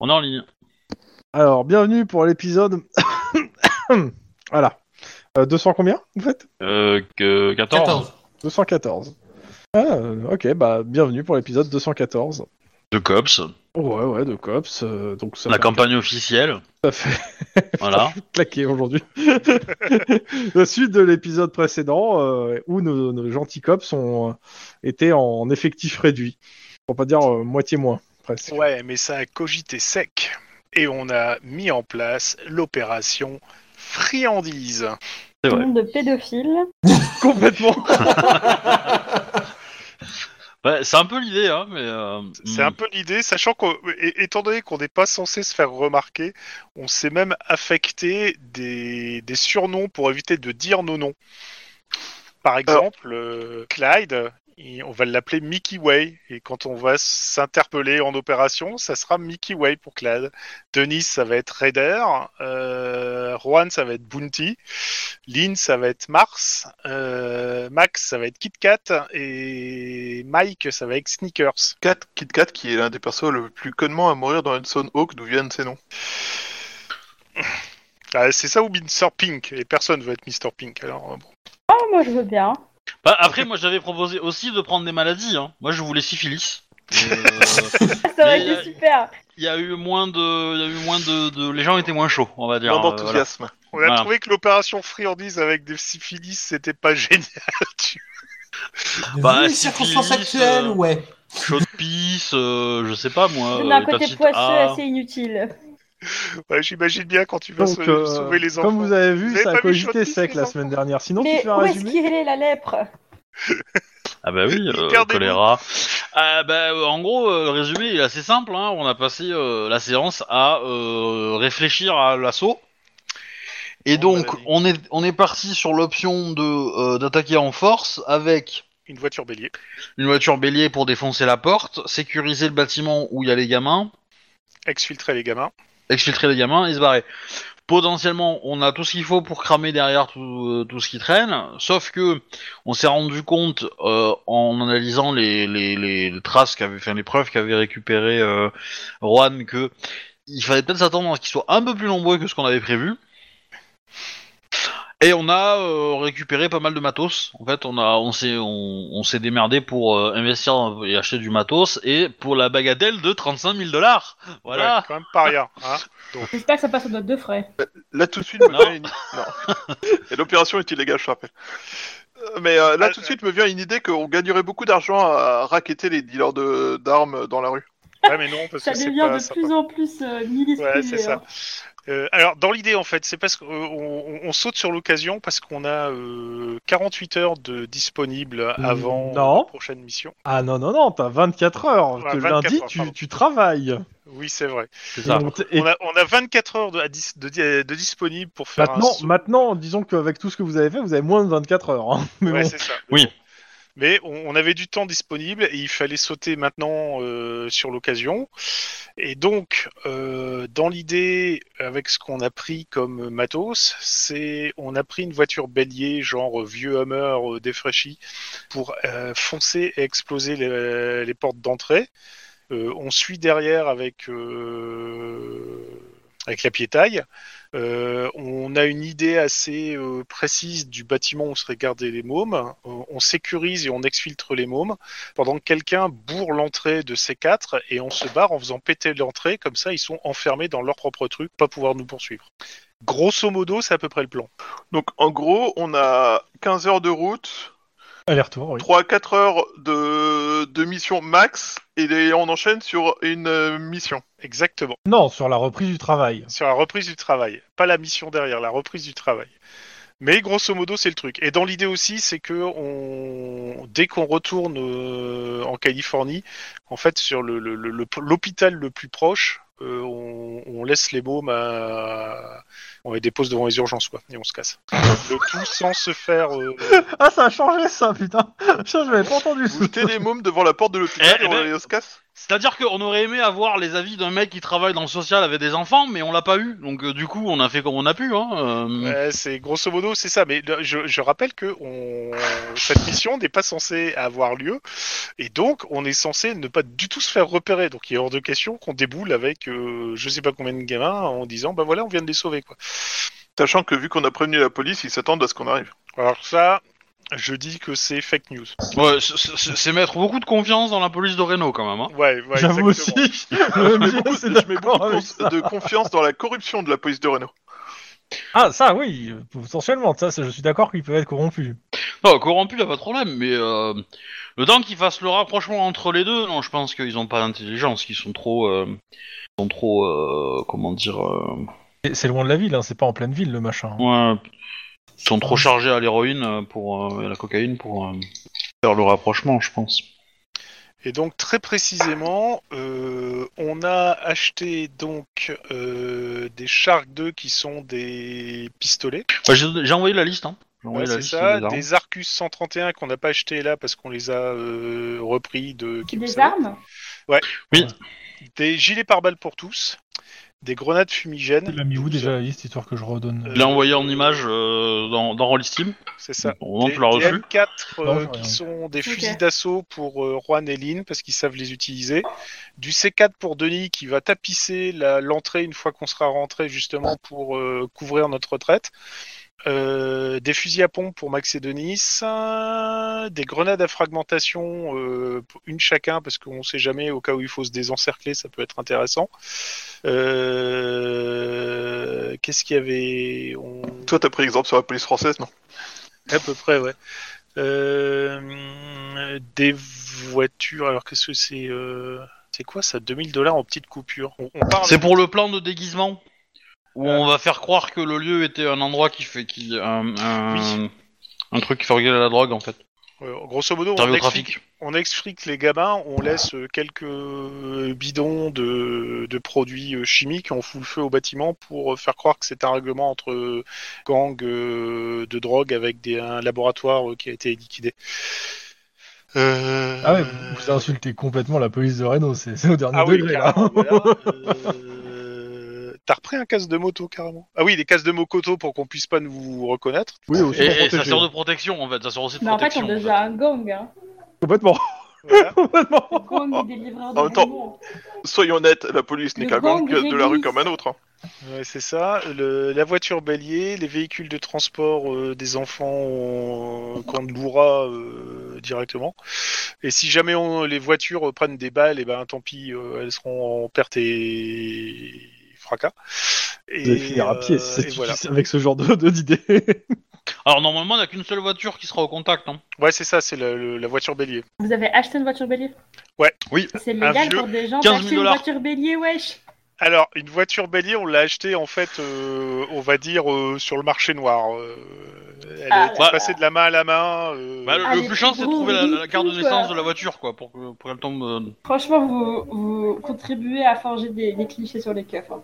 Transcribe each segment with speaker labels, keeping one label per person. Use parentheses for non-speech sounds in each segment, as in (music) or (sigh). Speaker 1: en ligne.
Speaker 2: Alors, bienvenue pour l'épisode. (coughs) voilà. Euh, 200 combien, en fait
Speaker 1: Euh, que 14.
Speaker 3: 14.
Speaker 2: 214. Ah, euh, ok, bah, bienvenue pour l'épisode 214.
Speaker 1: De Cops.
Speaker 2: Ouais, ouais, de Cops. euh, donc ça
Speaker 1: La
Speaker 2: fait-
Speaker 1: campagne officielle.
Speaker 2: ça fait
Speaker 1: (laughs) Voilà.
Speaker 2: claquer aujourd'hui. (laughs) la suite de l'épisode précédent, euh, où nos, nos gentils Cops ont euh, été en effectif réduit. Pour pas dire euh, moitié moins, presque.
Speaker 4: Ouais, mais ça a cogité sec. Et on a mis en place l'opération Friandise.
Speaker 1: C'est vrai.
Speaker 5: Monde de pédophiles.
Speaker 2: Complètement
Speaker 1: Ouais, c'est un peu l'idée, hein, mais. euh,
Speaker 4: C'est un peu l'idée, sachant qu'étant donné qu'on n'est pas censé se faire remarquer, on s'est même affecté des, des surnoms pour éviter de dire nos noms. Par exemple, euh, Clyde, il- on va l'appeler Mickey Way, et quand on va s'interpeller en opération, ça sera Mickey Way pour Clyde. Denis, ça va être Raider, euh, Juan, ça va être Bounty, Lynn, ça va être Mars, euh, Max, ça va être Kit Kat, et Mike, ça va être Sneakers.
Speaker 3: Kat, Kit Kat, qui est l'un des persos le plus connement à mourir dans Hudson Hawk, d'où viennent ses noms.
Speaker 4: Ah, c'est ça ou Mr. Pink Et personne veut être Mr. Pink, alors euh, bon.
Speaker 5: Ah,
Speaker 6: Oh,
Speaker 5: moi je veux bien.
Speaker 1: Bah, après, moi, j'avais proposé aussi de prendre des maladies. Hein. Moi, je voulais syphilis. Euh,
Speaker 6: Ah,
Speaker 5: Ça aurait
Speaker 1: Mais,
Speaker 5: été super.
Speaker 4: ah,
Speaker 1: Il y a eu moins de, il y a eu moins de, de- les gens étaient moins chauds, on va dire.
Speaker 3: Moins
Speaker 1: euh, voilà.
Speaker 3: d'enthousiasme.
Speaker 4: On a
Speaker 1: Voilà.
Speaker 4: trouvé que l'opération friandise avec des syphilis, c'était pas (laughs) génial. tu-
Speaker 7: Ah
Speaker 1: Bah,
Speaker 8: Vu les
Speaker 1: si
Speaker 8: circonstances
Speaker 1: Phyllis,
Speaker 8: actuelles,
Speaker 1: euh,
Speaker 8: ouais.
Speaker 1: Chaud de pisse, euh, je sais pas moi.
Speaker 5: On a un
Speaker 1: euh,
Speaker 5: côté
Speaker 1: hépatite
Speaker 5: poisseux
Speaker 4: Ah.
Speaker 1: A.
Speaker 5: assez inutile.
Speaker 4: Ouais, J'imagine bien quand tu vas
Speaker 2: Donc,
Speaker 4: se-
Speaker 2: euh,
Speaker 4: sauver les enfants.
Speaker 2: comme vous avez vu,
Speaker 4: Vous avez
Speaker 2: ça
Speaker 4: pas
Speaker 2: a
Speaker 4: vu
Speaker 2: cogité
Speaker 4: Showcase,
Speaker 2: sec
Speaker 4: les
Speaker 2: la
Speaker 4: enfants
Speaker 2: semaine dernière. Sinon, tu
Speaker 5: Mais
Speaker 2: fais un
Speaker 5: où est-ce
Speaker 2: résumé
Speaker 5: qu'il est la lèpre
Speaker 1: Ah bah oui, euh,
Speaker 4: Hyper
Speaker 1: choléra. Ah bah, euh, en gros, euh, le résumé il est assez simple. hein. On a passé euh, la séance à euh, réfléchir à l'assaut. Et
Speaker 3: Bon,
Speaker 1: donc,
Speaker 3: maladie.
Speaker 1: on est, on est parti sur l'option de euh, d'attaquer en force avec
Speaker 4: Une voiture bélier.
Speaker 1: une voiture bélier pour défoncer la porte, sécuriser le bâtiment où il y a les gamins,
Speaker 4: Exfiltrer les gamins.
Speaker 1: exfiltrer les gamins et se barrer. Potentiellement, on a tout ce qu'il faut pour cramer derrière tout, euh, tout ce qui traîne, sauf que on s'est rendu compte euh, en analysant les, les, les, les traces qu'avait enfin, les preuves qu'avait récupéré euh, Juan que il fallait peut-être s'attendre à ce qu'ils soient un peu plus nombreux que ce qu'on avait prévu. Et on a euh, récupéré pas mal de matos. En fait, on a on s'est on, on s'est démerdé pour euh, investir et acheter du matos et pour la bagatelle de 35 000 dollars. Voilà.
Speaker 4: Ouais, quand même pas rien. hein.
Speaker 6: J'espère que ça passe aux notes de frais.
Speaker 3: Là tout de suite me
Speaker 1: Non.
Speaker 3: vient une... non. Et l'opération est illégale, je rappelle. Euh, Mais euh, là
Speaker 4: Ah,
Speaker 3: tout de suite me vient une idée qu'on gagnerait beaucoup d'argent à racketter les dealers de- d'armes dans la rue.
Speaker 4: Ouais, mais non, parce
Speaker 6: Ça
Speaker 4: que c'est
Speaker 6: devient
Speaker 4: pas
Speaker 6: de
Speaker 4: sympa.
Speaker 6: plus en plus euh, milice
Speaker 4: Ouais, c'est
Speaker 6: privée,
Speaker 4: ça.
Speaker 6: hein.
Speaker 4: Euh, alors, dans l'idée, en fait, c'est parce qu'on on, on saute sur l'occasion parce qu'on a euh, 48 heures de disponibles avant
Speaker 2: non.
Speaker 4: la prochaine mission.
Speaker 2: Ah non, non, non, t'as 24 heures.
Speaker 4: Ouais,
Speaker 2: Le
Speaker 4: 24
Speaker 2: lundi,
Speaker 4: heures,
Speaker 2: tu,
Speaker 4: pardon.
Speaker 2: tu travailles.
Speaker 4: Oui, c'est vrai.
Speaker 1: C'est ça.
Speaker 2: Donc, et
Speaker 4: On, a, on a 24 heures de, à dis- de, di- de disponibles pour faire un
Speaker 2: maintenant,
Speaker 4: saut.
Speaker 2: maintenant, disons qu'avec tout ce que vous avez fait, vous avez moins de 24 heures. hein. (laughs) Mais
Speaker 4: Ouais,
Speaker 2: bon.
Speaker 4: c'est ça.
Speaker 1: Oui.
Speaker 4: Mais on, on avait du temps disponible et il fallait sauter maintenant euh, sur l'occasion. Et donc, euh, dans l'idée, avec ce qu'on a pris comme matos, c'est on a pris une voiture bélier, genre vieux Hummer euh, défraîchi, pour euh, foncer et exploser les, les portes d'entrée. Euh, on suit derrière avec euh, avec la piétaille. Euh, on a une idée assez euh, précise du bâtiment où seraient gardés les mômes. On, on sécurise et on exfiltre les mômes pendant que quelqu'un bourre l'entrée de ces quatre et on se barre en faisant péter l'entrée. Comme ça, ils sont enfermés dans leur propre truc, pas pouvoir nous poursuivre. Grosso modo, c'est à peu près le plan.
Speaker 3: Donc en gros on a 15 heures de route,
Speaker 2: Aller-retour, oui.
Speaker 3: 3 à 4 heures de, de mission max et les- on enchaîne sur une
Speaker 1: (laughs)
Speaker 3: euh, mission.
Speaker 4: Exactement.
Speaker 2: Non, sur la reprise du travail.
Speaker 4: Sur la reprise du travail. Pas la mission derrière, la reprise du travail. Mais grosso modo, c'est le truc. Et dans l'idée aussi, c'est que on... dès qu'on retourne euh, en Californie, en fait, sur le- le- le- le- l'hôpital le, plus proche, euh, on, on laisse les mômes à... On les dépose devant les urgences, quoi, et on se casse. le tout sans se faire... euh,
Speaker 2: Ah, ça a changé ça, putain. (laughs) Ça, je l'avais pas entendu.
Speaker 3: Vous jetez les mômes devant la porte de l'hôpital
Speaker 1: Eh,
Speaker 3: et on
Speaker 1: ben-
Speaker 3: les se casse
Speaker 1: C'est-à-dire qu'on aurait aimé avoir les avis d'un mec qui travaille dans le social avec des enfants, mais on l'a pas eu. Donc euh, du coup, on a fait comme on a pu. Hein. euh,
Speaker 2: Mm.
Speaker 4: Ouais, c'est grosso modo, c'est ça. Mais le- je, je rappelle que on... cette mission n'est pas censée avoir lieu, et donc on est censé ne pas du tout se faire repérer. Donc il est hors de question qu'on déboule avec euh, je sais pas combien de gamins en disant bah voilà, on vient de les sauver quoi.
Speaker 3: Sachant que vu qu'on a prévenu la police, ils s'attendent à ce qu'on arrive.
Speaker 4: Alors ça, je dis que c'est fake news.
Speaker 1: ouais, c'est- c'est c'est mettre beaucoup de confiance dans la police de Reno quand même. Hein.
Speaker 4: Ouais, ouais
Speaker 2: J'avoue aussi.
Speaker 4: exactement.
Speaker 2: je mets beaucoup-
Speaker 3: Je mets beaucoup
Speaker 1: Ah
Speaker 2: avec
Speaker 3: de,
Speaker 2: ça.
Speaker 3: cons- euh, de confiance dans la corruption de la police de Renault.
Speaker 2: Ah, ça, oui, potentiellement. Ça, ça, je suis d'accord qu'ils peuvent être corrompus.
Speaker 1: Non, corrompu, y a pas de problème, mais euh, le temps qu'ils fassent le rapprochement entre les deux, non, je pense qu'ils ont pas d'intelligence, qu'ils sont trop, euh, ils sont trop, euh, comment dire, euh,
Speaker 2: C'est- C'est loin de la ville, hein, c'est pas en pleine ville le machin.
Speaker 1: ouais, ils sont trop chargés à l'héroïne euh, pour euh, et à la cocaïne pour euh, faire le rapprochement, je pense.
Speaker 4: Et donc très précisément, euh, on a acheté donc euh, des Shark 2 qui sont des pistolets.
Speaker 1: Bah, J'ai j'ai envoyé la liste. Hein. J'ai
Speaker 4: Ah Ouais,
Speaker 1: envoyé la
Speaker 4: c'est
Speaker 1: liste
Speaker 4: ça,
Speaker 1: des armes.
Speaker 4: des Arcus 131 qu'on n'a pas acheté là parce qu'on les a euh, repris de
Speaker 6: Des
Speaker 4: Kiyosaki.
Speaker 6: armes
Speaker 4: Des gilets pare-balles pour tous, des grenades fumigènes.
Speaker 2: Il a mis où
Speaker 4: douze,
Speaker 2: déjà la liste, histoire que je redonne
Speaker 4: Euh,
Speaker 1: Je l'ai envoyé en image euh, dans, dans Rollisteam.
Speaker 4: C'est ça.
Speaker 1: Au moment où
Speaker 4: des,
Speaker 1: tu l'as
Speaker 4: des
Speaker 1: reçu.
Speaker 4: M4 euh,
Speaker 2: Non, j'ai rien.
Speaker 4: qui sont des fusils d'assaut pour euh, Juan et Lynn parce qu'ils savent les utiliser. Du C4 pour Denis qui va tapisser la- l'entrée une fois qu'on sera rentré justement pour euh, couvrir notre retraite. Euh, des fusils à pompe pour Max et Denis, euh, des grenades à fragmentation, euh, pour- une chacun parce qu'on ne sait jamais au cas où il faut se désencercler, ça peut être intéressant. Euh, Qu'est-ce qu'il y avait On-
Speaker 3: Toi, t'as pris exemple sur la police française, non
Speaker 4: à peu près, ouais. Euh, des voitures, alors qu'est-ce que c'est euh, C'est quoi ça 2000 dollars en petite coupure on, on parle
Speaker 1: C'est pour le plan de déguisement où on va faire croire que le lieu était un endroit qui fait qui un, un- un truc qui fait regarder la drogue en fait.
Speaker 4: euh, Grosso modo, on
Speaker 1: Servi au
Speaker 4: explique,
Speaker 1: trafic.
Speaker 4: on explique les gamins, on laisse euh, quelques euh, bidons de, de produits euh, chimiques, on fout le feu au bâtiment pour euh, faire croire que c'est un règlement entre euh, gangs euh, de drogue avec des, un laboratoire euh, qui a été liquidé. Euh,
Speaker 2: Ah ouais, vous, vous insultez complètement la police de Reno, c'est c'est au dernier
Speaker 4: Ah oui,
Speaker 2: degré là.
Speaker 4: carrément,
Speaker 2: (laughs)
Speaker 4: voilà. Euh, T'as repris un casque de moto carrément. Ah oui, les casques de mokoto pour qu'on puisse pas nous reconnaître.
Speaker 2: Oui, aussi
Speaker 1: Et,
Speaker 2: pour
Speaker 1: et ça
Speaker 2: protéger.
Speaker 1: sert de protection en fait. Ça sert aussi de
Speaker 6: Mais en fait,
Speaker 1: protection.
Speaker 6: on
Speaker 1: en
Speaker 6: devient
Speaker 1: fait.
Speaker 6: un gang. Hein.
Speaker 2: Complètement.
Speaker 4: Voilà.
Speaker 2: Complètement.
Speaker 6: Le gang des livreurs de
Speaker 3: En même temps,
Speaker 6: bonbons.
Speaker 3: Soyons honnêtes, la police n'est
Speaker 6: Le
Speaker 3: qu'un gang
Speaker 6: gang
Speaker 3: de la rue
Speaker 6: réguliste.
Speaker 3: comme un autre. hein.
Speaker 4: (laughs) Ouais, c'est ça. Le- la voiture bélier, les véhicules de transport euh, des enfants euh, qu'on louera euh, directement. Et si jamais on, les voitures prennent des balles, et ben tant pis, euh, elles seront en perte et fracas. Et,
Speaker 2: Vous allez finir à pied
Speaker 4: euh,
Speaker 2: si ça
Speaker 4: et voilà.
Speaker 2: suffit avec ce genre de- de- d'idée.
Speaker 1: Alors normalement, on a qu'une seule voiture qui sera au contact. hein.
Speaker 4: Ouais, c'est ça, c'est le- le- la voiture bélier.
Speaker 6: Vous avez acheté une voiture bélier
Speaker 4: Ouais.
Speaker 1: Oui.
Speaker 6: C'est légal
Speaker 4: vieux
Speaker 6: pour des gens
Speaker 1: 15 000
Speaker 6: d'acheter une
Speaker 1: dollars.
Speaker 6: voiture bélier, wesh.
Speaker 4: Alors, une voiture bélier, on l'a achetée en fait, euh, on va dire, euh, sur le marché noir. Euh, elle
Speaker 6: Ah,
Speaker 4: est
Speaker 1: ouais.
Speaker 4: passée de la main à la main. euh,
Speaker 1: Bah, le,
Speaker 6: Ah,
Speaker 1: le
Speaker 6: les
Speaker 1: plus chiant, c'est de
Speaker 6: gros
Speaker 1: trouver la, la
Speaker 6: riz,
Speaker 1: carte de
Speaker 6: quoi.
Speaker 1: naissance de la voiture quoi pour que- pour qu'elle tombe. euh,
Speaker 6: Franchement, vous, vous contribuez à forger des, des clichés sur les keufs. hein.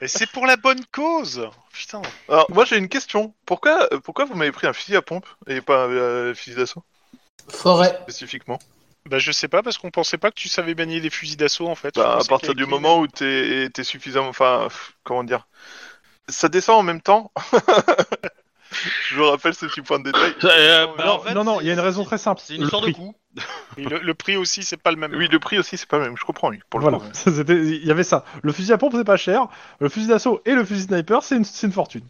Speaker 4: et c'est pour la bonne cause Putain
Speaker 3: Alors, moi, j'ai une question. Pourquoi, euh, pourquoi vous m'avez pris un fusil à pompe et pas un euh, fusil d'assaut
Speaker 8: Forêt.
Speaker 3: spécifiquement
Speaker 4: Bah, je sais pas, parce qu'on pensait pas que tu savais manier des fusils d'assaut en fait.
Speaker 3: Bah,
Speaker 4: On
Speaker 3: à
Speaker 4: pensait
Speaker 3: partir
Speaker 4: qu'il y
Speaker 3: du
Speaker 4: avait-
Speaker 3: moment où t'es t'es suffisamment. Enfin, pff, comment dire Ça descend en même temps. (laughs) Je vous rappelle ce petit point de détail.
Speaker 1: Euh, bah,
Speaker 2: Non,
Speaker 1: en fait,
Speaker 2: non, non,
Speaker 1: c'est-
Speaker 2: il y a une raison
Speaker 1: c'est-
Speaker 2: très simple.
Speaker 1: C'est une
Speaker 2: Le
Speaker 1: histoire de
Speaker 2: prix.
Speaker 1: coup.
Speaker 4: Et le, le prix aussi, c'est pas le même.
Speaker 3: Oui, le prix aussi, c'est pas le même. Je comprends, lui. (laughs) Pour le
Speaker 2: Voilà,
Speaker 3: coup.
Speaker 2: Ça, c'était- il y avait ça. Le fusil à pompe, c'est pas cher. Le fusil d'assaut et le fusil sniper, c'est une, c'est une fortune.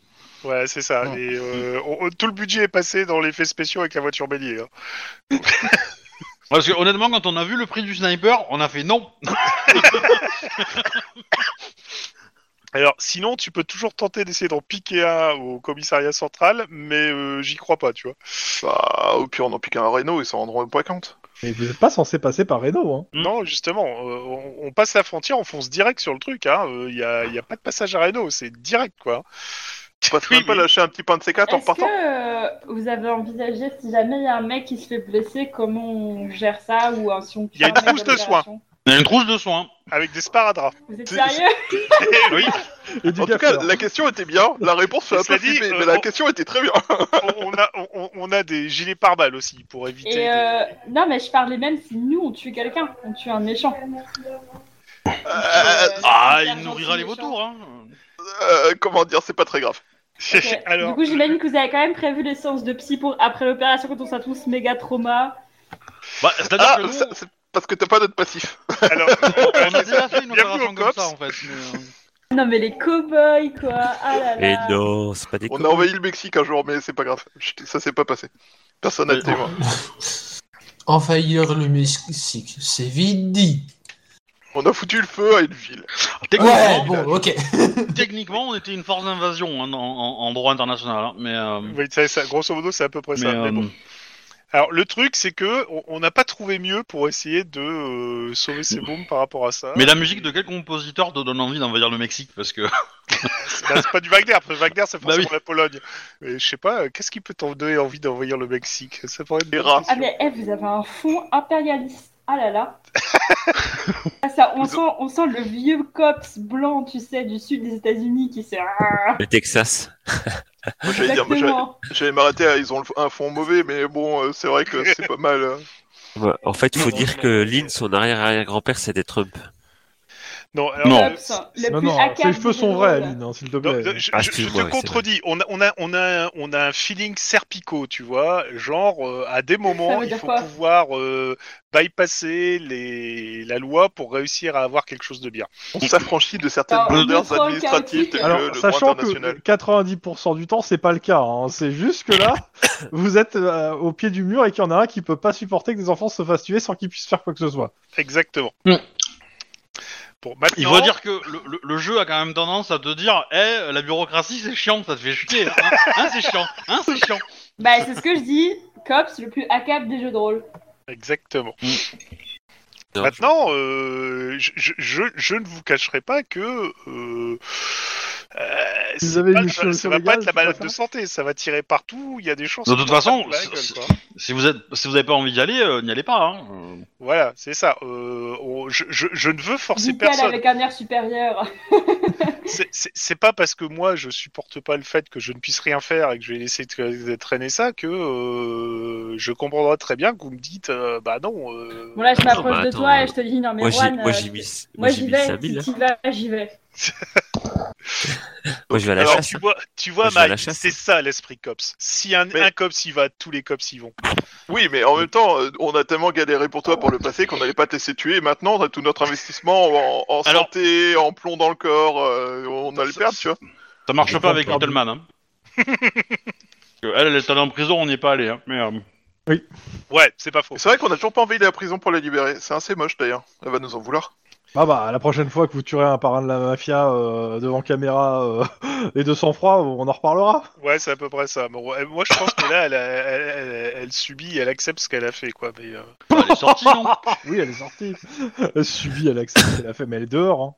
Speaker 4: Ouais, c'est ça.
Speaker 2: Ouais.
Speaker 4: Et, euh, on- on- tout le budget est passé dans l'effet spéciaux avec la voiture bélier. hein.
Speaker 1: Parce que honnêtement, quand on a vu le prix du sniper, on a fait non.
Speaker 4: Alors, sinon, tu peux toujours tenter d'essayer d'en piquer un au commissariat central, mais euh, j'y crois pas, tu vois.
Speaker 3: Bah, au pire, on en pique un Renault, ils s'en rendront pas compte.
Speaker 2: Mais vous n'êtes pas censé passer par Reno. Hein.
Speaker 1: Mm.
Speaker 4: Non, justement, euh, on, on passe la frontière, on fonce direct sur le truc. Il hein, n'y a, y a pas de passage à Reno, c'est direct quoi.
Speaker 3: Parce que même pas lâcher un petit pain de C4 en
Speaker 6: Est-ce que
Speaker 3: partant.
Speaker 6: euh, vous avez envisagé, si jamais il y a un mec qui se fait blesser, comment on gère ça ou hein, si on
Speaker 4: Il y a une
Speaker 6: crame la
Speaker 4: trousse de soins.
Speaker 6: récupération
Speaker 1: Il y a une trousse de soins.
Speaker 4: Avec des sparadraps.
Speaker 6: Vous êtes
Speaker 3: C'est-
Speaker 6: sérieux
Speaker 1: oui.
Speaker 3: En tout cas, la question était bien, la réponse fait un peu
Speaker 4: Cela dit,
Speaker 3: flippé, mais
Speaker 4: euh,
Speaker 3: la
Speaker 4: on-
Speaker 3: question était très (laughs) bien.
Speaker 4: on, a, on, on a des gilets pare-balles aussi pour éviter.
Speaker 6: Et
Speaker 4: des- (laughs)
Speaker 6: euh, non, mais je parlais même si nous on tue quelqu'un, on tue un méchant.
Speaker 3: Euh,
Speaker 1: Ah,
Speaker 6: Super
Speaker 1: il nourrira
Speaker 6: gentil,
Speaker 1: les
Speaker 6: méchant.
Speaker 1: vautours, hein.
Speaker 3: euh, comment dire, c'est pas très grave.
Speaker 6: Ok.
Speaker 4: Alors, euh,
Speaker 6: du coup, j'imagine que vous avez quand même prévu les séances de psy pour après l'opération quand on sera tous méga trauma.
Speaker 1: Bah, c'est-à-dire
Speaker 3: Ah,
Speaker 1: que nous,
Speaker 3: ça- c'est parce que t'as pas d'autre passif.
Speaker 1: on
Speaker 4: alors, (laughs)
Speaker 1: a déjà fait une opération
Speaker 4: Bienvenue au
Speaker 1: comme
Speaker 4: COPS.
Speaker 1: ça, en fait. mais, euh,
Speaker 6: Non, mais les cow-boys quoi. Ah là
Speaker 8: Et
Speaker 6: là.
Speaker 8: Eh non, c'est pas des
Speaker 3: On
Speaker 8: cons.
Speaker 3: a envahi le Mexique un jour, mais c'est pas grave. Chut, Ça s'est pas passé. Personne n'a
Speaker 1: Mais-
Speaker 3: témoin.
Speaker 7: Envahir le Mexique, c'est vite dit.
Speaker 3: On a foutu le feu à une ville.
Speaker 1: euh, Techniquement,
Speaker 7: Ouais, bon, ok.
Speaker 1: techniquement, on était une force d'invasion hein, en, en- en droit international, hein, mais... euh,
Speaker 4: oui, ça- ça- grosso modo, c'est à peu près
Speaker 1: mais,
Speaker 4: ça. mais
Speaker 1: euh,
Speaker 4: bon. Alors, le truc, c'est que on- on n'a pas trouvé mieux pour essayer de euh, sauver ces bombes par rapport à ça.
Speaker 1: mais la musique de quel compositeur te donne envie d'envahir le Mexique Parce que
Speaker 4: Bah, c'est pas du Wagner, après Wagner
Speaker 1: (laughs)
Speaker 4: c'est
Speaker 1: Bah oui.
Speaker 4: forcément la Pologne. Mais je sais pas, euh, qu'est-ce qui peut t'en donner envie d'envoyer le Mexique Ça pourrait être
Speaker 3: Les
Speaker 4: une
Speaker 3: rats.
Speaker 6: Ah
Speaker 4: question.
Speaker 6: mais eh, vous avez un fond impérialiste. Ah là là. Ah, ça, on, sent, on sent le vieux cops blanc, tu sais, du sud des États-Unis qui s'est...
Speaker 8: Le Texas.
Speaker 3: Moi, J'allais dire, moi, j'allais-
Speaker 6: Exactement.
Speaker 3: j'allais m'arrêter. à- Ils ont le- un fond mauvais, mais bon, euh, c'est vrai que c'est pas mal. euh.
Speaker 8: Ouais, En fait, faut
Speaker 7: Non,
Speaker 8: dire
Speaker 7: non,
Speaker 8: que
Speaker 7: non.
Speaker 8: Lynn, son arrière-arrière-grand-père, c'était Trump.
Speaker 4: Non, alors,
Speaker 1: Non.
Speaker 4: euh,
Speaker 6: Cops, le
Speaker 2: Non,
Speaker 6: plus
Speaker 2: non,
Speaker 6: hackable
Speaker 2: ses cheveux
Speaker 6: du
Speaker 2: sont
Speaker 6: monde.
Speaker 2: vrais, Aline, hein, s'il te
Speaker 4: Non,
Speaker 2: plaît.
Speaker 4: non, je,
Speaker 8: Ah,
Speaker 4: je- je
Speaker 8: excuse-moi,
Speaker 4: te
Speaker 8: oui, c'est
Speaker 4: contredis. On a, on a, on a, on a un feeling serpico, tu vois. Genre, euh, à des
Speaker 6: Ça
Speaker 4: moments,
Speaker 6: veut
Speaker 4: il
Speaker 6: dire
Speaker 4: faut
Speaker 6: quoi
Speaker 4: pouvoir euh, bypasser les, la loi pour réussir à avoir quelque chose de bien.
Speaker 3: On s'affranchit de certaines
Speaker 6: Alors,
Speaker 3: blunders
Speaker 6: deux, trois
Speaker 3: administratives
Speaker 6: chaotiques.
Speaker 3: telles que
Speaker 2: Alors,
Speaker 3: le droit
Speaker 2: sachant que
Speaker 3: international.
Speaker 2: 90% du temps, c'est pas le cas. hein. C'est juste que
Speaker 3: (laughs)
Speaker 2: là, vous êtes euh, au pied du mur et qu'il y en a un qui peut pas supporter que des enfants se fassent tuer sans qu'ils puissent faire quoi que ce soit.
Speaker 4: Exactement.
Speaker 1: Mm.
Speaker 4: Bon, maintenant,
Speaker 1: il faut dire que le, le- le jeu a quand même tendance à te dire « Eh, la bureaucratie, c'est chiant, ça te fait chier. Hein, Hein, c'est chiant. Hein, c'est chiant.
Speaker 6: Bah c'est ce que je dis, cops, le plus hackable des jeux de rôle.
Speaker 4: Exactement.
Speaker 8: Non,
Speaker 4: Maintenant, euh, je, je, je, je ne vous cacherai pas que euh, euh, c'est
Speaker 2: avez
Speaker 4: pas-
Speaker 2: une
Speaker 4: ça,
Speaker 2: solution
Speaker 4: va pas
Speaker 2: légale,
Speaker 4: être la
Speaker 2: tu
Speaker 4: balade
Speaker 2: préfères
Speaker 4: de santé, ça va tirer partout. Il y a des chances.
Speaker 1: De toute
Speaker 4: qu'on va
Speaker 1: façon,
Speaker 4: pas se la
Speaker 1: c'est-
Speaker 4: gueule, quoi.
Speaker 1: Si vous êtes, si vous avez pas envie d'y aller, euh, n'y allez pas. Hein. Euh,
Speaker 4: Voilà, c'est ça. Euh, on- je, je, je ne veux forcer
Speaker 6: Vital
Speaker 4: personne.
Speaker 6: avec un air supérieur.
Speaker 4: C'est- C'est c'est pas parce que moi je supporte pas le fait que je ne puisse rien faire et que je vais laisser tra- traîner ça que euh, je comprendrai très bien que vous me dites euh, bah non. euh,
Speaker 6: Bon là je
Speaker 8: Non,
Speaker 6: m'approche
Speaker 8: bah,
Speaker 6: de
Speaker 8: attends,
Speaker 6: toi
Speaker 8: euh,
Speaker 6: et je te dis non mais
Speaker 8: Moi, j'ai
Speaker 6: Juan,
Speaker 8: moi,
Speaker 6: euh,
Speaker 8: j'ai mis, moi,
Speaker 6: moi
Speaker 8: j'ai
Speaker 6: j'y
Speaker 8: mis hein.
Speaker 6: vais,
Speaker 8: 5000,
Speaker 6: si
Speaker 8: là.
Speaker 6: tu vas, j'y vais.
Speaker 8: Moi, je vais à la
Speaker 4: Alors
Speaker 8: chasse.
Speaker 4: tu vois, tu vois,
Speaker 8: Moi, je vais à la
Speaker 4: Mike,
Speaker 8: chasse.
Speaker 4: c'est ça l'esprit cops. Si un,
Speaker 3: Mais-
Speaker 4: un cops y va, tous les cops y vont.
Speaker 3: Oui, mais en même temps, euh, on a tellement galéré pour toi pour le passé qu'on n'allait pas te laisser tuer. Maintenant, on a tout notre investissement en, en
Speaker 1: Alors-
Speaker 3: santé, en plomb dans le corps. euh, on allait le perdre, tu vois.
Speaker 1: Ça marche
Speaker 2: Ils
Speaker 1: pas
Speaker 2: vont
Speaker 1: avec
Speaker 2: faire du-
Speaker 1: Littleman. Hein. Parce que elle, elle est allée en prison, on n'y est pas allé. Hein. Mais, euh,
Speaker 4: Ouais, c'est pas faux.
Speaker 3: C'est vrai qu'on a toujours pas envie de la prison pour la libérer. C'est assez moche d'ailleurs. Elle va nous en vouloir.
Speaker 2: Ah bah, la prochaine fois que vous tuerez un parrain de la mafia euh, devant caméra euh, (laughs) et de sang-froid, on en reparlera.
Speaker 4: Ouais, c'est à peu près ça. Bon, ouais, moi je pense que là, elle, a- elle, elle- elle subit, elle accepte ce qu'elle a fait quoi. Mais, euh,
Speaker 1: elle est sortie, non
Speaker 2: Oui, elle est sortie. Elle subit, elle accepte ce qu'elle a fait, mais elle est dehors. hein.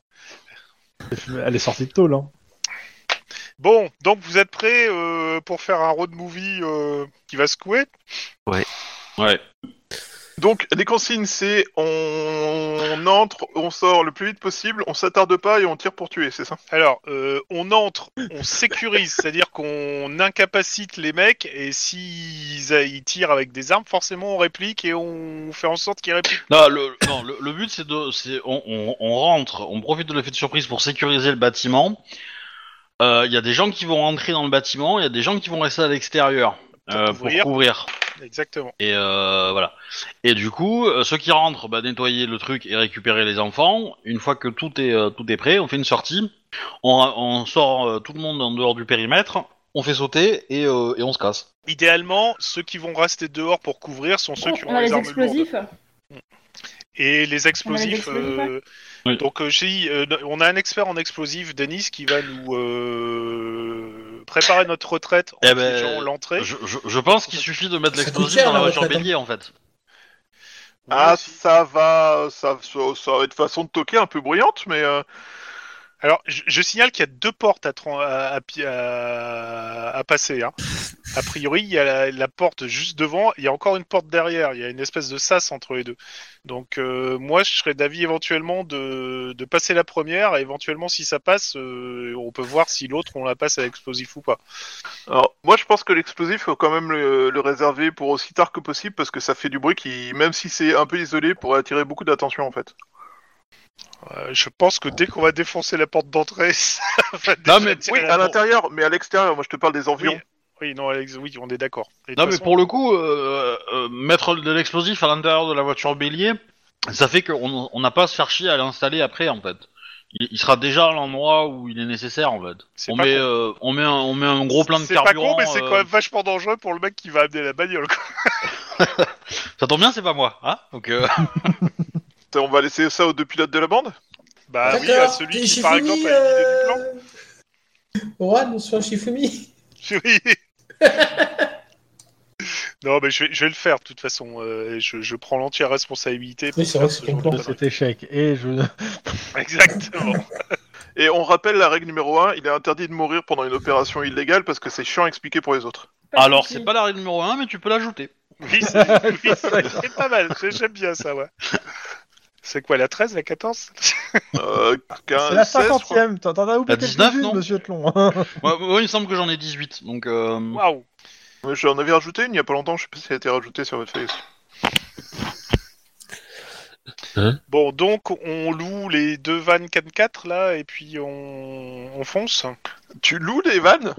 Speaker 2: Elle est sortie de tôle. Hein.
Speaker 4: Bon, donc vous êtes prêts euh, pour faire un road movie euh, qui va secouer
Speaker 1: Ouais.
Speaker 3: Donc, les consignes, c'est on... on entre, on sort le plus vite possible, on s'attarde pas et on tire pour tuer, c'est ça
Speaker 4: Alors, euh, on entre, on sécurise, c'est-à-dire qu'on incapacite les mecs, et s'ils a- ils tirent avec des armes, forcément on réplique et on fait en sorte qu'ils répliquent.
Speaker 1: Non, le, non, le, le but c'est de, c'est on, on- on rentre, on profite de l'effet de surprise pour sécuriser le bâtiment. Euh, Il y a des gens qui vont rentrer dans le bâtiment, il y a des gens qui vont rester à l'extérieur euh, pour
Speaker 4: couvrir.
Speaker 1: couvrir.
Speaker 4: Exactement.
Speaker 1: Et euh, voilà. Et du coup, euh, ceux qui rentrent, bah, nettoyer le truc et récupérer les enfants. Une fois que tout est euh, tout est prêt, on fait une sortie, on, ra- on sort euh, tout le monde en dehors du périmètre, on fait sauter et, euh, et on se casse.
Speaker 4: Idéalement, ceux qui vont rester dehors pour couvrir sont ceux qui
Speaker 6: Oh, On
Speaker 4: ont
Speaker 6: a
Speaker 4: les
Speaker 6: les
Speaker 4: armes lourdes.
Speaker 6: explosifs.
Speaker 4: Et les explosifs.
Speaker 6: On a les explosifs,
Speaker 4: euh,
Speaker 1: ouais.
Speaker 4: Donc, euh, j'ai dit, euh, on a un expert en explosifs, Denis, qui va nous euh, préparer notre retraite en
Speaker 1: Eh ben,
Speaker 4: figeant l'entrée.
Speaker 1: Je, je, je pense qu'il suffit de mettre
Speaker 7: Ça coûte
Speaker 1: l'explosif
Speaker 7: cher,
Speaker 1: dans la
Speaker 7: la
Speaker 1: voiture
Speaker 7: retraite, hein.
Speaker 1: bélier en fait.
Speaker 4: Ah,
Speaker 3: Ah, ça va, ça, ça, ça va être façon de toquer un peu bruyante, mais euh,
Speaker 4: Alors, je, je signale qu'il y a deux portes à, tran- à, à pi- à- à passer. hein. A priori, il y a la, la porte juste devant, il y a encore une porte derrière, il y a une espèce de sas entre les deux. Donc, euh, moi, je serais d'avis éventuellement de, de passer la première, et éventuellement, si ça passe, euh, on peut voir si l'autre, on la passe à l'explosif ou pas.
Speaker 3: Alors, moi, je pense que l'explosif, faut quand même le, le réserver pour aussi tard que possible parce que ça fait du bruit qui, même si c'est un peu isolé, pourrait attirer beaucoup d'attention en fait.
Speaker 4: Euh, je pense que dès qu'on va défoncer la porte d'entrée, (laughs) ça va
Speaker 1: Non,
Speaker 4: déjà
Speaker 1: mais-
Speaker 4: attirer
Speaker 3: Oui,
Speaker 4: la
Speaker 3: à
Speaker 4: porte.
Speaker 3: l'intérieur, mais à l'extérieur, moi je te parle des environs.
Speaker 4: Oui, non, Alex, oui, on est d'accord. Et de
Speaker 1: Non,
Speaker 4: toute
Speaker 1: mais
Speaker 4: façon,
Speaker 1: pour le coup, euh, euh, mettre de l'explosif à l'intérieur de la voiture bélier, ça fait qu'on on n'a pas à se faire chier à l'installer après, en fait. Il, il sera déjà à l'endroit où il est nécessaire, en fait.
Speaker 4: c'est
Speaker 1: On
Speaker 4: pas
Speaker 1: met,
Speaker 4: con.
Speaker 1: euh, on, met un, on met un gros plein de
Speaker 4: C'est pas
Speaker 1: carburant.
Speaker 4: con, mais c'est
Speaker 1: euh,
Speaker 4: quand même vachement dangereux pour le mec qui va amener la bagnole. quoi.
Speaker 1: Ça tombe bien, c'est pas moi. Hein Donc, euh,
Speaker 3: T'as- On va laisser ça aux deux pilotes de la bande
Speaker 4: Bah oui, à celui qui, par exemple, a une idée du plan.
Speaker 7: euh... Juan, soit Shifumi.
Speaker 4: (laughs) Oui. non, mais je vais, je vais le faire, de toute façon. euh, je, je prends
Speaker 1: (laughs)
Speaker 4: l'entière responsabilité. pour
Speaker 7: Oui, c'est
Speaker 4: faire
Speaker 7: vrai,
Speaker 4: ce
Speaker 7: c'est
Speaker 4: genre
Speaker 7: ton
Speaker 4: de
Speaker 2: de
Speaker 7: plan,
Speaker 4: conneries.
Speaker 2: cet échec. Et je. (laughs)
Speaker 4: (laughs) Exactement.
Speaker 3: Et on rappelle la règle numéro 1, il est interdit de mourir pendant une opération illégale parce que c'est chiant à expliquer pour les autres.
Speaker 1: alors, c'est pas la règle numéro 1, mais tu peux l'ajouter.
Speaker 4: Oui,
Speaker 2: (laughs)
Speaker 4: c'est oui, c'est- c'est pas mal. J'ai- J'aime bien ça, ouais. C'est quoi, la 13, la 14
Speaker 3: Euh,
Speaker 2: C'est la
Speaker 3: 15, 16, je crois.
Speaker 2: 50ème. T'en t'en as
Speaker 1: La
Speaker 2: oublié
Speaker 1: 19,
Speaker 2: quelques-unes,
Speaker 1: non
Speaker 2: monsieur Tlon. hein.
Speaker 1: Moi, moi, il me semble que j'en ai 18. Donc, euh,
Speaker 4: Waouh
Speaker 3: Mais J'en avais rajouté une il y a pas longtemps, je sais pas si elle a été rajoutée sur votre feuille aussi.
Speaker 4: Bon, donc, on loue les deux vannes 4x4, là, et puis on, on fonce.
Speaker 3: Tu loues les vannes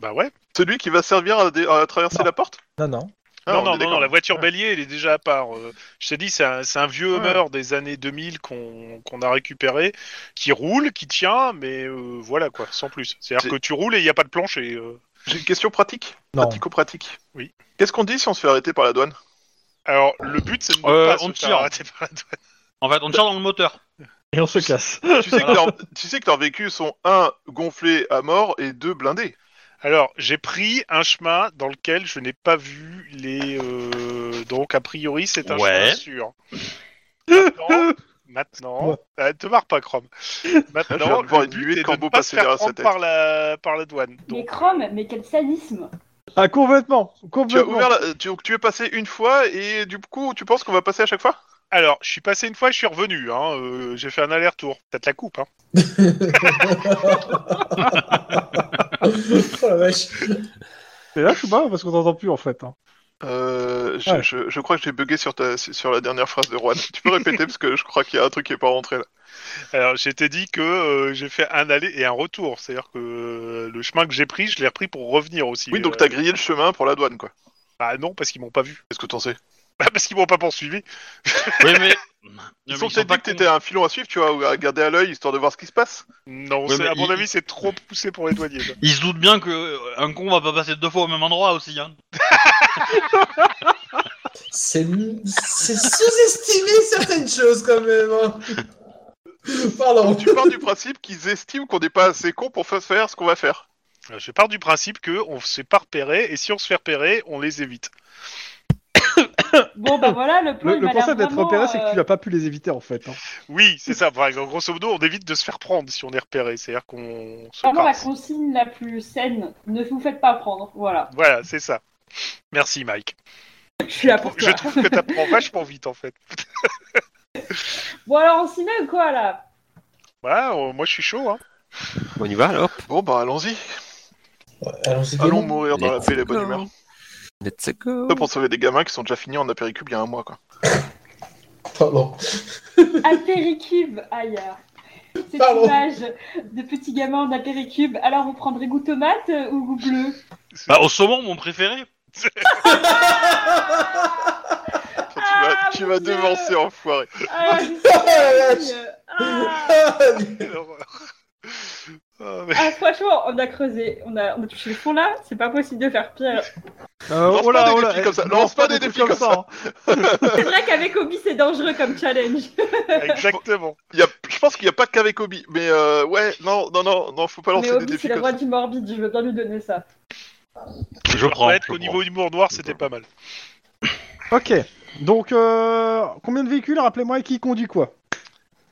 Speaker 4: Bah ouais.
Speaker 3: Celui qui va servir à, dé- à traverser
Speaker 2: Non.
Speaker 3: la porte
Speaker 2: non, non.
Speaker 3: Ah,
Speaker 4: non, non,
Speaker 3: on est
Speaker 4: non,
Speaker 3: d'accord.
Speaker 4: non, la voiture bélier, elle est déjà à part. Euh, je t'ai dit, c'est un, c'est un vieux Hummer des années 2000 qu'on qu'on a récupéré, qui roule, qui tient, mais euh, voilà quoi, sans plus. C'est-à-dire
Speaker 3: C'est-
Speaker 4: que tu roules et il n'y a pas de planche et... euh,
Speaker 3: J'ai une question pratique.
Speaker 2: Non.
Speaker 3: Pratico-pratique.
Speaker 4: Oui.
Speaker 3: Qu'est-ce qu'on dit si on se fait arrêter par la douane
Speaker 4: Alors, le but, c'est de ne
Speaker 1: Euh,
Speaker 4: pas
Speaker 1: on
Speaker 4: se faire
Speaker 1: tire.
Speaker 4: arrêter par la douane.
Speaker 1: en fait, on tire dans le moteur.
Speaker 2: Et on se casse.
Speaker 3: tu, sais que
Speaker 2: (laughs)
Speaker 3: leurs- tu sais que leurs véhicules sont un gonflés à mort et deux blindés.
Speaker 4: Alors, j'ai pris un chemin dans lequel je n'ai pas vu les... euh, Donc, a priori, c'est un
Speaker 1: Ouais.
Speaker 4: chemin sûr. Maintenant... Maintenant, Ah, te marre pas, Chrome.
Speaker 3: Je viens
Speaker 4: Maintenant,
Speaker 3: de voir
Speaker 4: le
Speaker 3: une
Speaker 4: but
Speaker 3: nuée de
Speaker 4: est de
Speaker 3: corbeaux
Speaker 4: ne pas se
Speaker 3: passer
Speaker 4: faire
Speaker 3: derrière sa
Speaker 4: prendre
Speaker 3: tête.
Speaker 4: par la, par la douane.
Speaker 6: Mais
Speaker 4: Donc,
Speaker 6: Chrome, mais quel sadisme
Speaker 2: Ah, complètement.
Speaker 3: Tu as
Speaker 2: Complètement.
Speaker 3: ouvert la- tu, tu es passé une fois et du coup, tu penses qu'on va passer à chaque fois
Speaker 4: Alors, je suis passé une fois, je suis revenu. Hein. euh, j'ai fait un aller-retour. Peut-être la coupe. Hein.
Speaker 7: (laughs) oh la vache.
Speaker 2: T'es là, je suis pas, parce qu'on t'entend plus en fait. hein.
Speaker 3: Euh, je,
Speaker 2: Ouais.
Speaker 3: je- je crois que j'ai bugué sur, ta, sur la dernière phrase de Juan. Tu peux répéter parce que je crois qu'il y a un truc qui est pas rentré là.
Speaker 4: Alors, j'étais dit que euh, j'ai fait un aller et un retour. C'est-à-dire que euh, le chemin que j'ai pris, je l'ai repris pour revenir aussi.
Speaker 3: Oui, donc
Speaker 4: euh,
Speaker 3: t'as grillé le chemin pour la douane quoi.
Speaker 4: Bah non, parce qu'ils m'ont pas vu.
Speaker 3: Qu'est-ce que t'en sais
Speaker 4: Bah, parce qu'ils m'ont pas poursuivi.
Speaker 1: Oui, mais.
Speaker 3: Ils
Speaker 1: mais
Speaker 3: sont
Speaker 1: ils sont
Speaker 3: peut-être
Speaker 1: pas
Speaker 3: dit que t'étais un filon à suivre, tu vois, ou à garder à l'œil histoire de voir ce qui se passe.
Speaker 4: Non,
Speaker 1: Ouais,
Speaker 4: c'est-
Speaker 1: mais
Speaker 4: à mon
Speaker 1: ils-
Speaker 4: avis, c'est trop poussé pour les douaniers. ça.
Speaker 1: Il se doute bien que euh, un con va pas passer deux fois au même endroit aussi. Hein.
Speaker 7: C'est c'est sous-estimer certaines choses quand même. hein. Pardon.
Speaker 1: Oh.
Speaker 3: Donc tu pars du principe qu'ils estiment qu'on n'est pas assez con pour fa- faire ce qu'on va faire.
Speaker 4: Alors, Euh, je pars du principe que on se fait pas repérer et si on se fait repérer, on les évite.
Speaker 6: Bon, bah voilà, le plan,
Speaker 2: Le,
Speaker 6: il
Speaker 2: le
Speaker 6: m'a l'air
Speaker 2: concept d'être
Speaker 6: vraiment,
Speaker 2: repéré, c'est que
Speaker 6: euh,
Speaker 2: tu n'as pas pu les éviter en fait. hein.
Speaker 4: Oui, c'est ça. Enfin, grosso modo, on évite de se faire prendre si on est repéré. C'est-à-dire qu'on se
Speaker 6: Vraiment la
Speaker 4: passe.
Speaker 6: consigne la plus saine, ne vous faites pas prendre, voilà.
Speaker 4: Voilà, c'est ça. Merci, Mike.
Speaker 6: Je suis là pour toi.
Speaker 4: Je trouve que t'apprends vachement vite, en fait.
Speaker 6: Bon alors on s'y met ou quoi là
Speaker 4: Ouais, euh, moi je suis chaud. Hein.
Speaker 8: On y va alors
Speaker 3: Bon bah allons-y,
Speaker 7: Allons-y.
Speaker 3: allons
Speaker 7: Guillaume.
Speaker 3: mourir dans la paix et la bonne humeur.
Speaker 8: Let's go
Speaker 3: Ça pour sauver des gamins qui sont déjà finis en apéricube il y a un mois quoi.
Speaker 7: Pardon.
Speaker 6: Apéricube, aïe Cette
Speaker 7: Pardon.
Speaker 6: image de petit gamin d'apéricube, alors on prendrait goût tomate euh, ou goût bleu
Speaker 1: Bah, au saumon, mon préféré.
Speaker 3: Enfin, tu vas,
Speaker 6: Ah,
Speaker 3: tu
Speaker 6: mon
Speaker 3: vas
Speaker 6: Dieu.
Speaker 3: devancer enfoiré.
Speaker 6: Ah, je
Speaker 7: la
Speaker 6: suis dingue. ah,
Speaker 4: (laughs) Ah, mais-
Speaker 6: Ah, franchement, on a creusé, on a, on a touché le fond là, c'est pas possible de faire pire.
Speaker 2: Euh,
Speaker 3: Lance pas des défis
Speaker 2: eh,
Speaker 3: comme ça, lance pas des
Speaker 2: trucs
Speaker 3: défis comme ça.
Speaker 2: hein.
Speaker 6: C'est vrai qu'avec Obi c'est dangereux comme challenge.
Speaker 4: (laughs) Exactement.
Speaker 3: Il y a- je pense qu'il n'y a pas qu'avec Obi, mais euh, ouais, non, non, non, non, faut pas
Speaker 6: Mais
Speaker 3: lancer des
Speaker 6: Obi
Speaker 3: défis
Speaker 6: c'est le
Speaker 3: comme
Speaker 6: roi
Speaker 3: ça.
Speaker 6: du morbide, je veux bien lui donner ça.
Speaker 1: Je prends.
Speaker 4: Peut-être
Speaker 1: je
Speaker 4: qu'au
Speaker 1: prends.
Speaker 4: niveau humour noir, c'était pas mal.
Speaker 2: Ok. Donc, euh, combien de véhicules Rappelez-moi et qui conduit quoi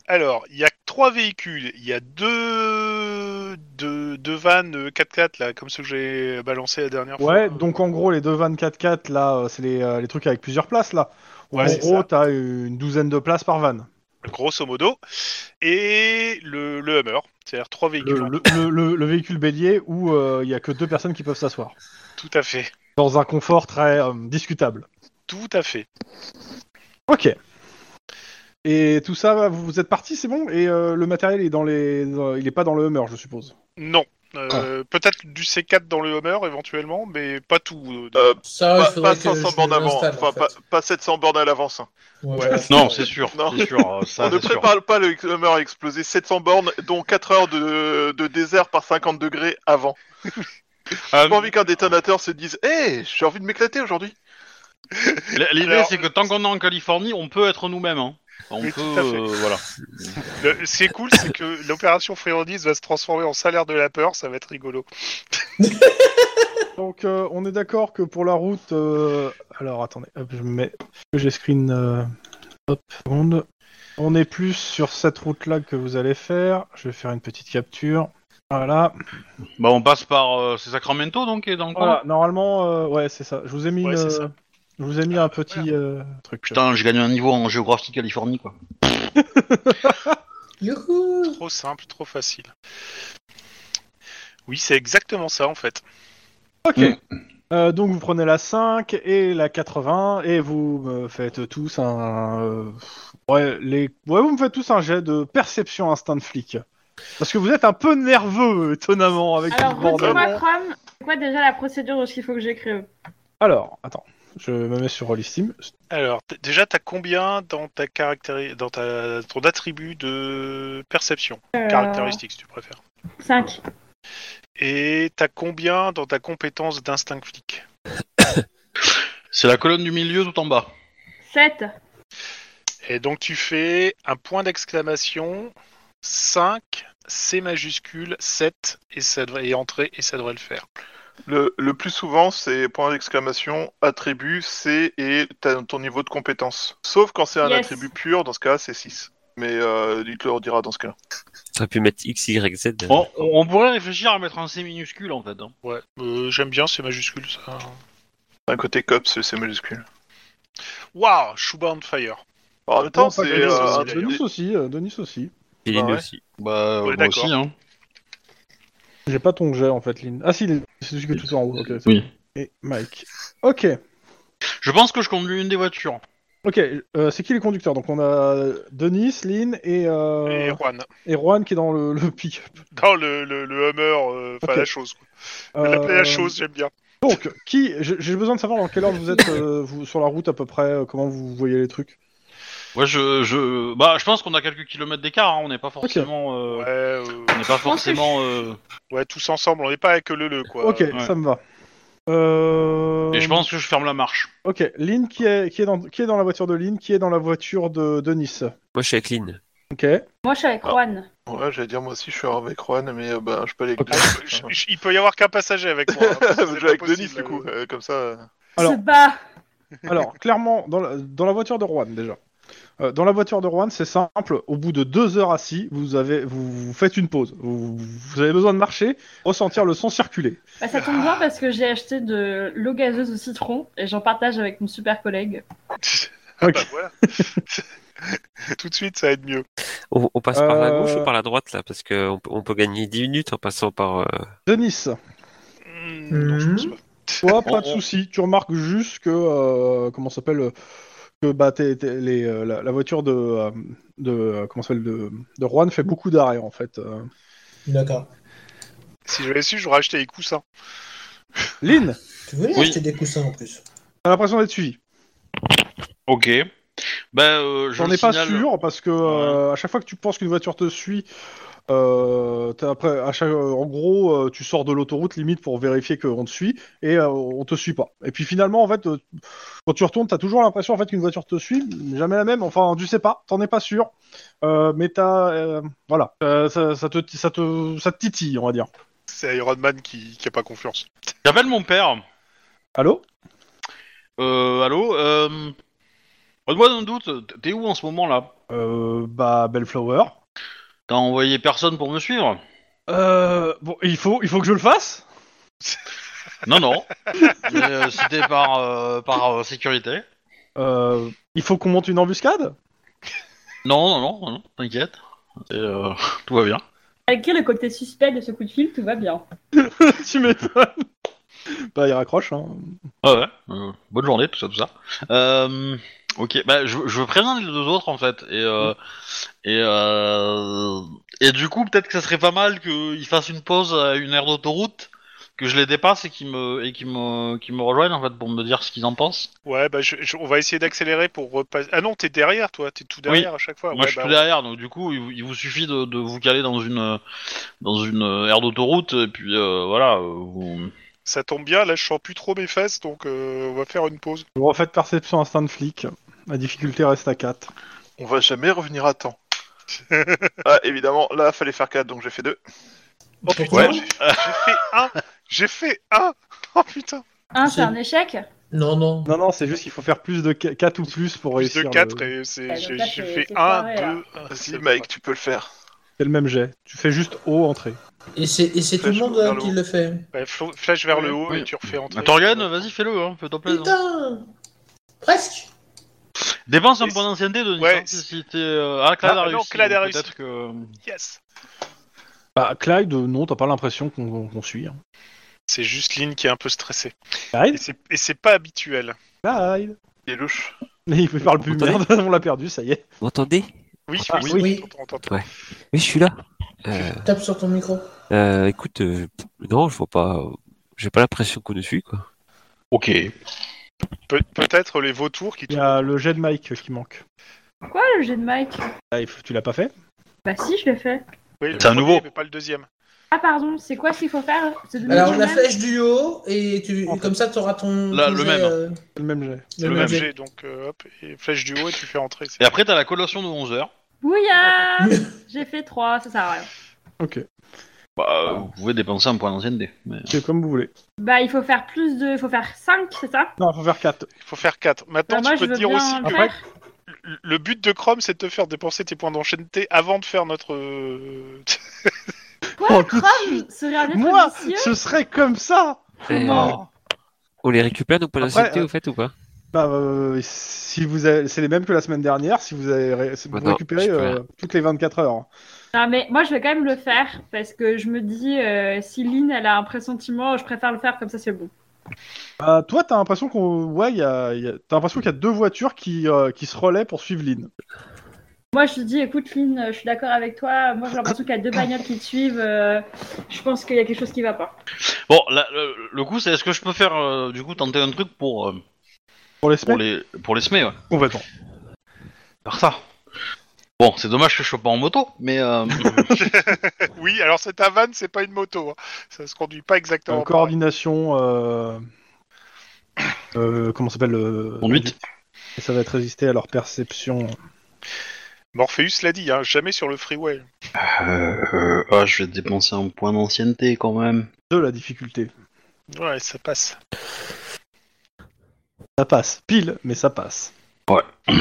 Speaker 4: Alors, il y a trois véhicules. Il y a deux, deux, deux vannes 4x4, là, comme ceux que j'ai balancé la dernière fois.
Speaker 2: Ouais, donc en gros, les deux 24-4, là, euh, c'est les, euh, les trucs avec plusieurs places, là.
Speaker 4: Ouais,
Speaker 2: en
Speaker 4: c'est
Speaker 2: gros,
Speaker 4: ça.
Speaker 2: t'as une douzaine de places par van.
Speaker 4: Grosso modo. Et le, le Hummer. C'est-à-dire trois véhicules.
Speaker 2: Le,
Speaker 4: en
Speaker 2: le-
Speaker 4: tout.
Speaker 2: le- le- le véhicule bélier où euh, il y a que deux personnes qui peuvent s'asseoir.
Speaker 4: Tout à fait.
Speaker 2: Dans un confort très euh, discutable.
Speaker 4: Tout à fait.
Speaker 2: Ok. Et tout ça, vous, vous êtes parti, c'est bon Et euh, le matériel est dans les, dans- il est pas dans le Hummer, je suppose.
Speaker 4: Non. Euh, Peut-être du C4 dans le Hummer, éventuellement, mais pas tout. euh,
Speaker 3: Euh,
Speaker 7: Ça,
Speaker 3: pas,
Speaker 7: il faudrait
Speaker 3: pas
Speaker 7: que
Speaker 3: 500
Speaker 7: je
Speaker 3: bornes avant,
Speaker 7: l'installe,
Speaker 3: enfin
Speaker 7: en fait.
Speaker 3: pas, pas 700 bornes à l'avance.
Speaker 7: Ouais,
Speaker 4: Ouais.
Speaker 7: voilà.
Speaker 1: Non, c'est sûr,
Speaker 3: Non.
Speaker 1: c'est sûr. euh, Ça,
Speaker 3: On ne
Speaker 1: c'est sûr.
Speaker 3: prépare pas le Hummer à exploser 700 bornes, dont 4 heures de, de désert par 50 degrés avant.
Speaker 1: Euh,
Speaker 3: J'ai pas envie qu'un détonateur se dise Hey, j'ai envie de m'éclater aujourd'hui.
Speaker 1: l- L'idée,
Speaker 4: Alors-
Speaker 1: c'est que tant qu'on est en Californie, on peut être nous-mêmes. hein. On
Speaker 4: Oui,
Speaker 1: peut,
Speaker 4: tout à fait.
Speaker 1: euh, voilà.
Speaker 4: Le- Ce qui est cool, c'est que l'opération Friandise va se transformer en salaire de la peur, ça va être rigolo.
Speaker 2: Donc, euh, on est d'accord que pour la route. euh, Alors, attendez, hop, je me mets. que J'ai screen. euh, Hop, seconde. On est plus sur cette route-là que vous allez faire. Je vais faire une petite capture. Voilà.
Speaker 1: Bah, on passe par. euh, c'est Sacramento, donc, qui est dans le coin.
Speaker 2: Voilà, normalement, euh, ouais, c'est ça. Je vous ai mis,
Speaker 4: Ouais, c'est
Speaker 2: une,
Speaker 4: ça.
Speaker 2: euh, je vous ai mis un petit euh, truc.
Speaker 1: Putain, j'ai gagné un niveau en géographie Californie, quoi.
Speaker 7: Youhou
Speaker 4: Trop simple, trop facile. Oui, c'est exactement ça en fait.
Speaker 2: Ok.
Speaker 1: Mm.
Speaker 2: Euh, donc vous prenez la 5 et la 80 et vous me faites tous un euh, ouais les ouais vous me faites tous un jet de perception instinct de flic parce que vous êtes un peu nerveux étonnamment avec
Speaker 6: Alors,
Speaker 2: tout ce bordel.
Speaker 6: redis-moi, Chrome, c'est quoi déjà la procédure de ce qu'il faut que j'écrive
Speaker 2: Alors attends, je me mets sur Rollistim.
Speaker 4: Alors, t- déjà, t'as combien dans ta caractéri... dans ta... ton attribut de perception
Speaker 3: Euh.
Speaker 4: Caractéristique, si tu préfères.
Speaker 6: 5.
Speaker 4: Et t'as combien dans ta compétence d'instinct flic
Speaker 1: C'est la colonne du milieu tout en bas.
Speaker 6: 7.
Speaker 4: Et donc, tu fais un point d'exclamation 5, C majuscule 7, et, ça devrait... et entrée, et ça devrait le faire.
Speaker 3: Le, le plus souvent, c'est point d'exclamation, attribut, C et ta- ton niveau de compétence. Sauf quand c'est un
Speaker 6: Yes.
Speaker 3: attribut pur, dans ce cas-là, c'est 6. Mais euh, il te le redira dans ce cas-là.
Speaker 8: T'aurais pu mettre X, Y, Z. euh,
Speaker 1: On, on pourrait réfléchir à mettre un C minuscule, en fait. hein.
Speaker 4: Ouais, euh, j'aime bien C majuscule, ça.
Speaker 3: Un côté COPS, c'est majuscule.
Speaker 4: Waouh, Shuba on fire.
Speaker 3: Alors, en même temps,
Speaker 2: Non, pas
Speaker 3: c'est.
Speaker 2: Denis
Speaker 3: euh,
Speaker 2: aussi,
Speaker 3: un
Speaker 4: c'est
Speaker 3: truc-
Speaker 2: Denis aussi, euh, Denis aussi.
Speaker 8: et
Speaker 3: bah
Speaker 8: Lynn
Speaker 3: ouais.
Speaker 8: aussi.
Speaker 1: Bah,
Speaker 4: Ouais,
Speaker 1: moi
Speaker 4: d'accord.
Speaker 1: aussi, hein.
Speaker 2: J'ai pas ton jet en fait, Lynn. Ah si, Lynn, c'est celui que tout est en haut. ok, c'est
Speaker 1: Oui.
Speaker 2: bon. Et Mike. Ok,
Speaker 1: Je pense que je conduis une des voitures.
Speaker 2: ok. euh, c'est qui les conducteurs Donc on a Denis, Lynn et euh,
Speaker 4: Et Juan.
Speaker 2: et Juan qui est dans le, le pic.
Speaker 4: Dans le, le, le Hummer, euh, enfin
Speaker 2: Ok.
Speaker 4: la chose. quoi. L'appeler
Speaker 2: Euh,
Speaker 4: la chose, j'aime bien.
Speaker 2: Donc, qui j'ai- J'ai besoin de savoir dans quelle heure vous êtes euh, vous, sur la route à peu près, euh, comment vous voyez les trucs.
Speaker 1: Ouais, je, je, bah, je pense qu'on a quelques kilomètres d'écart. hein, On n'est pas forcément, euh,
Speaker 4: Ouais, euh,
Speaker 1: on n'est pas
Speaker 6: pense que je-
Speaker 1: forcément. euh,
Speaker 4: ouais, tous ensemble, on n'est pas avec le le quoi.
Speaker 2: ok,
Speaker 1: ouais.
Speaker 2: ça me va. Euh,
Speaker 1: Et je pense que je ferme la marche.
Speaker 2: Ok, Lynn qui est, qui, est dans, qui est dans la voiture de Lynn, qui est dans la voiture de, de Nice.
Speaker 8: Moi, je suis avec Lynn.
Speaker 2: Ok.
Speaker 6: Moi, je suis
Speaker 4: Ah.
Speaker 6: avec Juan.
Speaker 3: Ouais, j'allais dire, moi aussi, je suis avec Juan, mais euh, bah, je peux aller
Speaker 2: Ok.
Speaker 3: avec
Speaker 4: Je- (laughs) je- je- il peut y avoir qu'un passager avec moi. hein, parce que
Speaker 3: Je
Speaker 4: c'est
Speaker 3: (laughs) vais
Speaker 4: pas
Speaker 3: avec
Speaker 4: possible,
Speaker 3: Denis, du
Speaker 4: euh,
Speaker 3: coup, euh, comme ça. euh.
Speaker 2: Alors-
Speaker 6: Se bat
Speaker 2: Alors, clairement, dans la, dans la voiture de Juan déjà. Euh, dans la voiture de Juan, c'est simple. Au bout de deux heures assis, vous avez, vous, vous faites une pause. Vous, vous avez besoin de marcher, ressentir le sang circuler.
Speaker 6: Bah, ça tombe bien parce que j'ai acheté de l'eau gazeuse au citron et j'en partage avec mon super collègue.
Speaker 2: Ok.
Speaker 4: bah, voilà. Tout de suite, ça va être mieux.
Speaker 8: On, on passe par la gauche
Speaker 2: Euh,
Speaker 8: ou par la droite, là Parce qu'on peut, on peut gagner 10 minutes en passant par. euh,
Speaker 2: Denis,
Speaker 4: Mm, non, je pense pas.
Speaker 2: Toi, pas de
Speaker 1: On- on-
Speaker 2: souci. Tu remarques juste que euh, comment ça s'appelle euh, que bah t'es- t'es- les, euh, la, la voiture de euh, de euh, comment ça s'appelle de, de Juan fait beaucoup d'arrêts en fait. euh.
Speaker 7: D'accord.
Speaker 4: Si j'avais su, j'aurais acheté les coussins.
Speaker 2: Lynn,
Speaker 7: Tu voulais
Speaker 1: Oui.
Speaker 7: acheter des coussins en plus.
Speaker 2: t'as l'impression d'être suivi.
Speaker 1: Ok. Bah, euh, je
Speaker 2: J'en
Speaker 1: le
Speaker 2: ai pas
Speaker 1: signale-
Speaker 2: sûr parce que euh, à chaque fois que tu penses qu'une voiture te suit, euh, t'as après à chaque- euh, en gros euh, tu sors de l'autoroute limite pour vérifier qu'on te suit et euh, on te suit pas. Et puis finalement en fait euh, quand tu retournes t'as toujours l'impression en fait qu'une voiture te suit, jamais la même. Enfin tu sais pas, t'en es pas sûr, Euh, mais t'as euh, voilà Euh, ça, ça te ça te ça te titille on va dire.
Speaker 4: C'est Iron Man qui, qui a pas confiance.
Speaker 1: J'appelle mon père.
Speaker 2: Allô
Speaker 1: Euh, allô. Euh... moi d'un doute. T'es où en ce moment là
Speaker 2: euh, Bah Bellflower.
Speaker 1: T'as envoyé personne pour me suivre
Speaker 2: Euh, bon, il faut, il faut que je le fasse
Speaker 1: Non, non. Mais, euh, C'était par, euh, par euh, sécurité.
Speaker 2: euh, Il faut qu'on monte une embuscade
Speaker 1: Non, non, non, non, t'inquiète. Et, euh, (laughs) tout va bien.
Speaker 6: Malgré le côté suspect de ce coup de fil, tout va bien.
Speaker 2: (laughs) Tu m'étonnes Bah, il raccroche, hein.
Speaker 1: Ah ouais. euh, bonne journée, tout ça, tout ça. Euh, ok, bah je, je préviens les deux autres en fait. Et euh, et euh, et du coup peut-être que ça serait pas mal qu'ils fassent une pause à une aire d'autoroute, que je les dépasse et qu'ils me et qu'ils me qu'ils me rejoignent en fait pour me dire ce qu'ils en pensent.
Speaker 4: Ouais, bah je- je- on va essayer d'accélérer pour repasser. Ah non, t'es derrière, toi, t'es tout derrière à chaque fois.
Speaker 1: Moi
Speaker 4: Ouais,
Speaker 1: je suis
Speaker 4: bah,
Speaker 1: tout derrière, donc du coup il, vous- il vous suffit de, de vous caler dans une euh, dans une euh, aire d'autoroute et puis euh, voilà. euh, vous-
Speaker 4: Ça tombe bien, là, je sens plus trop mes fesses, donc euh, on va faire une pause.
Speaker 2: Vous refaites perception instinct de flic. La difficulté reste à 4.
Speaker 3: On va jamais revenir
Speaker 4: (laughs)
Speaker 3: à temps. ah, évidemment, là, fallait faire 4, donc j'ai fait 2.
Speaker 4: Oh
Speaker 7: Pourquoi
Speaker 4: putain, j'ai j'ai fait un J'ai fait un (laughs) Oh putain
Speaker 6: Un,
Speaker 7: C'est-
Speaker 6: c'est un échec.
Speaker 7: Non, non.
Speaker 2: Non, non, c'est juste qu'il faut faire plus de 4 ou plus pour
Speaker 4: Plus
Speaker 2: réussir.
Speaker 4: de
Speaker 2: le-
Speaker 4: 4 et c'est-
Speaker 6: Ouais,
Speaker 4: j'ai
Speaker 6: Bah, donc là,
Speaker 4: j'ai
Speaker 6: c'est-
Speaker 4: fait
Speaker 6: c'est
Speaker 4: un,
Speaker 6: foiré, là.
Speaker 4: deux... un,
Speaker 3: Vas-y,
Speaker 4: c'est
Speaker 3: Mike, tu peux le faire.
Speaker 2: C'est le même jet. Tu fais juste haut, entrée.
Speaker 7: Et c'est et c'est tout le
Speaker 3: Flash
Speaker 7: monde
Speaker 3: vers
Speaker 7: hein,
Speaker 3: le
Speaker 7: qui
Speaker 3: haut.
Speaker 7: le fait.
Speaker 4: bon. Bah, fl- flash vers le haut
Speaker 1: Oui.
Speaker 4: et tu refais entrer.
Speaker 1: Torgan, vas-y fais-le, hein, fais-toi plaisir.
Speaker 7: Putain Presque
Speaker 1: Dépense un
Speaker 4: Et
Speaker 1: point d'ancienneté, Denis.
Speaker 4: Ouais,
Speaker 1: hein, si si t'es, euh, Ah, Clad
Speaker 4: Ah,
Speaker 1: a
Speaker 4: non,
Speaker 1: réussi.
Speaker 4: Clad a
Speaker 1: donc
Speaker 4: réussi.
Speaker 1: Peut-être que.
Speaker 4: Yes
Speaker 2: Bah, Clyde, non, t'as pas l'impression qu'on qu'on- qu'on suit. hein.
Speaker 4: C'est juste Lynn qui est un peu stressée. Et
Speaker 2: Clyde
Speaker 4: c'est- et c'est pas habituel.
Speaker 2: Clyde (laughs)
Speaker 3: Il est louche.
Speaker 2: Mais il parle plus,
Speaker 8: Vous
Speaker 2: merde, (laughs) on l'a perdu, ça y est.
Speaker 8: Vous m'entendez
Speaker 4: Oui,
Speaker 2: Ah,
Speaker 4: oui,
Speaker 7: oui.
Speaker 4: oui. on t'entend.
Speaker 8: Oui, je suis là. Euh,
Speaker 7: Tape sur ton micro.
Speaker 8: euh, écoute, euh, non, je vois pas. J'ai pas l'impression qu'on nous suit, quoi.
Speaker 1: Ok.
Speaker 4: Pe- Peut-être les vautours qui
Speaker 2: Il y a le jet de Mike qui manque.
Speaker 6: Quoi, le jet de Mike
Speaker 2: Ah, il faut- tu l'as pas fait
Speaker 6: Bah si, je l'ai fait.
Speaker 4: Oui, le
Speaker 1: C'est un
Speaker 4: premier,
Speaker 1: nouveau.
Speaker 4: mais pas le deuxième.
Speaker 6: Ah pardon, c'est quoi ce qu'il faut faire Se donner
Speaker 7: Alors,
Speaker 6: du
Speaker 7: la
Speaker 6: mal
Speaker 7: flèche du haut, et tu,
Speaker 2: En fait.
Speaker 7: comme ça, t'auras ton.
Speaker 1: Là,
Speaker 7: ton
Speaker 1: le
Speaker 7: jet,
Speaker 1: même.
Speaker 7: euh,
Speaker 2: C'est le même jet.
Speaker 4: C'est le
Speaker 7: même
Speaker 4: même
Speaker 7: jet.
Speaker 4: jet, donc euh, hop, et flèche du haut et tu fais entrer. c'est-
Speaker 1: Et après, t'as la collation de 11h.
Speaker 6: Bouillard
Speaker 7: (laughs)
Speaker 6: J'ai fait 3, ça sert à rien.
Speaker 2: Ok,
Speaker 1: Bah, vous pouvez dépenser un point d'ancienneté. Mais...
Speaker 2: c'est comme vous voulez.
Speaker 6: Bah, il faut faire plus de. Il faut faire 5, c'est ça
Speaker 2: Non, il faut faire 4.
Speaker 4: Il faut faire 4. Maintenant,
Speaker 6: Bah, moi,
Speaker 4: tu
Speaker 6: je
Speaker 4: peux te
Speaker 6: veux
Speaker 4: dire
Speaker 6: bien
Speaker 4: aussi
Speaker 6: le
Speaker 4: que
Speaker 6: faire.
Speaker 4: le- le but de Chrome, c'est de te faire dépenser tes points d'enchaîneté avant de faire notre. (laughs) euh,
Speaker 6: Quoi,
Speaker 2: Oh, tout de
Speaker 6: Chrome serait
Speaker 5: Hein,
Speaker 6: un être
Speaker 2: Moi,
Speaker 6: ambitieux
Speaker 2: ce serait comme ça
Speaker 8: Euh, on les récupère, nos points
Speaker 2: Après,
Speaker 8: d'ancienneté,
Speaker 2: euh,
Speaker 8: au fait, ou pas
Speaker 2: Bah, euh, si vous avez... C'est les mêmes que la semaine dernière, si vous, avez... ré- si vous
Speaker 8: Bah non,
Speaker 2: récupérez
Speaker 8: je peux
Speaker 2: euh, toutes les 24 heures.
Speaker 6: Non, mais moi, je vais quand même le faire parce que je me dis, euh, si Lynn, elle a un pressentiment, je préfère le faire comme ça, c'est bon.
Speaker 2: Bah, toi, t'as l'impression qu'on... Ouais, il y a... il y a- t'as l'impression qu'il y a deux voitures qui, euh, qui se relaient pour suivre Lynn.
Speaker 6: Moi, je te dis, écoute, Lynn, euh, je suis d'accord avec toi. Moi, j'ai l'impression qu'il y a deux bagnoles qui te suivent. euh, je pense qu'il y a quelque chose qui va pas.
Speaker 1: Bon, la- le, le coup, c'est est-ce que je peux faire, euh, du coup, tenter un truc pour, euh,
Speaker 2: Pour les euh,
Speaker 1: pour,
Speaker 2: semaines
Speaker 1: les, pour les semer, ouais.
Speaker 2: Complètement.
Speaker 1: Faire ça. Bon, c'est dommage que je sois pas en moto, mais. euh,
Speaker 4: oui, alors c'est un van, c'est pas une moto. hein. Ça se conduit pas
Speaker 2: Euh,
Speaker 4: exactement. pareil.
Speaker 2: coordination... Euh... euh, comment ça s'appelle euh,
Speaker 1: Conduite.
Speaker 2: Et ça va être résisté à leur perception.
Speaker 4: Morpheus l'a dit, hein, jamais sur le freeway.
Speaker 1: (laughs) Euh, ah, je vais dépenser un point d'ancienneté quand même.
Speaker 2: De la difficulté.
Speaker 4: Ouais, ça passe.
Speaker 2: Ça passe. Pile, mais ça passe.
Speaker 1: Ouais.
Speaker 2: (clears throat)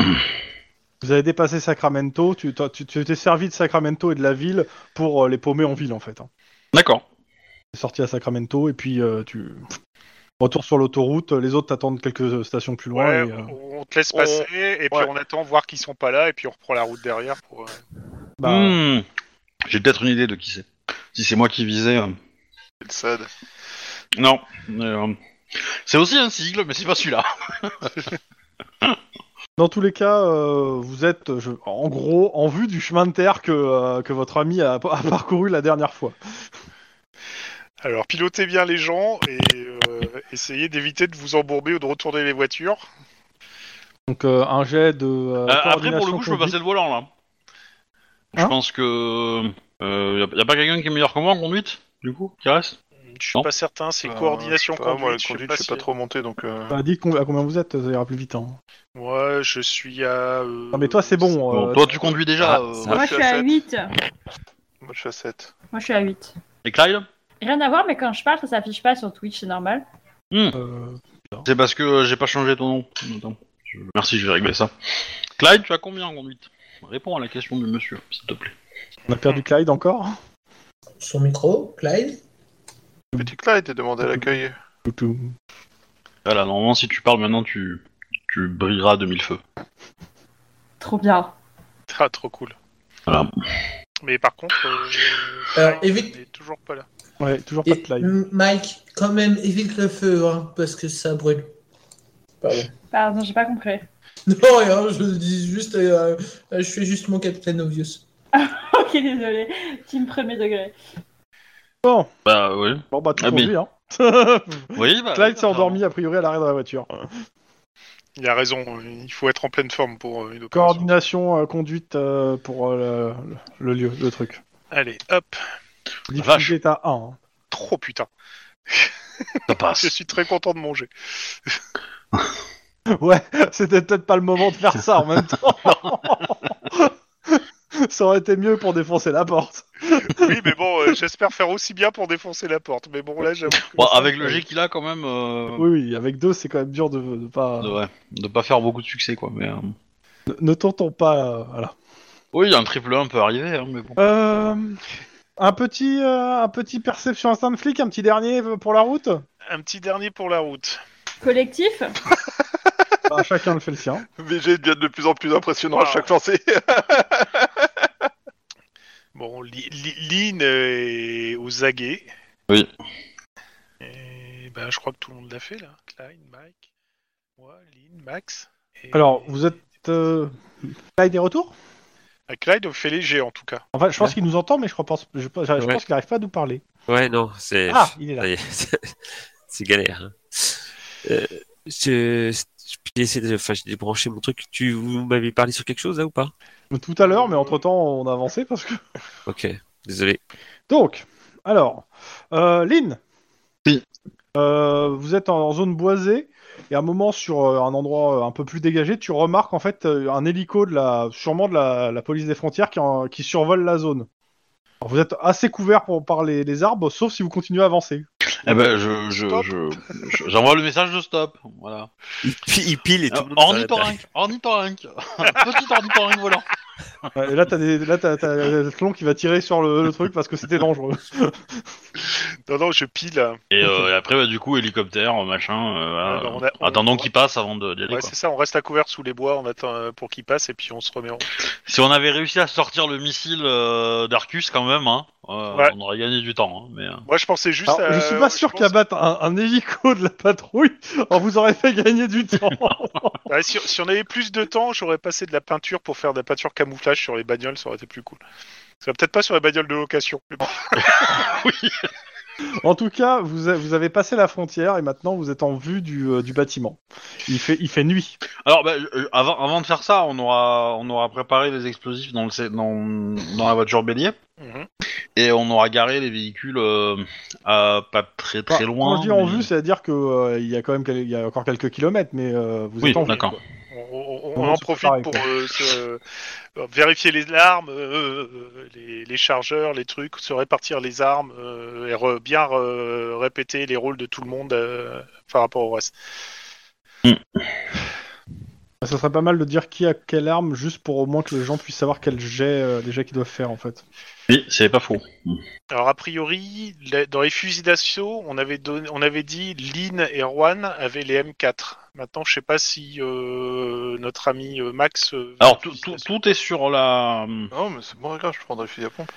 Speaker 2: Vous avez dépassé Sacramento, tu t'as- tu- tu t'es servi de Sacramento et de la ville pour euh, les paumer en ville en fait. hein.
Speaker 1: D'accord.
Speaker 2: T'es sorti à Sacramento et puis euh, tu. Retour sur l'autoroute, les autres t'attendent quelques stations plus loin.
Speaker 4: Ouais,
Speaker 2: et, euh,
Speaker 4: on, on te laisse
Speaker 3: on-
Speaker 4: passer et puis
Speaker 3: ouais.
Speaker 4: on attend voir qu'ils sont pas là et puis on reprend la route derrière. Pour, euh,
Speaker 2: bah,
Speaker 1: Hmm. J'ai peut-être une idée de qui c'est. Si c'est moi qui visais. euh,
Speaker 3: C'est le sad.
Speaker 1: Non. mais, euh, C'est aussi un sigle, mais c'est pas celui-là.
Speaker 2: Dans tous les cas, euh, vous êtes je- en gros en vue du chemin de terre que, euh, que votre ami a, a parcouru la dernière fois.
Speaker 4: Alors pilotez bien les gens et euh, essayez d'éviter de vous embourber ou de retourner les voitures.
Speaker 2: Donc euh, un jet de. euh,
Speaker 1: Euh, après, pour le
Speaker 2: coordination
Speaker 1: coup, je peux
Speaker 2: conduite.
Speaker 1: passer le volant là. Je
Speaker 2: Hein
Speaker 1: pense que. Euh, y a, y a pas quelqu'un qui est meilleur que moi en conduite, du coup, qui reste
Speaker 4: Je suis
Speaker 1: Non.
Speaker 4: pas certain, c'est
Speaker 3: Euh,
Speaker 4: coordination
Speaker 3: je sais pas, moi, la
Speaker 4: conduite, je sais
Speaker 3: conduite,
Speaker 4: pas
Speaker 3: je sais pas
Speaker 4: si-
Speaker 3: trop monter, donc. euh,
Speaker 2: Bah, dis com- à combien vous êtes, ça ira plus vite. hein.
Speaker 4: Moi, je suis à. euh,
Speaker 2: Non mais toi c'est bon.
Speaker 1: Bon,
Speaker 2: euh,
Speaker 1: Toi, tu conduis déjà.
Speaker 8: ah,
Speaker 1: euh,
Speaker 8: ça-
Speaker 1: ouais.
Speaker 6: moi, je
Speaker 3: je suis
Speaker 6: suis
Speaker 3: à
Speaker 6: à
Speaker 3: sept.
Speaker 6: 8.
Speaker 3: Moi, je suis à 7.
Speaker 6: Moi, je suis à 8.
Speaker 1: Et Clyde
Speaker 6: Rien à voir, mais quand je parle, ça s'affiche pas sur Twitch, c'est normal.
Speaker 2: euh,
Speaker 1: C'est parce que euh, j'ai pas changé ton nom. Attends, je- Merci, je vais régler ça. Clyde, tu as combien en conduite Réponds à la question du monsieur, s'il te plaît.
Speaker 2: On a perdu Clyde encore
Speaker 7: Son micro, Clyde
Speaker 3: Petit Clyde est demandé à l'accueil.
Speaker 1: Voilà, normalement, si tu parles maintenant, tu, tu brilleras de mille feux.
Speaker 6: Trop bien.
Speaker 4: (laughs) Ah, trop cool.
Speaker 1: Voilà.
Speaker 4: Mais par contre, euh,
Speaker 7: Alors,
Speaker 4: Clyde
Speaker 7: évite-
Speaker 4: n'est toujours pas là.
Speaker 2: Ouais, toujours pas
Speaker 7: Et
Speaker 2: de Clyde.
Speaker 7: M- Mike, quand même, évite le feu, hein, parce que ça brûle. (laughs) Pardon.
Speaker 6: Pardon, j'ai pas compris. (laughs)
Speaker 7: Non, rien, je dis juste, euh, euh, je suis juste mon capitaine obvious.
Speaker 6: ok, désolé. Team premier degré.
Speaker 2: Bon,
Speaker 1: Bah oui.
Speaker 2: bon bah tout
Speaker 1: Ah,
Speaker 2: pour
Speaker 1: mais-
Speaker 2: lui, hein.
Speaker 1: (laughs) Oui, bah,
Speaker 2: Clyde s'est endormi a priori à l'arrêt de la voiture.
Speaker 4: Il a raison, euh, il faut être en pleine forme pour euh, une opération.
Speaker 2: Coordination euh, conduite euh, pour euh, le, le lieu, le truc.
Speaker 4: Allez, hop,
Speaker 1: Vache.
Speaker 2: Difficulté est à 1. hein.
Speaker 4: trop putain.
Speaker 1: Ça
Speaker 2: (laughs)
Speaker 4: Je
Speaker 1: passe.
Speaker 4: suis très content de manger.
Speaker 2: Ouais, hein. (laughs) c'était peut-être pas le moment de faire ça en même temps. (laughs) ça aurait été mieux pour défoncer la porte.
Speaker 4: Oui, mais bon, euh, j'espère faire aussi bien pour défoncer la porte. Mais bon, là, j'avoue. que-
Speaker 1: Bon, avec le G qu'il a, quand même, euh,
Speaker 2: Oui, oui, avec deux, c'est quand même dur de, de pas.
Speaker 1: de, ouais, de pas faire beaucoup de succès, quoi. Mais, euh,
Speaker 2: Ne, ne tentons pas. euh, voilà.
Speaker 1: Oui, un triple 1 peut arriver, hein, mais bon.
Speaker 2: Euh, un petit, euh, un petit perception instinct de flic, un petit dernier euh, pour la route.
Speaker 4: Un petit dernier pour la route.
Speaker 6: Collectif
Speaker 2: Bah, chacun le fait le sien.
Speaker 3: VG devient de plus en plus impressionnant à
Speaker 4: Ah.
Speaker 3: chaque lancée.
Speaker 4: (laughs) Bon, Li- Li- Lynn euh, est aux aguets.
Speaker 1: Oui.
Speaker 4: Et ben, je crois que tout le monde l'a fait, là. Klein, Mike, moi, Lynn, Max. et-
Speaker 2: Alors, vous êtes. Euh... Clyde est retour
Speaker 4: Ah, Clyde on fait léger, en tout cas.
Speaker 2: Enfin, je pense
Speaker 8: Ouais.
Speaker 2: qu'il nous entend, mais je pense, je, pense- je pense
Speaker 8: Ouais.
Speaker 2: qu'il n'arrive pas à nous parler.
Speaker 8: Ouais, non, c'est. (laughs)
Speaker 2: Ah, il est là.
Speaker 8: Ça y est, c'est- c'est galère. hein. Euh, je- je- j'ai essayé de, enfin, j'ai débranché mon truc. Tu vous m'avez parlé sur quelque chose là ou pas
Speaker 2: Tout à l'heure, mais entre-temps, on a avancé parce que.
Speaker 8: Ok, désolé.
Speaker 2: Donc, alors, euh, Lynn.
Speaker 1: Oui.
Speaker 2: Euh, vous êtes en, en zone boisée et à un moment sur euh, un endroit euh, un peu plus dégagé, tu remarques en fait euh, un hélico de la, sûrement de la, la police des frontières qui, en- qui survole la zone. Alors, vous êtes assez couvert pour, par les, les arbres, sauf si vous continuez à avancer.
Speaker 1: Eh ben, je, je,
Speaker 4: Stop.
Speaker 1: je- je- j'envoie le message de stop. Voilà. Ah,
Speaker 8: Il, pi- il pile et tout. le monde s'arrête.
Speaker 1: Ornithorynque, ornithorynque, (laughs) petit ornithorynque volant.
Speaker 2: Ouais, Et là, t'as des, là, t'as, t'as Athlon qui va tirer sur le, le truc parce que c'était dangereux.
Speaker 4: Non, non, je pile. hein.
Speaker 1: Et, euh, et après, bah, du coup, hélicoptère, machin, euh, voilà,
Speaker 4: Ah, bah, on a- on-
Speaker 1: attendant qu'il passe avant de- d'y aller.
Speaker 4: Ouais,
Speaker 1: quoi.
Speaker 4: c'est ça, on reste à couvert sous les bois, on attend euh, pour qu'il passe et puis on se remet en.
Speaker 1: Si on avait réussi à sortir le missile euh, d'Arcus, quand même, hein, euh,
Speaker 4: Ouais.
Speaker 1: on aurait gagné du temps. hein, mais, euh,
Speaker 4: Moi, je pensais juste
Speaker 2: Alors,
Speaker 4: à.
Speaker 2: je suis
Speaker 3: euh,
Speaker 2: pas sûr
Speaker 4: pense-
Speaker 2: qu'abattre un, un hélico de la patrouille, on vous aurait fait gagner du temps.
Speaker 4: Ouais, si, si on avait plus de temps, j'aurais passé de la peinture pour faire de la peinture camouflage sur les bagnoles, ça aurait été plus cool. Ça va peut-être pas sur les bagnoles de location. mais bon.
Speaker 2: En tout cas, vous, a- vous avez passé la frontière et maintenant vous êtes en vue du, euh, du bâtiment. Il fait, il fait nuit.
Speaker 1: Alors, bah, euh, avant, avant de faire ça, on aura, on aura préparé les explosifs dans, le, sé- dans, dans la voiture bélier
Speaker 4: Mhm.
Speaker 1: et on aura garé les véhicules euh, à pas très très
Speaker 2: Enfin,
Speaker 1: loin.
Speaker 2: Quand je dis en
Speaker 1: mais-
Speaker 2: vue, c'est-à-dire que euh, il y a quand même quel- il y a encore quelques kilomètres, mais euh, vous
Speaker 1: Oui,
Speaker 2: êtes en vue.
Speaker 1: d'accord.
Speaker 4: On, on- on
Speaker 2: Bon,
Speaker 4: en
Speaker 2: c'est
Speaker 4: profite
Speaker 2: pareil,
Speaker 4: pour
Speaker 2: quoi.
Speaker 4: euh, se- euh, vérifier les armes, euh, euh, les, les chargeurs, les trucs, se répartir les armes euh, et re- bien euh, répéter les rôles de tout le monde euh, par rapport au reste.
Speaker 2: Ça serait pas mal de dire qui a quelle arme, juste pour au moins que les gens puissent savoir quel jet, euh, les jets qu'ils doivent faire en fait.
Speaker 1: Oui, c'est pas faux.
Speaker 4: Alors a priori, la- dans les fusils d'assaut, on avait donné, on avait dit Lynn et Juan avaient les M4. Maintenant, je sais pas si euh, notre ami euh, Max. euh,
Speaker 1: Alors,
Speaker 4: veut
Speaker 1: tout,
Speaker 4: un fusil
Speaker 1: tout,
Speaker 4: d'assaut.
Speaker 1: tout est sur la.
Speaker 3: Non, mais c'est bon, regarde, je prendrai le fusil à pompe.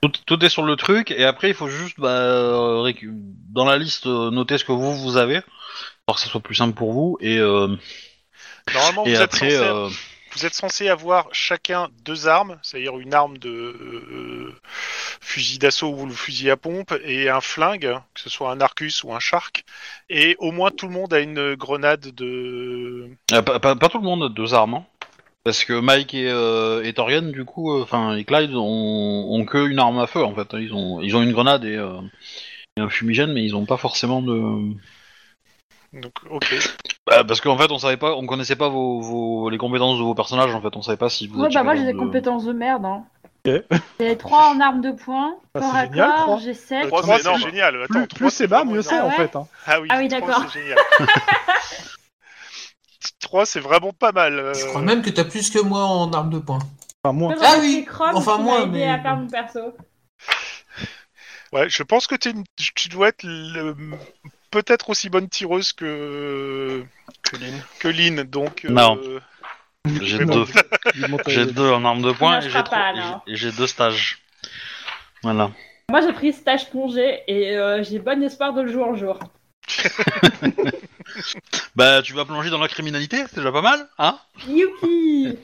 Speaker 1: Tout, tout est sur le truc, et après il faut juste bah, euh, récu- dans la liste euh, noter ce que vous vous avez pour que ça soit plus simple pour vous et, euh,
Speaker 4: Normalement,
Speaker 1: et
Speaker 4: vous,
Speaker 1: après
Speaker 4: êtes censé,
Speaker 1: euh,
Speaker 4: vous êtes censé avoir chacun deux armes, c'est-à-dire une arme de euh, fusil d'assaut ou le fusil à pompe et un flingue, que ce soit un Arcus ou un Shark. Et au moins tout le monde a une grenade de.
Speaker 1: euh, pas, pas- pas tout le monde a deux armes hein. parce que Mike et, euh, et Torian du coup enfin et Clyde ont, ont que une arme à feu en fait hein. ils ont ils ont une grenade et, euh, et un fumigène mais ils ont pas forcément de
Speaker 4: Donc, ok. Euh,
Speaker 1: Bah, parce qu'en fait on savait pas on connaissait pas vos, vos- les compétences de vos personnages en fait on savait pas si vous
Speaker 6: Ouais,
Speaker 1: étiez
Speaker 6: bah moi j'ai
Speaker 1: capable
Speaker 6: des
Speaker 1: de-
Speaker 6: compétences de merde. Hein.
Speaker 2: Ok.
Speaker 6: J'ai 3 en armes de poing,
Speaker 2: Ah,
Speaker 6: corps
Speaker 2: c'est
Speaker 6: à
Speaker 2: génial, trois.
Speaker 6: corps, j'ai 7.
Speaker 4: Trois,
Speaker 2: trois,
Speaker 4: c'est énorme.
Speaker 2: c'est-
Speaker 4: génial. Attends,
Speaker 2: Plus,
Speaker 4: trois,
Speaker 2: plus c'est bas,
Speaker 4: vraiment
Speaker 2: mieux c'est
Speaker 4: énorme.
Speaker 2: en
Speaker 6: énorme.
Speaker 2: fait. hein.
Speaker 4: Ah oui,
Speaker 6: Ah oui,
Speaker 4: trois,
Speaker 6: d'accord.
Speaker 4: C'est génial. 3, c'est vraiment pas euh. mal. euh,
Speaker 7: Je crois même que t'as plus que moi en arme de poing.
Speaker 2: Enfin, moins.
Speaker 6: Moi, j'aurais
Speaker 7: Ah
Speaker 6: acheté
Speaker 7: oui,
Speaker 6: Chrome
Speaker 7: enfin,
Speaker 6: qui
Speaker 7: moi,
Speaker 6: m'a aidé
Speaker 7: mais-
Speaker 6: à faire mon perso.
Speaker 4: Ouais, je pense que t'es une- tu dois être le- peut-être aussi bonne tireuse que que Lynn. donc euh,
Speaker 1: Non. J'ai deux,
Speaker 4: bon.
Speaker 1: (laughs) j'ai deux en arme de poing
Speaker 6: Non, je
Speaker 1: et j'ai
Speaker 6: crois pas,
Speaker 1: trois-
Speaker 6: non.
Speaker 1: et j'ai- et j'ai deux stages. Voilà.
Speaker 6: Moi, j'ai pris stage plongée et euh, j'ai bon espoir de le jouer un jour.
Speaker 1: Bah, tu vas plonger dans la criminalité, c'est déjà pas mal, hein
Speaker 7: (laughs)
Speaker 6: Youpi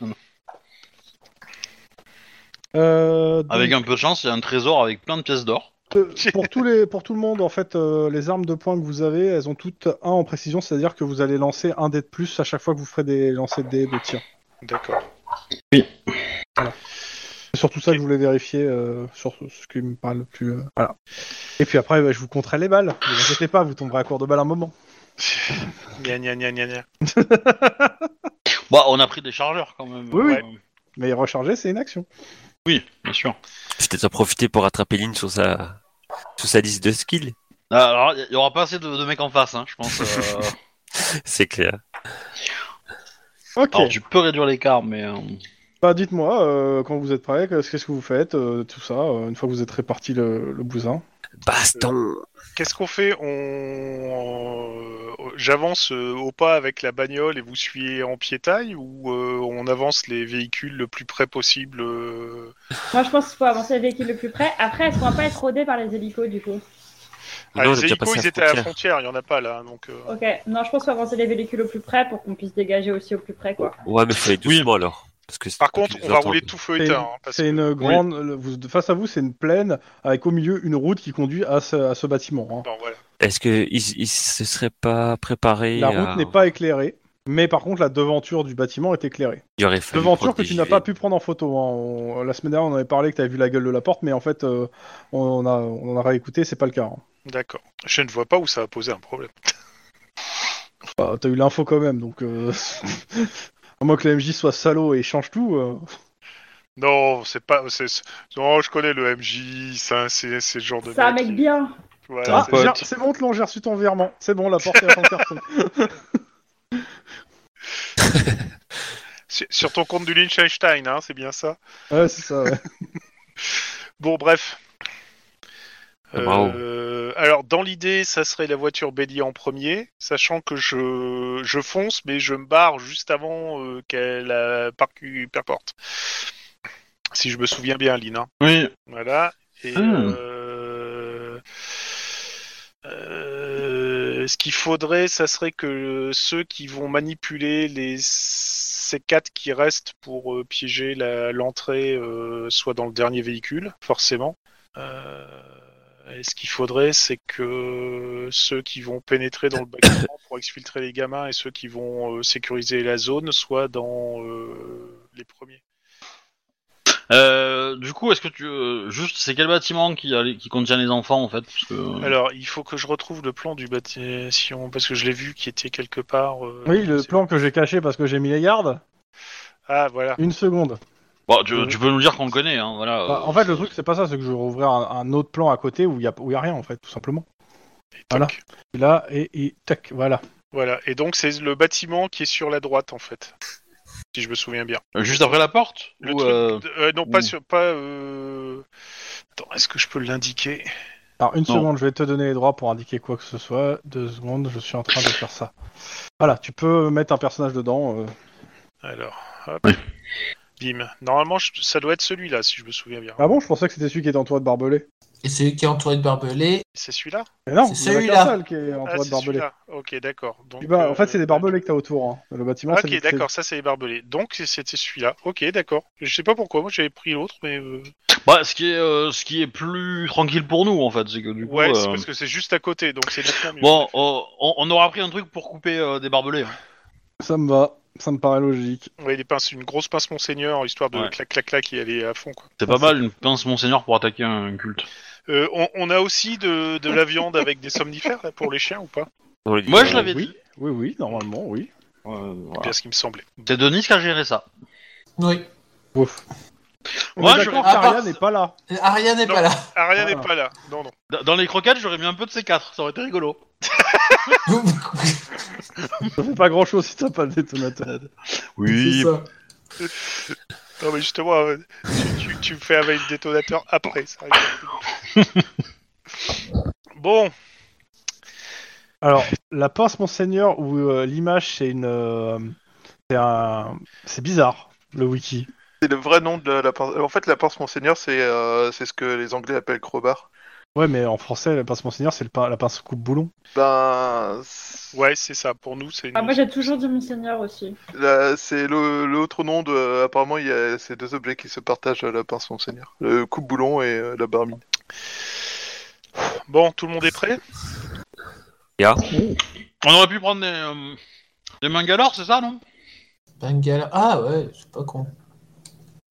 Speaker 2: Euh, donc,
Speaker 1: Avec un peu de chance, il y a un trésor avec plein de pièces d'or.
Speaker 2: euh, (laughs) pour, tous les, pour tout le monde, en fait, euh, les armes de poing que vous avez, elles ont toutes un en précision, c'est-à-dire que vous allez lancer un dé de plus à chaque fois que vous ferez des lancers de dés de tir.
Speaker 4: D'accord.
Speaker 2: C'est surtout ça que je voulais vérifier euh, sur ce- ce qui me parle le plus. euh, voilà. Et puis après, bah, je vous compterai les balles. Ne vous inquiétez pas, vous tomberez à court de balles un moment.
Speaker 4: Gna, gna, gna, gna, gna.
Speaker 1: Bah, on a pris des chargeurs quand même.
Speaker 2: Oui, oui.
Speaker 1: Euh,
Speaker 2: Mais recharger, c'est une action.
Speaker 1: oui, bien sûr.
Speaker 8: Je vais peut-être en profiter pour rattraper Lynn sur sa, sur sa liste de skills. (laughs)
Speaker 1: Ah, Alors, il y aura pas assez de, de mecs en face, hein, je pense.
Speaker 2: (laughs)
Speaker 1: euh,
Speaker 8: C'est clair.
Speaker 2: Ok.
Speaker 1: Alors, tu peux réduire l'écart, mais. euh,
Speaker 2: Bah, dites-moi, euh, quand vous êtes prêts, qu'est-ce qu'est-ce que vous faites, euh, tout ça, euh, une fois que vous êtes réparti le, le bousin.
Speaker 8: Baston
Speaker 4: Qu'est-ce qu'on fait On j'avance euh, au pas avec la bagnole et vous suivez en piétaille ou euh, on avance les véhicules le plus près possible euh
Speaker 6: Moi, je pense qu'il faut avancer le véhicule le plus près. Après, est-ce qu'on va pas être rodé par les hélicos, du coup
Speaker 4: Ah,
Speaker 8: Non, on est
Speaker 4: les
Speaker 8: déjà
Speaker 4: hélicos,
Speaker 8: passé
Speaker 4: ils
Speaker 8: la
Speaker 4: étaient à la
Speaker 8: frontière.
Speaker 4: frontière, il y en a pas là donc euh,
Speaker 6: Ok, non, je pense qu'il faut avancer les véhicules au plus près pour qu'on puisse dégager aussi au plus près, quoi.
Speaker 8: Ouais, mais faut aller
Speaker 1: Oui.
Speaker 8: doucement alors. Parce que
Speaker 4: Par contre,
Speaker 8: qu'ils
Speaker 4: on va
Speaker 8: entendent.
Speaker 4: rouler tout feu
Speaker 2: C'est
Speaker 4: et
Speaker 2: une,
Speaker 4: tard. hein, parce
Speaker 2: c'est
Speaker 4: que-
Speaker 2: une grande. le- vous- face à vous, c'est une plaine avec au milieu une route qui conduit à ce, à ce bâtiment. hein.
Speaker 4: Bon, voilà.
Speaker 8: Est-ce que ils, ils se seraient pas préparés
Speaker 2: La
Speaker 8: à-
Speaker 4: euh,
Speaker 2: route n'est pas éclairée, mais par contre, la devanture du bâtiment est éclairée.
Speaker 8: Il aurait fallu
Speaker 2: Devanture que tu
Speaker 8: protéger-
Speaker 2: n'as pas pu prendre en photo. hein. On- la semaine dernière, on avait parlé que tu avais vu la gueule de la porte, mais en fait, euh, on, a, on en a réécouté, c'est pas le cas. hein.
Speaker 4: D'accord. Je ne vois pas où ça va poser un problème.
Speaker 2: Bah, t'as eu l'info quand même, donc. euh, (laughs) à moins que la MJ soit salaud et change tout. euh,
Speaker 4: Non, c'est pas. c'est- c'est- Non, je connais le MJ, ça, c'est c'est le genre de.
Speaker 6: C'est un mec bien.
Speaker 4: Voilà,
Speaker 2: Ah,
Speaker 1: Un pote.
Speaker 2: j'ai- c'est bon, Tlon, j'ai reçu ton virement. C'est bon, la porte est à 100 personnes.
Speaker 1: (laughs)
Speaker 4: c'est- Sur ton compte du Liechtenstein, hein, c'est bien ça.
Speaker 2: Ouais, c'est ça. ouais.
Speaker 4: Bon, bref.
Speaker 8: Bravo.
Speaker 4: Euh, alors, dans l'idée, ça serait la voiture Bélier en premier, sachant que je, je fonce, mais je me barre juste avant euh, qu'elle euh, parcu- perporte. Si je me souviens bien, Lina.
Speaker 1: Oui,
Speaker 4: Voilà. Et,
Speaker 1: Ah.
Speaker 4: euh, euh, ce qu'il faudrait, ça serait que ceux qui vont manipuler les C4 qui restent pour euh, piéger la- l'entrée euh, soient dans le dernier véhicule, forcément. Euh, et ce qu'il faudrait, c'est que ceux qui vont pénétrer dans le bâtiment pour exfiltrer les gamins et ceux qui vont euh, sécuriser la zone soient dans euh, les premiers.
Speaker 1: Euh, du coup, est-ce que tu euh, juste c'est quel bâtiment qui, a les- qui contient les enfants en fait parce
Speaker 2: Mm. Euh,
Speaker 1: que- euh,
Speaker 4: Alors, il faut que je retrouve le plan du bâtiment parce que je l'ai vu qui était quelque part. euh,
Speaker 2: Oui, le
Speaker 4: c'est-
Speaker 2: plan que j'ai caché parce que j'ai mis les gardes.
Speaker 4: Ah, voilà.
Speaker 2: Une seconde.
Speaker 1: Bon, bah, tu, tu peux nous dire qu'on le connaît, hein, voilà.
Speaker 2: Bah, en fait, le truc, c'est pas ça, c'est que je vais rouvrir un, un autre plan à côté où il y a, où il y a rien, en fait, tout simplement.
Speaker 4: Et
Speaker 2: Voilà.
Speaker 4: toc.
Speaker 2: Et là, et, et tac, voilà.
Speaker 4: Voilà. Et donc, c'est le bâtiment qui est sur la droite, en fait. Si je me souviens bien.
Speaker 1: Euh, Juste après la porte
Speaker 4: Le
Speaker 1: ou,
Speaker 4: truc
Speaker 1: euh,
Speaker 4: de- euh, non, pas
Speaker 1: ou-
Speaker 4: sur. Pas, euh, Attends, est-ce que je peux l'indiquer
Speaker 2: Alors, une
Speaker 1: Non.
Speaker 2: seconde, je vais te donner les droits pour indiquer quoi que ce soit. Deux secondes, je suis en train de faire ça. Voilà, tu peux mettre un personnage dedans. euh.
Speaker 4: Alors, hop. Bim. Normalement, je- ça doit être celui-là, si je me souviens bien.
Speaker 2: Ah bon, je pensais que c'était celui qui était entouré de barbelés.
Speaker 7: Et celui qui est entouré de barbelés.
Speaker 4: C'est celui-là
Speaker 2: Mais non, il y en
Speaker 7: C'est
Speaker 2: a
Speaker 7: celui-là.
Speaker 2: qu'un seul qui est
Speaker 4: Ah,
Speaker 2: entouré de
Speaker 4: c'est
Speaker 2: barbelés.
Speaker 4: celui-là. Ok, d'accord. Donc,
Speaker 2: Et bah, en
Speaker 4: euh,
Speaker 2: fait, c'est des barbelés que t'as autour. hein. Le bâtiment, c'est
Speaker 4: Ok,
Speaker 2: c'est-
Speaker 4: d'accord, ça c'est les barbelés. Donc c'était celui-là. Ok, d'accord. Je sais pas pourquoi, moi j'avais pris l'autre, mais. euh,
Speaker 1: bah, ce qui est euh, ce qui est plus tranquille pour nous en fait, c'est que du coup.
Speaker 4: Ouais, c'est
Speaker 1: euh,
Speaker 4: parce que c'est juste à côté, donc c'est nettement mieux.
Speaker 1: Bon, euh, on, on aura pris un truc pour couper euh, des barbelés. hein.
Speaker 2: Ça me va, ça me paraît logique.
Speaker 4: Ouais, les pinces, une grosse pince monseigneur, histoire de
Speaker 1: Ouais.
Speaker 4: clac clac clac et aller à fond. Quoi.
Speaker 1: C'est pas mal une pince monseigneur pour attaquer un culte.
Speaker 4: Euh, on, on a aussi de, de la viande avec des somnifères là, pour les chiens ou pas
Speaker 8: On lui dit,
Speaker 1: Moi, je
Speaker 8: euh,
Speaker 1: l'avais
Speaker 2: oui,
Speaker 1: dit.
Speaker 2: Oui, oui, normalement, oui.
Speaker 1: Euh, voilà.
Speaker 4: Bien ce qui me semblait.
Speaker 1: C'est Denis qui a géré ça.
Speaker 7: Oui.
Speaker 2: Ouf. On
Speaker 1: Moi, je-
Speaker 2: est d'accord
Speaker 7: Ah,
Speaker 2: qu'Aria
Speaker 7: bah-
Speaker 2: n'est pas
Speaker 4: (laughs)
Speaker 2: là.
Speaker 7: Euh, Ariane n'est
Speaker 4: Non.
Speaker 7: pas là. (laughs)
Speaker 4: Aria
Speaker 2: Voilà.
Speaker 4: n'est pas là. Non, non.
Speaker 1: Dans- Dans les croquettes, j'aurais mis un peu de C4, ça aurait été rigolo.
Speaker 2: Ça fait pas grand chose si t'as pas de détonateur.
Speaker 7: C'est ça.
Speaker 4: Non, mais justement, euh, tu, tu- tu me fais avec le détonateur après. ça rigole.
Speaker 1: (laughs)
Speaker 4: bon,
Speaker 2: (laughs) Alors, la pince Monseigneur ou euh, l'image, c'est une. euh, c'est un. C'est bizarre, le wiki.
Speaker 3: C'est le vrai nom de la, la pince. En fait, la pince Monseigneur, c'est euh, c'est ce que les Anglais appellent crowbar.
Speaker 2: Ouais, mais en français, la pince Monseigneur, c'est le pin- la pince coupe-boulon.
Speaker 3: Ben. c'est-
Speaker 4: ouais, c'est ça. Pour nous, c'est une...
Speaker 6: Ah, moi j'ai toujours dit Monseigneur aussi.
Speaker 3: la- C'est le- l'autre nom de. Apparemment, il y a ces deux objets qui se partagent, euh, la pince Monseigneur. Le coupe-boulon et euh, la barmine.
Speaker 4: Bon, tout le monde est prêt
Speaker 1: On aurait pu prendre des, euh, des Mangalore, c'est ça, non
Speaker 7: Bangalore. Ah ouais, c'est pas con.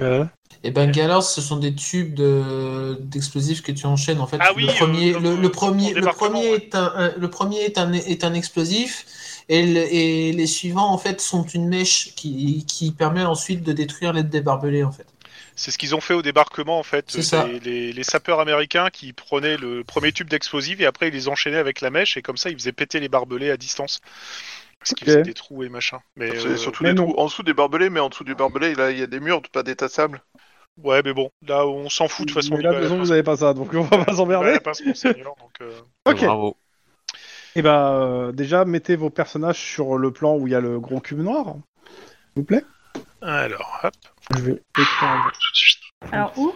Speaker 2: Euh,
Speaker 7: Et Bangalore, ce sont des tubes de- d'explosifs que tu enchaînes en fait.
Speaker 4: Ah oui,
Speaker 7: le premier,
Speaker 4: euh,
Speaker 7: le,
Speaker 4: comme,
Speaker 7: le
Speaker 4: euh,
Speaker 7: premier,
Speaker 4: pour
Speaker 7: le
Speaker 4: débarquement,
Speaker 7: premier
Speaker 4: ouais.
Speaker 7: est un, un- le premier est un, est un explosif et, le- et les suivants en fait sont une mèche qui, qui permet ensuite de détruire l'aide des barbelés en fait.
Speaker 4: C'est ce qu'ils ont fait au débarquement, en fait.
Speaker 7: C'est ça.
Speaker 4: Les, les- les sapeurs américains qui prenaient le premier tube d'explosifs et après ils les enchaînaient avec la mèche et comme ça ils faisaient péter les barbelés à distance. Parce qu'ils
Speaker 2: Ok.
Speaker 4: faisaient des trous et machin. Mais
Speaker 3: C'est
Speaker 4: euh,
Speaker 3: surtout
Speaker 2: mais
Speaker 3: les
Speaker 2: non.
Speaker 3: trous en dessous des barbelés, mais en dessous du barbelé, là, il y a des murs, pas des tas de sable.
Speaker 4: ouais, mais bon, là on s'en fout de toute façon. Bah,
Speaker 2: mais là, de toute façon, vous avez pas ça, donc on va pas s'emmerder.
Speaker 4: euh.
Speaker 2: Ok.
Speaker 8: euh, Bravo.
Speaker 2: Et bah, euh, déjà, mettez vos personnages sur le plan où il y a le gros cube noir. S'il vous plaît.
Speaker 4: Alors, hop.
Speaker 2: Je vais étendre.
Speaker 6: Alors où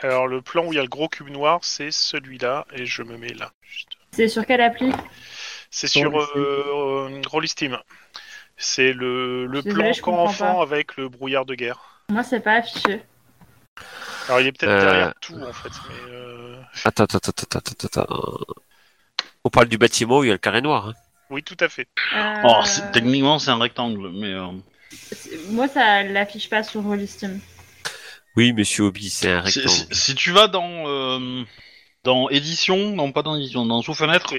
Speaker 4: Alors le plan où il y a le gros cube noir, c'est celui-là et je me mets là. juste.
Speaker 6: C'est sur quelle appli
Speaker 4: C'est
Speaker 2: Sur
Speaker 4: sur euh, euh, Rollisteam. C'est le, le
Speaker 6: Je suis
Speaker 4: plan
Speaker 6: désolée, je
Speaker 4: camp
Speaker 6: comprends
Speaker 4: enfant avec le brouillard de guerre.
Speaker 6: Moi c'est pas affiché.
Speaker 4: Alors il est peut-être
Speaker 8: Euh.
Speaker 4: derrière tout en fait, mais euh,
Speaker 8: Attends, attends, attends, attends, attends, attends, attends. On parle du bâtiment où il y a le carré noir. hein.
Speaker 4: oui tout à fait.
Speaker 6: Euh,
Speaker 7: Oh,
Speaker 1: Alors, Oh, c'est- techniquement, c'est un rectangle, mais. euh,
Speaker 6: c'est- Moi ça l'affiche pas sur Rollisteam.
Speaker 8: Oui, monsieur Obi, c'est un
Speaker 1: si,
Speaker 8: rectangle.
Speaker 1: si- si tu vas dans. euh, dans édition, non pas dans édition, dans sous-fenêtre,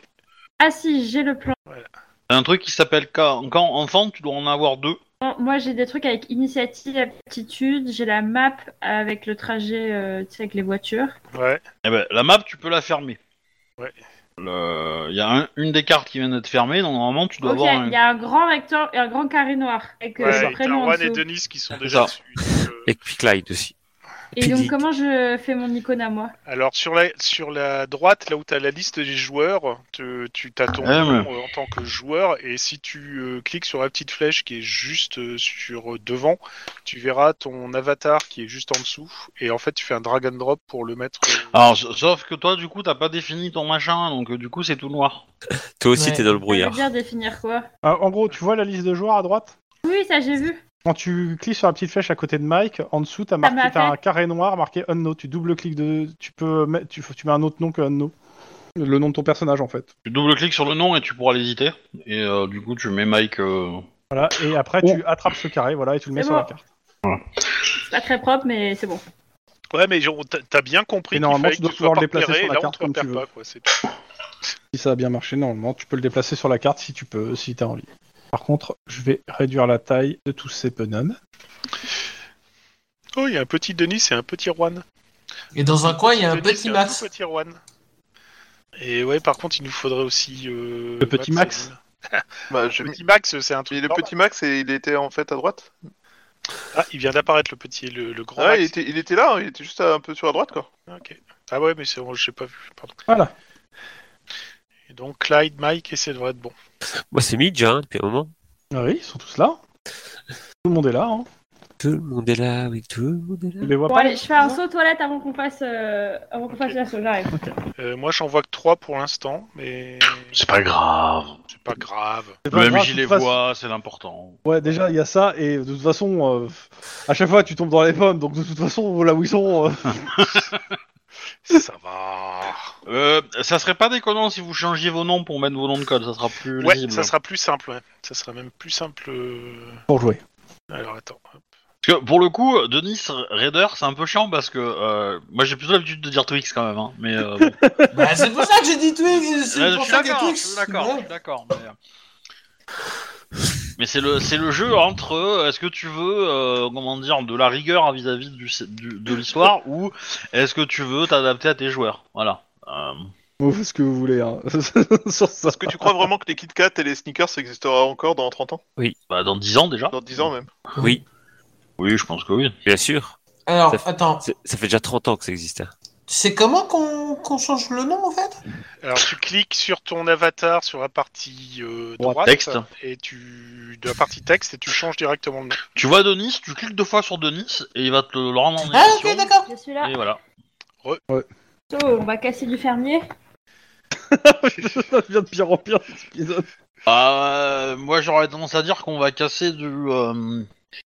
Speaker 6: Ah si, j'ai le plan.
Speaker 1: un truc qui s'appelle ca- quand enfant, tu dois en avoir deux.
Speaker 6: Moi j'ai des trucs avec initiative, aptitude, j'ai la map avec le trajet, euh, tu sais, avec les voitures.
Speaker 4: Ouais.
Speaker 1: Eh ben, la map, tu peux la fermer.
Speaker 4: Ouais.
Speaker 1: Le- Il y a un- une des cartes qui vient d'être fermée, donc normalement, tu dois
Speaker 6: Ok,
Speaker 1: avoir un-
Speaker 6: il y a un grand rectangle et un grand carré noir avec euh,
Speaker 4: Ouais,
Speaker 6: le
Speaker 4: et
Speaker 6: prénom en
Speaker 4: Tarwan et
Speaker 6: dessous.
Speaker 4: Denis qui sont
Speaker 1: C'est ça.
Speaker 4: déjà dessus. donc, euh,
Speaker 8: Et puis Clyde aussi.
Speaker 6: Et donc
Speaker 8: Pudique.
Speaker 6: comment je fais mon icône à moi
Speaker 4: Alors sur la sur la droite, là où tu as la liste des joueurs, tu tu t'as ton
Speaker 1: Ouais,
Speaker 4: nom, euh, en tant que joueur et si tu euh, cliques sur la petite flèche qui est juste euh, sur euh, devant, tu verras ton avatar qui est juste en dessous et en fait tu fais un drag and drop pour le mettre. euh,
Speaker 1: Alors, s- sauf que toi, du coup, t'as pas défini ton machin, donc euh, du coup, c'est tout noir.
Speaker 8: Toi aussi,
Speaker 7: Ouais.
Speaker 8: t'es dans le
Speaker 6: Ça
Speaker 8: brouillard.
Speaker 6: veut dire définir quoi
Speaker 2: Ah, en gros, tu vois la liste de joueurs à droite
Speaker 6: Oui, ça j'ai vu.
Speaker 2: Quand tu cliques sur la petite flèche à côté de Mike, en dessous, t'as marqué,
Speaker 6: m'a
Speaker 2: t'as
Speaker 6: fait.
Speaker 2: un carré noir marqué Unno. Tu double-cliques de, tu peux, mettre- tu, tu mets un autre nom que Unno. Le nom de ton personnage, en fait.
Speaker 1: Tu double-cliques sur le nom et tu pourras l'éditer. Et euh, du coup, tu mets Mike. euh,
Speaker 2: Voilà. Et après,
Speaker 1: Oh.
Speaker 2: tu attrapes ce carré, voilà, et tu le mets
Speaker 6: C'est
Speaker 2: sur la
Speaker 6: bon.
Speaker 2: carte.
Speaker 6: C'est pas très propre, mais c'est bon.
Speaker 4: Ouais, mais genre, t'as- t'as bien compris.
Speaker 2: Et
Speaker 4: qu'il
Speaker 2: normalement,
Speaker 4: fallait
Speaker 2: tu
Speaker 4: que
Speaker 2: dois pouvoir
Speaker 4: sois
Speaker 2: le déplacer
Speaker 4: pas repéré,
Speaker 2: sur la
Speaker 4: là, on
Speaker 2: carte
Speaker 4: te
Speaker 2: comme tu
Speaker 4: repère
Speaker 2: veux.
Speaker 4: pas, quoi, c'est tout.
Speaker 2: Si ça a bien marché, normalement, tu peux le déplacer sur la carte si tu peux, si t'as envie. Par contre, je vais réduire la taille de tous ces bonhommes.
Speaker 4: Oh, il y a un petit Denis et un petit Juan.
Speaker 7: Et dans un coin, il y a un
Speaker 4: Denis,
Speaker 7: petit
Speaker 4: et
Speaker 1: (laughs)
Speaker 7: Max.
Speaker 4: tout petit Juan. Et ouais, par contre, il nous faudrait aussi. euh,
Speaker 2: Le petit Max.
Speaker 4: Max. euh,
Speaker 3: Bah, j'ai
Speaker 4: Le
Speaker 3: mis-
Speaker 4: petit Max, c'est un truc.
Speaker 3: Et le
Speaker 4: normal.
Speaker 3: petit Max, et il était en fait à droite
Speaker 4: Ah, il vient d'apparaître le petit, le, le grand
Speaker 3: Ah, il
Speaker 4: Max.
Speaker 3: était, il était là, hein, il était juste un peu sur la droite, quoi.
Speaker 4: Ok. Ah ouais, mais c'est bon, j'ai pas vu. Pardon.
Speaker 2: Voilà.
Speaker 4: Et donc Clyde, Mike et ça devrait être bon.
Speaker 8: Moi, c'est Midge, hein, depuis un moment.
Speaker 2: Ah oui, ils sont tous là. Tout le monde est là. Hein.
Speaker 8: Tout le monde est là, oui, tout le monde est
Speaker 2: Tu
Speaker 8: là.
Speaker 2: les vois
Speaker 6: Bon,
Speaker 2: pas
Speaker 6: allez,
Speaker 2: les-
Speaker 6: je fais un saut aux toilettes avant qu'on fasse, euh, avant qu'on
Speaker 4: Ok.
Speaker 6: fasse la saut. J'arrive.
Speaker 4: Euh, moi, j'en vois que trois pour l'instant, mais
Speaker 1: C'est pas grave.
Speaker 4: c'est pas grave.
Speaker 2: C'est pas
Speaker 1: Le
Speaker 2: grave, de
Speaker 1: MJ
Speaker 2: toute
Speaker 1: les
Speaker 2: façon-
Speaker 1: voit, c'est l'important.
Speaker 2: Ouais, déjà, il y a ça, et de toute façon, euh, à chaque fois, tu tombes dans les pommes, donc de toute façon, voilà où ils sont. euh.
Speaker 4: Ça
Speaker 2: (laughs)
Speaker 4: va.
Speaker 1: Euh, ça serait pas déconnant si vous changiez vos noms pour mettre vos noms de code, ça sera plus
Speaker 4: Ouais,
Speaker 1: lisible.
Speaker 4: ça sera plus simple. Ouais. Ça sera même plus simple. euh,
Speaker 2: Pour jouer.
Speaker 4: Alors attends. hop.
Speaker 1: Parce que pour le coup, Denis Raider, c'est un peu chiant parce que euh, moi j'ai plutôt l'habitude de dire Twix quand même, hein, mais euh,
Speaker 2: (laughs)
Speaker 1: bon.
Speaker 7: Bah, c'est pour ça que j'ai dit Twix.
Speaker 1: Ouais,
Speaker 7: C'est
Speaker 1: je
Speaker 7: pour
Speaker 1: suis
Speaker 7: ça que
Speaker 1: d'accord, je
Speaker 7: Twix.
Speaker 1: suis d'accord, je
Speaker 7: Ouais.
Speaker 1: suis d'accord. Mais, euh. mais c'est le c'est le jeu entre euh, est-ce que tu veux euh, comment dire de la rigueur vis-à-vis du, du- de (laughs) l'histoire ou est-ce que tu veux t'adapter à tes joueurs, voilà. Euh,
Speaker 2: Vous faites ce que vous voulez, hein, (laughs) sur ça.
Speaker 3: Est-ce que tu crois vraiment que les Kit Kat et les sneakers ça existera encore dans 30 ans
Speaker 1: bah, dans 10 ans déjà.
Speaker 3: Dans 10 ans même
Speaker 8: Oui.
Speaker 1: Oui, je pense que oui.
Speaker 8: Bien sûr.
Speaker 7: Alors,
Speaker 8: Ça fait-
Speaker 7: attends,
Speaker 8: C'est- Ça fait déjà 30 ans que ça existe. hein.
Speaker 7: c'est comment qu'on qu'on change le nom en fait
Speaker 4: Alors tu cliques sur ton avatar sur la partie euh,
Speaker 2: Droite,
Speaker 4: droite
Speaker 1: texte.
Speaker 4: et tu de la partie texte et tu changes directement le nom.
Speaker 1: Tu vois Denis, tu cliques deux fois sur Denis et il va te le rendre en
Speaker 7: Ah,
Speaker 1: émission.
Speaker 7: ok, d'accord.
Speaker 5: Je suis là.
Speaker 1: et voilà.
Speaker 5: So, on va casser du fermier.
Speaker 2: Ça devient de pire en pire cet épisode.
Speaker 1: Euh, moi, j'aurais tendance à dire qu'on va casser du, euh,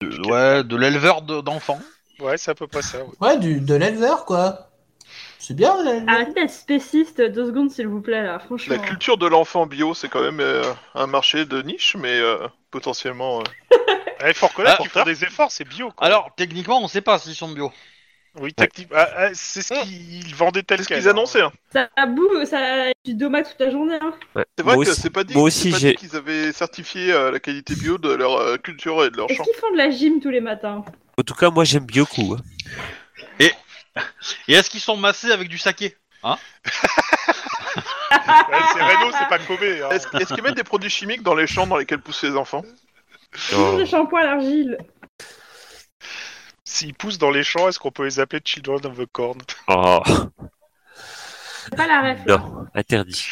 Speaker 1: de- ouais, de l'éleveur de- d'enfants.
Speaker 4: Ouais, c'est à peu près ça. ouais.
Speaker 7: Ouais, du, de l'éleveur quoi. C'est bien l'éleveur.
Speaker 6: Arrêtez d'être spéciste deux secondes, s'il vous plaît, là, franchement.
Speaker 3: La culture de l'enfant bio, c'est quand même euh, un marché de niche, mais euh, potentiellement. euh,
Speaker 4: Eh, faut reconnaître
Speaker 1: Ah,
Speaker 4: qu'ils font des efforts, c'est bio. quoi.
Speaker 1: Alors, techniquement, on sait pas s'ils sont bio.
Speaker 4: oui, technique. Ah, ah, c'est ce qu'ils vendaient tel
Speaker 3: C'est ce
Speaker 4: quel,
Speaker 3: qu'ils
Speaker 4: hein.
Speaker 3: annonçaient. hein.
Speaker 6: Ça boue, ça du domax toute la journée. Hein.
Speaker 8: Ouais.
Speaker 3: C'est vrai
Speaker 8: Moi
Speaker 3: que
Speaker 8: aussi-
Speaker 3: c'est pas dit,
Speaker 8: moi
Speaker 3: c'est
Speaker 8: aussi,
Speaker 3: pas dit
Speaker 8: j'ai.
Speaker 3: qu'ils avaient certifié euh, la qualité bio de leur euh, culture et de leur
Speaker 6: Est-ce
Speaker 3: champ.
Speaker 6: qu'ils font de la gym tous les matins
Speaker 8: En tout cas, moi j'aime Bioku. hein.
Speaker 1: Et est-ce qu'ils sont massés avec du saké
Speaker 4: Ouais, c'est Renault, c'est pas Kobe. hein.
Speaker 3: Est-ce est-ce qu'ils mettent des produits chimiques dans les champs dans lesquels poussent les enfants
Speaker 5: (laughs)
Speaker 6: Toujours des shampoings à l'argile.
Speaker 4: S'ils poussent dans les champs, est-ce qu'on peut les appeler Children of the Corn
Speaker 8: Oh,
Speaker 6: C'est pas la ref. là.
Speaker 8: non, interdit.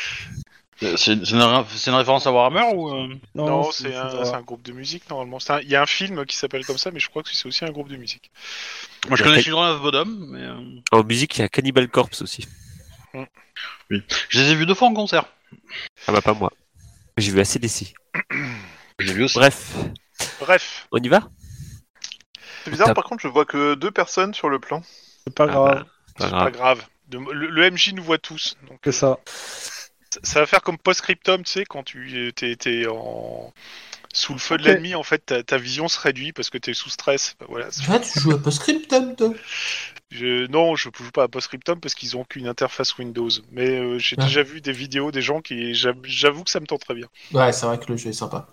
Speaker 1: C'est Euh, c'est une, ré- c'est une référence à Warhammer ou euh
Speaker 4: Non, c'est un, c'est un groupe de musique normalement. C'est un- Il y a un film qui s'appelle comme ça, mais je crois que c'est aussi un groupe de musique.
Speaker 1: Moi, je connais
Speaker 8: Tec-
Speaker 1: Children of Bodom, mais euh,
Speaker 8: En musique, il y a Cannibal Corpse aussi.
Speaker 1: je les ai vus deux fois en concert.
Speaker 8: Ah bah, pas moi. J'ai vu ACDC.
Speaker 1: J'ai vu aussi.
Speaker 8: Bref,
Speaker 4: Bref,
Speaker 8: on y va
Speaker 3: C'est bizarre,
Speaker 8: T'as-
Speaker 3: par contre, je vois que deux personnes sur le plan.
Speaker 2: C'est pas
Speaker 8: Ah,
Speaker 2: grave,
Speaker 8: Pas
Speaker 4: c'est
Speaker 8: grave.
Speaker 4: pas grave. De- le, le MJ nous voit tous. Donc,
Speaker 2: c'est ça.
Speaker 4: ça- ça va faire comme post-scriptum, tu sais, quand tu t'es t'es en... sous le feu
Speaker 2: Ok.
Speaker 4: de l'ennemi, en fait, ta, ta vision se réduit parce que t'es sous stress. Bah, Voilà. c'est-
Speaker 7: Ah, tu joues à Postscriptum, toi
Speaker 4: Je- Non, je joue pas à post-scriptum parce qu'ils ont qu'une interface Windows. Mais euh, j'ai
Speaker 7: Ah.
Speaker 4: déjà vu des vidéos des gens qui. j'av- J'avoue que ça me tente très bien.
Speaker 7: Ouais, c'est vrai que le jeu est sympa.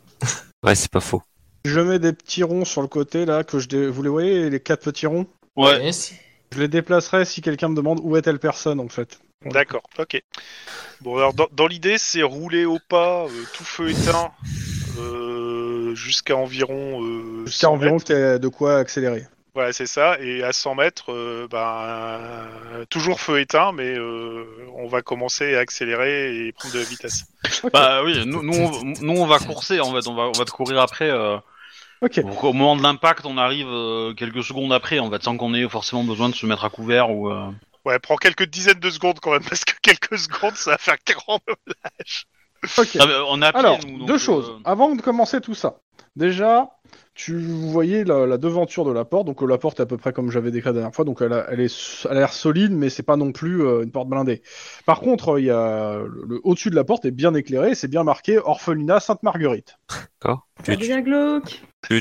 Speaker 8: Ouais, c'est pas faux.
Speaker 2: Je mets des petits ronds sur le côté là que je dé- vous les voyez les quatre petits ronds.
Speaker 1: Ouais.
Speaker 7: Yes.
Speaker 2: Je les déplacerai si quelqu'un me demande où est telle personne en fait. Voilà.
Speaker 4: D'accord, ok. Bon, alors dans, dans l'idée, c'est rouler au pas, euh, tout feu éteint, euh, jusqu'à environ. Euh,
Speaker 2: Jusqu'à
Speaker 4: 100
Speaker 2: environ
Speaker 4: mètres.
Speaker 2: que t'aies de quoi accélérer.
Speaker 4: Voilà, c'est ça. Et à 100 mètres, euh, ben, toujours feu éteint, mais euh, on va commencer à accélérer et prendre de la vitesse.
Speaker 1: Bah oui, nous, nous, on, nous, on va courser en fait, on va, on va te courir après. euh,
Speaker 2: Ok.
Speaker 1: pour qu'au moment de l'impact, on arrive euh, quelques secondes après en fait, sans qu'on ait forcément besoin de se mettre à couvert ou. euh,
Speaker 4: Ouais, prends quelques dizaines de secondes quand même, (laughs) parce que quelques secondes, ça va faire 40
Speaker 2: Ok.
Speaker 1: Ah, mais on a
Speaker 2: Alors, deux choses.
Speaker 1: euh,
Speaker 2: Avant de commencer tout ça, déjà, tu voyais la, la devanture de la porte. Donc, euh, la porte est à peu près comme j'avais décrit la dernière fois. Donc, elle a, elle est, s- elle a l'air solide, mais c'est pas non plus euh, une porte blindée. Par contre, euh, il y a le, le- au-dessus de la porte est bien éclairé. C'est bien marqué Orphelinat Sainte-Marguerite.
Speaker 6: Ça
Speaker 8: Tu- tu-
Speaker 6: devient glauque.
Speaker 8: tu-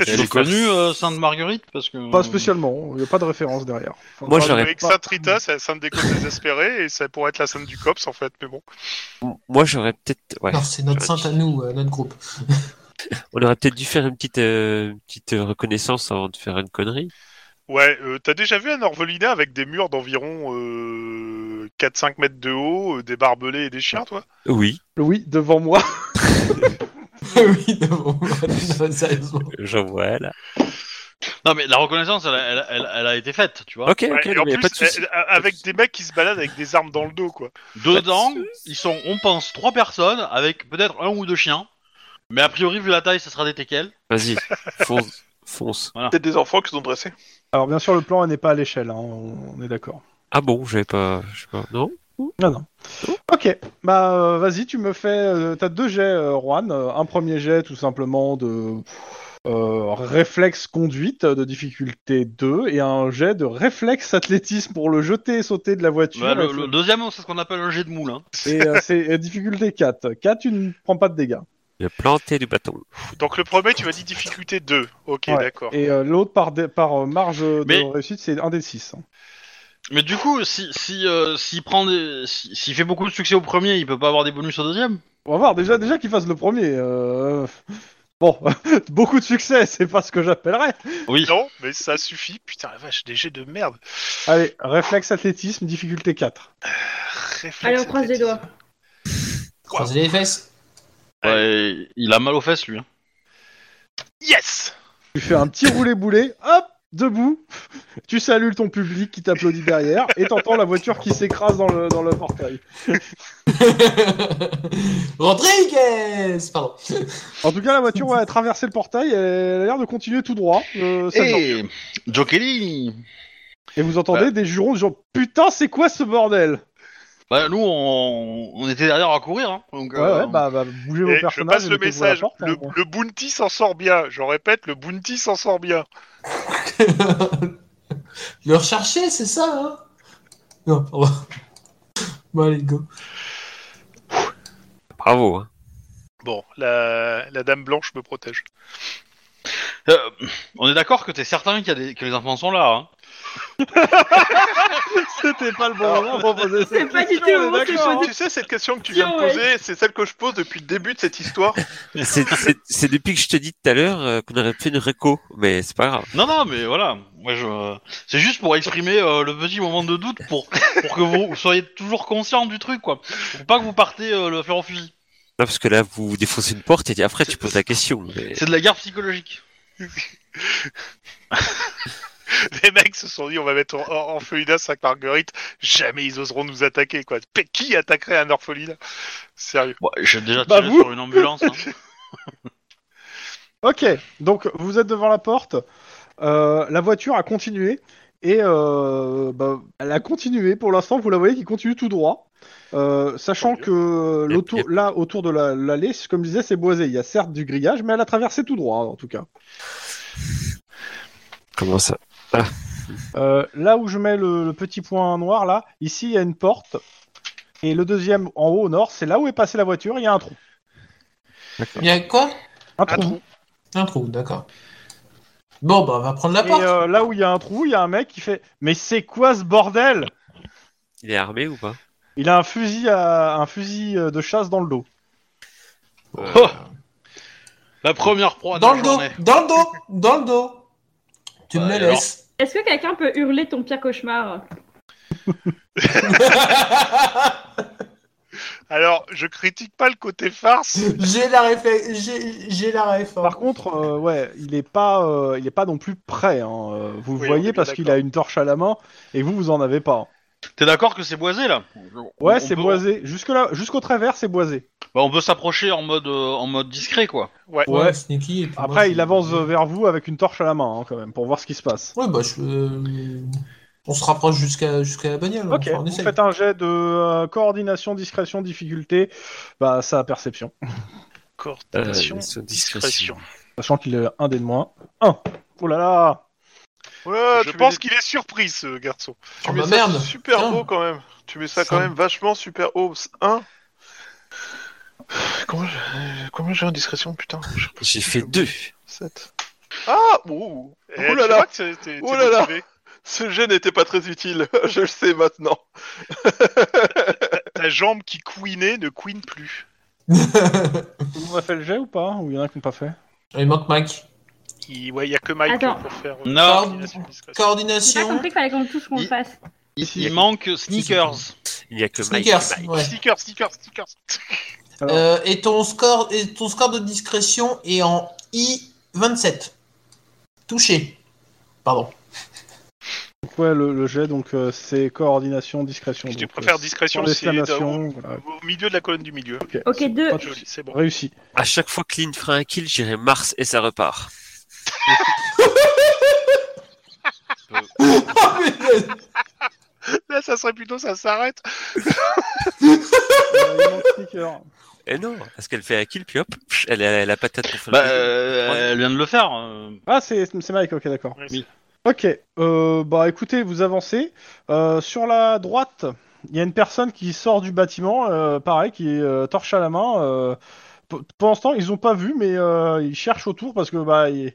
Speaker 1: Elle
Speaker 8: tu-
Speaker 1: est
Speaker 8: tu- faire-
Speaker 1: connue, euh, Sainte-Marguerite parce que...
Speaker 2: Pas spécialement. Il n'y a pas de référence derrière. Enfin,
Speaker 8: Moi,
Speaker 2: pas-
Speaker 8: je l'aurais-
Speaker 4: Avec Saint Rita, c'est la sainte des copes désespérées, et ça pourrait être la sainte du COPS en fait, mais bon.
Speaker 8: Moi, j'aurais peut-être. Ouais.
Speaker 7: Non, c'est notre
Speaker 8: Ouais.
Speaker 7: sainte à nous, euh, notre groupe.
Speaker 8: On aurait peut-être dû faire une petite, euh, une petite euh, reconnaissance avant de faire une connerie.
Speaker 4: Ouais, euh, t'as déjà vu un orphelinat avec des murs d'environ euh, 4-5 mètres de haut, euh, des barbelés et des chiens, toi
Speaker 8: Oui,
Speaker 2: Oui, devant moi.
Speaker 7: oui, non, (laughs) non, sérieusement.
Speaker 8: j'en vois là.
Speaker 1: Non mais la reconnaissance, elle, a- elle a- elle a- elle a été faite, tu vois.
Speaker 8: Ok, ok,
Speaker 4: Ouais, et
Speaker 8: non,
Speaker 4: en
Speaker 8: mais y a
Speaker 4: plus,
Speaker 8: pas de souci.
Speaker 4: euh, euh, avec des mecs qui se baladent avec des armes dans le dos, quoi.
Speaker 1: Dedans,
Speaker 8: Pas de soucis.
Speaker 1: ils sont, on pense, trois personnes avec peut-être un ou deux chiens. Mais a priori, vu la taille, ça sera des teckels.
Speaker 4: (laughs)
Speaker 8: Vas-y, fonce, fonce.
Speaker 3: Peut-être des enfants qui sont dressés.
Speaker 2: Alors, bien sûr, le plan elle n'est pas à l'échelle. hein, on on est d'accord.
Speaker 8: Ah bon, j'avais pas, je sais pas. Non.
Speaker 2: Non, non. Ok, bah euh, vas-y, tu me fais. euh, T'as deux jets, euh, Juan. Euh, Un premier jet, tout simplement, de euh, réflexe conduite euh, de difficulté 2 et un jet de réflexe athlétisme pour le jeter et sauter de la voiture.
Speaker 1: Bah, le,
Speaker 2: Et-
Speaker 1: le deuxième, c'est ce qu'on appelle un jet de moule. hein.
Speaker 2: Et euh, c'est euh, difficulté 4. 4, tu ne prends pas de dégâts.
Speaker 8: Il a planté du bâton.
Speaker 4: Donc le
Speaker 2: (laughs)
Speaker 4: premier, tu m'as dit difficulté 2. Ok,
Speaker 2: Ouais.
Speaker 4: d'accord.
Speaker 2: Et euh, l'autre, par, dé- par euh, marge de
Speaker 1: Mais-
Speaker 2: réussite, c'est un des hein. 6.
Speaker 1: Mais du coup, si si euh, s'il prend des- si- s'il fait beaucoup de succès au premier, il peut pas avoir des bonus au deuxième.
Speaker 2: On va voir, déjà, déjà qu'il fasse le premier. euh, (laughs) Bon, beaucoup de succès, c'est pas ce que j'appellerais.
Speaker 1: Oui.
Speaker 4: Non, mais ça suffit. Putain, la vache, des jets de merde.
Speaker 2: Allez, réflexe athlétisme, difficulté 4.
Speaker 4: Réflexe
Speaker 6: Allez, on croise les
Speaker 4: athlétisme.
Speaker 6: doigts.
Speaker 7: Croisez les fesses.
Speaker 1: Ouais, il a mal aux fesses lui. hein.
Speaker 4: Yes
Speaker 2: Tu fais un petit roulé-boulé, hop, debout, tu salues ton public qui t'applaudit derrière, et t'entends la voiture qui s'écrase dans le, dans le portail.
Speaker 7: (laughs) Rodriguez Pardon. (laughs)
Speaker 2: En tout cas, la voiture ouais, a traversé le portail, elle a l'air de continuer tout droit. euh, ça me
Speaker 1: Et Jokeli
Speaker 2: Et vous entendez des jurons du genre Putain, c'est quoi ce bordel
Speaker 1: Bah nous on, on était derrière à courir hein, donc,
Speaker 2: Ouais,
Speaker 1: euh,
Speaker 2: ouais, bah, bah, bougez vos
Speaker 4: Et je
Speaker 2: personnages.
Speaker 4: passe le
Speaker 2: et mettez-vous à la
Speaker 4: message,
Speaker 2: porte, hein,
Speaker 4: le,
Speaker 2: quoi.
Speaker 4: le bounty s'en sort bien. Je répète, le bounty s'en sort bien.
Speaker 7: Le rechercher, c'est ça, hein Non, pardon. (laughs) Bon, allez, go.
Speaker 8: Bravo. Hein.
Speaker 4: Bon, la, la dame blanche me protège.
Speaker 1: euh, on est d'accord que t'es certain qu'il y a des, que les enfants sont là hein.
Speaker 2: (laughs) C'était pas le bon moment pour poser
Speaker 6: C'est
Speaker 2: cette
Speaker 6: pas du
Speaker 2: question,
Speaker 6: tout
Speaker 2: on est
Speaker 6: au moment que
Speaker 2: d'accord,
Speaker 6: je
Speaker 2: hein.
Speaker 3: Tu sais, cette question que tu viens de
Speaker 6: Ouais.
Speaker 3: poser, c'est celle que je pose depuis le début de
Speaker 2: (laughs)
Speaker 3: cette histoire.
Speaker 8: C'est- C'est c'est depuis que je te dis tout à l'heure euh, qu'on aurait fait une reco, mais c'est pas grave.
Speaker 1: Non non mais voilà moi je c'est juste pour exprimer euh, le petit moment de doute pour pour que vous soyez toujours conscient du truc quoi pour pas que vous partez euh, le faire en fusil
Speaker 8: Non, parce que là, vous défoncez une porte et après, tu poses la question. mais-
Speaker 1: c'est de la guerre psychologique
Speaker 4: Les mecs se sont dit, on va mettre en, en feuillada 5 marguerites. Jamais ils oseront nous attaquer, quoi. Pe- Qui attaquerait un orphelinat Sérieux.
Speaker 1: Bon, j'ai déjà
Speaker 2: Bah,
Speaker 1: tiré
Speaker 2: vous
Speaker 1: sur une ambulance hein.
Speaker 2: Ok, donc vous êtes devant la porte. euh, la voiture a continué. Et euh, bah, elle a continué. Pour l'instant, vous la voyez qui continue tout droit. Euh, sachant
Speaker 4: Tant mieux.
Speaker 2: que
Speaker 8: Yep,
Speaker 2: l'autour-
Speaker 8: yep.
Speaker 2: là, autour de la- l'allée, c'est- comme je disais, c'est boisé. Il y a certes du grillage, mais elle a traversé tout droit, en tout cas.
Speaker 8: Comment ça
Speaker 2: Euh, là où je mets le, le petit point noir, là, ici, il y a une porte. Et le deuxième, en haut, au nord, c'est là où est passée la voiture. Il y a un trou.
Speaker 7: Il y a quoi
Speaker 2: Un
Speaker 4: Un
Speaker 2: trou.
Speaker 4: trou.
Speaker 7: Un trou, d'accord. Bon, bah, on va prendre la
Speaker 2: Et
Speaker 7: porte.
Speaker 2: euh, là où il y a un trou, il y a un mec qui fait « Mais c'est quoi ce bordel ?»
Speaker 8: Il est armé ou pas
Speaker 2: Il a un fusil, à... un fusil euh, de chasse dans le dos.
Speaker 7: Bon,
Speaker 1: Oh la première proie de
Speaker 7: Oh, dans Bah,
Speaker 1: la
Speaker 7: le dos,
Speaker 1: journée
Speaker 7: dans le dos, dans le dos. Tu me
Speaker 1: Ouais,
Speaker 7: le laisses. (laughs)
Speaker 6: Est-ce que quelqu'un peut hurler ton pire cauchemar
Speaker 4: Alors, je critique pas le côté farce.
Speaker 7: j'ai la réflexion. J'ai, j'ai la réflexion.
Speaker 2: Par contre, euh, ouais, il est pas, euh, il est pas non plus prêt. hein, euh, Vous le
Speaker 4: Oui, on est
Speaker 2: voyez
Speaker 4: bien
Speaker 2: parce qu'il a une torche à la main et vous vous en avez pas.
Speaker 1: t'es d'accord que c'est boisé là On-
Speaker 2: Ouais,
Speaker 1: on
Speaker 2: c'est
Speaker 1: peut-
Speaker 2: boisé. Jusque là, jusqu'au travers, c'est boisé.
Speaker 1: bah, on peut s'approcher en mode euh, en mode discret quoi
Speaker 4: Ouais.
Speaker 7: ouais,
Speaker 2: ouais.
Speaker 7: Sneaky. et puis moi,
Speaker 2: Après,
Speaker 7: je-
Speaker 2: il avance euh, vers vous avec une torche à la main hein, quand même pour voir ce qui se passe.
Speaker 7: Ouais, bah, je. euh, On se rapproche jusqu'à, jusqu'à la bagnole. hein.
Speaker 2: Ok,
Speaker 7: enfin, on
Speaker 2: vous
Speaker 7: essaye.
Speaker 2: faites un jet de euh, coordination, discrétion, difficulté, bah ça a perception.
Speaker 4: Coordination,
Speaker 8: Euh, son
Speaker 4: discrétion.
Speaker 8: discrétion.
Speaker 2: Sachant qu'il a un dé de moins. Un. Oh là là.
Speaker 3: Ouais,
Speaker 4: je
Speaker 3: tu
Speaker 4: pense
Speaker 3: mets-
Speaker 4: qu'il est surpris, ce garçon.
Speaker 7: Oh,
Speaker 3: tu mets
Speaker 7: bah,
Speaker 3: ça
Speaker 7: merde.
Speaker 3: super
Speaker 7: Tiens. (laughs)
Speaker 3: haut quand même. Tu mets ça
Speaker 7: Ça.
Speaker 3: quand même vachement super haut. 1 Comment j'ai- Combien j'ai en discrétion, putain
Speaker 8: J'ai fait deux.
Speaker 3: 7. Ah Ouh.
Speaker 4: Eh,
Speaker 3: Ouh là
Speaker 4: tu
Speaker 3: là.
Speaker 4: vois que t'es- t'es- t'es
Speaker 3: Ouh là là.
Speaker 4: motivé.
Speaker 3: Ce jeu n'était pas très utile, (laughs) je le sais maintenant.
Speaker 4: Ta jambe qui couinait ne couine plus.
Speaker 2: Tout le monde a fait le jet ou pas Ou il y en a qui n'ont pas fait
Speaker 7: il manque Mike.
Speaker 4: Il ouais, y a que Mike
Speaker 6: Attends.
Speaker 4: pour faire. euh,
Speaker 1: Non.
Speaker 4: coordination, discrétion.
Speaker 6: J'ai pas
Speaker 7: Coordination.
Speaker 6: compris qu'il fallait qu'on touche qu'on le fasse.
Speaker 1: il,
Speaker 8: Si, si.
Speaker 1: il manque sneakers
Speaker 8: Il n'y a que Mike.
Speaker 7: Sneakers.
Speaker 8: Mike.
Speaker 7: ouais.
Speaker 4: Sticker, sticker, sticker.
Speaker 2: Alors.
Speaker 7: Euh, et, ton score, et ton score de discrétion est en I27. Touché. Pardon. (laughs)
Speaker 2: Donc ouais, le, le jet donc euh, c'est coordination, discrétion.
Speaker 4: Je
Speaker 2: donc,
Speaker 4: préfère
Speaker 2: euh,
Speaker 4: discrétion,
Speaker 2: point
Speaker 4: c'est au,
Speaker 2: d'exclamation, voilà.
Speaker 4: au milieu de la colonne du milieu.
Speaker 2: Ok,
Speaker 6: Ok, deux.
Speaker 2: pas de
Speaker 4: Joli, c'est bon.
Speaker 2: Réussi.
Speaker 8: À chaque fois que Lynn fera un kill, j'irai Mars et ça repart.
Speaker 7: Ah, mais-
Speaker 4: Là, ça serait plutôt ça s'arrête.
Speaker 2: Euh, il manque sneaker.
Speaker 8: Eh non, parce qu'elle fait un kill, puis hop, pff, elle a la patate pour faire
Speaker 1: bah
Speaker 8: le deuxième.
Speaker 1: euh, elle vient de le faire euh.
Speaker 2: Ah, c'est c'est Mike, ok, d'accord.
Speaker 4: Ouais,
Speaker 1: Oui.
Speaker 2: Ok, euh, bah écoutez, vous avancez. Euh, sur la droite, il y a une personne qui sort du bâtiment, euh, pareil, qui est euh, torche à la main. euh, pour pour l'instant, ils ont pas vu, mais euh, ils cherchent autour parce que, bah, ils-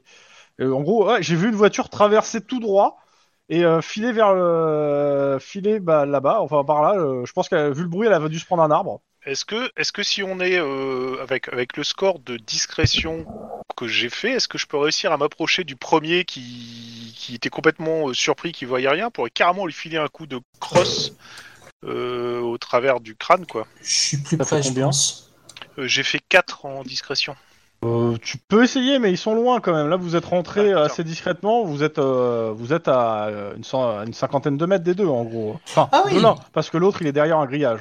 Speaker 2: euh, en gros, ouais, j'ai vu une voiture traverser tout droit et euh, filer vers le. filer bah, là-bas, enfin par là. euh, je pense qu'elle a vu le bruit, elle a dû se prendre un arbre.
Speaker 4: Est-ce que, est-ce que si on est euh, avec avec le score de discrétion que j'ai fait, est-ce que je peux réussir à m'approcher du premier qui, qui était complètement euh, surpris, qui voyait rien, pour carrément lui filer un coup de crosse euh, au travers du crâne, quoi.
Speaker 7: Je suis plus
Speaker 2: Ça fait
Speaker 7: près, je
Speaker 2: combien
Speaker 7: pense.
Speaker 4: Euh, j'ai fait 4 en discrétion.
Speaker 2: Euh, tu peux essayer, mais ils sont loin quand même. Là, vous êtes rentrés
Speaker 4: Ah,
Speaker 2: assez discrètement. Vous êtes, euh, vous êtes à euh, une, cent- à une cinquantaine de mètres des deux, en gros. Enfin,
Speaker 7: Ah oui.
Speaker 2: de l'un, parce que l'autre, il est derrière un grillage.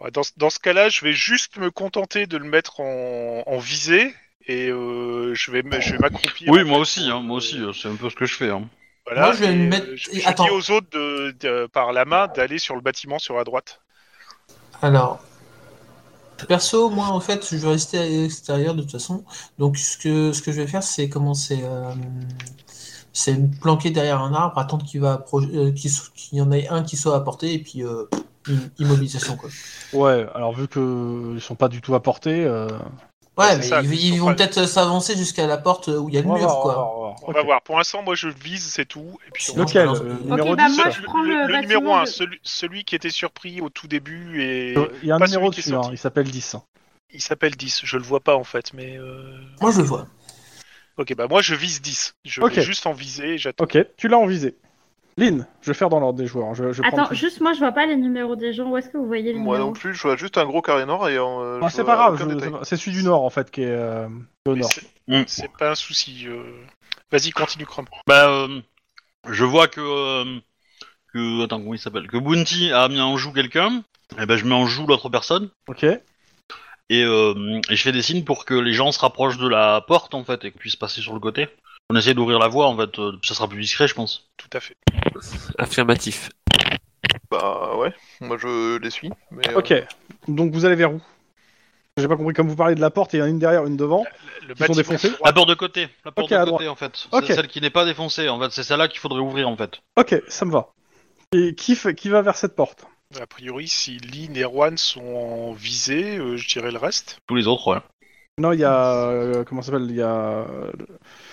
Speaker 4: Ouais, Dans, ce- dans ce cas-là, je vais juste me contenter de le mettre en, en visée et euh, je vais me- je vais m'accroupir.
Speaker 1: Oui,
Speaker 4: en
Speaker 1: moi
Speaker 4: fait,
Speaker 1: aussi, hein, moi
Speaker 4: euh,
Speaker 1: aussi, euh, c'est un peu ce que je fais. hein.
Speaker 4: Voilà,
Speaker 7: Moi, je vais
Speaker 4: et,
Speaker 7: me
Speaker 4: euh,
Speaker 7: mettre-
Speaker 4: Je, je
Speaker 7: Attends.
Speaker 4: dis aux autres de, de- par la main d'aller sur le bâtiment sur la droite.
Speaker 7: Alors, perso, moi en fait, je vais rester à l'extérieur de toute façon. Donc, ce que, ce que je vais faire, c'est commencer euh, c'est me planquer derrière un arbre, attendre qu'il va appro- euh, qu'il so- qu'il y en ait un qui soit à portée, et puis euh, im- immobilisation quoi.
Speaker 2: Ouais, alors vu que ils sont pas du tout à portée. euh,
Speaker 7: Ouais,
Speaker 4: c'est
Speaker 7: mais
Speaker 4: ça,
Speaker 7: ils,
Speaker 4: ils
Speaker 7: ils
Speaker 4: sont
Speaker 7: vont
Speaker 4: pas-
Speaker 7: peut-être euh, s'avancer jusqu'à la porte euh, où il y a le
Speaker 2: on va
Speaker 7: mur
Speaker 2: voir, on
Speaker 7: quoi.
Speaker 2: va voir, on va voir.
Speaker 4: On
Speaker 2: Ok.
Speaker 4: va voir. Pour l'instant, moi, je vise, c'est tout. Et puis on
Speaker 7: Sinon,
Speaker 4: verra.
Speaker 2: Lequel
Speaker 7: on va
Speaker 2: euh, Numéro
Speaker 5: Ok,
Speaker 7: lancer-
Speaker 5: bah,
Speaker 2: 10
Speaker 5: moi,
Speaker 2: euh,
Speaker 5: je prends le bâtiment
Speaker 4: numéro 1,
Speaker 5: de-
Speaker 4: celui, celui qui était surpris au tout début et
Speaker 2: Il y a un
Speaker 4: pas
Speaker 2: numéro
Speaker 4: celui qui est
Speaker 2: dessus, hein,
Speaker 4: sorti.
Speaker 2: il s'appelle 10.
Speaker 4: il s'appelle 10. Je le vois pas en fait, mais. euh,
Speaker 7: Moi je le vois.
Speaker 4: Ok, bah moi je vise 10. Je
Speaker 2: Ok.
Speaker 4: vais juste en viser et j'attends.
Speaker 2: Ok, tu l'as en visée. Lynn, je vais faire dans l'ordre des joueurs. Je, je vais prendre-
Speaker 5: Attends, juste moi, je vois pas les numéros des gens. Où est-ce que vous voyez les
Speaker 3: Moi non
Speaker 5: numéros
Speaker 3: plus, je vois juste un gros carré noir et euh,
Speaker 2: Ah,
Speaker 3: je
Speaker 2: c'est
Speaker 3: vois
Speaker 2: pas grave,
Speaker 3: aucun
Speaker 2: je-
Speaker 3: détail.
Speaker 2: c'est celui du nord en fait qui est euh, au
Speaker 4: Mais
Speaker 2: nord.
Speaker 4: c'est-
Speaker 1: Mm.
Speaker 4: C'est pas un souci. euh. Vas-y, continue, Chrome.
Speaker 1: Bah, euh, je vois que, euh, que attends comment il s'appelle, que Bounty a mis en joue quelqu'un. Et ben je mets en joue l'autre personne
Speaker 2: Ok.
Speaker 1: et, euh, et je fais des signes pour que les gens se rapprochent de la porte en fait et qu'on puisse passer sur le côté. On essaie d'ouvrir la voie en fait, euh, ça sera plus discret je pense.
Speaker 4: Tout à fait.
Speaker 8: Affirmatif.
Speaker 3: Bah ouais, moi je les suis. Mais, euh,
Speaker 2: Ok. Donc vous allez vers où J'ai pas compris. Comme vous parlez de la porte, il y en a une derrière, une devant.
Speaker 4: Le
Speaker 2: Ils sont défoncés
Speaker 1: La porte de côté, la porte
Speaker 2: Ok, à
Speaker 1: de côté en fait, C'est
Speaker 2: Ok.
Speaker 1: celle qui n'est pas défoncée en fait, c'est celle-là qu'il faudrait ouvrir en fait.
Speaker 2: Ok, ça me va. Et qui, fait- qui va vers cette porte
Speaker 4: A priori, si Lynn et Juan sont en visée, euh, je dirais le reste.
Speaker 1: Tous les autres ouais.
Speaker 2: Non, il y a euh, comment ça s'appelle Il y a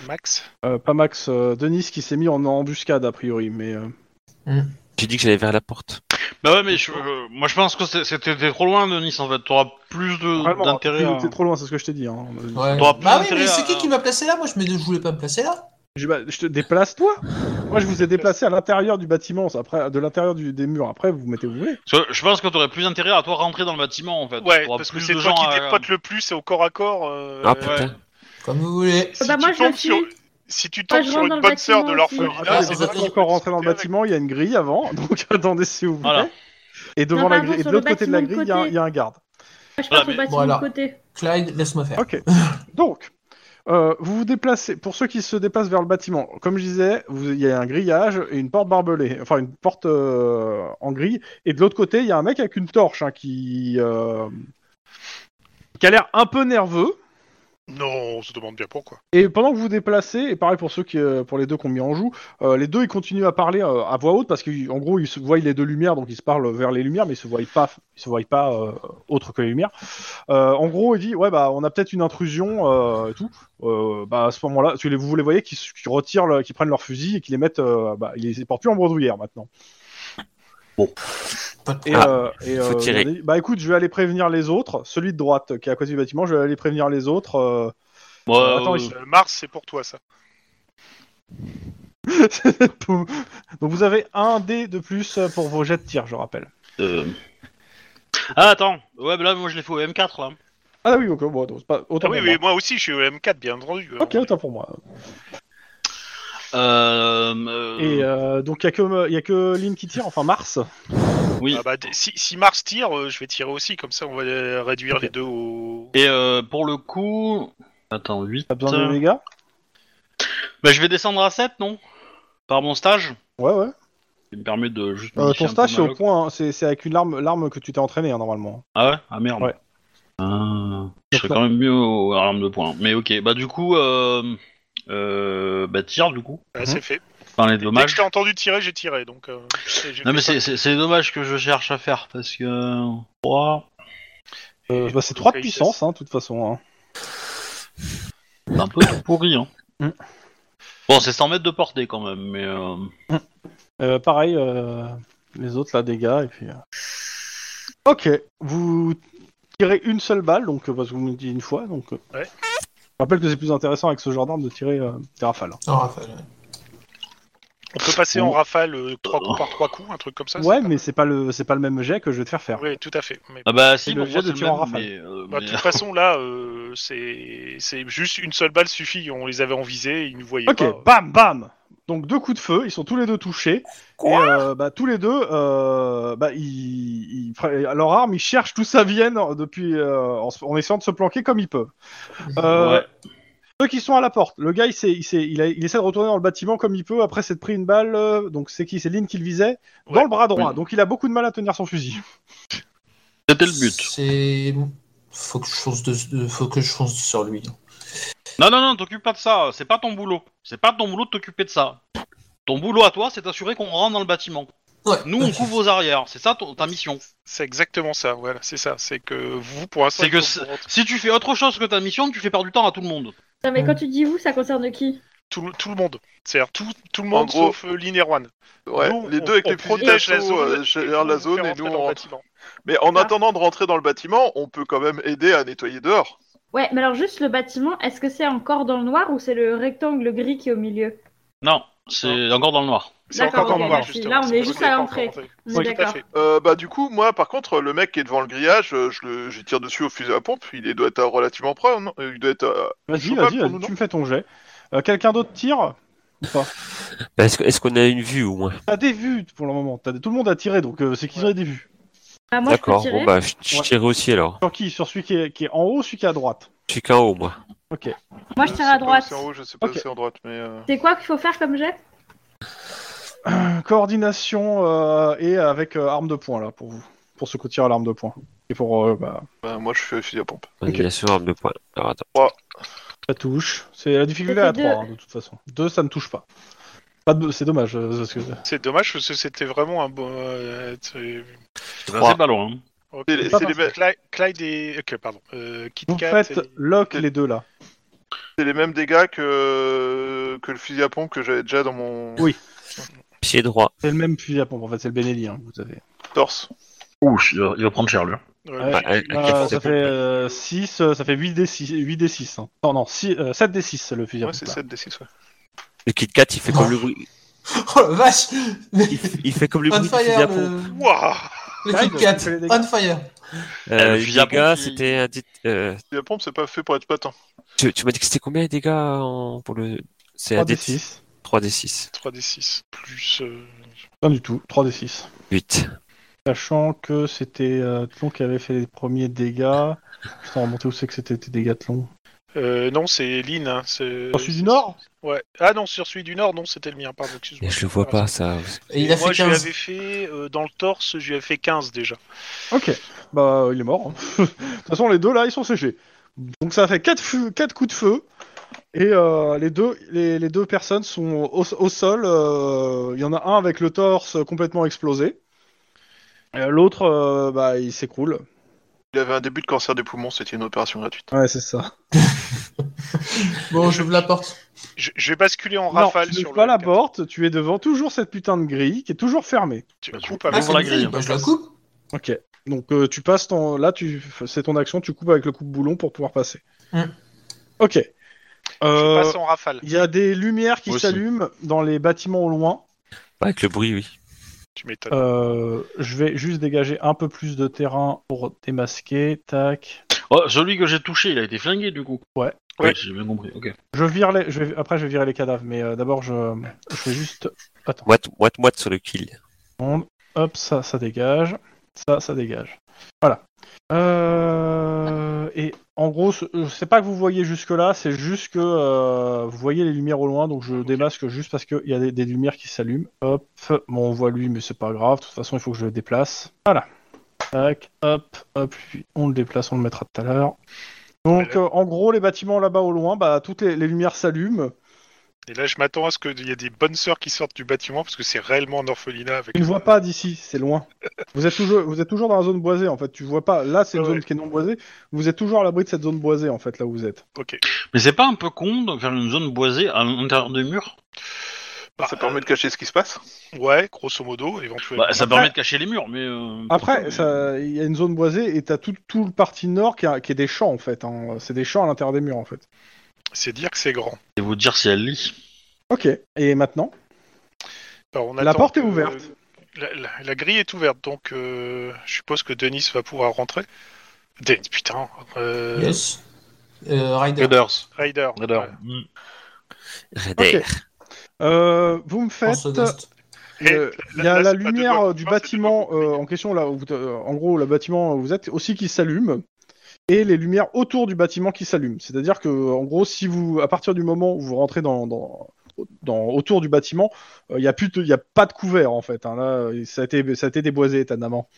Speaker 4: Max
Speaker 2: euh, pas Max euh, Denis qui s'est mis en embuscade a priori, mais euh,
Speaker 8: J'ai dit que j'allais vers la porte.
Speaker 1: Bah ouais mais je, euh, moi je pense que c'est- c'était t'es trop loin Denis en fait, t'auras plus de-
Speaker 7: Mm,
Speaker 2: vraiment, hein.
Speaker 1: d'intérêt.
Speaker 2: t'es-
Speaker 1: à-
Speaker 2: t'es trop loin, c'est ce que je t'ai dit. hein.
Speaker 7: Ouais.
Speaker 1: T'auras plus
Speaker 7: Bah oui,
Speaker 1: intérêt
Speaker 7: mais c'est
Speaker 1: à-
Speaker 7: qui qui m'a placé là Moi je, me... je voulais pas me placer là.
Speaker 2: Je, bah, je te déplace toi. Moi, je vous ai déplacé à l'intérieur du bâtiment, ça, après, de l'intérieur du- des murs. Après, vous vous mettez où vous voulez.
Speaker 1: Parce que Je pense que t'aurais plus intérêt à toi rentrer dans le bâtiment en fait.
Speaker 4: Ouais,
Speaker 1: T'auras
Speaker 4: parce que
Speaker 1: plus
Speaker 4: c'est
Speaker 1: de
Speaker 4: toi
Speaker 1: gens
Speaker 4: qui
Speaker 1: à-
Speaker 4: dépote le plus et au corps à corps. euh,
Speaker 8: Ah
Speaker 1: ouais.
Speaker 8: putain.
Speaker 7: Comme vous voulez.
Speaker 4: si
Speaker 5: Bah,
Speaker 4: tu
Speaker 5: moi, je
Speaker 4: tombes
Speaker 5: le suis.
Speaker 4: sur- Si tu
Speaker 5: Moi,
Speaker 4: tombes
Speaker 5: je
Speaker 4: sur
Speaker 5: rentre
Speaker 4: une
Speaker 5: dans le
Speaker 4: bonne sœur de
Speaker 5: bâtiment aussi.
Speaker 2: Alors,
Speaker 4: l'orphelinat,
Speaker 2: attendez,
Speaker 7: ah, c'est
Speaker 2: vous
Speaker 7: ça.
Speaker 2: êtes pas encore rentré dans le bâtiment, il y a une grille avant, (laughs) donc attendez si vous voulez.
Speaker 1: Voilà.
Speaker 2: Et devant
Speaker 5: Non,
Speaker 2: la
Speaker 5: pardon,
Speaker 2: grille, et de
Speaker 5: sur le
Speaker 2: l'autre côté de la grille,
Speaker 5: bâtiment de
Speaker 2: il y a un-
Speaker 5: côté.
Speaker 2: il y, a un garde.
Speaker 5: Je passe
Speaker 1: mais-
Speaker 5: au bâtiment
Speaker 7: Voilà.
Speaker 5: de côté.
Speaker 7: Clyde, laisse-moi faire.
Speaker 2: Ok. Donc, euh, vous vous déplacez. Pour ceux qui se déplacent vers le bâtiment, comme je disais, vous- il y a un grillage et une porte barbelée, enfin une porte euh, en grille. Et de l'autre côté, il y a un mec avec une torche hein, qui, euh, qui a l'air un peu nerveux.
Speaker 4: Non, on se demande bien pourquoi.
Speaker 2: Et pendant que vous vous déplacez, et pareil pour ceux qui, euh, pour les deux qu'on mis en joue, euh, les deux ils continuent à parler euh, à voix haute parce qu'en gros ils se voient les deux lumières, donc ils se parlent vers les lumières, mais ils se voient pas, ils se voient pas euh, autre que les lumières. Euh, en gros, il dit ouais bah on a peut-être une intrusion euh, et tout. Euh, bah à ce moment-là, tu les- vous les voyez qui, s- qui retirent, le- qui prennent leurs fusils et qui les mettent, euh, bah ils les portent plus en brodouillère maintenant.
Speaker 7: Pas de
Speaker 2: Et,
Speaker 7: problème.
Speaker 2: euh, et,
Speaker 8: Ah, faut tirer.
Speaker 2: on dit, bah écoute, je vais aller prévenir les autres, celui de droite qui est à côté du bâtiment, je vais aller prévenir les autres. euh,
Speaker 1: Ouais,
Speaker 2: Attends,
Speaker 1: ouais,
Speaker 2: il se-
Speaker 4: Euh, Mars, c'est pour toi ça.
Speaker 2: (laughs) Poum. Donc vous avez un dé de plus pour vos jets de tir, je rappelle.
Speaker 1: euh. Ah attends, ouais bah là moi je l'ai fait au M4 là.
Speaker 2: Ah oui, ok, bon, donc c'est pas
Speaker 4: Ah
Speaker 2: autant
Speaker 4: oui,
Speaker 2: pour
Speaker 4: oui,
Speaker 2: moi.
Speaker 4: moi aussi, je suis au M4, bien entendu.
Speaker 2: Ok, autant pour moi.
Speaker 1: Euh, euh,
Speaker 2: Et euh, donc il y a que, y a que Lynn qui tire, enfin Mars. euh,
Speaker 1: oui.
Speaker 4: Ah bah, d- si, si Mars tire, euh, je vais tirer aussi, comme ça on va euh, réduire les deux au.
Speaker 2: bah.
Speaker 1: Et euh, pour le coup... Attends, 8...
Speaker 2: T'as besoin de dégâts
Speaker 1: Bah je vais descendre à 7 non Par mon stage
Speaker 2: Ouais, ouais.
Speaker 1: qui me permet de juste...
Speaker 2: Euh,
Speaker 1: modifier
Speaker 2: ton
Speaker 1: un peu
Speaker 2: stage, c'est
Speaker 1: ma
Speaker 2: au
Speaker 1: log.
Speaker 2: point, hein. c'est c'est avec une larme, l'arme que tu t'es entraîné hein, normalement.
Speaker 1: Ah ouais Ah merde.
Speaker 2: Ouais.
Speaker 1: Ah, je serais
Speaker 2: D'accord.
Speaker 1: quand même mieux au à l'arme de poing. Mais ok, bah du coup... Euh, euh, bah tire du coup.
Speaker 4: Ah, c'est fait.
Speaker 1: Enfin les
Speaker 4: Dès que
Speaker 1: dommages.
Speaker 4: je t'ai entendu tirer, j'ai tiré. Donc, euh, et j'ai
Speaker 1: Non mais
Speaker 4: fait
Speaker 1: c'est- c'est c'est les dommages que je cherche à faire parce que... 3...
Speaker 2: Euh,
Speaker 4: Et
Speaker 2: bah, c'est
Speaker 4: donc,
Speaker 2: 3 de
Speaker 4: le
Speaker 2: puissance, hein, de toute façon. hein.
Speaker 1: C'est un peu pourri, hein.
Speaker 2: Mm.
Speaker 1: Bon, c'est 100 mètres de portée quand même, mais. euh,
Speaker 2: Euh, pareil, euh, les autres, là, dégâts, et puis... euh. Ok, vous tirez une seule balle, donc, euh, parce que vous me dites une fois, donc... euh.
Speaker 4: Ouais.
Speaker 2: Je rappelle que c'est plus intéressant avec ce genre d'arme de tirer euh, des rafales.
Speaker 7: Non, Raphaël.
Speaker 4: On peut passer en
Speaker 1: Bon.
Speaker 4: rafale euh, trois coups par trois coups, un truc comme ça.
Speaker 2: ouais,
Speaker 4: c'est
Speaker 2: mais c'est pas le c'est pas le même jet que je vais te faire
Speaker 4: pas-
Speaker 2: faire.
Speaker 4: Oui, tout à fait. Mais...
Speaker 1: Ah bah si,
Speaker 2: C'est le
Speaker 1: pour moi,
Speaker 2: jet de
Speaker 1: c'est
Speaker 2: tir en
Speaker 1: même,
Speaker 2: rafale.
Speaker 1: mais, euh,
Speaker 4: Bah,
Speaker 1: mais-
Speaker 4: de toute façon, là, euh, euh, c'est c'est juste une seule balle suffit. On les avait en visée, ils nous voyaient
Speaker 2: Ok,
Speaker 4: pas.
Speaker 2: bam, bam. Donc deux coups de feu, ils sont tous les deux touchés. et euh, bah, tous les deux, euh, bah, ils, ils pre- leur arme, ils cherchent d'où ça vient depuis, euh, en, se- en essayant de se planquer comme ils peuvent. Euh, Ceux qui sont à la porte, le gars, il, s'est- il, s'est- il a- il essaie de retourner dans le bâtiment comme il peut. Après, s'être pris une balle. euh, donc c'est qui C'est Lynn qui le visait dans
Speaker 4: Ouais.
Speaker 2: le bras droit.
Speaker 1: Oui.
Speaker 2: Donc il a beaucoup de mal à tenir son fusil.
Speaker 1: C'était le but.
Speaker 7: C'est. Faut que je fonce, de- de- Faut que je fonce sur lui.
Speaker 1: Non, non, non, t'occupes pas de ça. C'est pas ton boulot. C'est pas ton boulot de t'occuper de ça. Ton boulot à toi, c'est d'assurer qu'on rentre dans le bâtiment.
Speaker 7: Ouais.
Speaker 1: Nous, on couvre vos arrières. C'est ça ton- ta mission.
Speaker 4: C'est exactement ça. Voilà, c'est ça. C'est que vous pour l'instant.
Speaker 1: C'est que
Speaker 4: il faut
Speaker 1: c'est-
Speaker 4: qu'on rentre.
Speaker 1: Si tu fais autre chose que ta mission, tu fais perdre du temps à tout le monde.
Speaker 5: Non, mais quand tu dis vous, ça concerne qui
Speaker 4: tout, le- tout le monde. C'est-à-dire tout, tout le monde
Speaker 3: gros-
Speaker 4: sauf euh, Lynn et Erwan.
Speaker 3: Ouais,
Speaker 4: Nous,
Speaker 3: les
Speaker 4: on-
Speaker 3: deux avec
Speaker 4: on
Speaker 3: les fusils
Speaker 4: protège la
Speaker 3: d'assaut
Speaker 4: zone
Speaker 3: euh,
Speaker 4: et
Speaker 3: gèrent la
Speaker 4: vous fait
Speaker 3: zone et
Speaker 4: rentrer
Speaker 3: nous
Speaker 4: dans
Speaker 3: on
Speaker 4: le
Speaker 3: rentre.
Speaker 4: bâtiment. Ah.
Speaker 3: Mais en attendant de rentrer dans le bâtiment, on peut quand même aider à nettoyer dehors.
Speaker 5: Ouais, mais alors juste le bâtiment, est-ce que c'est encore dans le noir ou c'est le rectangle gris qui est au milieu
Speaker 1: Non, c'est encore dans le noir.
Speaker 4: C'est
Speaker 5: D'accord,
Speaker 4: encore dans
Speaker 5: ok,
Speaker 4: le noir,
Speaker 5: merci.
Speaker 4: justement.
Speaker 5: Là, on
Speaker 4: C'est
Speaker 5: est
Speaker 4: parce
Speaker 5: juste
Speaker 4: qu'on
Speaker 5: à
Speaker 4: pas
Speaker 5: l'entrée.
Speaker 4: encore rentré.
Speaker 5: On est
Speaker 4: Oui, tout à
Speaker 5: d'accord.
Speaker 4: fait.
Speaker 3: Euh, bah du coup, moi par contre, le mec qui est devant le grillage, euh, je, le, je tire dessus au fusil à pompe, il est- doit être euh, relativement près, non Il doit être... euh,
Speaker 2: Vas-y,
Speaker 3: Chaud pas
Speaker 2: vas-y,
Speaker 3: pour
Speaker 2: vas-y,
Speaker 3: nous, non
Speaker 2: tu me fais ton jet. Euh, Quelqu'un d'autre tire ou pas
Speaker 8: Bah, Est-ce que- est-ce qu'on a une vue au moins
Speaker 2: T'as des vues pour le moment. T'as des- tout le monde a tiré, donc euh, c'est qu'ils ont des vues.
Speaker 5: Bah, moi, je peux
Speaker 8: D'accord,
Speaker 5: tirer.
Speaker 8: bon bah je, je
Speaker 2: Ouais.
Speaker 8: tire aussi alors.
Speaker 2: Sur qui Sur celui qui est, qui est en haut, celui qui est à droite.
Speaker 8: Je suis qu'en haut moi.
Speaker 5: Moi, je
Speaker 3: euh,
Speaker 5: tire
Speaker 3: c'est
Speaker 5: à
Speaker 3: pas
Speaker 5: droite.
Speaker 3: aussi en haut, je sais pas
Speaker 2: Ok.
Speaker 3: si c'est en droite, mais... euh,
Speaker 5: C'est quoi qu'il faut faire comme jet
Speaker 2: Euh, Coordination euh, et avec euh, arme de poing là pour vous, pour ceux qui tirent à l'arme de poing et pour euh, bah,
Speaker 3: bah, moi je fais fusil à pompe.
Speaker 8: Vas-y,
Speaker 2: Ok.
Speaker 8: Bien sûr, arme de poing. Alors attends.
Speaker 2: ça touche. C'est la difficulté
Speaker 5: Ça
Speaker 2: à
Speaker 5: fait
Speaker 2: 3
Speaker 5: deux.
Speaker 2: de toute façon. 2 ça ne touche pas. Pas de, c'est dommage euh, parce que
Speaker 4: C'est dommage parce que c'était vraiment un bon. euh, c'est-
Speaker 1: C'est pas loin. hein.
Speaker 4: ok.
Speaker 3: C'est les- c'est les mêmes-
Speaker 4: Clyde, Clyde et. Ok, pardon. Euh, Kit
Speaker 2: vous
Speaker 4: Kat
Speaker 2: faites
Speaker 4: et-
Speaker 2: lock les deux là.
Speaker 3: C'est les mêmes dégâts que, que le fusil à pompe que j'avais déjà dans mon
Speaker 2: Oui.
Speaker 8: Pied droit.
Speaker 2: C'est le même fusil à pompe en fait, c'est le Benelli hein, que vous avez.
Speaker 3: torse.
Speaker 1: Ouh, il va, il va prendre cher lui.
Speaker 4: Ouais,
Speaker 2: Ouais.
Speaker 4: puis-
Speaker 8: Bah, avec
Speaker 2: Euh,
Speaker 8: la force
Speaker 2: ça
Speaker 8: de
Speaker 2: fait
Speaker 8: pompe.
Speaker 2: 6, ça fait 8 des 6, 8 des 6. Non non, 7 des 6 le fusil à
Speaker 3: Ouais,
Speaker 2: pompe.
Speaker 3: c'est
Speaker 2: là.
Speaker 3: 7 des 6, ouais.
Speaker 8: Le Kit Kat, il fait comme le bruit.
Speaker 7: Oh la vache
Speaker 8: Il, f- il fait comme le
Speaker 7: On
Speaker 8: bruit du fusil
Speaker 7: fire,
Speaker 8: à pompe.
Speaker 7: le,
Speaker 4: Ouah
Speaker 7: le Kit
Speaker 2: Ouais,
Speaker 7: Kat.
Speaker 2: tu fais les dégâts.
Speaker 7: On fire.
Speaker 1: Euh,
Speaker 8: Euh,
Speaker 1: le
Speaker 8: les
Speaker 1: fusil à pompe
Speaker 8: dégâts,
Speaker 1: qui-
Speaker 8: c'était un dit- euh,
Speaker 3: Fusil à pompe, c'est pas fait pour être patent.
Speaker 8: tu, tu m'as dit que c'était combien les dégâts en- pour le. C'est
Speaker 2: 3
Speaker 8: un
Speaker 2: des
Speaker 8: d
Speaker 2: 6.
Speaker 8: 3d6.
Speaker 4: 3d6 plus. euh,
Speaker 2: Rien du tout, 3 des 6.
Speaker 8: 8.
Speaker 2: Sachant que c'était euh, Tlon qui avait fait les premiers dégâts. Je t'en remonter où c'est que c'était tes dégâts Tlon
Speaker 4: euh, non, c'est Lynn. Hein, c'est-
Speaker 2: Sur celui du Nord
Speaker 4: Ouais. Ah non, sur celui du Nord, non, c'était le mien, pardon, excuse-moi. Ah,
Speaker 8: Mais je le vois pas ça.
Speaker 7: Et il a
Speaker 4: moi,
Speaker 7: fait
Speaker 4: je lui
Speaker 7: 15.
Speaker 4: avais fait, euh, dans le torse, je lui avais fait 15 déjà.
Speaker 2: Ok, bah euh, il est mort. hein. (laughs) De toute façon, les deux là, ils sont séchés. Donc ça fait 4, coups de feu. Et euh, les, deux, les, les deux personnes sont au, au sol. euh, Il y en a un avec le torse complètement explosé. Et L'autre, euh, bah, il s'écroule.
Speaker 3: Il avait un début de cancer des poumons, c'était une opération gratuite.
Speaker 2: Ouais, c'est ça.
Speaker 7: Bon, je vous l'apporte.
Speaker 4: Je, je vais basculer en
Speaker 2: Non,
Speaker 4: rafale
Speaker 2: tu
Speaker 4: sur
Speaker 2: n'ouvres pas
Speaker 4: le
Speaker 2: la
Speaker 4: K.
Speaker 2: porte, tu es devant toujours cette putain de grille qui est toujours fermée.
Speaker 4: Tu
Speaker 1: Bah, tu
Speaker 4: coupes
Speaker 1: Ah,
Speaker 4: avec
Speaker 1: ouvres la
Speaker 7: c'est
Speaker 1: grille.
Speaker 7: une bah, je la coupe.
Speaker 2: Ok. Donc euh, tu passes ton. Là, tu... c'est ton action, tu coupes avec le coupe-boulon pour pouvoir passer.
Speaker 7: Mm.
Speaker 2: Ok.
Speaker 4: Je
Speaker 2: Euh,
Speaker 4: passe en rafale.
Speaker 2: Il y a des lumières qui
Speaker 1: Moi aussi.
Speaker 2: s'allument dans les bâtiments au loin.
Speaker 8: Avec le bruit, oui.
Speaker 4: Tu m'étonnes.
Speaker 2: Euh, je vais juste dégager un peu plus de terrain pour démasquer. Tac.
Speaker 1: Oh, celui que j'ai touché, il a été flingué du coup.
Speaker 2: Ouais.
Speaker 1: Ouais,
Speaker 4: Ouais.
Speaker 1: j'ai bien compris. Ok.
Speaker 2: Je vire les. Je vais... Après, je vais virer les cadavres, mais euh, d'abord, je... je vais juste. Attends.
Speaker 8: Moite, moite, moite sur le kill.
Speaker 2: Hop, ça, ça dégage. Ça, ça dégage. Voilà. Euh, Et en gros, ce- je sais pas que vous voyez jusque-là, c'est juste que euh, vous voyez les lumières au loin, donc je démasque juste parce qu'il y a des, des lumières qui s'allument. Hop, bon, on voit lui, mais c'est pas grave, de toute façon, il faut que je le déplace. Voilà. Tac, hop, hop, lui, on le déplace, on le mettra tout à l'heure. Donc, euh, en gros, les bâtiments là-bas au loin, bah, toutes les, les lumières s'allument.
Speaker 4: Et là, je m'attends à ce qu'il y ait des bonnes sœurs qui sortent du bâtiment parce que c'est réellement un orphelinat. Avec...
Speaker 2: Tu ne vois pas d'ici, c'est loin. Vous êtes toujours, vous êtes toujours dans la zone boisée en fait. Tu vois pas. Là, c'est une
Speaker 4: Ouais.
Speaker 2: zone qui est non boisée. Vous êtes toujours à l'abri de cette zone boisée en fait là où vous êtes.
Speaker 4: Ok.
Speaker 1: Mais c'est pas un peu con de faire une zone boisée à l'intérieur des murs
Speaker 4: Bah,
Speaker 3: ça permet de cacher ce qui se passe.
Speaker 4: euh, ouais, grosso modo, éventuellement.
Speaker 1: Bah, ça
Speaker 2: Après-
Speaker 1: permet de cacher les murs, mais. euh,
Speaker 2: Après, ça- il y a une zone boisée et t'as tout, tout le parti nord qui, a- qui est des champs en fait. hein. C'est des champs à l'intérieur des murs en fait.
Speaker 4: C'est dire que c'est grand.
Speaker 1: Et vous dire si elle lit.
Speaker 2: Ok. Et maintenant,
Speaker 4: Bah, on
Speaker 2: la
Speaker 4: attend
Speaker 2: porte est
Speaker 4: que-
Speaker 2: ouverte.
Speaker 4: La, la- la grille est ouverte, donc euh, je suppose que Denis va pouvoir rentrer. Denis, putain. euh,
Speaker 7: Yes. Euh, Ryder.
Speaker 1: Raiders.
Speaker 4: Raider.
Speaker 1: Raiders.
Speaker 4: voilà.
Speaker 1: Mm.
Speaker 8: Raider.
Speaker 2: Euh, vous me
Speaker 7: En
Speaker 2: faites.
Speaker 7: Sud-Est.
Speaker 4: Et
Speaker 2: euh,
Speaker 4: la-
Speaker 2: Il y a la
Speaker 4: là, c'est pas de
Speaker 2: lumière
Speaker 4: doigts,
Speaker 2: euh, du
Speaker 4: c'est pas
Speaker 2: bâtiment
Speaker 4: de doigts.
Speaker 2: euh, en question, là, où vous- euh, en gros, le bâtiment où vous êtes, aussi qui s'allume, et les lumières autour du bâtiment qui s'allument. C'est-à-dire que, en gros, si vous, à partir du moment où vous rentrez dans, dans, dans- autour du bâtiment, euh, il n'y a plus, de- il y a pas de couvert en fait. hein. là, euh, ça a été, ça a été déboisé étonnamment.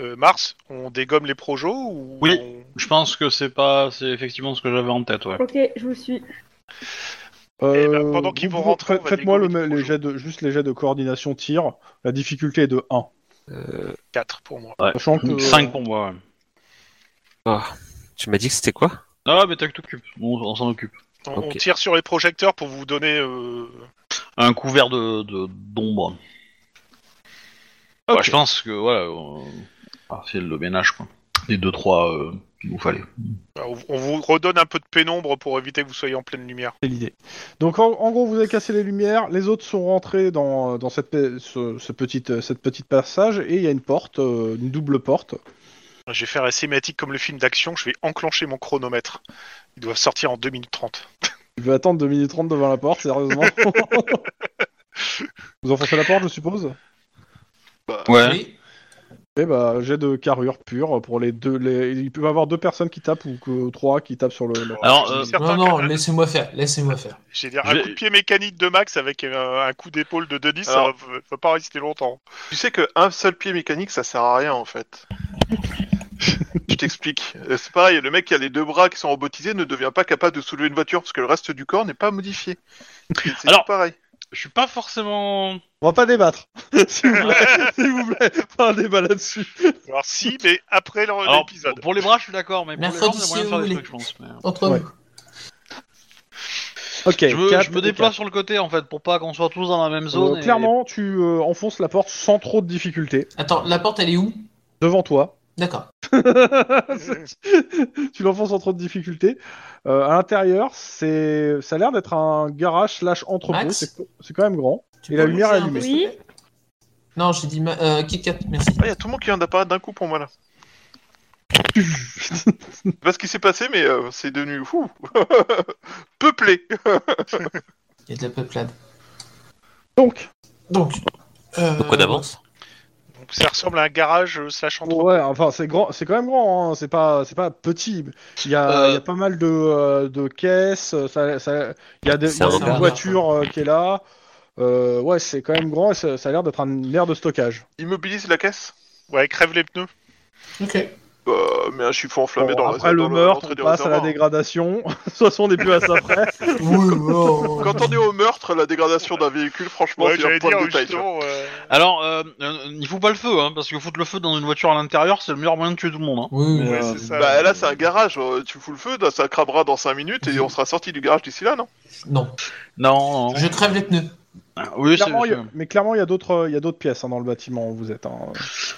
Speaker 4: Euh, Mars, on dégomme les projos ou
Speaker 1: Oui.
Speaker 4: on-
Speaker 1: Je pense que c'est pas, c'est effectivement ce que j'avais en tête, ouais.
Speaker 5: Ok, je vous suis.
Speaker 4: Eh ben, pendant
Speaker 2: Euh, vous
Speaker 4: qu'ils vont
Speaker 2: pouvez-
Speaker 4: rentrer, on va
Speaker 2: faites-moi le,
Speaker 4: dégommer tout
Speaker 2: les
Speaker 4: le
Speaker 2: jets de, juste les jets de coordination tir. La difficulté est de 1.
Speaker 8: Euh,
Speaker 4: 4 pour moi.
Speaker 2: Sachant que
Speaker 1: 5 pour moi, ouais.
Speaker 8: oh. Tu m'as dit que c'était quoi
Speaker 1: Ah, mais t'as que t'occupes. On, on s'en occupe.
Speaker 4: On,
Speaker 8: Ok.
Speaker 4: on tire sur les projecteurs pour vous donner. euh,
Speaker 1: Un couvert de, de- d'ombre. Ouais, je pense que, voilà, euh, ah, c'est le ménage, quoi. Les 2-3 euh, qu'il vous fallait.
Speaker 4: bah, on on vous redonne un peu de pénombre pour éviter que vous soyez en pleine lumière.
Speaker 2: C'est l'idée. Donc en, en gros, vous avez cassé les lumières, les autres sont rentrés dans, dans cette, pe- ce, ce petit, euh, cette petite passage et il y a une porte, euh, une double porte.
Speaker 4: Je vais faire la cinématique comme le film d'action, je vais enclencher mon chronomètre. Ils doivent sortir en 2 minutes 30.
Speaker 2: Je vais attendre 2 minutes 30 devant la porte,
Speaker 1: (laughs)
Speaker 2: sérieusement. vous enfoncez la porte, je suppose
Speaker 4: euh,
Speaker 1: Ouais.
Speaker 7: Oui.
Speaker 2: Eh bah, j'ai de carrure pure pour les deux. Les... Il peut y avoir deux personnes qui tapent ou que, ou trois qui tapent sur le. le-
Speaker 1: Alors,
Speaker 4: Je
Speaker 1: euh,
Speaker 4: suis certain
Speaker 7: Non,
Speaker 4: que-
Speaker 7: non, laissez-moi faire, laissez-moi faire.
Speaker 4: J'ai dire,
Speaker 1: Je
Speaker 4: un
Speaker 1: vais-
Speaker 4: coup de pied mécanique de Max avec euh, un coup d'épaule de Denis, ça
Speaker 3: Alors-
Speaker 4: va, va pas résister longtemps.
Speaker 3: Tu sais qu'un seul pied mécanique, ça sert à rien en fait. Je t'explique.
Speaker 4: (laughs)
Speaker 3: Euh, C'est pareil, le mec qui a les deux bras qui sont robotisés ne devient pas capable de soulever une voiture parce que le reste du corps n'est pas modifié. C'est- C'est
Speaker 1: Alors-
Speaker 3: tout pareil.
Speaker 1: je suis pas forcément.
Speaker 2: On va pas débattre. (laughs) S'il vous (laughs) plaît, s'il vous plaît, pas un débat là-dessus.
Speaker 4: Alors si, mais après l'en-
Speaker 1: Alors,
Speaker 4: l'épisode.
Speaker 1: pour les bras, je suis d'accord, mais pour les jambes,
Speaker 7: Mercredi,
Speaker 1: il y a moyen de
Speaker 7: si
Speaker 1: faire
Speaker 7: vous
Speaker 1: des
Speaker 7: voulez.
Speaker 1: trucs, je pense. mais- euh.
Speaker 7: Entre
Speaker 2: Ouais.
Speaker 7: nous.
Speaker 2: Ok,
Speaker 1: Je me,
Speaker 2: quatre
Speaker 1: je me
Speaker 2: et
Speaker 1: déplace sur le côté, en fait, pour pas qu'on soit tous dans la même
Speaker 2: quatre.
Speaker 1: zone.
Speaker 2: Euh,
Speaker 1: et-
Speaker 2: clairement, tu euh, enfonces la porte sans trop de difficulté.
Speaker 7: Attends, la porte elle est où
Speaker 2: Devant toi.
Speaker 7: D'accord.
Speaker 2: (laughs) tu l'enfonces sans trop de difficulté. Euh, à l'intérieur, c'est, ça a l'air d'être un garage slash entrepôt.
Speaker 7: Max
Speaker 2: C'est, c'est quand même grand. (laughs)
Speaker 7: Tu
Speaker 2: Et la
Speaker 7: peux
Speaker 2: lumière
Speaker 7: pousser
Speaker 2: est
Speaker 7: un peu,
Speaker 2: allumée.
Speaker 7: s'il te plaît Non, j'ai dit ma... euh, Kit Kat, merci.
Speaker 3: Ah, il y a tout le monde qui vient d'apparaître d'un coup pour moi là. Je sais pas ce qui s'est passé, mais euh, c'est devenu fou. (laughs) Peuplé.
Speaker 7: Il y a de la peuplade.
Speaker 2: Donc,
Speaker 7: Donc. euh,
Speaker 8: Donc on avance.
Speaker 4: Donc, ça ressemble à un garage euh, slash entre.
Speaker 2: ouais, enfin, c'est grand, c'est quand même grand. hein. C'est pas, c'est pas petit. Il y a,
Speaker 1: Euh.
Speaker 2: il y a pas mal de, euh, de caisses. Ça, ça- il y a des,
Speaker 8: C'est un
Speaker 2: il y a
Speaker 8: hangar.
Speaker 2: une voiture euh, qui est là. Euh, ouais, c'est quand même grand et ça, ça a l'air d'être un aire de stockage.
Speaker 3: Immobilise la caisse.
Speaker 4: Ouais, crève les pneus.
Speaker 7: Ok.
Speaker 3: Euh, mais un chiffon enflammé
Speaker 2: Bon,
Speaker 3: dans
Speaker 2: après le
Speaker 3: dans
Speaker 2: meurtre,
Speaker 3: l'entrée
Speaker 2: on
Speaker 3: des
Speaker 2: passe à la
Speaker 3: réservoirs.
Speaker 2: dégradation. (laughs) De toute façon, on n'est plus à ça près. (laughs)
Speaker 7: Oui, wow.
Speaker 3: Quand on est au meurtre, la dégradation d'un véhicule, franchement,
Speaker 4: Ouais,
Speaker 3: c'est un
Speaker 4: j'allais
Speaker 3: point
Speaker 4: dire
Speaker 3: de détail. tu vois.
Speaker 4: justement. euh,
Speaker 1: Alors, euh, euh, il faut pas le feu, hein, parce que foutre le feu dans une voiture à l'intérieur, c'est le meilleur moyen de tuer tout le monde. hein.
Speaker 7: Oui,
Speaker 1: Mais,
Speaker 4: ouais,
Speaker 1: euh,
Speaker 4: c'est ça.
Speaker 3: Bah là, c'est un garage. euh, Tu fous le feu, ça crabera dans 5 minutes et on sera sorti du garage d'ici là, non
Speaker 7: non.
Speaker 1: Non. non.
Speaker 7: Je crève les pneus.
Speaker 1: Oui, c'est.
Speaker 2: Clairement, il y
Speaker 1: c'est-
Speaker 2: a- mais clairement, il y a d'autres, il y a d'autres pièces hein, dans le bâtiment où vous êtes. hein.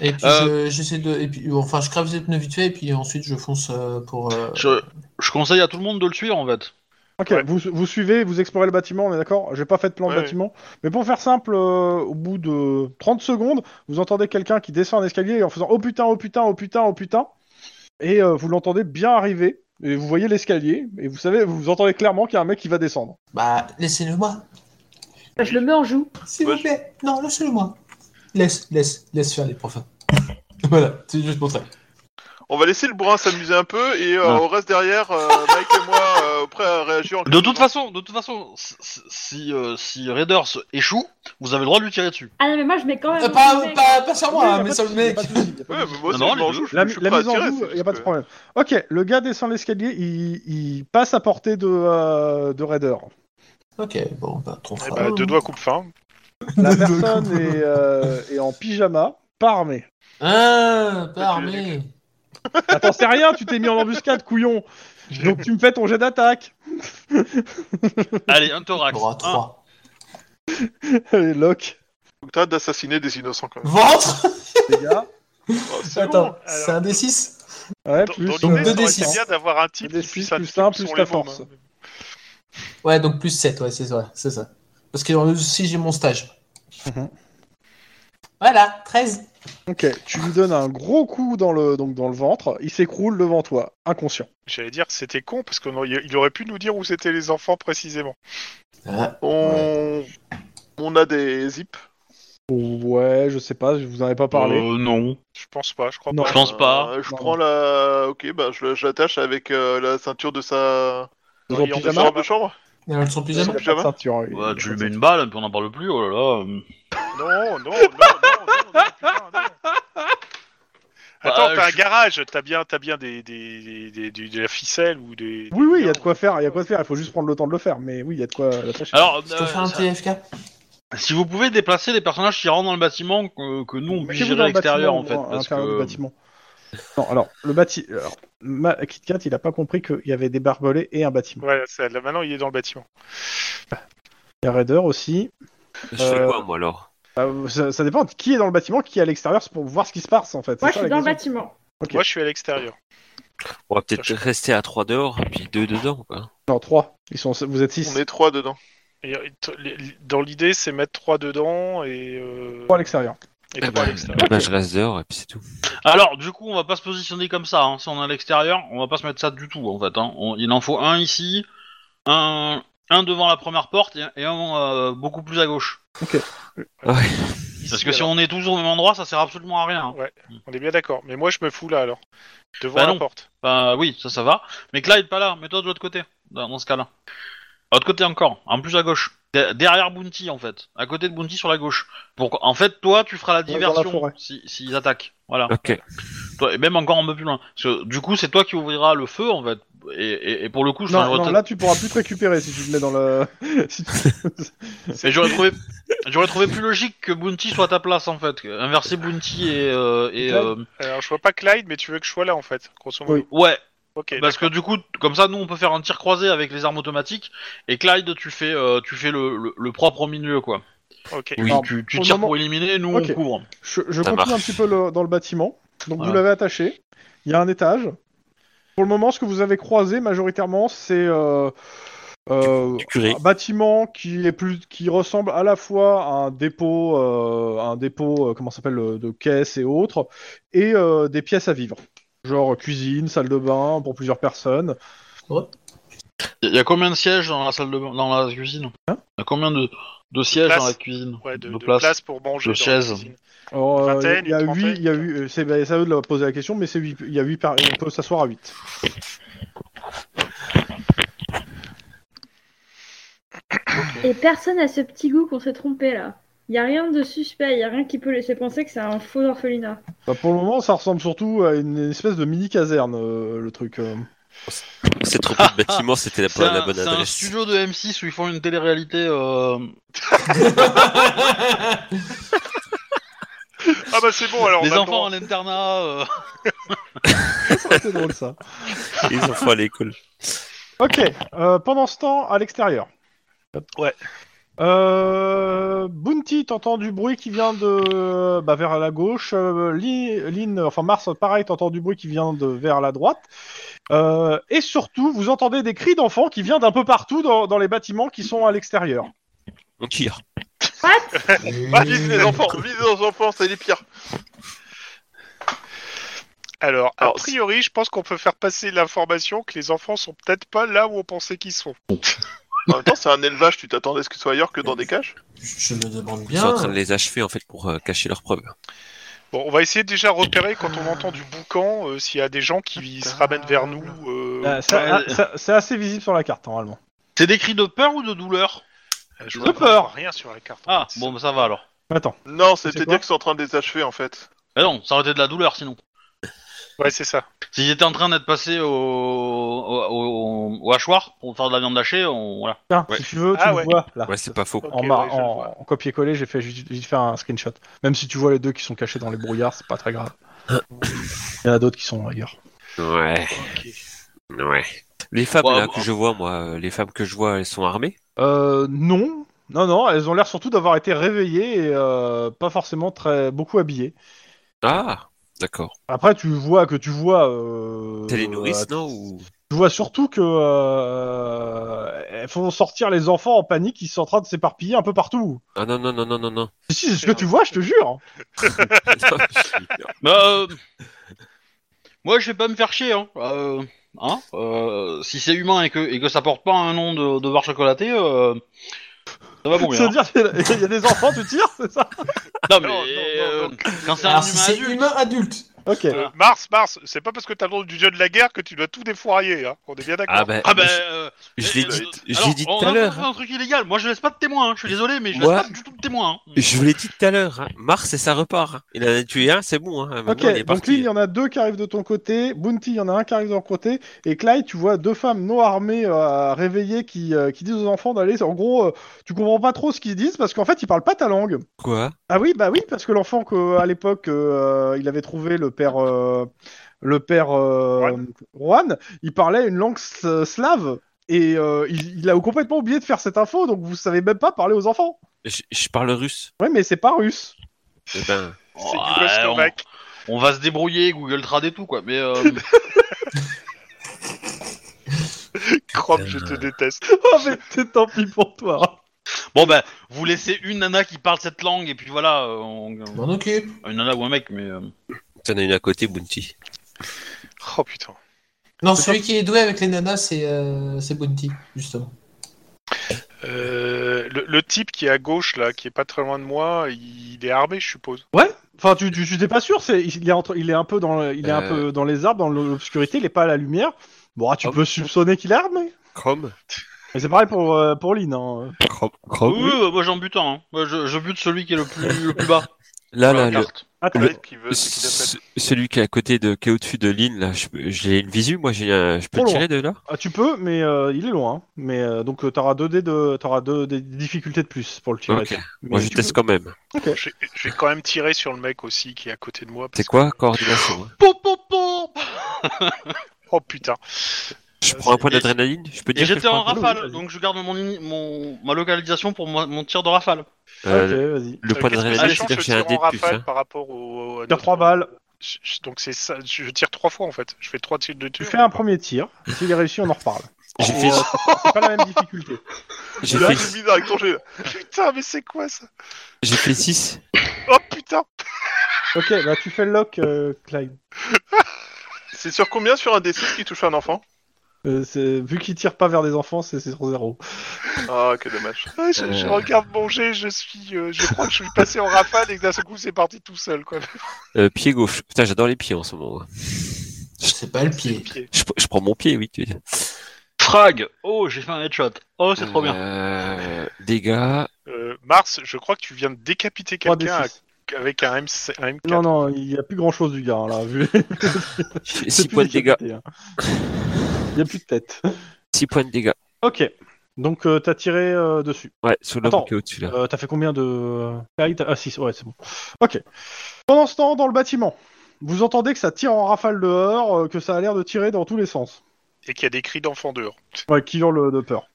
Speaker 7: Et puis
Speaker 1: Euh.
Speaker 7: je- j'essaie de. Et puis, enfin, je crève les pneus vite fait et puis ensuite je fonce euh, pour. euh,
Speaker 1: Je, je conseille à tout le monde de le suivre, en fait.
Speaker 2: Ok,
Speaker 4: Ouais.
Speaker 2: vous, vous suivez, vous explorez le bâtiment, on est d'accord J'ai pas fait de plan de
Speaker 3: Ouais.
Speaker 2: bâtiment. Mais pour faire simple, euh, au bout de 30 secondes, vous entendez quelqu'un qui descend un escalier en faisant Oh putain, oh putain, oh putain, oh putain. Et euh, vous l'entendez bien arriver. Et vous voyez l'escalier. Et vous savez, vous entendez clairement qu'il y a un mec qui va descendre.
Speaker 7: Bah, laissez-le moi.
Speaker 5: Bah, je le mets en joue.
Speaker 7: S'il
Speaker 3: Ouais,
Speaker 7: vous plaît. Non, laissez-le moi. Laisse, laisse, laisse faire les profs. (laughs) voilà, c'est juste pour ça.
Speaker 3: On va laisser le bourrin s'amuser un peu et euh,
Speaker 1: Ah.
Speaker 3: on reste derrière, euh, Mike et moi, euh, prêts à réagir. En
Speaker 1: De toute façon, de toute façon, si- si si, euh, si Raiders échoue, vous avez le droit de lui tirer
Speaker 2: (laughs)
Speaker 1: dessus.
Speaker 5: Ah non, mais moi je mets quand même.
Speaker 7: Euh,
Speaker 5: en joue,
Speaker 7: pas,
Speaker 5: mec.
Speaker 7: pas, pas sur
Speaker 2: Oui, y
Speaker 7: moi,
Speaker 2: a
Speaker 7: mais
Speaker 2: pas de
Speaker 7: sur le
Speaker 2: souci, y a
Speaker 7: mec.
Speaker 2: pas de souci, y a pas de
Speaker 3: Ouais,
Speaker 2: souci.
Speaker 3: mais moi aussi,
Speaker 1: Non, non,
Speaker 3: je m'en
Speaker 1: les
Speaker 3: joue,
Speaker 1: deux.
Speaker 3: je-
Speaker 2: La,
Speaker 3: je suis
Speaker 2: la
Speaker 3: prêt à
Speaker 2: mise en
Speaker 3: tirer,
Speaker 2: joue,
Speaker 3: c'est
Speaker 2: il a
Speaker 3: juste
Speaker 2: pas de
Speaker 3: que-
Speaker 2: problème. Ok, le gars descend l'escalier, il, il passe à portée de, euh, de Raider.
Speaker 7: Ok, bon, bah, trop
Speaker 4: eh
Speaker 7: fort.
Speaker 4: bah, deux doigts coupe fin.
Speaker 2: La personne est, euh, est en pyjama, pas armée.
Speaker 7: Ah, pas
Speaker 3: Ouais, tu l'as
Speaker 7: armé.
Speaker 2: Attends, c'est rien, tu t'es mis en embuscade, couillon. Donc tu me fais ton jet d'attaque.
Speaker 1: Allez, un thorax.
Speaker 7: Bras
Speaker 1: Un.
Speaker 7: 3.
Speaker 2: Allez, Locke,
Speaker 3: Faut que t'arrêtes d'assassiner des innocents quand même.
Speaker 7: Ventre
Speaker 2: les gars.
Speaker 3: Oh, c'est bon.
Speaker 7: Attends,
Speaker 4: alors.
Speaker 7: c'est un des 6
Speaker 2: Ouais,
Speaker 4: Dans,
Speaker 2: plus.
Speaker 4: dans
Speaker 2: euh,
Speaker 4: l'idée, ça aurait
Speaker 7: D6.
Speaker 4: été bien d'avoir un type
Speaker 2: Un D6
Speaker 4: qui puisse indiquer
Speaker 2: plus un,
Speaker 4: où sont
Speaker 2: plus
Speaker 4: les
Speaker 2: ta
Speaker 4: bombes,
Speaker 2: force.
Speaker 4: hein.
Speaker 7: Ouais, donc plus 7, ouais, c'est ça. C'est ça. Parce que euh, aussi j'ai mon stage.
Speaker 2: Mhm.
Speaker 7: Voilà, 13.
Speaker 2: Ok, tu lui donnes un gros coup dans le, donc dans le ventre, il s'écroule devant toi, inconscient.
Speaker 4: J'allais dire, c'était con parce qu'il aurait pu nous dire où c'était les enfants précisément.
Speaker 7: Ah,
Speaker 3: On... On a des zips.
Speaker 2: Ouais, je sais pas, je vous en ai pas parlé.
Speaker 1: Euh, non.
Speaker 4: Je pense pas, je crois
Speaker 2: Non. (laughs)
Speaker 4: pas.
Speaker 1: Je pense pas.
Speaker 3: Euh, je
Speaker 2: Non.
Speaker 3: prends la. Ok, bah je je l'attache avec euh, la ceinture de sa.
Speaker 2: Ils ont
Speaker 3: de
Speaker 2: pyjama
Speaker 3: sa robe de chambre.
Speaker 7: Il a
Speaker 2: Il
Speaker 7: son
Speaker 2: a
Speaker 7: pyjama.
Speaker 2: pas de
Speaker 3: pyjama
Speaker 2: ceinture, oui.
Speaker 1: Bah, tu lui mets une balle, puis on n'en parle plus, oh là là.
Speaker 4: Non, non, non, non, non, non, putain, non. Attends,
Speaker 1: Bah,
Speaker 4: t'as un
Speaker 1: je-
Speaker 4: garage, t'as bien, t'as bien des, des, des- des- du- de la ficelle ou des.
Speaker 2: Oui, oui, il y a de quoi faire, il y a de quoi faire, il faut juste prendre le temps de le faire, mais oui, il y a de quoi l'attacher.
Speaker 1: Alors,
Speaker 7: Je peux faire
Speaker 1: euh,
Speaker 7: un
Speaker 1: ça-
Speaker 7: TFK.
Speaker 1: si vous pouvez déplacer les personnages qui rentrent dans le bâtiment, que, que nous on puisse
Speaker 2: Mettez-vous
Speaker 1: gérer
Speaker 2: dans
Speaker 1: à
Speaker 2: le
Speaker 1: l'extérieur
Speaker 2: bâtiment,
Speaker 1: en fait.
Speaker 2: à
Speaker 1: Parce
Speaker 2: l'intérieur du
Speaker 1: que...
Speaker 2: bâtiment. Non, alors, le bâtiment. Alors, ma... Kit Kat, il a pas compris qu'il y avait des barbelés et un bâtiment.
Speaker 4: Voilà, ça, là, maintenant il est dans le bâtiment.
Speaker 2: Il y a Raider aussi.
Speaker 8: bah, Je fais
Speaker 2: Euh,
Speaker 8: quoi, moi, alors
Speaker 2: Bah, ça, ça dépend de qui est dans le bâtiment, qui est à l'extérieur, c'est pour voir ce qui se passe en fait.
Speaker 5: Moi,
Speaker 2: c'est
Speaker 5: je
Speaker 2: ça,
Speaker 5: suis
Speaker 2: la
Speaker 5: dans le
Speaker 2: question.
Speaker 5: bâtiment.
Speaker 2: Ok.
Speaker 4: Moi, je suis à l'extérieur.
Speaker 8: On va peut-être
Speaker 4: je-
Speaker 8: rester à 3 dehors, puis 2 dedans, quoi.
Speaker 2: Non, trois. Ils sont... Vous êtes six.
Speaker 3: On est trois dedans.
Speaker 4: Et, euh, t- les- les- Dans l'idée, c'est mettre trois dedans et. euh,
Speaker 2: Trois à l'extérieur.
Speaker 4: et
Speaker 8: Eh
Speaker 4: trois à
Speaker 8: ben,
Speaker 4: l'extérieur.
Speaker 8: ben, je reste dehors, et puis c'est tout. (laughs)
Speaker 1: Alors, du coup, on va pas se positionner comme ça. hein. Si on est à l'extérieur, on va pas se mettre ça du tout en fait. hein. On- Il en faut un ici, un, un devant la première porte et, et un euh, beaucoup plus à gauche. Parce
Speaker 4: Ici,
Speaker 1: que si
Speaker 4: alors.
Speaker 1: on est tous au même endroit, ça sert absolument à rien. hein.
Speaker 4: on... est bien d'accord. Mais moi, je me fous là alors. Devant
Speaker 1: Bah
Speaker 4: la
Speaker 1: non.
Speaker 4: porte.
Speaker 1: Bah oui, ça, ça va. Mais Clyde, pas là. Mets-toi de l'autre côté, dans, dans ce cas-là. À l'autre côté encore, en plus à gauche. De- derrière Bounty, en fait. À côté de Bounty, sur la gauche. Pour, en fait, toi, tu feras la
Speaker 2: dans la
Speaker 1: diversion
Speaker 2: forêt.
Speaker 1: si- s'ils attaquent. Voilà.
Speaker 8: (laughs) Ok.
Speaker 1: Toi- et même encore un peu plus loin. Parce que, du coup, c'est toi qui ouvriras le feu, en fait. Et, et- et pour le coup, je
Speaker 2: Non, non, là tu pourras plus te récupérer si tu te mets dans le. (laughs) si tu-
Speaker 1: Et j'aurais trouvé, j'aurais trouvé plus logique que Bounty soit à ta place en fait. Inverser Bounty et, euh, et euh,
Speaker 4: Alors, je vois pas Clyde, mais tu veux que je sois là en fait, grosso modo.
Speaker 2: Oui.
Speaker 1: ouais,
Speaker 4: Ok.
Speaker 1: parce que du coup, comme ça, nous on peut faire un tir croisé avec les armes automatiques et Clyde, tu fais, euh, tu fais le, le, le propre au milieu quoi.
Speaker 4: Ok.
Speaker 8: Oui.
Speaker 2: Alors,
Speaker 1: Tu, tu
Speaker 2: pour le
Speaker 1: tires
Speaker 2: moment-
Speaker 1: pour éliminer, nous
Speaker 2: Ok.
Speaker 1: on couvre.
Speaker 2: Je, je
Speaker 8: Ça
Speaker 2: continue
Speaker 8: marche.
Speaker 2: un petit peu le- dans le bâtiment. Donc
Speaker 1: Voilà.
Speaker 2: vous l'avez attaché. Il y a un étage. Pour le moment, ce que vous avez croisé majoritairement, c'est euh,
Speaker 1: Oh.
Speaker 2: euh,
Speaker 8: Du curé.
Speaker 1: Ah,
Speaker 2: un bâtiment qui est plus, qui ressemble à la fois à un dépôt, euh, à un dépôt, euh, comment ça s'appelle, euh, de caisse et autres, et euh, des pièces à vivre, genre euh, cuisine, salle de bain pour plusieurs personnes.
Speaker 1: Il y a combien de sièges dans la salle de, dans la cuisine
Speaker 2: Hein
Speaker 1: Y a combien de, de sièges dans la cuisine
Speaker 4: Ouais, de,
Speaker 1: de
Speaker 4: de
Speaker 1: place.
Speaker 4: place. pour manger.
Speaker 1: De
Speaker 4: dans la
Speaker 1: chaises.
Speaker 4: cuisine.
Speaker 2: Or, euh,
Speaker 4: Vingtaine,
Speaker 2: Il y a
Speaker 4: une trentaine,
Speaker 2: huit, il y a huit, euh, c'est bah, c'est à eux de leur poser la question, mais c'est huit- il y a huit, par- on peut s'asseoir à 8.
Speaker 5: Et personne à ce petit goût qu'on s'est trompé là. Y a rien de suspect, y a rien qui peut laisser penser que c'est un faux orphelinat.
Speaker 2: Bah, pour le moment, ça ressemble surtout à une espèce de mini caserne, le truc.
Speaker 4: (laughs)
Speaker 2: euh.
Speaker 8: C'est trop de
Speaker 1: (laughs)
Speaker 8: bâtiment, c'était la,
Speaker 1: C'est
Speaker 8: la
Speaker 1: un, bah.
Speaker 8: bonne
Speaker 1: c'est un
Speaker 8: adresse.
Speaker 1: studio de M6 où ils font une télé-réalité. euh,
Speaker 3: (laughs)
Speaker 4: Ah bah c'est bon alors.
Speaker 1: les
Speaker 4: on a le
Speaker 1: enfants
Speaker 4: droit.
Speaker 1: à l'internat. euh.
Speaker 2: C'est drôle ça.
Speaker 8: (laughs) Ils ont froid à l'école.
Speaker 2: Ok. euh, pendant ce temps, à l'extérieur.
Speaker 4: Ouais.
Speaker 2: Euh, Bounty, t'entends du bruit qui vient de bah, vers la gauche. Euh, Li- Lynn, enfin Mars, pareil, t'entends du bruit qui vient de vers la droite. Euh, et surtout, vous entendez des cris d'enfants qui viennent d'un peu partout dans, dans les bâtiments qui sont à l'extérieur.
Speaker 8: On tire.
Speaker 3: Ah, vise les enfants, vise les enfants, c'est les pires.
Speaker 4: Alors, a
Speaker 3: Alors,
Speaker 4: priori, je pense qu'on peut faire passer l'information que les enfants sont peut-être pas là où on pensait qu'ils sont.
Speaker 3: En même temps, c'est un élevage, tu t'attendais à ce qu'ils soient ailleurs que dans des cages
Speaker 7: Je me demande
Speaker 8: Ils sont en train
Speaker 7: bien.
Speaker 8: de les achever, en fait, pour euh, cacher leurs preuves.
Speaker 4: Bon, on va essayer de déjà repérer quand on entend du boucan euh, s'il y a des gens qui
Speaker 2: Ah,
Speaker 4: se ramènent vers nous. euh,
Speaker 2: Euh,
Speaker 4: ou
Speaker 2: c'est
Speaker 4: pas.
Speaker 2: c'est- c'est assez visible sur la carte normalement.
Speaker 1: C'est des cris de peur ou de douleur
Speaker 4: Euh, je
Speaker 1: de
Speaker 4: vois
Speaker 1: peur.
Speaker 4: Rien sur la carte.
Speaker 1: Ah bon, bah, ça va alors.
Speaker 2: Attends.
Speaker 3: Non,
Speaker 2: C'est
Speaker 3: c'était
Speaker 2: quoi
Speaker 3: dire qu'ils sont en train de les achever en fait.
Speaker 1: Ah non, ça aurait été de la douleur sinon.
Speaker 4: Ouais, c'est ça.
Speaker 1: S'ils étaient en train d'être passés au, au, au- au hachoir pour faire de la viande hachée, on, voilà.
Speaker 2: Tiens,
Speaker 8: Ouais.
Speaker 2: si tu veux, tu
Speaker 4: Ah
Speaker 2: le
Speaker 4: ouais.
Speaker 2: vois là.
Speaker 8: Ouais, c'est pas faux.
Speaker 4: Ok,
Speaker 2: en, mar-
Speaker 4: ouais, je le
Speaker 2: en,
Speaker 4: vois.
Speaker 2: en copier-coller, j'ai fait juste juste faire un screenshot. Même si tu vois les deux qui sont cachés dans les brouillards, c'est pas très
Speaker 8: (coughs)
Speaker 2: grave. Il y en a d'autres qui sont ailleurs.
Speaker 8: Ouais.
Speaker 4: Ok.
Speaker 8: Ouais. Les femmes
Speaker 1: Ouais,
Speaker 8: là,
Speaker 1: moi-
Speaker 8: que je vois, moi, euh, les femmes que je vois, elles sont armées.
Speaker 2: Euh, non, non, non, elles ont l'air surtout d'avoir été réveillées et euh, pas forcément très beaucoup habillées.
Speaker 8: Ah, d'accord.
Speaker 2: Après, tu vois que tu vois. Euh,
Speaker 8: T'as les nourrices,
Speaker 2: euh,
Speaker 8: non ou...
Speaker 2: Tu vois surtout que euh, elles font sortir les enfants en panique qui sont en train de s'éparpiller un peu partout.
Speaker 8: Ah non, non, non, non,
Speaker 1: (laughs)
Speaker 8: non, non.
Speaker 2: Si, si, c'est ce que tu vois, je te jure.
Speaker 1: Bah, euh, moi, je vais pas me faire chier. Hein. Euh, hein, euh, si c'est humain et que, et que ça porte pas un nom de, de beurre chocolaté, euh, ça va pour
Speaker 2: Ça
Speaker 1: bien.
Speaker 8: (laughs)
Speaker 2: veut dire qu'il y a des enfants, tu tires, c'est ça
Speaker 1: Non, mais
Speaker 4: Non, non, non,
Speaker 1: euh,
Speaker 4: non.
Speaker 1: quand c'est un
Speaker 7: Alors, si
Speaker 1: humain
Speaker 7: c'est
Speaker 1: adulte-
Speaker 7: humain adulte,
Speaker 2: Ok.
Speaker 4: Euh, Mars, Mars, c'est pas parce que t'as le nom du dieu de la guerre que tu dois tout défourailler, hein. on est bien d'accord.
Speaker 8: Ah ben,
Speaker 1: Ah bah,
Speaker 8: je-
Speaker 1: euh,
Speaker 8: je,
Speaker 1: euh,
Speaker 8: l'ai dit,
Speaker 1: euh,
Speaker 8: je
Speaker 1: alors,
Speaker 8: l'ai dit
Speaker 1: on
Speaker 8: tout
Speaker 1: a
Speaker 8: à
Speaker 1: pas
Speaker 8: l'heure.
Speaker 1: fait
Speaker 8: hein.
Speaker 1: un truc illégal. Moi, je laisse pas de témoin. hein. Je suis désolé, mais je laisse
Speaker 8: Ouais.
Speaker 1: pas du tout de témoin. hein.
Speaker 8: Je vous l'ai dit tout à l'heure. hein. Mars et ça repart. hein. Il en a tué un, c'est bon. Hein. Maintenant,
Speaker 2: Ok,
Speaker 8: il est
Speaker 2: donc
Speaker 8: parti.
Speaker 2: Lee, il y en a deux qui arrivent de ton côté, Bounty, il y en a un qui arrive de leur côté, et Clyde, tu vois deux femmes non armées euh, réveillées qui, euh, qui disent aux enfants d'aller. En gros, euh, tu comprends pas trop ce qu'ils disent parce qu'en fait, ils parlent pas ta langue.
Speaker 8: Quoi
Speaker 2: Ah oui, bah oui, parce que l'enfant que à l'époque euh, il avait trouvé le père euh, le père euh, Juan, il parlait une langue s- slave et euh, il, il a complètement oublié de faire cette info, donc vous savez même pas parler aux enfants.
Speaker 8: je, je parle russe.
Speaker 2: Ouais, mais c'est pas russe.
Speaker 8: Eh ben,
Speaker 4: C'est
Speaker 1: Oh, Ouais,
Speaker 4: Yougoslovaque.
Speaker 1: On va se débrouiller, Google Trad et tout, quoi. Mais euh,
Speaker 8: (laughs)
Speaker 4: Chrome, je te déteste.
Speaker 2: (laughs) oh mais t'es tant pis pour toi.
Speaker 1: bon, ben, vous laissez une nana qui parle cette langue, et puis voilà. euh, on-
Speaker 7: je m'en occupe.
Speaker 1: Une nana ou un mec, mais. euh,
Speaker 8: t'en as une à côté, Bounty.
Speaker 4: Oh putain.
Speaker 7: Non, celui qui est doué avec les nanas, c'est euh, c'est Bounty, justement.
Speaker 4: Euh, le, le type qui est à gauche, là, qui est pas très loin de moi, il est armé, je suppose.
Speaker 2: Enfin, tu tu tu t'es pas sûr, c'est il est entre, il est un peu dans le- il est un
Speaker 8: Euh.
Speaker 2: peu dans les arbres, dans l'obscurité, il est pas à la lumière. Bon, ah, tu
Speaker 8: Oh.
Speaker 2: peux soupçonner qu'il est armé.
Speaker 8: Chrome
Speaker 2: Mais c'est pareil pour euh, pour Lynn. hein.
Speaker 8: Chrome, Chrome
Speaker 1: oui, oui, moi j'en bute un. hein. Moi, je, je bute celui qui est le
Speaker 8: (laughs)
Speaker 1: plus, le plus bas.
Speaker 8: Là,
Speaker 1: sur la
Speaker 8: là, le,
Speaker 1: carte.
Speaker 2: Attends.
Speaker 3: Clyde qui veut, c'est qui t'appelle.
Speaker 8: ce- celui qui est à côté de, qui est au-dessus de l'île, là, je peux- j'ai une visu, moi, j'ai un- je peux
Speaker 2: Trop loin.
Speaker 8: tirer de là
Speaker 2: Ah, tu peux, mais euh, il est loin. hein. Mais euh, donc euh, t'auras deux dés de, t'auras deux dés de difficultés de plus pour le tirer.
Speaker 8: Ok.
Speaker 2: Mais
Speaker 8: Moi, je
Speaker 2: tu
Speaker 8: teste quand même.
Speaker 4: Je, je vais quand même tirer sur le mec aussi qui est à côté de moi. parce
Speaker 8: C'est quoi,
Speaker 4: que-
Speaker 8: coordination hein
Speaker 1: Pom, pom, pom
Speaker 4: Oh putain.
Speaker 8: Je prends un point
Speaker 1: et-
Speaker 8: d'adrénaline, je peux
Speaker 1: Et
Speaker 8: dire. que je
Speaker 1: j'étais en
Speaker 8: prends un point
Speaker 1: rafale,
Speaker 2: vas-y.
Speaker 1: donc je garde mon, ini- mon, ma localisation pour mon, mon tir de rafale.
Speaker 2: peux-
Speaker 8: Euh,
Speaker 2: Ok, vas-y.
Speaker 8: Le
Speaker 4: Euh, qu'est-ce
Speaker 8: point
Speaker 4: que ça
Speaker 8: d'adrénaline,
Speaker 4: change
Speaker 8: c'est-à-dire
Speaker 4: le
Speaker 8: que j'ai un
Speaker 4: tir en
Speaker 8: dé de plus.
Speaker 4: rafale
Speaker 8: hein.
Speaker 4: par rapport au. au- à
Speaker 2: Tire
Speaker 4: notre-
Speaker 2: trois balles.
Speaker 4: Je- je- Donc c'est ça, je je tire trois fois en fait. Je fais trois tirs de
Speaker 2: Tu
Speaker 4: tir.
Speaker 2: fais un premier tir. S'il est réussi, on en reparle. euh,
Speaker 8: J'ai
Speaker 2: Oh.
Speaker 8: fait,
Speaker 2: (laughs) C'est pas la même difficulté.
Speaker 8: j'ai
Speaker 3: Là,
Speaker 8: fait,
Speaker 3: c'est bizarre avec ton jeu. là.
Speaker 4: Putain, mais c'est quoi ça
Speaker 8: j'ai fait 6.
Speaker 4: Oh putain
Speaker 2: Ok, bah tu fais le lock, euh, Clyde.
Speaker 3: C'est sur combien sur un D6 qui touche un enfant
Speaker 2: Euh, c'est- vu qu'il tire pas vers des enfants, c'est c'est sur zéro.
Speaker 3: Ah, que dommage.
Speaker 4: Ouais, je, je
Speaker 8: Euh.
Speaker 4: regarde mon jet, je suis, euh, je crois que je suis passé en rafale et que d'un seul coup c'est parti tout seul quoi.
Speaker 8: Euh, pied gauche. Putain, j'adore les pieds en ce moment. hein.
Speaker 7: C'est pas le pied.
Speaker 4: Pied.
Speaker 8: Je, je prends mon pied, oui, tu veux dire.
Speaker 1: Frag Oh, j'ai fait un headshot. Oh, c'est trop bien.
Speaker 8: Euh, dégâts.
Speaker 4: Euh, Mars, je crois que tu viens de décapiter
Speaker 2: 3
Speaker 4: quelqu'un à- avec un, MC, un M4.
Speaker 2: Non, non, il y a plus grand chose du gars hein, là. Vu...
Speaker 8: 6 points de dégâts.
Speaker 2: (laughs) Il y a plus de tête.
Speaker 8: 6 points de dégâts.
Speaker 2: Ok. Donc euh, t'as tiré euh, dessus.
Speaker 8: Ouais, sous l'homme
Speaker 2: Attends.
Speaker 8: qui est au-dessus là.
Speaker 2: Euh, t'as fait combien de. Clyde Ah, 6, ouais, c'est bon. Ok. Pendant ce temps, dans le bâtiment, vous entendez que ça tire en rafale dehors, euh, que ça a l'air de tirer dans tous les sens.
Speaker 4: Et qu'il y a des cris d'enfants dehors.
Speaker 2: Ouais, qui hurle de peur.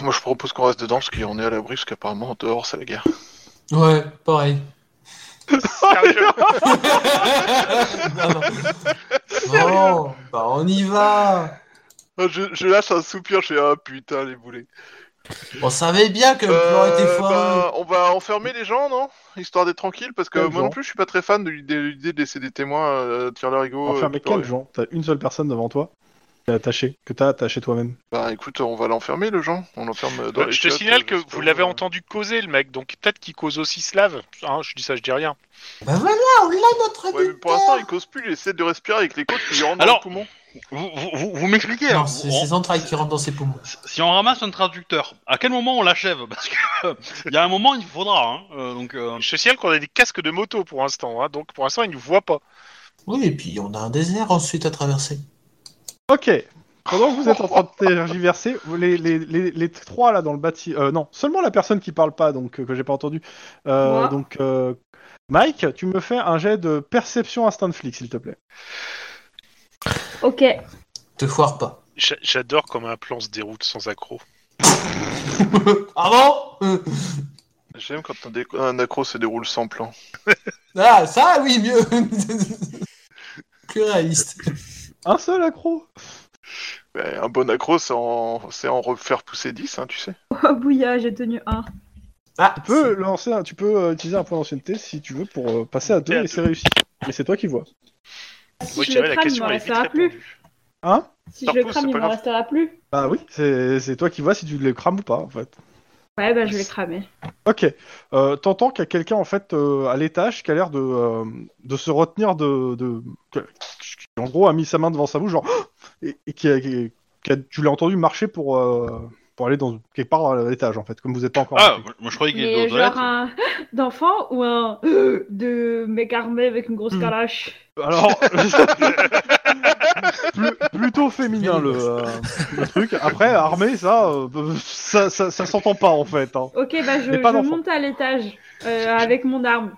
Speaker 3: Moi, je propose qu'on reste dedans parce qu'on est à l'abri, parce qu'apparemment, dehors, c'est la guerre.
Speaker 7: Ouais,
Speaker 1: (laughs)
Speaker 7: pareil.
Speaker 4: Sérieux
Speaker 7: non, non. Bon, bah on y va.
Speaker 3: Ah, Je, je lâche un soupir, je fais Ah putain, les boulets.
Speaker 7: On savait bien que le plan
Speaker 3: Euh,
Speaker 7: était foireux.
Speaker 3: bah, on va enfermer les gens, non Histoire d'être tranquille, parce que
Speaker 2: Quel
Speaker 3: moi
Speaker 2: genre
Speaker 3: non plus, je suis pas très fan de l'idée de l'idée de laisser des témoins euh, de faire leur ego.
Speaker 2: Enfin,
Speaker 3: euh,
Speaker 2: mais
Speaker 3: pleurer.
Speaker 2: quel genre T'as une seule personne devant toi, t'es attaché, que t'as attaché toi-même.
Speaker 3: Bah écoute, on va l'enfermer, le gens. On l'enferme euh, dans
Speaker 4: Euh,
Speaker 3: les
Speaker 4: Je te
Speaker 3: chiottes,
Speaker 4: signale
Speaker 3: euh,
Speaker 4: que
Speaker 3: je sais
Speaker 4: vous
Speaker 3: pas,
Speaker 4: l'avez
Speaker 3: euh,
Speaker 4: entendu causer le mec, donc peut-être qu'il cause aussi slave. Hein, je dis ça, je dis rien.
Speaker 7: Bah voilà, on l'a notre
Speaker 3: Ouais, mais
Speaker 7: adulteur.
Speaker 3: pour l'instant, il cause plus, il essaie de respirer avec les côtes qui lui rentrent
Speaker 1: Alors-
Speaker 3: dans le poumon.
Speaker 1: Vous, vous, vous, vous m'expliquez. hein.
Speaker 7: Non, c'est
Speaker 1: On-
Speaker 7: ses entrailles qui rentrent dans ses poumons.
Speaker 1: Si on ramasse un traducteur, à quel moment on l'achève Parce que euh, il y a un moment, il faudra. Hein. Euh, donc, euh,
Speaker 4: Je te signale qu'on a des casques de moto pour l'instant, hein, donc pour l'instant, il nous voit pas.
Speaker 7: Oui, et puis on a un désert ensuite à traverser.
Speaker 2: Ok. Pendant que vous êtes en train de tergiverser, vous- les, les, les, les trois là dans le bâtiment. non, seulement la personne qui parle pas, donc euh, que j'ai pas entendu. Euh,
Speaker 5: Moi.
Speaker 2: donc, euh, Mike, tu me fais un jet de perception instinct de flic, s'il te plaît.
Speaker 5: Ok.
Speaker 7: Te foire pas.
Speaker 4: J'a- J'adore comment un plan se déroute sans accro.
Speaker 7: ah bon
Speaker 3: J'aime quand un, dé- un accro se déroule sans plan.
Speaker 7: (laughs) Ah, ça, oui, mieux Plus réaliste.
Speaker 2: Un seul accro
Speaker 3: Ben, un bon accro, c'est en... c'est en refaire pousser 10, hein, tu sais.
Speaker 5: Oh, bouilla, j'ai tenu un.
Speaker 7: Ah,
Speaker 2: Tu peux, lancer un- tu peux euh, utiliser un point d'ancienneté si tu veux pour euh, passer à deux
Speaker 4: à
Speaker 2: et
Speaker 4: deux.
Speaker 2: c'est réussi. Mais c'est toi qui vois.
Speaker 5: Si
Speaker 4: Moi, je
Speaker 5: je le
Speaker 4: dirais la
Speaker 5: crame, il
Speaker 4: question
Speaker 5: m'en
Speaker 4: elle est vite
Speaker 5: restera plus.
Speaker 4: répondue.
Speaker 2: Hein
Speaker 5: Si
Speaker 3: Ça
Speaker 5: je le
Speaker 3: repousse,
Speaker 5: crame,
Speaker 3: c'est
Speaker 5: il
Speaker 3: pas
Speaker 5: m'en
Speaker 3: grave.
Speaker 5: restera plus.
Speaker 2: Bah oui, c'est c'est toi qui vois si tu les crames ou pas en fait.
Speaker 5: Ouais, bah je vais cramer.
Speaker 2: Ok. Euh, T'entends qu'il y a quelqu'un en fait euh, à l'étage qui a l'air de, euh, de se retenir de, de- que- qui en gros a mis sa main devant sa bouche genre (gasps) et, et qui, a, qui a- tu l'as entendu marcher pour euh, pour aller dans quelque part à l'étage en fait comme vous êtes pas
Speaker 8: Oh,
Speaker 2: encore.
Speaker 1: Ah, moi je croyais qu'il était
Speaker 5: Mais
Speaker 1: aux
Speaker 5: genre
Speaker 1: toilettes.
Speaker 5: un (gasps) d'enfant ou un (gasps) de mec armé avec une grosse
Speaker 2: Hmm.
Speaker 5: calache.
Speaker 3: (laughs)
Speaker 2: Alors (laughs) Plus- plutôt féminin le, euh, le truc. Après armé ça euh, ça, ça, ça s'entend pas en fait. hein.
Speaker 5: Ok, bah je,
Speaker 2: Mais pas
Speaker 5: je
Speaker 2: d'enfant.
Speaker 5: monte à l'étage euh, avec mon arme.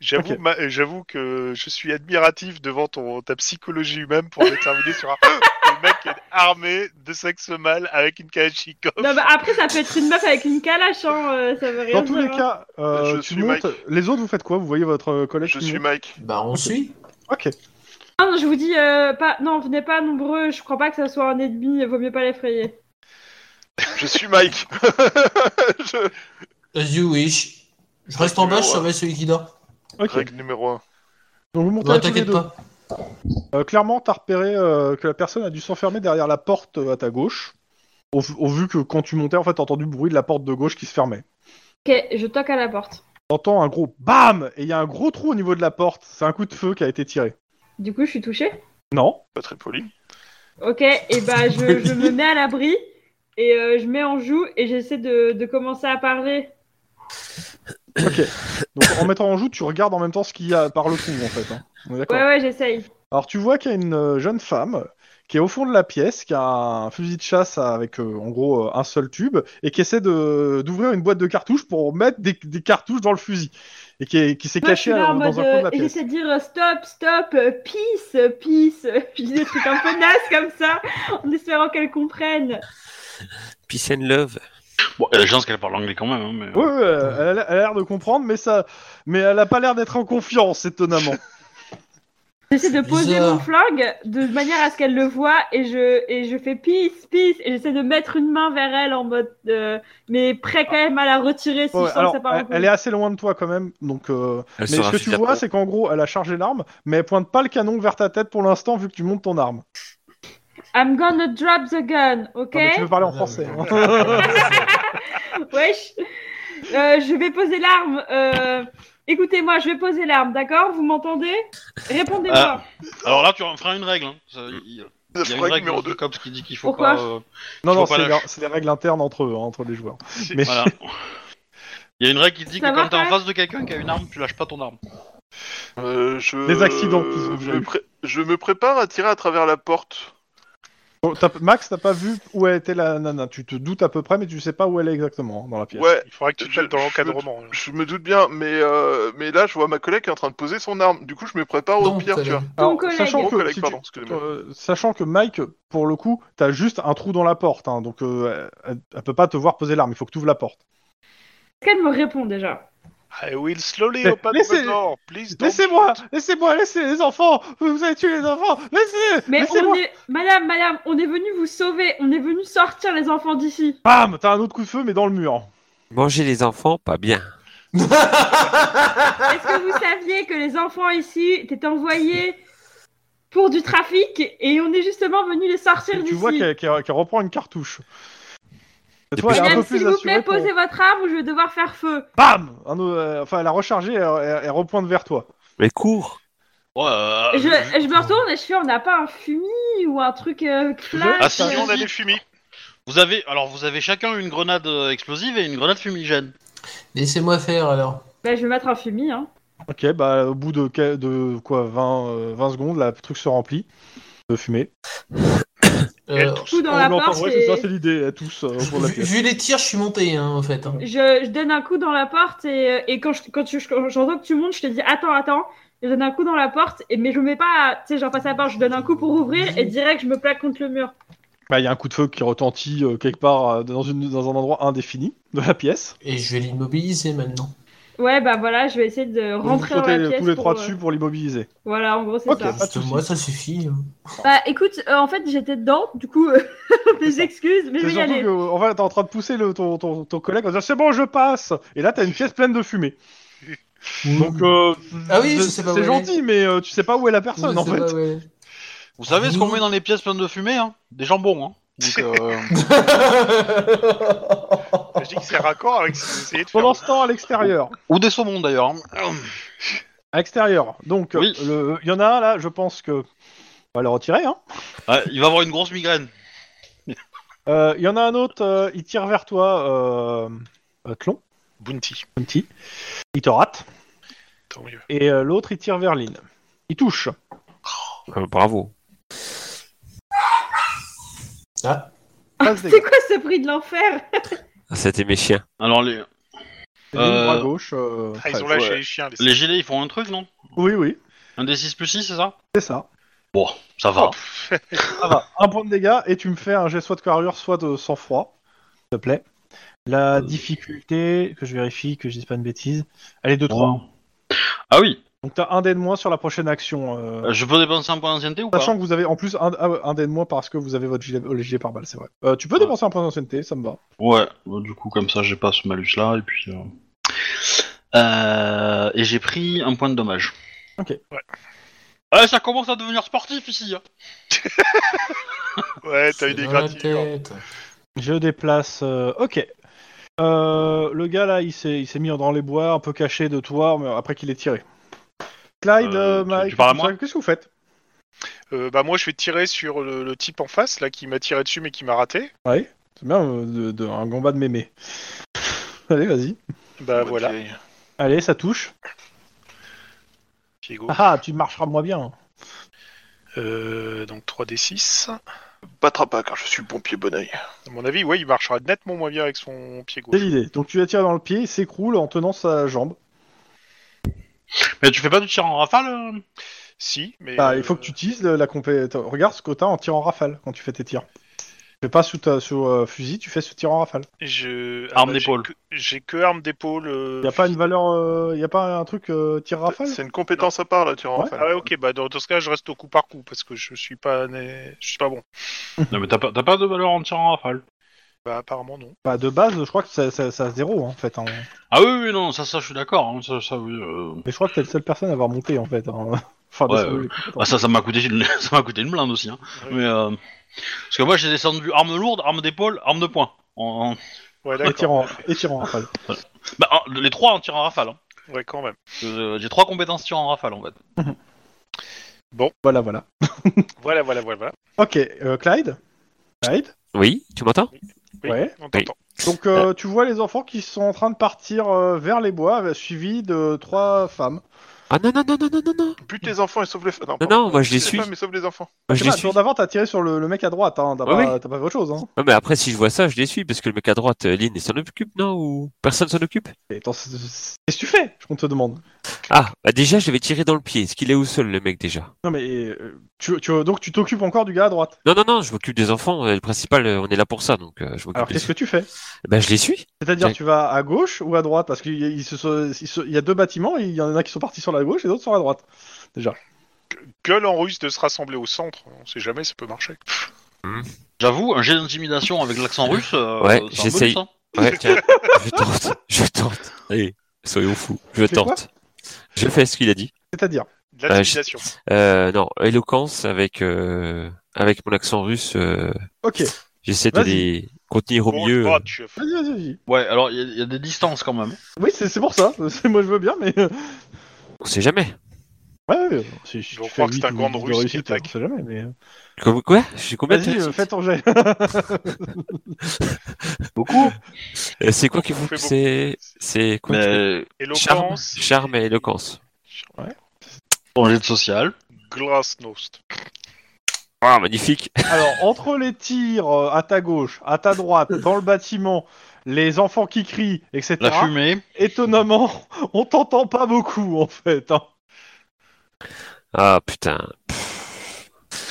Speaker 4: J'avoue
Speaker 2: Ok.
Speaker 4: ma- Bah, j'avoue que je suis admiratif devant ton, ta psychologie humaine pour déterminer sur un (gasps) le mec qui est armé de sexe mâle avec une kalachnikov.
Speaker 5: Non, bah après, ça peut être une meuf avec une calache, hein, euh, ça veut rien
Speaker 2: Dans
Speaker 5: dire.
Speaker 2: tous les
Speaker 5: hein.
Speaker 2: cas euh,
Speaker 3: Je
Speaker 2: tu
Speaker 3: suis
Speaker 2: montes.
Speaker 3: Mike.
Speaker 2: Les autres vous faites quoi Vous voyez votre collègue
Speaker 3: Je
Speaker 2: qui
Speaker 3: suis
Speaker 2: monte
Speaker 3: Mike.
Speaker 7: Bah, on suit.
Speaker 2: Ok.
Speaker 5: Non, non, je vous dis, euh, pas... non, venez pas nombreux, je crois pas que ça soit un ennemi, vaut mieux pas l'effrayer.
Speaker 3: Je suis Mike. Je-
Speaker 7: As you wish. Je reste en bas, je
Speaker 3: Ouais.
Speaker 7: surveille celui qui dort.
Speaker 2: Ok.
Speaker 3: Règle numéro 1.
Speaker 2: Donc vous montez
Speaker 7: Bah,
Speaker 2: à tous les
Speaker 7: t'inquiète
Speaker 2: deux.
Speaker 7: pas.
Speaker 2: Euh, clairement, t'as repéré euh, que la personne a dû s'enfermer derrière la porte euh, à ta gauche. Au, au vu que quand tu montais, en fait, t'as entendu le bruit de la porte de gauche qui se fermait.
Speaker 5: Ok, je toque à la porte.
Speaker 2: T'entends un gros BAM Et il y a un gros trou au niveau de la porte. C'est un coup de feu qui a été tiré.
Speaker 5: Du coup, je suis touchée.
Speaker 2: Non
Speaker 3: Pas très poli.
Speaker 5: Ok, et
Speaker 2: (laughs)
Speaker 5: bah je, je me mets à l'abri, et euh, je mets en joue, et j'essaie de, de commencer à parler.
Speaker 2: Ok. Donc en mettant en joue, tu regardes en même temps ce qu'il y a par le trou, en fait. hein. On est d'accord
Speaker 5: Ouais, ouais, j'essaye.
Speaker 2: Alors tu vois qu'il y a une euh, jeune femme qui est au fond de la pièce, qui a un fusil de chasse avec euh, en gros euh, un seul tube, et qui essaie de- d'ouvrir une boîte de cartouches pour mettre des, des cartouches dans le fusil, et qui, est- qui s'est
Speaker 5: Moi, je suis
Speaker 2: cachée
Speaker 5: là
Speaker 2: euh,
Speaker 5: en
Speaker 2: dans
Speaker 5: mode,
Speaker 2: un coin de la
Speaker 5: euh,
Speaker 2: pièce.
Speaker 5: j'essaie de dire euh, stop, stop, euh, peace, euh, peace. (laughs) Je dis des trucs un peu nasses comme ça, en espérant qu'elle comprenne.
Speaker 8: Peace and love.
Speaker 1: Bon, il y a des chances qu'elle parle anglais quand même. hein, mais...
Speaker 2: Ouais, ouais, elle a l'air- elle a l'air de comprendre, mais ça, mais elle a pas l'air d'être en confiance,
Speaker 5: (laughs)
Speaker 2: étonnamment.
Speaker 5: J'essaie de poser
Speaker 7: Bizarre.
Speaker 5: mon flingue de manière à ce qu'elle le voit et je, et je fais peace, peace. Et j'essaie de mettre une main vers elle en mode. euh, mais prêt quand même à la retirer si
Speaker 2: Ouais,
Speaker 5: je sens
Speaker 2: alors,
Speaker 5: que ça part en
Speaker 2: elle,
Speaker 5: couille.
Speaker 2: elle est assez loin de toi quand même, donc. euh,
Speaker 8: Elle
Speaker 2: Mais
Speaker 8: sera
Speaker 2: ce que
Speaker 8: fille
Speaker 2: tu
Speaker 8: de la
Speaker 2: vois,
Speaker 8: peau.
Speaker 2: c'est qu'en gros, elle a chargé l'arme, mais elle pointe pas le canon vers ta tête pour l'instant, vu que tu montes ton arme.
Speaker 5: I'm gonna drop the gun, ok
Speaker 2: Non, Ah, mais tu veux parler en
Speaker 7: Non,
Speaker 2: français.
Speaker 7: mais-
Speaker 2: hein.
Speaker 5: (laughs) Wesh Euh, Je vais poser l'arme. euh, Écoutez-moi, je vais poser l'arme, d'accord Vous m'entendez Répondez-moi.
Speaker 2: Euh,
Speaker 1: Alors là, tu en feras une règle. hein. Ça,
Speaker 8: Mm.
Speaker 1: Il y a il y a une
Speaker 3: Règle
Speaker 1: règle
Speaker 3: numéro
Speaker 1: dans
Speaker 3: 2.
Speaker 1: le COPS qui dit qu'il faut
Speaker 5: Pourquoi
Speaker 1: pas. euh,
Speaker 2: Non, non,
Speaker 1: Faut pas
Speaker 2: c'est
Speaker 1: la-
Speaker 2: les- c'est les règles internes entre eux, hein, entre les joueurs. Mais-
Speaker 1: Voilà. Il y a une règle qui dit
Speaker 5: Ça
Speaker 1: que
Speaker 5: va,
Speaker 1: quand t'es en
Speaker 5: ouais.
Speaker 1: face de quelqu'un qui a une arme, tu lâches pas ton arme.
Speaker 3: Euh, je...
Speaker 2: Des accidents qu'ils ont déjà
Speaker 3: Je,
Speaker 2: eu.
Speaker 3: pré- je me prépare à tirer à travers la porte.
Speaker 2: Bon, Oh, t'as- Max, t'as pas vu où était la nana. Tu te doutes à peu près, mais tu sais pas où elle est exactement hein, dans la pièce.
Speaker 3: Ouais,
Speaker 4: Il faudra que tu te
Speaker 3: Je-
Speaker 4: mettes dans
Speaker 3: je-
Speaker 4: l'encadrement. hein.
Speaker 3: je me doute bien, mais, euh, mais là, je vois ma collègue qui est en train de poser son arme. Du coup, je me prépare au
Speaker 7: Donc,
Speaker 3: pire, tu vois.
Speaker 5: Ton collègue.
Speaker 2: Sachant
Speaker 3: Mon
Speaker 2: que,
Speaker 3: collègue,
Speaker 2: si tu-
Speaker 3: pardon, excusez-moi.
Speaker 2: euh, sachant que Mike, pour le coup, t'as juste un trou dans la porte, hein, donc euh, elle, elle peut pas te voir poser l'arme. Il faut que tu ouvres la porte.
Speaker 5: Est-ce qu'elle me répond déjà
Speaker 4: I will slowly
Speaker 2: Mais-
Speaker 4: open
Speaker 2: laissez-
Speaker 4: the door, please don't
Speaker 2: Laissez-moi, laissez-moi, laissez les enfants. Vous avez tué les enfants. Laissez,
Speaker 5: Mais on
Speaker 2: laissez-moi.
Speaker 5: est... Madame, madame, on est venu vous sauver, on est venu sortir les enfants d'ici.
Speaker 2: Bam, t'as un autre coup de feu, mais dans le mur.
Speaker 8: Manger les enfants, pas bien.
Speaker 5: Est-ce que vous saviez que les enfants ici étaient envoyés pour du trafic et on est justement venu les sortir
Speaker 2: Tu
Speaker 5: d'ici
Speaker 2: vois qu'elle qu'elle- qu'elle reprend une cartouche. Cette
Speaker 8: Et
Speaker 2: fois, elle est un peu
Speaker 5: Madame, Eh s'il
Speaker 2: plus
Speaker 5: vous plaît,
Speaker 2: assurée. pour-
Speaker 5: posez votre arme ou je vais devoir faire feu.
Speaker 2: Bam Un autre- euh, Enfin, elle a rechargé, elle, elle- elle repointe vers toi.
Speaker 8: Mais cours
Speaker 1: Ouais, euh,
Speaker 5: Je, je me retourne et je fais on n'a pas un fumier ou un truc euh, flash
Speaker 1: Ah, si,
Speaker 5: euh,
Speaker 4: on a des fumis.
Speaker 1: Vous avez, alors vous avez chacun une grenade euh, explosive et une grenade fumigène.
Speaker 7: Laissez-moi faire alors.
Speaker 5: bah, Je vais mettre un fumier. Hein.
Speaker 2: Ok, bah au bout de, que- de quoi 20, euh, 20 secondes, là, le truc se remplit de fumée.
Speaker 7: Euh,
Speaker 5: Tout dans la
Speaker 2: On l'entend,
Speaker 5: porte.
Speaker 2: ouais,
Speaker 5: et-
Speaker 2: c'est ça, c'est l'idée, euh, tous, euh, autour de la
Speaker 7: vu,
Speaker 2: pièce.
Speaker 7: vu les tirs, je suis monté hein, en fait. hein.
Speaker 5: Je, je donne un coup dans la porte et, euh, et quand je- quand tu- quand j'entends que tu montes, je te dis attends, attends. Je donne un coup dans la porte, et, mais je mets pas, tu sais, genre passe à part, je donne un coup pour ouvrir et direct je me plaque contre le mur.
Speaker 2: Bah, il y a un coup de feu qui retentit euh, quelque part euh, dans, une, dans un endroit indéfini de la pièce.
Speaker 7: Et je vais l'immobiliser maintenant.
Speaker 5: Ouais, bah voilà, je vais essayer de
Speaker 2: Vous
Speaker 5: rentrer dans la
Speaker 2: sautez
Speaker 5: pièce.
Speaker 2: tous les
Speaker 5: pour,
Speaker 2: trois
Speaker 5: euh,
Speaker 2: dessus pour l'immobiliser.
Speaker 5: Voilà, en gros, c'est
Speaker 2: Ok.
Speaker 5: ça.
Speaker 2: Ah, Pas de soucis.
Speaker 7: moi, ça suffit. hein.
Speaker 5: Bah écoute, euh, en fait, j'étais dedans, du coup, (laughs) euh, des excuses, mais je
Speaker 2: C'est
Speaker 5: vais y
Speaker 2: surtout
Speaker 5: aller.
Speaker 2: que, en fait, t'es en train de pousser le, ton, ton, ton collègue en disant c'est bon, je passe. Et là, t'as une pièce pleine de fumée. Donc, euh,
Speaker 7: Ah oui, je
Speaker 2: c'est-
Speaker 7: sais pas où
Speaker 2: c'est
Speaker 7: elle
Speaker 2: gentil, mais euh, tu sais pas où est la personne en fait.
Speaker 1: Vous savez ce
Speaker 5: Mmh.
Speaker 1: qu'on met dans les pièces pleines de fumée, hein Des jambons, hein
Speaker 4: (laughs)
Speaker 1: Donc, euh,
Speaker 2: (laughs)
Speaker 4: Je dis que c'est raccord avec ce que vous essayez de faire.
Speaker 2: Pendant ce temps, à l'extérieur.
Speaker 1: Ou des saumons, d'ailleurs. hein.
Speaker 2: À l'extérieur. Donc,
Speaker 1: Oui.
Speaker 2: le- il y en a un là, je pense que. On va le retirer, hein.
Speaker 1: Ouais, il va avoir une grosse migraine.
Speaker 2: Euh, Il y en a un autre, euh, il tire vers toi, euh, euh, Tlon,
Speaker 4: Bounty,
Speaker 2: un petit. Il te rate.
Speaker 4: tant mieux.
Speaker 2: Et euh, l'autre, il tire vers Lynn. Il touche.
Speaker 8: Euh, bravo.
Speaker 7: Ah.
Speaker 2: Passe des
Speaker 5: (laughs) C'est quoi ce prix de l'enfer
Speaker 8: Ah, C'était mes chiens.
Speaker 1: Alors, les,
Speaker 2: gars. Lynn,
Speaker 1: Euh,
Speaker 2: bras gauche. euh,
Speaker 4: Ah, ils ont
Speaker 2: ouais.
Speaker 4: lâché les chiens. Les...
Speaker 1: les gilets, ils font un truc, non
Speaker 2: Oui, oui,
Speaker 1: Un des 6 plus 6, c'est ça
Speaker 2: c'est ça.
Speaker 1: Bon, ça
Speaker 5: Oh,
Speaker 1: va.
Speaker 2: Ça va. Un point de dégâts et tu me fais un jet soit de carrure, soit de sang-froid, s'il te plaît. La
Speaker 1: Euh.
Speaker 2: difficulté, que je vérifie, que je dise pas de bêtises, elle est de 3.
Speaker 1: Ah oui,
Speaker 2: Donc t'as un dé de moins sur la prochaine action. euh,
Speaker 1: euh, je peux dépenser un point d'ancienneté ou pas
Speaker 2: Sachant que vous avez en plus un, ah ouais, un dé de moins parce que vous avez votre gilet, le gilet par balle, c'est vrai. Euh, tu peux
Speaker 1: Ouais.
Speaker 2: dépenser un point d'ancienneté, ça me va.
Speaker 1: Ouais, bah, du coup, comme ça, j'ai pas ce malus-là, et puis... euh, euh, et j'ai pris un point de dommage.
Speaker 2: Ok.
Speaker 4: Ouais.
Speaker 1: Ouais, ça commence à devenir sportif, ici hein.
Speaker 4: Ouais, t'as eu des gratitudes.
Speaker 2: Je déplace. euh, ok. Euh, le gars là, il s'est il s'est mis dans les bois, un peu caché de toi, mais après qu'il ait tiré. Clyde,
Speaker 1: Euh,
Speaker 2: euh,
Speaker 1: tu-
Speaker 2: Mike,
Speaker 1: tu parles à moi
Speaker 2: qu'est-ce que vous faites
Speaker 4: Euh, bah moi je vais tirer sur le, le type en face là qui m'a tiré dessus mais qui m'a raté.
Speaker 2: C'est bien euh, de, de- un combat de mémé. (laughs) Allez, vas-y.
Speaker 4: Bah
Speaker 3: Bonne
Speaker 4: voilà.
Speaker 3: vieille.
Speaker 2: Allez, ça touche.
Speaker 4: Pied gauche.
Speaker 2: Ah, ah, tu marcheras moins bien.
Speaker 4: Euh, donc 3d6.
Speaker 3: Battra pas car je suis bon pied bon oeil.
Speaker 4: À mon avis, ouais, il marchera nettement moins bien avec son pied
Speaker 2: C'est
Speaker 4: gauche.
Speaker 2: l'idée. Donc tu la tires dans le pied, il s'écroule en tenant sa jambe.
Speaker 1: Mais tu fais pas du tir en rafale euh
Speaker 4: Si, mais
Speaker 2: Bah,
Speaker 4: euh,
Speaker 2: il faut que tu utilises le- la compétence. Regarde ce que t'as en tir en rafale quand tu fais tes tirs. Tu fais pas sous, ta, sous euh, fusil, tu fais ce tir en rafale.
Speaker 4: je... ah bah,
Speaker 1: Arme
Speaker 4: j'ai
Speaker 1: d'épaule.
Speaker 4: que- J'ai que arme d'épaule. euh,
Speaker 2: Y a pas une valeur, euh, y a pas un truc euh, tir rafale
Speaker 3: C'est une compétence à part là, tu
Speaker 2: Ouais.
Speaker 3: rentres.
Speaker 4: Ah ouais, ok, bah dans, dans ce cas, je reste au coup par coup parce que je suis pas, né- je suis pas bon.
Speaker 1: Non, mais t'as pas, t'as pas de valeur en tir en rafale.
Speaker 4: Bah apparemment non.
Speaker 2: Bah, de base, je crois que ça, ça, ça se zéro en fait. hein.
Speaker 1: Ah oui, oui, non, ça, ça, je suis d'accord. hein, ça, ça, oui, euh,
Speaker 2: Mais je crois que t'es la seule personne à avoir monté en (laughs) fait. hein. Enfin, de
Speaker 1: Ouais,
Speaker 2: ce-
Speaker 1: ouais. Bah, ça, ça m'a coûté, une- (laughs) ça m'a coûté une blinde aussi. Hein.
Speaker 4: Ouais.
Speaker 1: Mais euh, parce que moi, j'ai descendu arme lourde, arme d'épaule, arme de poing. En- en-
Speaker 4: Ouais,
Speaker 2: et tir
Speaker 4: d'accord.
Speaker 2: en, et tir en rafale.
Speaker 1: Bah, en- les trois en tir en rafale. hein.
Speaker 4: Ouais, quand même.
Speaker 1: Parce que, euh, j'ai trois compétences tir en rafale en fait.
Speaker 2: Voilà, voilà.
Speaker 4: Voilà, voilà, voilà. voilà.
Speaker 2: Ok, euh, Clyde Clyde
Speaker 8: Oui, tu m'entends
Speaker 4: Oui,
Speaker 2: Ouais.
Speaker 4: on t'entend.
Speaker 2: Donc euh, tu vois les enfants qui sont en train de partir euh, vers les bois, euh, suivis de trois femmes.
Speaker 8: Ah non, non, non, non, non, non, non.
Speaker 3: Bute les enfants et sauve les. Non,
Speaker 8: Non,
Speaker 3: pardon.
Speaker 8: non, moi, je les
Speaker 3: Bute
Speaker 8: suis.
Speaker 3: femmes et sauve les enfants.
Speaker 8: Moi, je
Speaker 2: Je sais
Speaker 8: les
Speaker 2: pas,
Speaker 8: suis.
Speaker 2: le jour d'avant, t'as tiré sur le, le mec à droite, hein. t'as,
Speaker 8: Ouais,
Speaker 2: pas, t'as pas fait autre chose. Hein.
Speaker 8: Non, mais après, si je vois ça, je les suis parce que le mec à droite, euh, Lynn, il s'en occupe, non Ou personne s'en occupe
Speaker 2: Et attends, c'est- c'est- qu'est-ce que tu fais Je qu'on te demande.
Speaker 8: Ah, bah déjà, je vais tirer dans le pied. Est-ce qu'il est où seul, le mec, déjà
Speaker 2: Non mais euh, tu, tu- donc tu t'occupes encore du gars à droite.
Speaker 8: Non, non, non, je m'occupe des enfants. euh, Le principal, euh, on est là pour ça, donc euh, je m'occupe
Speaker 2: Alors
Speaker 8: des-
Speaker 2: qu'est-ce que tu fais
Speaker 8: Bah, je les suis.
Speaker 2: C'est-à-dire
Speaker 8: J'ai-
Speaker 2: tu vas à gauche ou à droite Parce qu'il y a- il se sont- il se- il y a deux bâtiments, et il y en a qui sont partis sur la gauche et d'autres sur la droite.
Speaker 4: Gueule en russe de se rassembler au centre. On sait jamais, ça peut marcher.
Speaker 1: J'avoue, un jet d'intimidation avec l'accent russe. euh, c'est
Speaker 8: Ouais,
Speaker 1: un bonus,
Speaker 8: j'essaye.
Speaker 1: hein.
Speaker 8: Ouais, tiens, je tente, je tente. Allez, soyons fous, je
Speaker 2: Tu fais quoi
Speaker 8: tente. Je fais ce qu'il a dit.
Speaker 2: C'est-à-dire
Speaker 4: De
Speaker 8: Bah,
Speaker 4: L'intimidation.
Speaker 8: Euh, non, éloquence avec euh, avec mon accent russe. euh,
Speaker 2: Ok,
Speaker 8: J'essaie de
Speaker 2: Vas-y.
Speaker 8: les contenir au
Speaker 4: Bon,
Speaker 8: milieu.
Speaker 4: bah,
Speaker 8: euh.
Speaker 4: tu-
Speaker 2: vas-y, vas-y, vas-y.
Speaker 1: Ouais, alors il y a- il y, a des distances quand même.
Speaker 2: Oui, c'est, c'est pour ça. (laughs) C'est- Moi je veux bien, mais. Ouais,
Speaker 8: On sait jamais.
Speaker 2: ouais, ouais. Si, si
Speaker 4: Ils vont
Speaker 2: tu fais
Speaker 4: croire que c'est
Speaker 2: huit
Speaker 4: un
Speaker 2: ou
Speaker 4: grand
Speaker 2: dix de
Speaker 4: russe qui
Speaker 2: réussite,
Speaker 4: attaque.
Speaker 2: on sait jamais, mais. euh.
Speaker 8: Comme quoi J'ai combien de
Speaker 2: Vas-y, euh,
Speaker 8: réussites
Speaker 2: fais ton jet.
Speaker 1: Beaucoup.
Speaker 8: Euh, C'est quoi qui
Speaker 4: Beaucoup,
Speaker 8: vous
Speaker 4: fait beaucoup.
Speaker 8: C'est c'est quoi tu
Speaker 1: Mais
Speaker 8: veux Charme,
Speaker 4: Éloquence.
Speaker 8: charme et éloquence.
Speaker 1: ton jet de social.
Speaker 4: Glasnost.
Speaker 8: Ah, magnifique.
Speaker 2: (laughs) Alors, entre les tirs euh, à ta gauche, à ta droite, dans le bâtiment, les enfants qui crient, etc.,
Speaker 1: La fumée.
Speaker 2: étonnamment, (laughs) on t'entend pas beaucoup, en fait. hein.
Speaker 8: (laughs) Ah putain.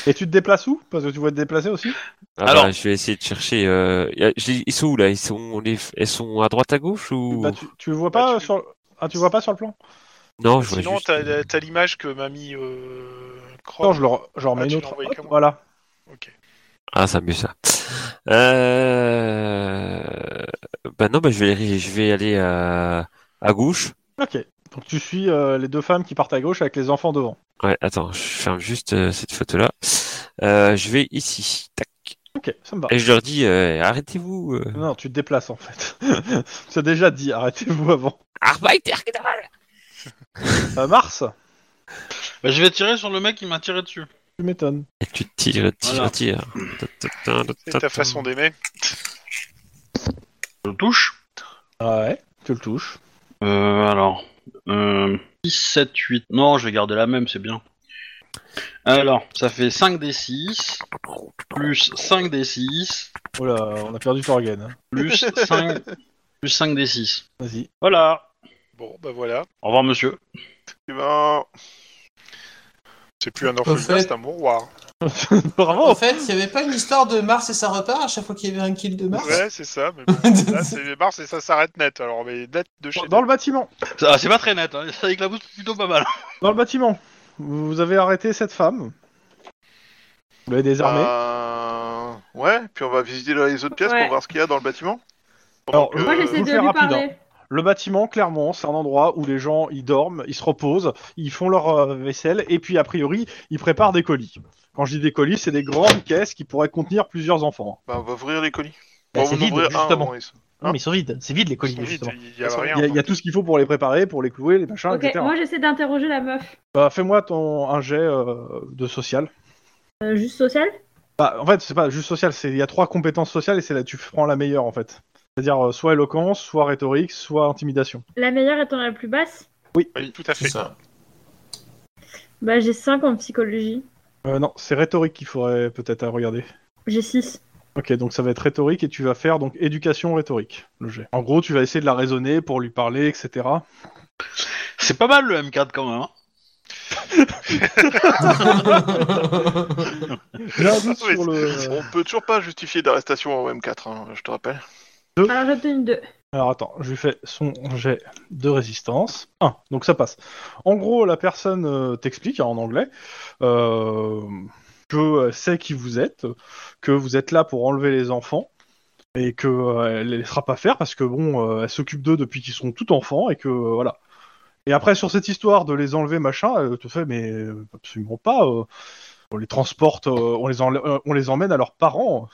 Speaker 2: Et tu te déplaces où Parce que tu vois te déplacer aussi
Speaker 8: Ah, bah,
Speaker 1: Alors-
Speaker 8: je vais essayer de chercher. euh, y a- je les- Ils sont où là Ils sont, on les- elles sont à droite à gauche ou
Speaker 2: Bah, tu, tu vois pas
Speaker 4: Bah, tu-
Speaker 2: sur... Ah, tu vois pas sur le plan
Speaker 8: Non, je vois
Speaker 4: bah, Sinon,
Speaker 8: juste.
Speaker 4: t'as t'as l'image que m'a mis euh, Chrome.
Speaker 2: Non, je leur, je leur
Speaker 4: Ah,
Speaker 2: mets
Speaker 4: tu
Speaker 2: une
Speaker 4: l'as
Speaker 2: autre.
Speaker 4: envoyé
Speaker 2: Hop,
Speaker 4: comment
Speaker 2: voilà.
Speaker 4: Ok.
Speaker 8: Ah, c'est mieux ça. Euh... Bah non, bah, je vais aller, je vais aller à... à gauche.
Speaker 2: Ok. Donc tu suis euh, les deux femmes qui partent à gauche avec les enfants devant.
Speaker 8: Ouais, attends, je ferme juste euh, cette photo-là. Euh, je vais ici. Tac.
Speaker 2: Ok, ça me va.
Speaker 8: Et je leur dis, euh, arrêtez-vous. euh.
Speaker 2: Non, tu te déplaces en fait. (laughs) C'est déjà dit, arrêtez-vous avant.
Speaker 8: Arbeiter, que dalle
Speaker 2: Euh, Mars,
Speaker 1: Bah, je vais tirer sur le mec qui m'a tiré dessus.
Speaker 2: tu m'étonnes.
Speaker 8: Et tu tires, tires,
Speaker 1: Voilà.
Speaker 8: tires.
Speaker 4: C'est ta façon d'aimer.
Speaker 1: Je touche.
Speaker 2: Ouais, tu le touches.
Speaker 1: Euh, alors. Euh, 6, 7, 8. Non, je vais garder la même, c'est bien. Alors, ça fait 5 des 6, plus 5 des 6,
Speaker 2: Oh là, on a perdu Torgen. hein.
Speaker 1: plus 5, plus 5 des 6.
Speaker 2: Vas-y. (laughs)
Speaker 1: Voilà.
Speaker 4: Bon, bah voilà.
Speaker 1: Au revoir, monsieur.
Speaker 3: Eh ben,
Speaker 4: C'est plus un
Speaker 7: Au
Speaker 4: orphelinat,
Speaker 7: fait-
Speaker 4: c'est un mouroir.
Speaker 7: En
Speaker 4: Ah,
Speaker 2: Bravo
Speaker 7: fait, il n'y avait pas une histoire de Mars et ça repart à chaque fois qu'il y avait un kill de Mars (laughs)
Speaker 4: Ouais, (laughs) c'est ça. Mais bon, là, c'est les bars et ça s'arrête net. Alors, mais net de chez
Speaker 2: Dans le bâtiment.
Speaker 1: Ça, C'est pas très net, hein. ça éclabousse plutôt pas mal.
Speaker 2: Dans le bâtiment. Vous avez arrêté cette femme. Vous l'avez désarmée.
Speaker 3: euh, ouais, puis on va visiter les autres pièces
Speaker 5: Ouais.
Speaker 3: pour voir ce qu'il y a dans le bâtiment.
Speaker 2: Alors,
Speaker 4: euh,
Speaker 3: que-
Speaker 5: Moi, j'essaie
Speaker 2: faut
Speaker 5: de
Speaker 2: faire
Speaker 5: lui
Speaker 2: rapide, hein.
Speaker 5: parler.
Speaker 2: Le bâtiment, clairement, c'est un endroit où les gens ils dorment, ils se reposent, ils font leur euh, vaisselle et puis a priori ils préparent des colis. Quand je dis des colis, c'est des grandes caisses qui pourraient contenir plusieurs enfants.
Speaker 3: Bah, on va ouvrir les colis.
Speaker 7: Bah,
Speaker 3: Bon,
Speaker 7: c'est
Speaker 3: on
Speaker 7: vide,
Speaker 3: ouvre un,
Speaker 7: justement.
Speaker 3: bon, ils sont-
Speaker 7: Non, mais ils sont vides, c'est vide les
Speaker 4: Ils
Speaker 7: colis,
Speaker 4: sont vite,
Speaker 7: justement.
Speaker 4: il y a
Speaker 2: Il y,
Speaker 4: rien.
Speaker 2: a- il y a tout ce qu'il faut pour les préparer, pour les clouer, les machins,
Speaker 5: Ok,
Speaker 2: etc.
Speaker 5: moi, j'essaie d'interroger la meuf.
Speaker 2: Bah, Fais-moi ton un jet euh, de social.
Speaker 5: Euh, juste sociale
Speaker 2: Bah, en fait, c'est pas juste social, c'est il y a trois compétences sociales et c'est là tu prends la meilleure en fait. C'est-à-dire euh, soit éloquence, soit rhétorique, soit intimidation.
Speaker 5: La meilleure étant la plus basse
Speaker 4: Oui, tout à
Speaker 7: C'est
Speaker 4: fait.
Speaker 7: ça.
Speaker 5: Bah, j'ai 5 en psychologie.
Speaker 2: Euh, non, c'est rhétorique qu'il faudrait peut-être euh, regarder.
Speaker 5: J'ai 6.
Speaker 2: Ok, donc ça va être rhétorique et tu vas faire donc éducation rhétorique, le jet. En gros, tu vas essayer de la raisonner pour lui parler, etc.
Speaker 1: C'est pas mal le M4 quand même. hein.
Speaker 2: J'ai un doute
Speaker 3: Oui,
Speaker 2: sur le...
Speaker 3: On peut toujours pas justifier d'arrestation en M4, hein, je te rappelle.
Speaker 5: Alors, j'ai obtenu 2.
Speaker 2: Alors attends, je lui fais son jet de résistance. 1, donc ça passe. En gros, la personne euh, t'explique hein, en anglais euh, que euh, sait qui vous êtes, que vous êtes là pour enlever les enfants et que euh, elle les laissera pas faire parce que bon, euh, elle s'occupe d'eux depuis qu'ils sont tout enfants et que euh, voilà. Et après sur cette histoire de les enlever machin, elle te fait mais euh, absolument pas. euh, on les transporte, euh, on les enlè- euh, on les emmène à leurs parents.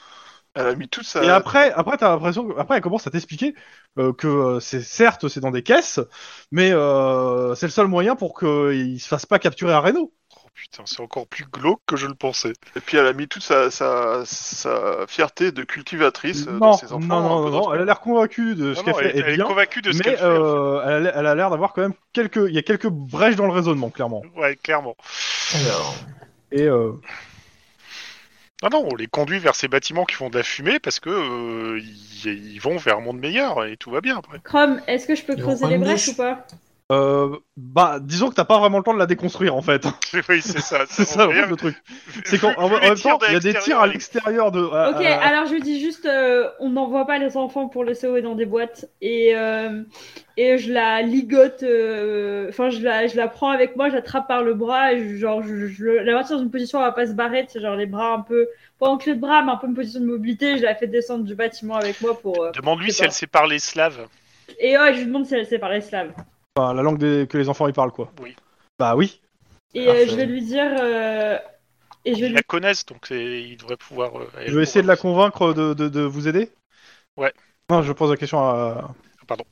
Speaker 3: Elle a mis toute sa.
Speaker 2: Et
Speaker 4: Euh.
Speaker 2: après, après t'as l'impression, que- après elle commence à t'expliquer euh, que euh, c'est certes c'est dans des caisses, mais euh, c'est le seul moyen pour qu'ils se fassent pas capturer à Reno.
Speaker 4: Oh putain, c'est encore plus glauque que je le pensais.
Speaker 3: Et puis elle a mis toute sa, sa, sa fierté de cultivatrice euh,
Speaker 2: Non,
Speaker 3: dans ses
Speaker 2: non,
Speaker 3: enfants. un
Speaker 2: non, non,
Speaker 3: peu dans ce-
Speaker 2: elle a l'air convaincue de ce
Speaker 4: Non,
Speaker 2: qu'elle
Speaker 4: non,
Speaker 2: fait
Speaker 4: elle,
Speaker 2: est
Speaker 4: elle est
Speaker 2: bien,
Speaker 4: convaincue de ce
Speaker 2: mais
Speaker 4: qu'elle
Speaker 2: euh, elle, a, elle a l'air d'avoir quand même quelques, il y a quelques brèches dans le raisonnement clairement.
Speaker 4: fait. Ouais, clairement.
Speaker 7: Alors,
Speaker 2: Et euh,
Speaker 4: Non, non, on les conduit vers ces bâtiments qui font de la fumée parce que euh, ils ils vont vers un monde meilleur et tout va bien
Speaker 3: (laughs)
Speaker 4: après.
Speaker 5: Chrome, est-ce que je peux
Speaker 7: Et on
Speaker 5: creuser
Speaker 7: prend
Speaker 5: les
Speaker 7: une
Speaker 5: brèches
Speaker 7: douche.
Speaker 5: ou pas
Speaker 2: euh, bah, disons que t'as pas vraiment le temps de la déconstruire en fait. (laughs)
Speaker 4: oui, (laughs) c'est ça.
Speaker 2: c'est ça en fait,
Speaker 4: Regarde,
Speaker 2: le truc.
Speaker 4: vu-
Speaker 2: C'est qu'en
Speaker 4: vu
Speaker 2: en- en
Speaker 4: les
Speaker 2: même
Speaker 4: tirs
Speaker 2: temps, il y a des tirs à l'extérieur
Speaker 4: l'extérieur,
Speaker 2: de. à-
Speaker 5: Ok,
Speaker 2: à-
Speaker 5: alors je dis juste, euh, on n'envoie pas les enfants pour les sauver dans des boîtes. Et, euh, et je la ligote, euh, enfin je, la, je la prends avec moi, je l'attrape par le bras, et je- genre je, je le- la vois dans une position où elle va pas se barrer, c'est genre les bras un peu, pas en clé de bras, mais un peu une position de mobilité, je la fais descendre du bâtiment avec moi pour... euh,
Speaker 4: Demande-lui
Speaker 5: Je sais
Speaker 4: si
Speaker 5: pas.
Speaker 4: elle sait parler slave.
Speaker 5: Et ouais, je lui demande si elle sait parler slave.
Speaker 2: enfin, la langue des- que les enfants ils parlent quoi.
Speaker 4: Oui.
Speaker 2: Bah oui.
Speaker 5: Et euh,
Speaker 7: Parfait.
Speaker 5: je vais lui dire... euh, et je vais
Speaker 4: Ils
Speaker 5: lui
Speaker 4: la connaissent, donc c'est- ils devraient pouvoir. euh, elle
Speaker 2: Je vais essayer de
Speaker 4: pourra-
Speaker 2: la convaincre de, de- de vous aider
Speaker 4: Ouais. Ah,
Speaker 2: Non, je pose la question à.
Speaker 4: Pardon.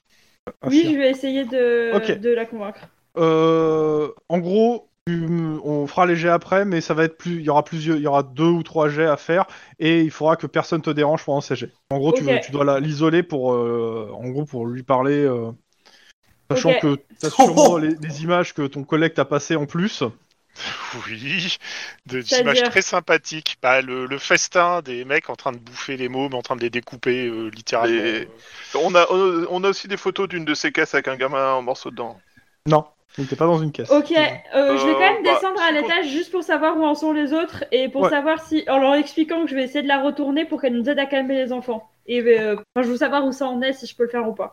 Speaker 2: à
Speaker 5: Oui,
Speaker 2: Cyr.
Speaker 5: je vais essayer de,
Speaker 2: Ok.
Speaker 5: de la convaincre.
Speaker 2: Euh, en gros, hum, on fera les jets après, mais ça va être plus. Il y aura plusieurs, il y aura deux ou trois jets à faire, et il faudra que personne te dérange pendant ces jets. En gros, tu,
Speaker 5: Ok.
Speaker 2: veux- tu dois la- l'isoler pour, euh, en gros, pour lui parler, euh, sachant
Speaker 5: Ok.
Speaker 2: que t'as
Speaker 5: (laughs)
Speaker 2: sûrement les, les images que ton collègue t'a passées en plus.
Speaker 4: Oui, de- des
Speaker 5: C'est-à-dire
Speaker 4: images très sympathiques. Bah, le, le festin des mecs en train de bouffer les mômes, en train de les découper euh, littéralement.
Speaker 3: Les- On, a, on a- on a aussi des photos d'une de ces caisses avec un gamin en morceaux dedans.
Speaker 2: Non, il n'était pas dans une caisse.
Speaker 5: Ok, euh, je vais quand
Speaker 3: Euh,
Speaker 5: même
Speaker 3: bah,
Speaker 5: descendre à
Speaker 3: c'est con-
Speaker 5: l'étage juste pour savoir où en sont les autres et pour
Speaker 2: Ouais.
Speaker 5: savoir si, en leur expliquant que je vais essayer de la retourner pour qu'elle nous aide à calmer les enfants. Et euh, enfin, je veux savoir où ça en est, si je peux le faire ou pas.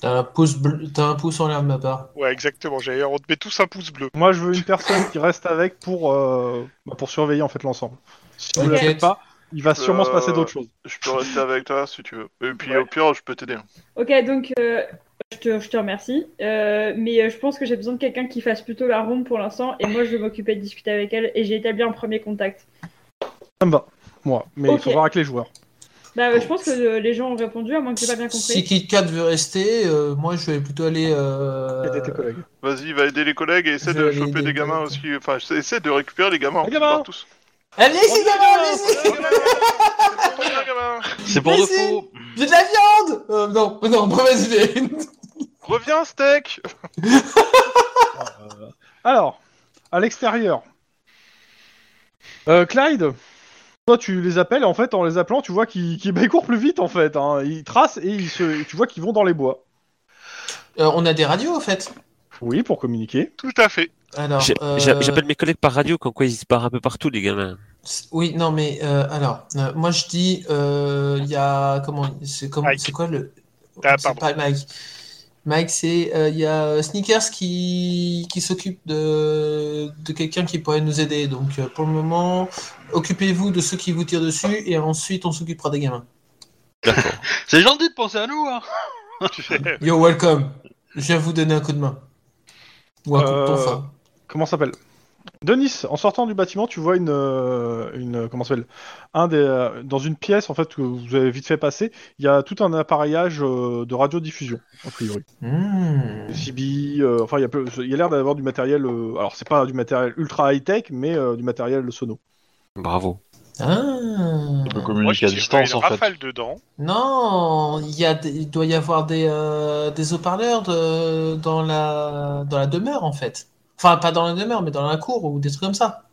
Speaker 7: T'as un pouce, bleu- t'as un pouce en l'air de ma part.
Speaker 4: Ouais, exactement. J'allais dire, on te met tous un pouce bleu.
Speaker 2: Moi, je veux une personne qui reste avec pour, euh, bah, pour surveiller en fait l'ensemble. Si tu ne la
Speaker 7: Ok.
Speaker 2: fais pas, il va sûrement se passer d'autres choses.
Speaker 3: Je
Speaker 7: (laughs)
Speaker 3: peux rester avec toi si tu veux. Et puis au pire, je peux t'aider. hein.
Speaker 5: Ok, donc euh, je, te, je te remercie. Euh, mais euh, je pense que j'ai besoin de quelqu'un qui fasse plutôt la ronde pour l'instant. Et moi, je vais m'occuper de discuter avec elle. Et j'ai établi un premier contact.
Speaker 2: Ça me va, moi. Mais il
Speaker 5: Ok.
Speaker 2: faut voir avec les joueurs.
Speaker 5: Bah, euh, je pense que euh, les gens ont répondu, à moins que j'ai pas bien compris.
Speaker 7: Si KitKat veut rester, euh, moi je vais plutôt aller. euh,
Speaker 2: Aider tes collègues.
Speaker 3: Vas-y, va aider les collègues et essaie
Speaker 7: Je
Speaker 3: de
Speaker 7: vais aider
Speaker 3: choper
Speaker 7: les
Speaker 3: des gamins aussi.
Speaker 7: collègues.
Speaker 3: Enfin, essaie de récupérer les gamins. hein.
Speaker 2: Les
Speaker 3: on
Speaker 2: gamins
Speaker 3: part tous.
Speaker 7: Allez, les gamins, allez-y
Speaker 3: Les gamins, les gamins, les gamins.
Speaker 1: C'est pour
Speaker 7: Mais
Speaker 1: de
Speaker 7: si.
Speaker 1: faux.
Speaker 7: J'ai de la viande Euh, Non, (laughs) non, mauvaise idée
Speaker 3: Reviens, steak
Speaker 2: Alors, à l'extérieur. Euh, Clyde, toi tu les appelles, en fait, en les appelant, tu vois qu'ils qu'ils- (laughs) bah, ils courent plus vite, en fait. hein. Ils tracent et ils se... tu vois qu'ils vont dans les bois.
Speaker 7: Euh, On a des radios en fait.
Speaker 2: Oui, pour communiquer.
Speaker 4: Tout à fait.
Speaker 7: Alors,
Speaker 8: J'ai-
Speaker 7: euh,
Speaker 8: j'a- J'appelle mes collègues par radio, comme quoi ils se barrent un peu partout, les gamins.
Speaker 7: c'est- Oui, non, mais euh, alors, euh, moi je dis, euh, il y a. Comment C'est comment,
Speaker 4: Mike.
Speaker 7: c'est quoi le.
Speaker 4: Ah,
Speaker 7: c'est
Speaker 4: pardon.
Speaker 7: pas Mike. Mike, c'est. euh, Il y a euh, Sneakers qui, qui s'occupe de, de quelqu'un qui pourrait nous aider. Donc, euh, pour le moment, occupez-vous de ceux qui vous tirent dessus et ensuite on s'occupera des gamins.
Speaker 1: C'est gentil de penser à nous, hein.
Speaker 4: Eh.
Speaker 7: Yo, welcome Je viens vous donner un coup de main. Ou un coup de
Speaker 2: Euh,
Speaker 7: tonfa.
Speaker 2: Comment ça s'appelle Denis, en sortant du bâtiment, tu vois une, euh, une comment ça s'appelle Un des euh, dans une pièce en fait que vous avez vite fait passer, il y a tout un appareillage euh, de radiodiffusion a priori.
Speaker 7: Hmm.
Speaker 2: Des CB, euh, enfin il y a peu- il y a l'air d'avoir du matériel. euh, alors c'est pas du matériel ultra high tech, mais euh, du matériel sono.
Speaker 8: Bravo.
Speaker 7: Ah.
Speaker 4: Moi,
Speaker 1: communiquer
Speaker 4: je tirerais une rafale dedans.
Speaker 7: Non, il y a des- il doit y avoir des, euh, des haut-parleurs de- dans la, dans la demeure, en fait. Enfin, pas dans la demeure, mais dans la cour ou des trucs comme ça.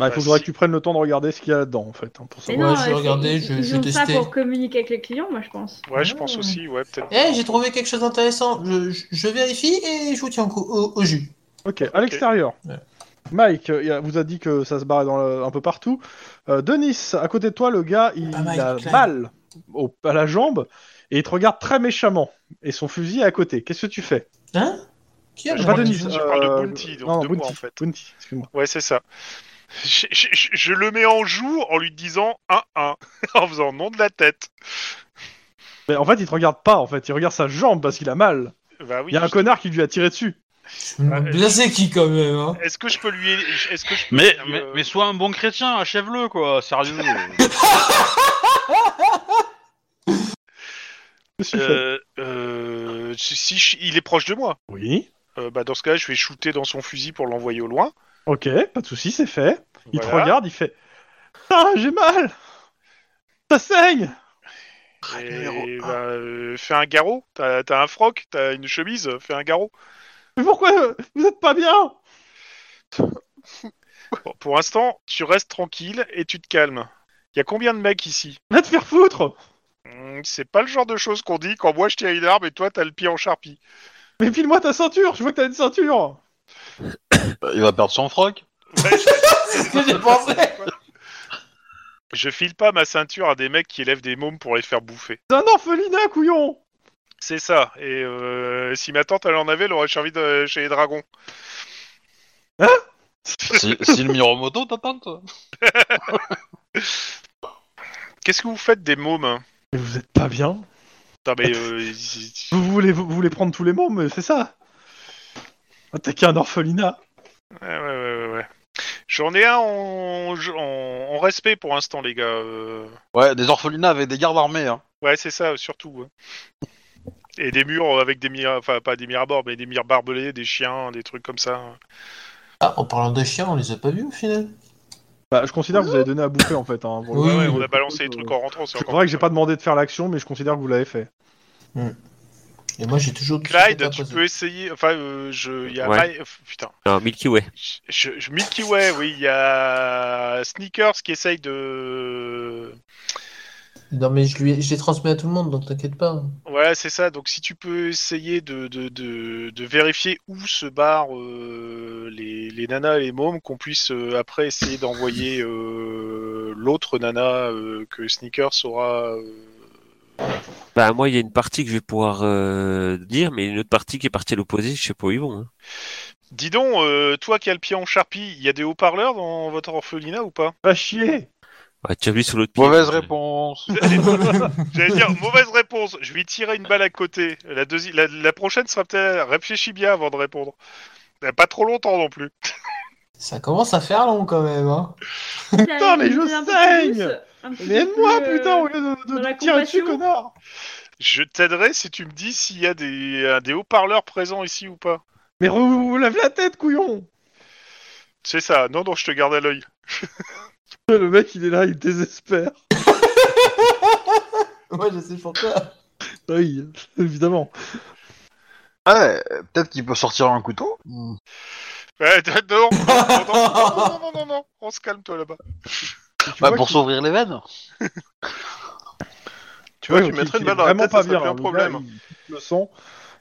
Speaker 2: Bah, il
Speaker 4: Bah,
Speaker 2: faudrait que
Speaker 4: si.
Speaker 2: tu prennes le temps de regarder ce qu'il y a là-dedans en fait. hein, pour
Speaker 5: Mais
Speaker 2: savoir.
Speaker 7: Ouais,
Speaker 5: non,
Speaker 7: je vais
Speaker 5: euh,
Speaker 7: regarder,
Speaker 5: ils-
Speaker 7: je-
Speaker 5: ils
Speaker 7: je vais
Speaker 5: ont ça
Speaker 7: tester.
Speaker 5: pour communiquer avec les clients, moi, je pense.
Speaker 2: (laughs)
Speaker 4: Ouais, je pense
Speaker 7: Ah.
Speaker 4: aussi. Ouais, peut-être.
Speaker 7: Eh, j'ai trouvé quelque chose d'intéressant. Je, je- je vérifie et je vous tiens au, cou- au- au jus.
Speaker 2: Ok, à l'extérieur.
Speaker 7: Ouais.
Speaker 2: Mike euh, il a- vous a dit que ça se barrait dans le- un peu partout. Euh, Denis, à côté de toi, le gars, il,
Speaker 7: Pas Ah, Mike,
Speaker 2: a
Speaker 7: Clyde.
Speaker 2: mal au- à la jambe et il te regarde très méchamment. Et son fusil est à côté. Qu'est-ce que tu fais
Speaker 7: Hein? Qui a
Speaker 4: Je
Speaker 2: Pas
Speaker 4: crois que
Speaker 2: Denis,
Speaker 4: tu- tu parles de
Speaker 2: euh,
Speaker 4: Bounty, donc
Speaker 2: non,
Speaker 4: de moi,
Speaker 2: Bounty,
Speaker 4: en fait.
Speaker 2: Bounty, excuse-moi.
Speaker 4: Ouais, c'est ça. Je, je- je- je le mets en joue en lui disant 1-1, (laughs) en faisant nom de la tête.
Speaker 2: Mais en fait, il te regarde pas, en fait. Il regarde sa jambe parce qu'il a mal.
Speaker 4: Bah oui.
Speaker 2: Il y a un connard qui lui a tiré dessus.
Speaker 7: Je me
Speaker 4: Ah,
Speaker 7: blasé qui, quand même, hein?
Speaker 4: Est-ce que je peux lui. Est-ce que je peux
Speaker 1: Mais,
Speaker 4: lui,
Speaker 1: mais,
Speaker 4: euh,
Speaker 1: mais sois un bon chrétien, achève-le, quoi, sérieux.
Speaker 2: Qu'est-ce que tu fais
Speaker 4: euh, euh, si si je- il est proche de moi,
Speaker 2: Oui.
Speaker 4: euh, bah dans ce cas, je vais shooter dans son fusil pour l'envoyer au loin.
Speaker 2: Ok, pas de souci, c'est fait. Il te
Speaker 4: Voilà.
Speaker 2: regarde, il fait Ah, j'ai mal Ça saigne
Speaker 4: Et, bah, euh, fais un garrot. T'as t'as un froc, t'as une chemise, fais un garrot.
Speaker 2: Mais pourquoi Vous êtes pas bien
Speaker 4: Bon, pour l'instant, tu restes tranquille et tu te calmes. Il y a combien de mecs ici
Speaker 2: Va te faire foutre
Speaker 4: Hmm, C'est pas le genre de choses qu'on dit quand moi je tire une arme et toi t'as le pied en charpie.
Speaker 2: Mais file-moi ta ceinture, je vois que t'as une ceinture
Speaker 1: (laughs) il va perdre son froc.
Speaker 4: Ouais, je-
Speaker 7: C'est ce que j'ai pensé!
Speaker 4: (laughs) Je file pas ma ceinture à des mecs qui élèvent des mômes pour les faire bouffer.
Speaker 2: C'est un orphelinat, couillon
Speaker 4: C'est ça. Et euh, si ma tante elle en avait, elle aurait servi de- chez les dragons.
Speaker 1: Si, si le Miromoto, t'as peint, toi.
Speaker 4: Qu'est-ce que vous faites des mômes
Speaker 2: Mais vous êtes pas bien
Speaker 4: Non mais euh, (laughs) si- si-
Speaker 2: Vous voulez, vous voulez prendre tous les mots, mais c'est ça Attaquer un orphelinat
Speaker 4: ouais, ouais, ouais, ouais, ouais. J'en ai un en, en- en respect pour l'instant, les gars. euh.
Speaker 1: Ouais, des orphelinats avec des gardes armés, hein.
Speaker 4: Ouais, c'est ça, surtout. ouais. Et des murs avec des mires, enfin pas des mires à bord, mais des mires barbelés, des chiens, des trucs comme ça. hein.
Speaker 7: Ah, en parlant de chiens, on les a pas vus au final.
Speaker 2: Bah, je considère que vous avez donné à bouffer, en fait. Hein, pour le
Speaker 7: Oui,
Speaker 4: Ouais,
Speaker 2: coup,
Speaker 4: ouais,
Speaker 2: je
Speaker 4: on a
Speaker 2: propose,
Speaker 4: balancé les
Speaker 2: euh,
Speaker 4: trucs en rentrant. C'est
Speaker 2: C'est
Speaker 4: encore
Speaker 2: vrai que j'ai pas demandé de faire l'action, mais je considère que vous l'avez fait.
Speaker 7: Et moi, j'ai toujours.
Speaker 4: Clyde, tu peux essayer. Enfin, euh, je. il Y a
Speaker 8: Ouais.
Speaker 4: Ray- Putain.
Speaker 8: Non, Milky Way.
Speaker 4: Je, je- Milky Way, oui, il y a Sneakers qui essaye de.
Speaker 7: Non, mais je, lui ai- je l'ai transmis à tout le monde, donc t'inquiète pas.
Speaker 4: Ouais, c'est ça. Donc, si tu peux essayer de, de, de, de vérifier où se barrent euh, les, les nanas et les mômes, qu'on puisse euh, après essayer d'envoyer euh, l'autre nana euh, que Sneakers aura euh,
Speaker 8: Bah moi, il y a une partie que je vais pouvoir euh, dire, mais une autre partie qui est partie à l'opposé, je sais pas où ils vont. hein.
Speaker 4: Dis donc, euh, toi qui as le pied en charpie, il y a des haut-parleurs dans votre orphelinat ou pas
Speaker 2: Pas chier
Speaker 8: Ouais, tu as vu sur l'autre pied.
Speaker 1: Mauvaise
Speaker 8: donc, euh,
Speaker 1: réponse.
Speaker 4: J'allais dire, mauvaise réponse, je lui tirer une balle à côté. La, deuxi- la, la prochaine sera peut-être... Réfléchis bien avant de répondre. Euh, Pas trop longtemps non plus.
Speaker 7: Ça commence à faire long quand même. Hein. (laughs)
Speaker 2: Putain, mais je saigne Mais moi,
Speaker 5: euh,
Speaker 2: putain, au lieu de, de-
Speaker 5: dans la
Speaker 2: de tirer dessus,
Speaker 5: compassion.
Speaker 2: connard
Speaker 4: Je t'aiderai si tu me dis s'il y a des, euh, des haut-parleurs présents ici ou pas.
Speaker 2: Mais re- vous lave la tête, couillon
Speaker 4: C'est ça, non, non, je te garde à l'œil.
Speaker 2: Le mec, il est là, il désespère.
Speaker 7: Moi, je sais pourquoi.
Speaker 2: Oui, évidemment.
Speaker 1: Ah ouais, euh, peut-être qu'il peut sortir un couteau.
Speaker 4: Ouais, (laughs) non, non, non, non, non, non, non, non, on se calme toi là-bas.
Speaker 2: Tu
Speaker 1: Bah,
Speaker 2: vois
Speaker 1: pour
Speaker 2: qu'il-
Speaker 1: s'ouvrir les veines.
Speaker 3: Tu vois,
Speaker 2: Ouais,
Speaker 3: tu
Speaker 2: qui-
Speaker 3: mettrais
Speaker 2: qui
Speaker 3: une
Speaker 2: est
Speaker 3: balle dans la
Speaker 2: vraiment
Speaker 3: tête,
Speaker 2: pas
Speaker 3: ça serait
Speaker 2: bien.
Speaker 3: plus un
Speaker 2: Le gars,
Speaker 3: problème.
Speaker 2: il pique le sang.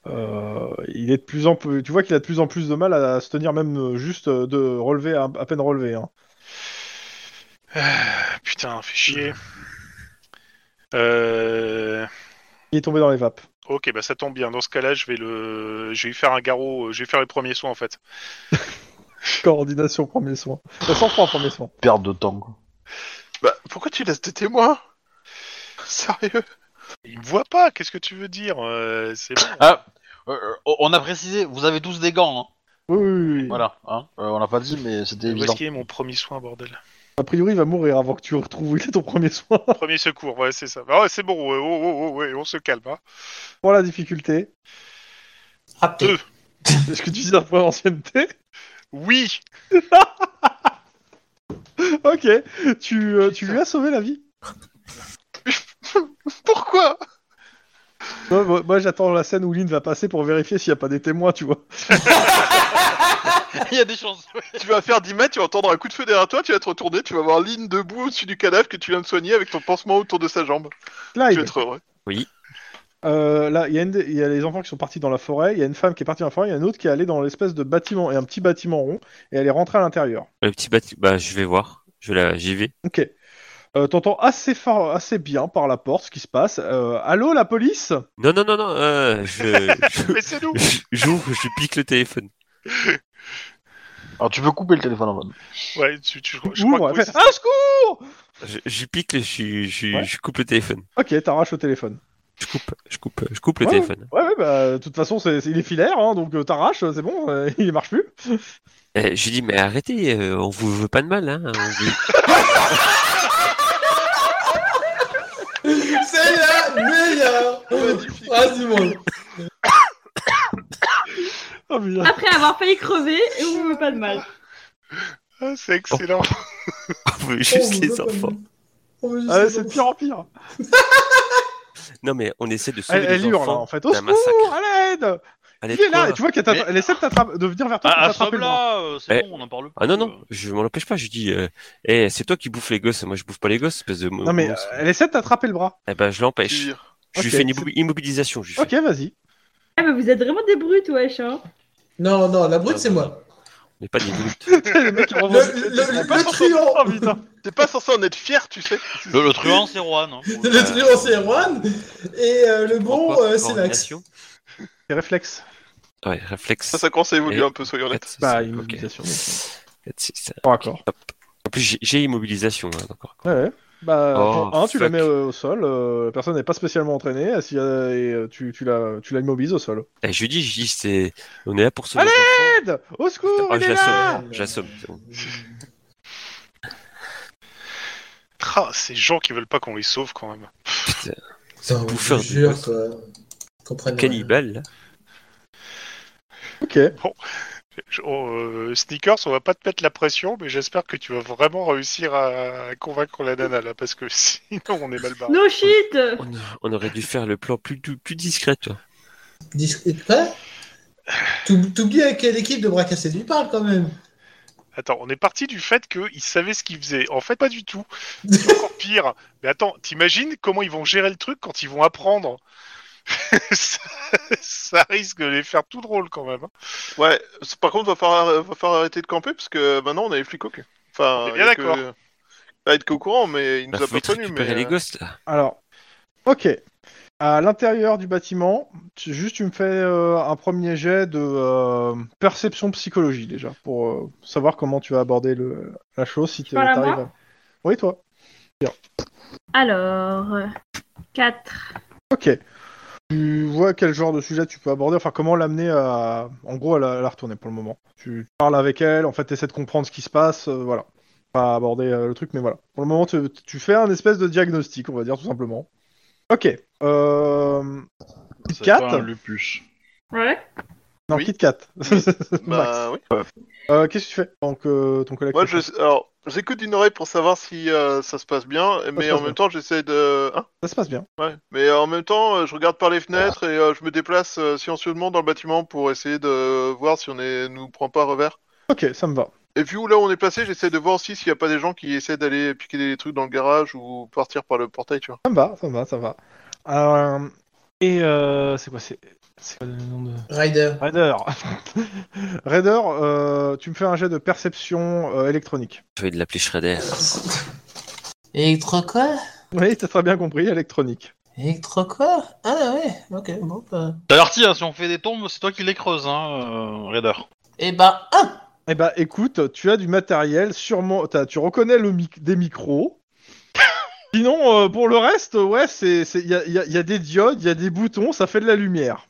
Speaker 2: Euh, il est de plus en plus. Tu vois qu'il a de plus en plus de mal à se tenir, même euh, juste euh, de relever à, à peine relevé. hein.
Speaker 4: Ah, putain, fais chier. Euh...
Speaker 2: Il est tombé dans les
Speaker 3: (laughs)
Speaker 2: vapes.
Speaker 4: Ok, bah ça tombe bien. Dans ce cas-là, je vais le, je vais lui faire un garrot, euh, je vais faire les premiers soins en fait. (laughs)
Speaker 2: Coordination, premier soin. Euh, Sans froid, premier soin.
Speaker 1: Perte de temps. quoi.
Speaker 3: Bah, pourquoi tu laisses des témoins Sérieux
Speaker 4: Il me voit pas. Qu'est-ce que tu veux dire Euh, C'est bon.
Speaker 1: Ah, euh, euh, on a précisé, vous avez tous des gants. Hein.
Speaker 2: Oui, oui, oui.
Speaker 1: Voilà, hein. Euh, on l'a pas dit, mais c'était
Speaker 4: Où
Speaker 1: évident.
Speaker 4: est-ce qu'il est mon premier soin, bordel
Speaker 2: A priori, il va mourir avant que tu retrouves où il est ton premier soin. (laughs)
Speaker 4: Premier secours, ouais, c'est ça. Ah ouais, c'est bon. ouais, oh, oh, oh, ouais, on se calme. Hein.
Speaker 2: pour la difficulté.
Speaker 7: Raté.
Speaker 4: Deux.
Speaker 2: Est-ce que tu dis un point d'ancienneté
Speaker 4: Oui.
Speaker 2: (laughs) Ok. Tu, euh, tu lui as sauvé la vie.
Speaker 3: Pourquoi
Speaker 2: Moi, moi, moi, j'attends la scène où Lynn va passer pour vérifier s'il n'y a pas des témoins, tu vois.
Speaker 1: Il y a des (laughs) chances.
Speaker 3: (laughs) Tu vas faire 10 mètres, tu vas entendre un coup de feu derrière toi, tu vas te retourner, tu vas voir Lynn debout au-dessus du cadavre que tu viens de soigner avec ton pansement autour de sa jambe.
Speaker 4: Ah,
Speaker 3: Tu vas
Speaker 2: Clyde,
Speaker 3: être heureux.
Speaker 4: (laughs)
Speaker 2: euh, là, il y, a une des- il y a les enfants qui sont partis dans la forêt, il y a une femme qui est partie dans la forêt, il y a une autre qui est allée dans l'espèce de bâtiment, et un petit bâtiment rond, et elle est rentrée à l'intérieur.
Speaker 8: Le petit bâtiment. Bah, je vais voir. Je la, j'y vais.
Speaker 2: Ok. Euh, T'entends assez, fort- assez bien par la porte ce qui se passe. Euh, Allô, la police
Speaker 8: Non, non, non, non. euh, je, je-
Speaker 4: Mais c'est nous.
Speaker 8: j'ouvre, je pique le téléphone.
Speaker 1: Alors tu peux couper le téléphone en mode.
Speaker 4: Ouais, tu, tu- je, crois- je
Speaker 2: Ouvre,
Speaker 4: crois
Speaker 2: elle
Speaker 4: que oui,
Speaker 2: fait,
Speaker 4: c'est ça.
Speaker 2: Un Ah, secours
Speaker 8: Je, je pique, le- je, je,
Speaker 2: Ouais.
Speaker 8: je coupe le téléphone.
Speaker 2: Ok, t'arraches le téléphone.
Speaker 8: Je coupe, je coupe, je coupe le
Speaker 2: Ouais,
Speaker 8: téléphone.
Speaker 2: Ouais, ouais, bah, de toute façon, c'est, c'est- il est filaire, hein, donc euh, t'arraches, euh, c'est bon, euh, (laughs) il marche plus.
Speaker 8: Euh, je lui dis, mais arrêtez, euh, on vous veut pas de mal, hein. on
Speaker 2: (laughs)
Speaker 8: vous-
Speaker 7: C'est la meilleure Vas-y, mon.
Speaker 2: Oh,
Speaker 4: euh,
Speaker 2: putain.
Speaker 5: Après avoir failli crever, et on veut pas de mal.
Speaker 4: Ah, c'est excellent.
Speaker 8: on veut juste les enfants.
Speaker 2: Ah, ouais, c'est de pire en pire.
Speaker 8: Non, mais on essaie de sauver
Speaker 2: Elle, elle
Speaker 8: les
Speaker 2: hurle, hein,
Speaker 8: enfants.
Speaker 2: en fait. Au
Speaker 8: d'un
Speaker 2: secours,
Speaker 8: massacre.
Speaker 2: à l'aide
Speaker 8: Allez,
Speaker 2: Il est là,
Speaker 8: quoi
Speaker 2: et tu vois qu'elle t'attra-
Speaker 1: Mais-
Speaker 2: elle essaie de, t'attra- de venir vers toi pour
Speaker 1: Ah,
Speaker 2: t'attraper le bras.
Speaker 1: là, c'est
Speaker 8: Eh.
Speaker 1: bon, on en parle pas.
Speaker 8: Ah non, non, je m'en empêche pas, je dis, euh, eh, c'est toi qui bouffes les gosses, moi je bouffe pas les gosses, espèce de... mo-
Speaker 2: Non, mais euh,
Speaker 8: monstre.
Speaker 2: elle essaie de t'attraper le bras.
Speaker 8: Eh ben, je l'empêche.
Speaker 3: Tu-
Speaker 8: Je lui
Speaker 2: Ok,
Speaker 8: fais une
Speaker 2: c'est-
Speaker 8: immobi- immobilisation, je lui fais.
Speaker 2: Ok, vas-y.
Speaker 5: Ah, mais vous êtes vraiment des brutes, wesh. Hein.
Speaker 7: Non, non, la brute, c'est moi.
Speaker 8: On n'est pas des brutes.
Speaker 2: le mec, il
Speaker 7: Le,
Speaker 2: revient.
Speaker 7: le, le, le truand
Speaker 2: Oh, putain.
Speaker 3: T'es pas censé en être fier, tu sais.
Speaker 1: euh. Le, (laughs) le truand, c'est Juan. hein.
Speaker 7: Le truand, c'est Erwan. Et euh, le bon,
Speaker 8: Pourquoi
Speaker 7: euh, c'est Max.
Speaker 8: Coordination
Speaker 2: C'est réflexe.
Speaker 8: Ouais, réflexe.
Speaker 3: Ça, ça commence à évoluer
Speaker 8: Et-
Speaker 3: un peu, soyons honnêtes.
Speaker 8: Quatre, six,
Speaker 2: Bah,
Speaker 8: cinq, ok.
Speaker 2: immobilisation.
Speaker 8: Quatre, six, cinq.
Speaker 2: Bon, d'accord.
Speaker 8: En plus, j'ai- j'ai immobilisation, hein, d'accord.
Speaker 2: Ouais, ouais. Bah,
Speaker 8: Oh,
Speaker 2: attends, un, tu la
Speaker 8: fuck.
Speaker 2: mets euh, au sol, euh, la personne n'est pas spécialement entraînée, elle s'y- euh, et euh, tu, tu, la, tu la immobilises au sol.
Speaker 8: Eh, je lui dis, je lui dis, c'est... On est là pour sauver
Speaker 2: Allez
Speaker 8: les enfants.
Speaker 2: Aide Au secours,
Speaker 8: Ah,
Speaker 2: il
Speaker 8: je
Speaker 2: est là
Speaker 8: l'assomme, je l'assomme, c'est bon.
Speaker 4: Ah, ces gens qui veulent pas qu'on les sauve quand même.
Speaker 8: Putain,
Speaker 7: Putain,
Speaker 8: Bouffeur de
Speaker 7: je jure,
Speaker 8: gosses.
Speaker 7: quoi. Comprenne.
Speaker 8: cannibale, là.
Speaker 2: Ok.
Speaker 4: Je- oh, euh, sneakers, on va pas te mettre la pression, mais j'espère que tu vas vraiment réussir à convaincre la nana là, parce que (laughs) sinon on est mal barré.
Speaker 5: No shit
Speaker 8: On, on aurait dû faire le plan plus, plus, plus discret, toi.
Speaker 7: Discret. Ouais. hein? T'ou- T'oublies à quelle équipe de bras cassés tu parles quand même.
Speaker 4: Attends, on est parti du fait qu'ils savaient ce qu'ils faisaient. En fait, pas du tout. C'est encore pire. Mais attends, t'imagines comment ils vont gérer le truc quand ils vont apprendre (laughs) ça, ça risque de les faire tout drôle quand même. hein.
Speaker 3: Ouais, c'est- par contre, va falloir, euh, va falloir arrêter de camper parce que euh, maintenant on a les flics au cul. Enfin,
Speaker 4: On est bien
Speaker 3: il y a que-
Speaker 4: d'accord.
Speaker 3: Pas être qu'au courant, mais euh, il nous
Speaker 8: Bah,
Speaker 3: a
Speaker 8: faut
Speaker 3: pas
Speaker 8: vite
Speaker 3: prévenus.
Speaker 8: récupérer
Speaker 3: Mais...
Speaker 8: les gosses, là.
Speaker 2: Alors, ok. À l'intérieur du bâtiment, tu- juste tu me fais euh, un premier jet de euh, perception psychologie déjà, pour euh, savoir comment tu vas aborder le, la chose si tu
Speaker 5: parles à
Speaker 2: arrives.
Speaker 5: moi
Speaker 2: Oui, toi.
Speaker 5: Alors, 4.
Speaker 2: Ok. Tu vois quel genre de sujet tu peux aborder, enfin comment l'amener à, en gros, à la, à la retourner pour le moment. Tu parles avec elle, en fait, t'essaies de comprendre ce qui se passe, euh, voilà. Pas aborder euh, le truc, mais voilà. Pour le moment, tu, tu fais un espèce de diagnostic, on va dire tout simplement. Ok. Euh... Kit
Speaker 1: C'est pas
Speaker 2: Kat
Speaker 1: un lupus.
Speaker 5: Ouais.
Speaker 2: Non,
Speaker 3: Oui.
Speaker 2: Kit Kat. (laughs) Max.
Speaker 3: Bah oui.
Speaker 2: Euh, Qu'est-ce que tu fais Donc, euh, ton collègue.
Speaker 3: Moi, je... alors, j'écoute d'une oreille pour savoir si euh, ça se passe bien, mais
Speaker 2: passe
Speaker 3: en
Speaker 2: bien.
Speaker 3: même temps, j'essaie de. Hein
Speaker 2: Ça se passe bien.
Speaker 3: ouais. Mais en même temps, euh, je regarde par les fenêtres et euh, je me déplace euh, scientieusement dans le bâtiment pour essayer de euh, voir si on est... nous prend pas à revers.
Speaker 2: Ok, ça me va.
Speaker 3: Et puis où là où on est placé, j'essaie de voir aussi s'il n'y a pas des gens qui essaient d'aller piquer des trucs dans le garage ou partir par le portail, tu vois.
Speaker 2: Ça me va, ça me va, ça me va. Euh,
Speaker 9: Et euh, c'est quoi c'est... c'est quoi le nom de.
Speaker 7: Rider.
Speaker 2: Raider. (laughs) Raider, euh, tu me fais un jet de perception euh, électronique.
Speaker 8: Je vais de l'appeler Shredder.
Speaker 7: Electro quoi
Speaker 2: Oui, t'as très bien compris, électronique.
Speaker 7: Electro quoi Ah ouais, ok, bon bah.
Speaker 1: T'as l'arti, hein, si on fait des tombes, c'est toi qui les creuses, hein, euh, Raider.
Speaker 7: Eh ben, un
Speaker 2: Eh ben, écoute, tu as du matériel, sûrement, t'as- tu reconnais le mic- des micros. (laughs) Sinon, euh, pour le reste, ouais, c'est, c'est- y, a, y a- y a des diodes, il y a des boutons, ça fait de la lumière.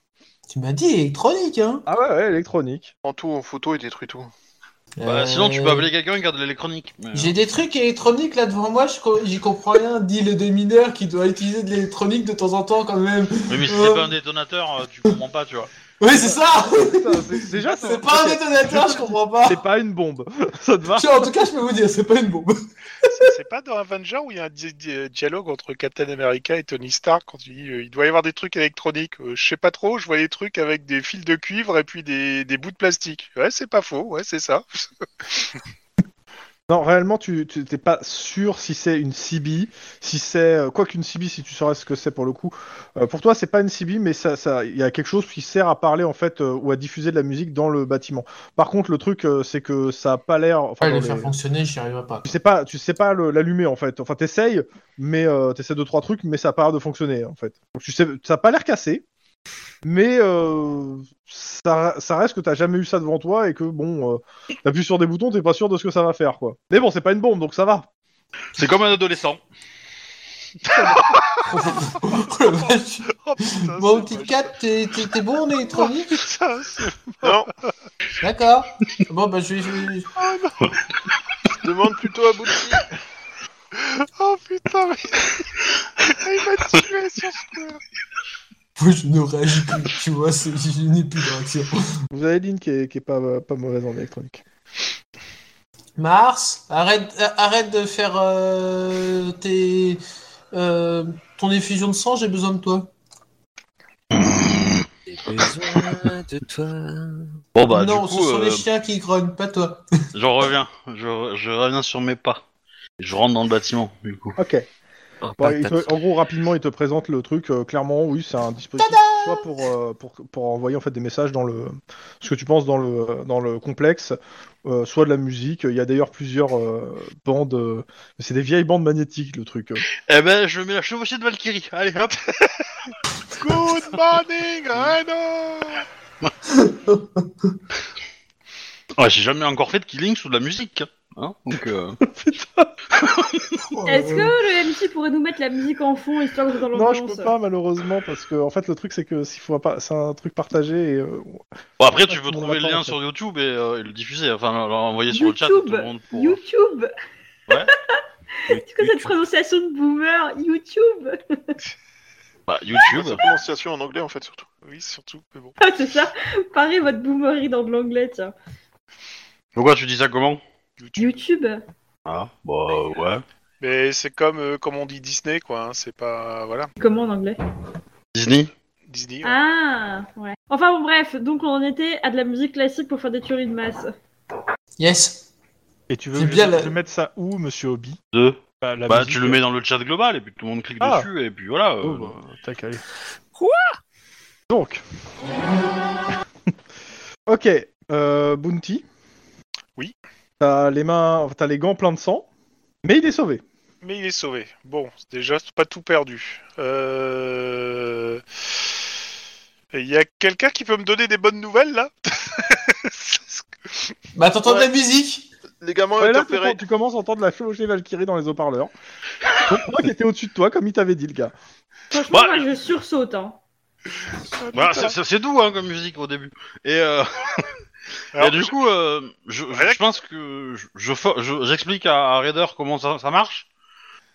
Speaker 7: Tu m'as dit électronique, hein
Speaker 2: Ah ouais, ouais, électronique.
Speaker 3: En tout, en photo, il détruit tout.
Speaker 1: Bah, Sinon, tu peux
Speaker 7: Euh,
Speaker 1: appeler quelqu'un qui a de l'électronique. mais-
Speaker 7: J'ai des trucs électroniques là devant moi, je co- j'y comprends rien, dit le démineur qui doit utiliser de l'électronique de temps en temps quand même.
Speaker 1: Oui, mais si
Speaker 7: Euh.
Speaker 1: c'est pas un détonateur, euh, tu comprends pas, tu vois.
Speaker 7: Oui, c'est ça
Speaker 2: Ça, c'est- déjà,
Speaker 7: C'est pas un
Speaker 2: ok,
Speaker 7: détonateur, je comprends pas
Speaker 2: c'est pas une bombe. (laughs) ça te va
Speaker 7: Tiens, En tout cas, je peux vous dire, c'est pas une bombe.
Speaker 4: C'est- C'est pas dans Avenger où il y a un di- di- dialogue entre Captain America et Tony Stark quand il dit euh, il doit y avoir des trucs électroniques. Euh, je sais pas trop, je vois des trucs avec des fils de cuivre et puis des, des bouts de plastique. Ouais, c'est pas faux, ouais, c'est ça.
Speaker 2: Non, réellement, tu tu- t'es pas sûr si c'est une CB, si c'est euh, quoi qu'une CB, si tu saurais ce que c'est pour le coup. Euh, pour toi, c'est pas une CB, mais ça, ça, il y a quelque chose qui sert à parler en fait euh, ou à diffuser de la musique dans le bâtiment. Par contre, le truc, euh, c'est que ça a pas l'air. Enfin,
Speaker 7: Oh,
Speaker 2: dans
Speaker 7: le Ah, faire
Speaker 2: les-
Speaker 7: fonctionner, j'y arriverai pas.
Speaker 2: tu sais pas, tu sais pas le- l'allumer en fait. Enfin, t'essayes, mais euh, t'essaies deux trois trucs, mais ça a pas l'air de fonctionner en fait. Donc, tu sais, ça a pas l'air cassé, mais euh, ça, ça reste que t'as jamais eu ça devant toi et que bon, euh, t'appuies sur des boutons, t'es pas sûr de ce que ça va faire quoi. Mais bon, c'est pas une bombe, donc ça va.
Speaker 1: C'est comme un adolescent.
Speaker 7: (laughs) Oh la vache.
Speaker 4: Oh putain,
Speaker 7: Bon,
Speaker 4: c'est
Speaker 7: petite Cat, t'es t'es- t'es bon en électronique
Speaker 4: putain, c'est-
Speaker 3: Non,
Speaker 7: D'accord. Bon, bah, je vais- je vais.
Speaker 3: demande plutôt à Bouti.
Speaker 4: (laughs) oh, putain, mais... (laughs) Ah, il m'a tué sur ce coup.
Speaker 7: Moi, je ne réagis plus, tu vois, c'est- je n'ai plus de réaction.
Speaker 2: Vous avez Lynn qui est, qui est pas, pas mauvaise en électronique.
Speaker 7: Mars, arrête, euh, arrête de faire euh, tes, euh, ton effusion de sang, j'ai besoin de toi.
Speaker 8: J'ai besoin de toi.
Speaker 1: Bon, bah,
Speaker 7: non,
Speaker 1: du
Speaker 7: ce
Speaker 1: coup,
Speaker 7: sont
Speaker 1: euh, (laughs)
Speaker 7: les chiens qui grognent, pas toi.
Speaker 1: j'en reviens. Je, je reviens sur mes pas. Je rentre dans le bâtiment, du coup.
Speaker 2: Ok.
Speaker 8: Oh,
Speaker 2: Bon, Bah, il
Speaker 8: patate.
Speaker 2: te- en gros, rapidement, il te présente le truc. euh, clairement, oui, c'est un dispositif soit pour, euh, pour, pour envoyer en fait des messages dans le ce que tu penses dans le dans le complexe, euh, soit de la musique. Il y a d'ailleurs plusieurs euh, bandes. euh, c'est des vieilles bandes magnétiques, le truc.
Speaker 1: Eh ben, je mets la chevauchée de Valkyrie. Allez, hop.
Speaker 4: Good morning, Rhino
Speaker 1: Ouais, j'ai jamais encore fait de killing sous de la musique. Hein Donc, euh,
Speaker 5: Est-ce que le MC pourrait nous mettre la musique en fond histoire que dans
Speaker 2: Non,
Speaker 5: l'ambiance
Speaker 2: je peux pas malheureusement parce que en fait, le truc c'est que s'il faut pas, c'est un truc partagé. Et, euh,
Speaker 1: bon, après, tu
Speaker 2: Ouais,
Speaker 1: peux
Speaker 2: on
Speaker 1: trouver le
Speaker 2: attend,
Speaker 1: lien
Speaker 2: en fait.
Speaker 1: sur YouTube et, euh, et le diffuser. Enfin, l'en- l'envoyer sur le chat. à Tout
Speaker 5: YouTube
Speaker 1: le monde pour...
Speaker 5: YouTube
Speaker 8: Oui,
Speaker 5: C'est quoi cette
Speaker 8: oui.
Speaker 5: prononciation de boomer YouTube (laughs)
Speaker 1: Bah, YouTube.
Speaker 4: Ah,
Speaker 3: Sa prononciation en anglais, en fait, surtout.
Speaker 4: Oui, surtout, mais bon.
Speaker 5: Ah, c'est ça Pareil, votre boomerie dans de l'anglais, tiens.
Speaker 1: Pourquoi tu dis ça comment
Speaker 5: YouTube
Speaker 1: Ah, bah, ouais.
Speaker 4: Mais c'est comme, euh, comme on dit Disney, quoi. hein, c'est pas. Voilà,
Speaker 5: Comment en anglais
Speaker 1: Disney
Speaker 4: Disney. ouais.
Speaker 5: Ah, ouais. Enfin bon, bref, donc on en était à de la musique classique pour faire des tueries de masse.
Speaker 7: Yes.
Speaker 9: Et tu veux
Speaker 7: C'est
Speaker 9: que je
Speaker 7: bien la-
Speaker 9: te mette ça où, monsieur Hobby
Speaker 1: 2.
Speaker 9: Bah, la
Speaker 1: Bah,
Speaker 9: musique,
Speaker 1: tu le mets dans le chat global et puis tout le monde clique
Speaker 9: Ah.
Speaker 1: dessus et puis voilà. euh,
Speaker 9: Oh, bah, t'as qu'à aller.
Speaker 2: donc. (laughs) ok, euh, Bounty.
Speaker 4: Oui.
Speaker 2: T'as les mains, t'as les gants pleins de sang, mais il est sauvé.
Speaker 4: mais il est sauvé. Bon, c'est déjà c'est pas tout perdu. Euh, Il y a quelqu'un qui peut me donner des bonnes nouvelles là
Speaker 7: Bah, t'entends de
Speaker 3: Ouais.
Speaker 7: la musique
Speaker 3: Les gamins
Speaker 2: Ouais, là, tu,
Speaker 3: interférés.
Speaker 2: com- tu commences à entendre la chevauchée Valkyrie dans les haut-parleurs. Donc, moi qui était au-dessus de toi, comme il t'avait dit, le gars.
Speaker 5: Franchement,
Speaker 1: Bah,
Speaker 5: moi, je sursaute.
Speaker 7: (laughs)
Speaker 5: Hein.
Speaker 7: Euh,
Speaker 1: Voilà, c'est- c'est c'est doux hein, comme musique au début. Et, euh, (laughs)
Speaker 4: Alors,
Speaker 1: et du coup, euh, je, je-
Speaker 4: Reda-
Speaker 1: je pense que je- je fa- je- j'explique à, à Raider comment ça, ça marche.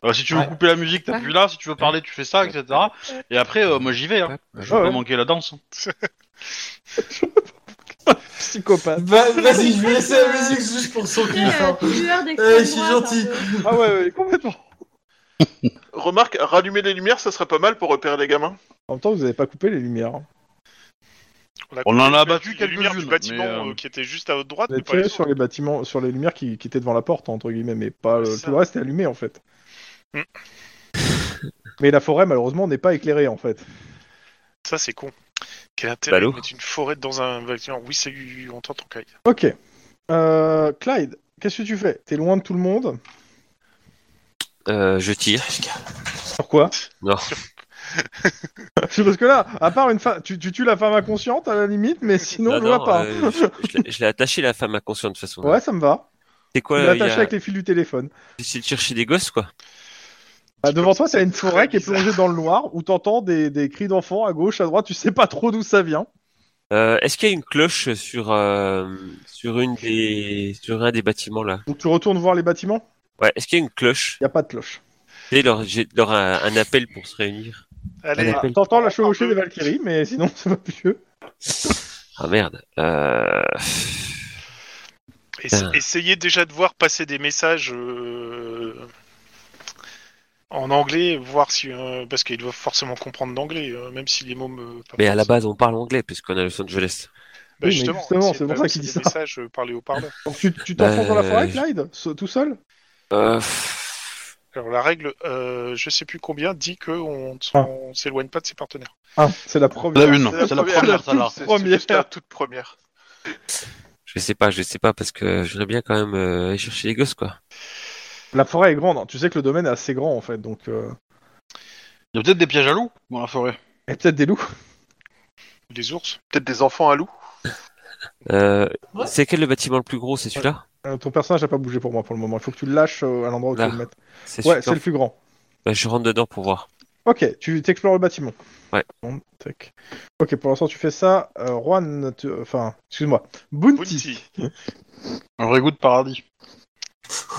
Speaker 1: Euh, si tu veux
Speaker 7: Ouais.
Speaker 1: couper la musique, t'appuies là. Si tu veux parler, tu fais ça, etc. Et après, euh, moi j'y vais. Hein. Je vais
Speaker 2: Ouais,
Speaker 1: pas
Speaker 2: ouais.
Speaker 1: manquer la danse. hein.
Speaker 2: Psychopathe.
Speaker 7: Bah, vas-y, je vais laisser la musique juste pour son
Speaker 5: Tu sais, euh,
Speaker 7: kiff.
Speaker 5: tueur
Speaker 7: Euh, je
Speaker 5: d'extrême
Speaker 7: suis
Speaker 5: droite,
Speaker 7: gentil.
Speaker 5: hein, de-
Speaker 2: Ah ouais, ouais, complètement.
Speaker 3: Remarque, rallumer les lumières, ça serait pas mal pour repérer les gamins.
Speaker 2: En même temps, vous avez pas coupé les lumières. hein.
Speaker 4: a
Speaker 1: On en a
Speaker 4: coupé
Speaker 1: battu
Speaker 4: les lumières du
Speaker 1: quelques-unes,
Speaker 4: bâtiment
Speaker 1: mais, euh,
Speaker 4: euh, qui était juste à votre droite,
Speaker 2: Vous
Speaker 4: mais
Speaker 2: avez
Speaker 4: pas les
Speaker 2: tiré
Speaker 4: autres.
Speaker 2: sur les bâtiments, sur les lumières qui, qui étaient devant la porte, entre guillemets, mais pas le,
Speaker 4: C'est ça.
Speaker 2: tout le reste est allumé en fait.
Speaker 4: Hmm.
Speaker 2: mais la forêt, malheureusement, n'est pas éclairée en fait.
Speaker 4: Ça c'est con. Quel intérêt
Speaker 8: Ballot.
Speaker 4: de mettre une forêt dans un bâtiment Oui, c'est on t'entend Kai.
Speaker 2: Ok. Euh, Clyde, qu'est-ce que tu fais T'es loin de tout le monde.
Speaker 8: Euh, je tire.
Speaker 2: (laughs) Pourquoi
Speaker 8: Non.
Speaker 2: C'est parce que là, à part une femme, tu, tu tues la femme inconsciente à la limite, mais sinon,
Speaker 8: Non,
Speaker 2: je vois
Speaker 8: non,
Speaker 2: pas.
Speaker 8: euh, je- je l'ai- je l'ai attaché la femme inconsciente de toute façon.
Speaker 2: Ouais, ça me va.
Speaker 8: C'est
Speaker 2: Tu
Speaker 8: quoi
Speaker 2: l'as
Speaker 8: il y a-
Speaker 2: attaché avec les fils du téléphone.
Speaker 8: J'essaie de chercher des gosses quoi.
Speaker 2: Ah, devant toi, t'as une
Speaker 4: très
Speaker 2: forêt qui est
Speaker 4: bizarre.
Speaker 2: plongée dans le noir où t'entends des, des cris d'enfants à gauche, à droite. Tu sais pas trop d'où ça vient.
Speaker 8: Euh, Est-ce qu'il y a une cloche sur euh, sur une des sur un des bâtiments là
Speaker 2: Donc tu retournes voir les bâtiments.
Speaker 8: Ouais. Est-ce qu'il y a une cloche
Speaker 2: Il y a pas de cloche.
Speaker 8: Et leur, j'ai- leur un, un appel pour se réunir.
Speaker 4: Allez,
Speaker 8: Ah,
Speaker 2: T'entends la chevauchée des Valkyries, mais sinon (laughs) c'est pas mieux.
Speaker 8: Ah merde. Euh...
Speaker 4: essa-
Speaker 8: putain.
Speaker 4: essayez déjà de voir passer des messages euh, en anglais, voir si euh, parce qu'ils doivent forcément comprendre l'anglais, euh, même si les mots me.
Speaker 8: Mais à la base on parle anglais puisqu'on est à Los Angeles.
Speaker 2: Oui,
Speaker 4: Bah,
Speaker 2: mais
Speaker 4: justement,
Speaker 2: justement,
Speaker 4: essayez
Speaker 2: c'est
Speaker 4: de
Speaker 2: pour ça
Speaker 4: balancer
Speaker 2: qu'il dit
Speaker 4: des
Speaker 2: ça.
Speaker 4: messages euh, par les haut-parleurs.
Speaker 2: Donc, tu tu t'enfonces dans la
Speaker 8: Euh,
Speaker 2: forêt,
Speaker 8: je-
Speaker 2: Clyde, se- tout seul
Speaker 8: Euh... pff,
Speaker 4: Alors la règle, euh, je sais plus combien, dit qu'on
Speaker 2: Ah.
Speaker 4: on s'éloigne pas de ses partenaires.
Speaker 2: Ah, c'est la
Speaker 1: La
Speaker 2: première.
Speaker 1: une, c'est la première, ça là.
Speaker 3: C'est c'est
Speaker 2: Première.
Speaker 3: juste la toute première.
Speaker 8: Je sais pas, je sais pas parce que j'aimerais bien quand même euh, aller chercher les gosses quoi.
Speaker 2: La forêt est grande. hein. Tu sais que le domaine est assez grand en fait, donc euh...
Speaker 1: Il y a peut-être des pièges à loups dans la forêt.
Speaker 2: et peut-être des loups.
Speaker 4: Des ours.
Speaker 3: Peut-être des enfants à loup.
Speaker 8: Euh,
Speaker 7: Ouais.
Speaker 8: C'est quel le bâtiment le plus gros C'est celui-là
Speaker 2: Euh, ton personnage n'a pas bougé pour moi pour le moment. Il faut que tu le lâches euh, à l'endroit où
Speaker 8: Là.
Speaker 2: tu veux le mettre.
Speaker 8: C'est
Speaker 2: Ouais, c'est
Speaker 8: celui-là.
Speaker 2: le plus grand.
Speaker 8: Bah, je rentre dedans pour voir.
Speaker 2: Ok, tu t'explores le bâtiment.
Speaker 8: Ouais.
Speaker 2: Bon, tac. Ok, pour l'instant tu fais ça. Euh, Juan, tu- enfin, excuse-moi, Bounty.
Speaker 4: Bounty.
Speaker 1: Un vrai goût de paradis.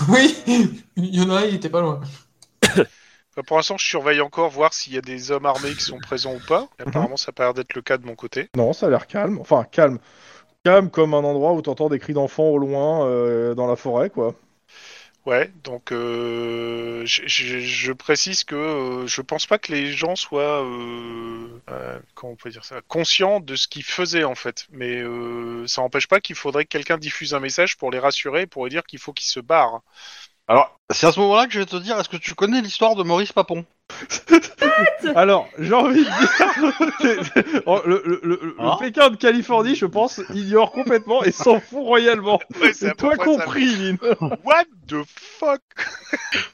Speaker 7: Oui, (laughs) il y en a un, il était pas loin.
Speaker 4: Bah, pour l'instant, je surveille encore voir s'il y a des hommes armés qui sont présents ou pas.
Speaker 2: Mhm.
Speaker 4: Apparemment, ça a pas l'air d'être le cas de mon côté.
Speaker 2: Non, ça a l'air calme. Enfin, calme. Calme comme un endroit où t'entends des cris d'enfants au loin euh, dans la forêt, quoi.
Speaker 4: Ouais, donc euh, je, je- je précise que euh, je pense pas que les gens soient euh, euh, comment on peut dire ça, conscients de ce qu'ils faisaient en fait. Mais euh, ça n'empêche pas qu'il faudrait que quelqu'un diffuse un message pour les rassurer, pour leur dire qu'il faut qu'ils se barrent.
Speaker 1: Alors, c'est à ce moment-là que je vais te dire, est-ce que tu connais l'histoire de Maurice Papon
Speaker 2: Alors, j'ai envie de dire, (laughs) Oh, le, le- le- le
Speaker 4: Ah.
Speaker 1: Hein
Speaker 2: Pékin de Californie, je pense, ignore complètement et s'en fout royalement.
Speaker 4: Ouais, à
Speaker 2: C'est toi
Speaker 4: peu près ça.
Speaker 2: compris, Lynn.
Speaker 4: What the fuck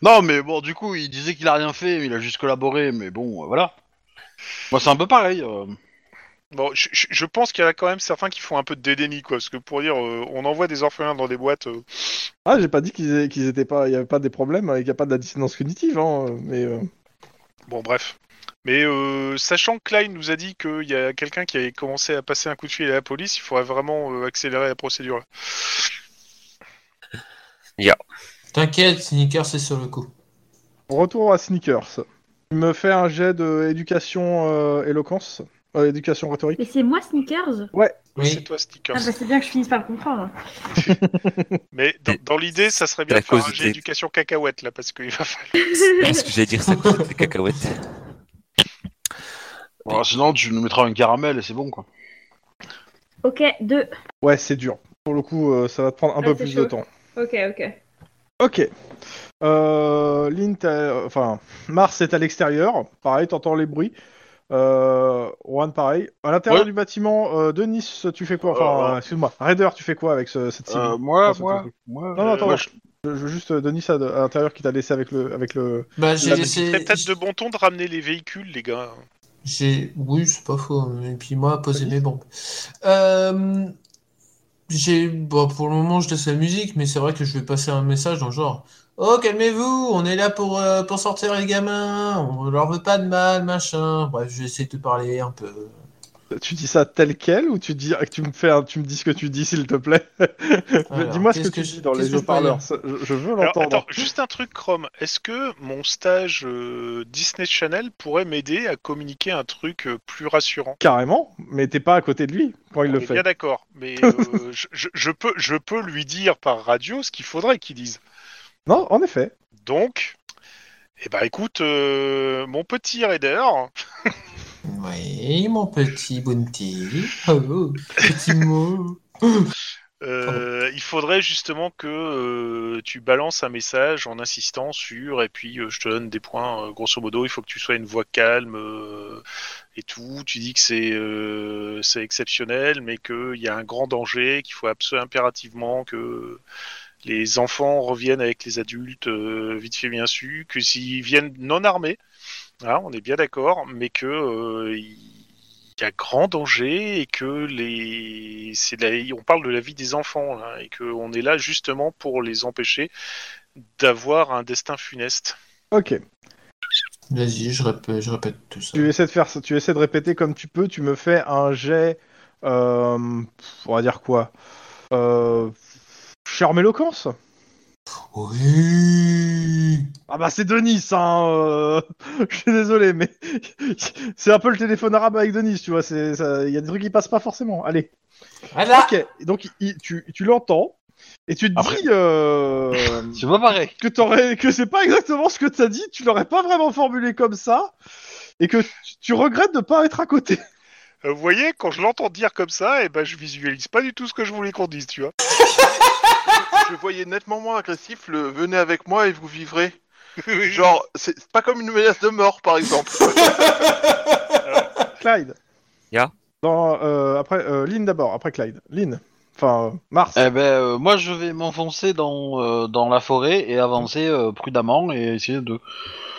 Speaker 1: Non, mais bon, du coup, il disait qu'il a rien fait, mais il a juste collaboré, mais bon, euh, voilà. Moi, c'est un peu pareil. euh.
Speaker 4: Bon, je, je- je pense qu'il y en a quand même certains qui font un peu de déni, quoi. Parce que pour dire, euh, on envoie des orphelins dans des boîtes. euh,
Speaker 2: Ah, j'ai pas dit qu'ils aient- qu'ils étaient pas, il y avait pas des problèmes, hein, et qu'il n'y a pas de la dissonance cognitive, hein, mais euh,
Speaker 4: Bon, bref. Mais euh, sachant que Klein nous a dit qu'il y a quelqu'un qui avait commencé à passer un coup de fil à la police, il faudrait vraiment euh, accélérer la procédure.
Speaker 7: T'inquiète, Sneaker, c'est sur le coup.
Speaker 2: retour à Sneakers. Tu me fais un jet de éducation euh, éloquence, Euh, éducation rhétorique.
Speaker 5: Mais c'est moi, Sneakers
Speaker 4: C'est
Speaker 7: Oui.
Speaker 4: toi,
Speaker 5: Ah
Speaker 4: Stickers.
Speaker 5: bah c'est bien que je finisse par le comprendre.
Speaker 4: Mais dans, dans l'idée, ça serait bien
Speaker 8: C'est à
Speaker 4: de faire
Speaker 8: cause
Speaker 4: un jet
Speaker 8: des-
Speaker 4: d'éducation cacahuète, là, parce qu'il va falloir...
Speaker 8: Est-ce que j'allais dire ça pour des cacahuètes
Speaker 1: Bon, sinon, tu nous mettras un caramel et c'est bon, quoi.
Speaker 5: (laughs) ok, deux.
Speaker 2: Ouais, c'est dur. Pour le coup, euh, ça va te prendre un
Speaker 5: Ah,
Speaker 2: peu
Speaker 5: c'est
Speaker 2: plus
Speaker 5: chaud.
Speaker 2: de temps.
Speaker 5: Ok, ok.
Speaker 2: Ok. Euh, Lynn, t'as- enfin, Mars est à l'extérieur. Pareil, t'entends les bruits. Euh, Juan, pareil. À l'intérieur
Speaker 1: Ouais.
Speaker 2: du bâtiment, euh, Denis, tu fais quoi
Speaker 1: Euh,
Speaker 2: Enfin,
Speaker 1: ouais.
Speaker 2: excuse-moi. Raider, tu fais quoi avec ce- cette cible
Speaker 1: Euh, moi,
Speaker 2: Enfin, ce
Speaker 1: moi,
Speaker 2: truc.
Speaker 1: moi,
Speaker 2: Non, non, attends,
Speaker 1: moi, je-
Speaker 2: Je, je veux juste euh, Denis à, à l'intérieur qui t'a laissé avec le avec le.
Speaker 7: Bah, j'ai
Speaker 2: La-
Speaker 7: laissé.
Speaker 4: C'est peut-être de bon ton de ramener les véhicules, les gars.
Speaker 7: J'ai... Oui, c'est pas faux. hein. Et puis moi, poser mes bombes. Euh, J'ai... Bon, pour le moment, je laisse la musique, mais c'est vrai que je vais passer un message dans le genre Oh, calmez-vous, on est là pour, euh, pour sortir les gamins, on leur veut pas de mal, machin. Bref, je vais essayer de parler un peu.
Speaker 2: Tu dis ça tel quel ou tu dis ah, tu me fais un- tu me dis ce que tu dis s'il te plaît. (laughs)
Speaker 7: Alors,
Speaker 2: Dis-moi ce que,
Speaker 7: qu'est-ce
Speaker 2: tu
Speaker 7: que je-
Speaker 2: dis dans les
Speaker 7: qu'est-ce que je peux
Speaker 2: haut-parleurs. ça- Je, je veux
Speaker 4: Alors,
Speaker 2: l'entendre.
Speaker 4: attends, juste un truc, Chrome. Est-ce que mon stage euh, Disney Channel pourrait m'aider à communiquer un truc euh, plus rassurant
Speaker 2: Carrément, mais t'es pas à côté de lui quand il
Speaker 4: On
Speaker 2: le
Speaker 4: est
Speaker 2: fait.
Speaker 4: Bien d'accord, mais euh,
Speaker 2: (laughs)
Speaker 4: je, je- je peux, je peux lui dire par radio ce qu'il faudrait qu'il dise.
Speaker 2: Non, en effet.
Speaker 4: Donc, eh ben écoute, euh, mon petit raider,
Speaker 7: Oui, mon petit bounty. Oh, petit mot.
Speaker 4: euh, il faudrait justement que euh, tu balances un message en insistant sur, et puis euh, je te donne des points, euh, grosso modo, il faut que tu sois une voix calme euh, et tout. Tu dis que c'est euh, c'est exceptionnel, mais qu'il y a un grand danger, qu'il faut absolument impérativement que les enfants reviennent avec les adultes, euh, vite fait bien sûr, que s'ils viennent non armés, hein, on est bien d'accord, mais que euh, il y a grand danger et que les, c'est de la- on parle de la vie des enfants là, et que on est là justement pour les empêcher d'avoir un destin funeste.
Speaker 2: Ok.
Speaker 7: Vas-y, je répète, je répète tout ça.
Speaker 2: Tu essaies de faire, ça- tu essaies de répéter comme tu peux. Tu me fais un jet. euh, pff, on va dire quoi euh, Charme éloquence.
Speaker 7: Oui.
Speaker 2: Ah bah c'est Denis, hein. euh, (laughs) Je suis désolé, mais (laughs) c'est un peu le téléphone arabe avec Denis, tu vois. C'est, ça- il y a des trucs qui passent pas forcément. Allez.
Speaker 7: Voilà.
Speaker 2: Ok. Donc il- tu, tu l'entends et tu te
Speaker 1: Après-
Speaker 2: dis euh,
Speaker 1: C'est pas pareil.
Speaker 2: que t'aurais, que c'est pas exactement ce que t'as dit. Tu l'aurais pas vraiment formulé comme ça et que tu, tu regrettes de pas être à côté. (laughs)
Speaker 4: Euh, vous voyez, quand je l'entends dire comme ça, et ben je visualise pas du tout ce que je voulais qu'on dise, tu vois.
Speaker 3: (laughs) Je voyais nettement moins agressif le venez avec moi et
Speaker 4: (laughs)
Speaker 3: vous vivrez. Genre, c'est c'est pas comme une menace de mort par exemple.
Speaker 2: Clyde.
Speaker 8: Ya.
Speaker 2: Dans, euh, après, euh, Lynn d'abord, après Clyde. Lynn. Enfin, euh, Mars.
Speaker 1: Eh ben, euh, moi je vais m'enfoncer dans, euh, dans la forêt et avancer euh, prudemment et essayer de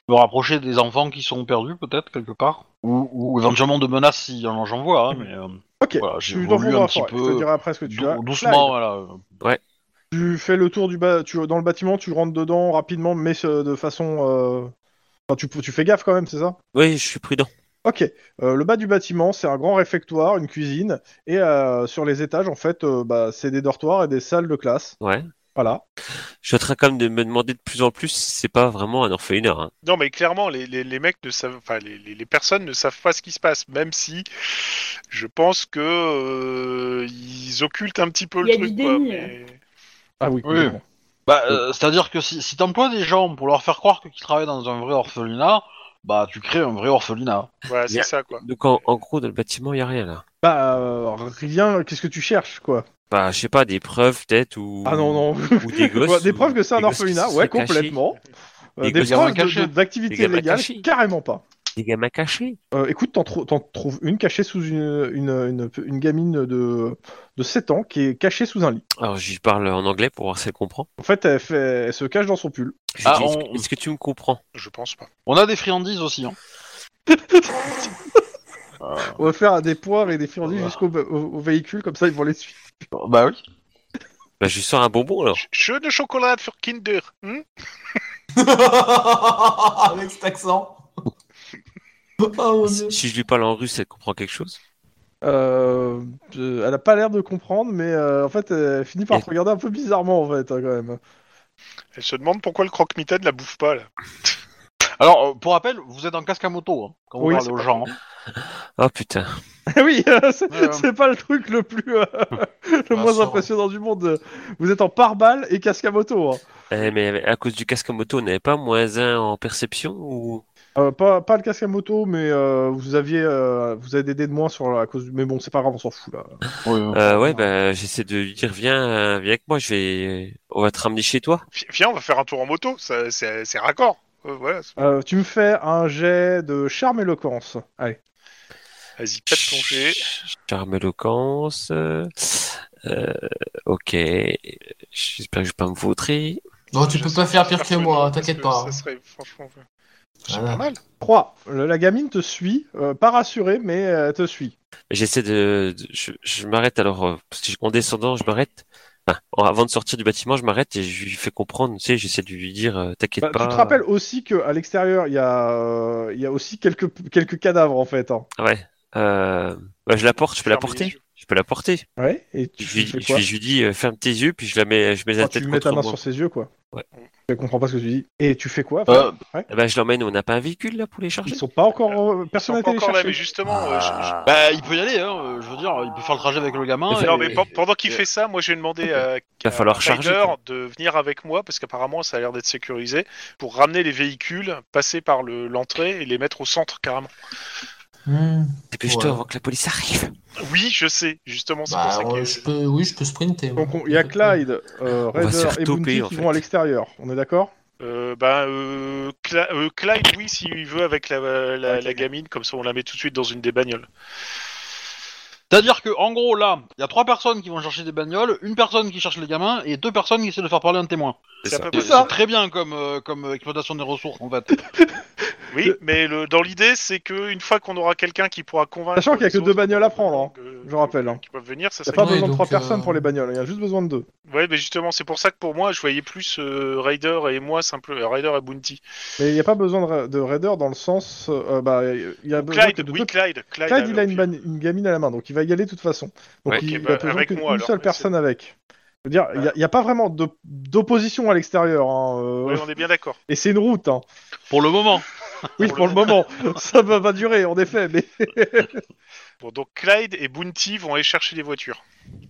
Speaker 1: me rapprocher des enfants qui sont perdus peut-être quelque part ou, ou éventuellement de menaces si j'en j'en vois. hein, mais euh,
Speaker 2: Ok.
Speaker 1: voilà, j'ai
Speaker 2: Tu t'en fous
Speaker 1: voulu
Speaker 2: dans
Speaker 1: un
Speaker 2: la
Speaker 1: petit
Speaker 2: forêt. Je te
Speaker 1: peu
Speaker 2: dirai après ce que tu as.
Speaker 1: dou- doucement. Voilà.
Speaker 2: Tu fais le tour du bas, tu dans le bâtiment, tu rentres dedans rapidement, mais euh, de façon, euh, enfin, tu, tu fais gaffe quand même, c'est ça
Speaker 8: Oui, je suis prudent.
Speaker 2: Ok. Euh, le bas du bâtiment, c'est un grand réfectoire, une cuisine, et euh, sur les étages, en fait, euh, bah, c'est des dortoirs et des salles de classe.
Speaker 8: Ouais.
Speaker 2: Voilà.
Speaker 8: Je suis en train quand même de me demander de plus en plus si c'est pas vraiment un orphelinat. hein.
Speaker 4: Non, mais clairement, les, les, les mecs ne savent, enfin, les, les, les personnes ne savent pas ce qui se passe, même si je pense que euh, ils occultent un petit peu
Speaker 5: Il
Speaker 4: le
Speaker 5: y a
Speaker 4: truc.
Speaker 5: du
Speaker 4: quoi,
Speaker 5: déni. hein.
Speaker 4: mais-
Speaker 2: Ah oui.
Speaker 1: Oui.
Speaker 2: complètement.
Speaker 1: Bah, euh, c'est-à-dire que si, si t'emploies des gens pour leur faire croire que qu'ils travaillent dans un vrai orphelinat, bah tu crées un vrai orphelinat.
Speaker 4: Voilà, c'est
Speaker 8: Bien.
Speaker 4: ça, quoi.
Speaker 8: Donc en, en gros, dans le bâtiment, il y a rien là.
Speaker 2: Bah euh, rien. Qu'est-ce que tu cherches, quoi
Speaker 8: Bah, je sais pas, des preuves peut-être ou.
Speaker 2: Ah non non.
Speaker 8: Ou
Speaker 2: (laughs)
Speaker 8: des gosses.
Speaker 2: Bah, des
Speaker 8: ou-
Speaker 2: preuves que c'est un
Speaker 8: des gosses qui se
Speaker 2: orphelinat,
Speaker 8: seraient
Speaker 2: ouais,
Speaker 8: cachés,
Speaker 2: complètement. Euh,
Speaker 8: Des
Speaker 2: des
Speaker 8: gosses
Speaker 1: gamins
Speaker 2: preuves
Speaker 1: cachés.
Speaker 2: de- de-
Speaker 8: Des
Speaker 2: d'activités
Speaker 8: gamins
Speaker 2: légales,
Speaker 8: cachés.
Speaker 2: carrément pas.
Speaker 8: Des gamins cachés.
Speaker 2: Euh, écoute, t'en, trou- t'en trouves une cachée sous une, une, une, une gamine de, de 7 ans qui est cachée sous un lit.
Speaker 8: Alors, j'y parle en anglais pour voir si elle comprend.
Speaker 2: En fait, elle, fait, elle se cache dans son pull.
Speaker 8: Je
Speaker 1: Ah,
Speaker 8: dis, est-ce,
Speaker 1: on-
Speaker 8: que- est-ce que tu me comprends
Speaker 4: Je pense pas.
Speaker 1: On a des friandises aussi. Hein. Ah
Speaker 2: On va faire des poires et des friandises jusqu'au ve- au, au véhicule, comme ça ils vont les suivre.
Speaker 1: Bah oui.
Speaker 8: Bah, je lui sors un bonbon alors.
Speaker 4: Sch- Schöne Schokolade für Kinder. hein
Speaker 7: (laughs) Avec cet (laughs) accent. Oh mon dieu.
Speaker 8: Si, si je lui parle en russe, elle comprend quelque chose.
Speaker 2: Euh, euh, elle a pas l'air de comprendre, mais euh, en fait, elle finit par te regarder un peu bizarrement, en fait, hein, quand même. (laughs)
Speaker 4: Elle se demande pourquoi le croque-mitaine la bouffe pas, là.
Speaker 1: Alors euh, pour rappel, vous êtes en casque à moto hein, quand vous
Speaker 2: Oui,
Speaker 1: parlez
Speaker 2: c'est
Speaker 1: aux
Speaker 2: pas
Speaker 1: gens.
Speaker 8: Ah putain.
Speaker 2: oui, euh, c'est
Speaker 1: Ouais, ouais.
Speaker 2: c'est pas le truc le plus, euh, (laughs) le
Speaker 7: Ah,
Speaker 2: moins
Speaker 7: ça, ouais.
Speaker 2: impressionnant du monde. Vous êtes en pare-balles et casque à moto. hein.
Speaker 8: Eh, mais à cause du casque à moto, on n'avait pas moins un en perception ou
Speaker 2: Euh, pas, pas le casque à moto, mais euh, vous aviez, euh, vous avez des dés de moins sur à cause. du- Mais bon, c'est pas grave, on s'en fout là.
Speaker 1: hein. Oui, oui.
Speaker 8: euh, Ouais, bah, j'essaie de lui dire viens, euh, viens avec moi, je vais, on va te ramener chez toi.
Speaker 4: Vi- Viens, on va faire un tour en moto, ça- c'est c'est raccord. Euh, voilà. c'est-
Speaker 2: Euh, tu me fais un jet de charme éloquence. Allez.
Speaker 4: Vas-y, pète ton jet.
Speaker 8: Charme éloquence. euh, euh, ok. J'espère que je vais pas me vautrer.
Speaker 7: Non, tu
Speaker 4: Je
Speaker 7: peux
Speaker 4: sais
Speaker 7: pas faire pire
Speaker 4: parce
Speaker 7: que moi, hein,
Speaker 4: non, parce
Speaker 7: t'inquiète
Speaker 4: que
Speaker 7: pas.
Speaker 4: Ça serait franchement c'est
Speaker 7: Voilà.
Speaker 4: pas mal.
Speaker 2: 3. La gamine te suit, euh, pas rassurée, mais euh, elle te suit.
Speaker 8: J'essaie de, de- je, je m'arrête alors euh, parce que en descendant, je m'arrête. Enfin, en- avant de sortir du bâtiment, je m'arrête et je lui fais comprendre. Tu sais, j'essaie de lui dire, euh, t'inquiète
Speaker 2: Bah,
Speaker 8: pas.
Speaker 2: Tu te rappelles aussi qu'à l'extérieur, il y, a, euh, il y a aussi quelques, quelques cadavres en fait. hein.
Speaker 8: Ouais. Euh, bah, je la porte, je peux la
Speaker 4: Ferme les
Speaker 8: porter.
Speaker 4: yeux.
Speaker 8: Je peux la porter.
Speaker 2: Ouais, et tu
Speaker 8: Je lui,
Speaker 2: fais
Speaker 8: je
Speaker 2: quoi
Speaker 8: lui- je lui dis, euh, ferme tes yeux, puis je la mets, je mets la
Speaker 2: Enfin, Tu
Speaker 8: tête
Speaker 2: mets ta main
Speaker 8: contre moi.
Speaker 2: sur ses yeux quoi.
Speaker 8: Ouais.
Speaker 2: Je comprends pas ce que tu dis. Et tu fais quoi enfin,
Speaker 1: Euh,
Speaker 8: Eh ben, je l'emmène. On n'a pas un véhicule là pour les charger.
Speaker 2: Ils sont pas encore. euh,
Speaker 4: Ils
Speaker 2: personne
Speaker 4: sont
Speaker 2: n'a
Speaker 4: pas
Speaker 2: été les
Speaker 4: encore là,
Speaker 2: chercher.
Speaker 4: mais justement, euh, je-
Speaker 8: Ah.
Speaker 4: je-
Speaker 1: Bah, il peut y aller, hein, euh, je veux dire, il peut faire le trajet avec le gamin.
Speaker 8: Mais
Speaker 1: et-
Speaker 4: non, mais pen-
Speaker 1: et-
Speaker 4: pendant qu'il
Speaker 1: et-
Speaker 4: fait ça, moi je vais demander à,
Speaker 8: Euh, va
Speaker 4: à
Speaker 8: falloir
Speaker 4: Ryder
Speaker 8: charger, quoi.
Speaker 4: de venir avec moi parce qu'apparemment ça a l'air d'être sécurisé pour ramener les véhicules, passer par le- l'entrée et les mettre au centre carrément.
Speaker 7: Hmm,
Speaker 8: Dépêche-toi
Speaker 7: Ouais.
Speaker 8: avant que la police arrive.
Speaker 4: Oui, je sais, justement, c'est
Speaker 7: bah,
Speaker 4: pour ça
Speaker 7: on-
Speaker 4: que
Speaker 7: je peux, oui, je peux sprinter. ouais.
Speaker 2: Donc on- il y a Clyde, euh,
Speaker 8: va se
Speaker 2: Raider
Speaker 8: faire
Speaker 2: et
Speaker 8: toper,
Speaker 2: Bounty
Speaker 8: en
Speaker 2: qui
Speaker 8: fait.
Speaker 2: vont à l'extérieur. On est d'accord
Speaker 4: Euh, ben, euh, Cla- euh, Clyde, oui, s'il veut, avec la, la, la gamine, comme ça on la met tout de suite dans une des bagnoles.
Speaker 1: C'est-à-dire que, en gros, là, il y a trois personnes qui vont chercher des bagnoles, une personne qui cherche les gamins et deux personnes qui essaient de faire parler un témoin.
Speaker 4: C'est à peu
Speaker 1: C'est
Speaker 4: près-
Speaker 1: c'est très bien comme, euh, comme euh, exploitation des ressources en fait.
Speaker 4: Oui, mais le, dans l'idée, c'est que une fois qu'on aura quelqu'un qui pourra convaincre.
Speaker 2: Sachant qu'il y a
Speaker 4: les
Speaker 2: que deux
Speaker 4: autres,
Speaker 2: bagnoles à prendre, hein,
Speaker 4: que-
Speaker 2: je rappelle, hein.
Speaker 4: Qui peuvent venir,
Speaker 2: Il n'y
Speaker 4: ça
Speaker 2: a
Speaker 4: serait.
Speaker 2: pas
Speaker 7: Ouais,
Speaker 2: besoin de
Speaker 7: donc,
Speaker 2: trois personnes
Speaker 7: euh,
Speaker 2: pour les bagnoles, hein. il y a juste besoin de deux.
Speaker 4: Ouais, mais justement, c'est pour ça que pour moi, je voyais plus euh, Raider et moi, simple euh, Raider et Bounty.
Speaker 2: Mais il n'y a pas besoin de, ra- de Raider dans le sens. euh, bah, il y a besoin que
Speaker 4: Clyde,
Speaker 2: de
Speaker 4: oui,
Speaker 2: deux-
Speaker 4: Clyde. Clyde,
Speaker 2: Clyde, il a une,
Speaker 4: alors,
Speaker 2: ban- une gamine à la main, donc il va y aller de toute façon. Donc
Speaker 8: Ouais,
Speaker 2: il,
Speaker 4: ok,
Speaker 2: il
Speaker 4: bah,
Speaker 2: a besoin
Speaker 4: avec
Speaker 2: qu'une
Speaker 4: moi, alors,
Speaker 2: seule
Speaker 4: mais
Speaker 2: personne avec. Je veux dire, il n'y a, il y a pas vraiment de- d'opposition à l'extérieur. hein, euh,
Speaker 4: Ouais, on est bien d'accord.
Speaker 2: Et c'est une route.
Speaker 4: (laughs)
Speaker 2: hein.
Speaker 1: Pour le moment.
Speaker 2: Oui,
Speaker 4: Pour
Speaker 2: pour le
Speaker 4: le-
Speaker 2: moment. (laughs) Ça va pas durer, en effet. Mais...
Speaker 4: Bon, donc Clyde et Bounty vont aller chercher les voitures.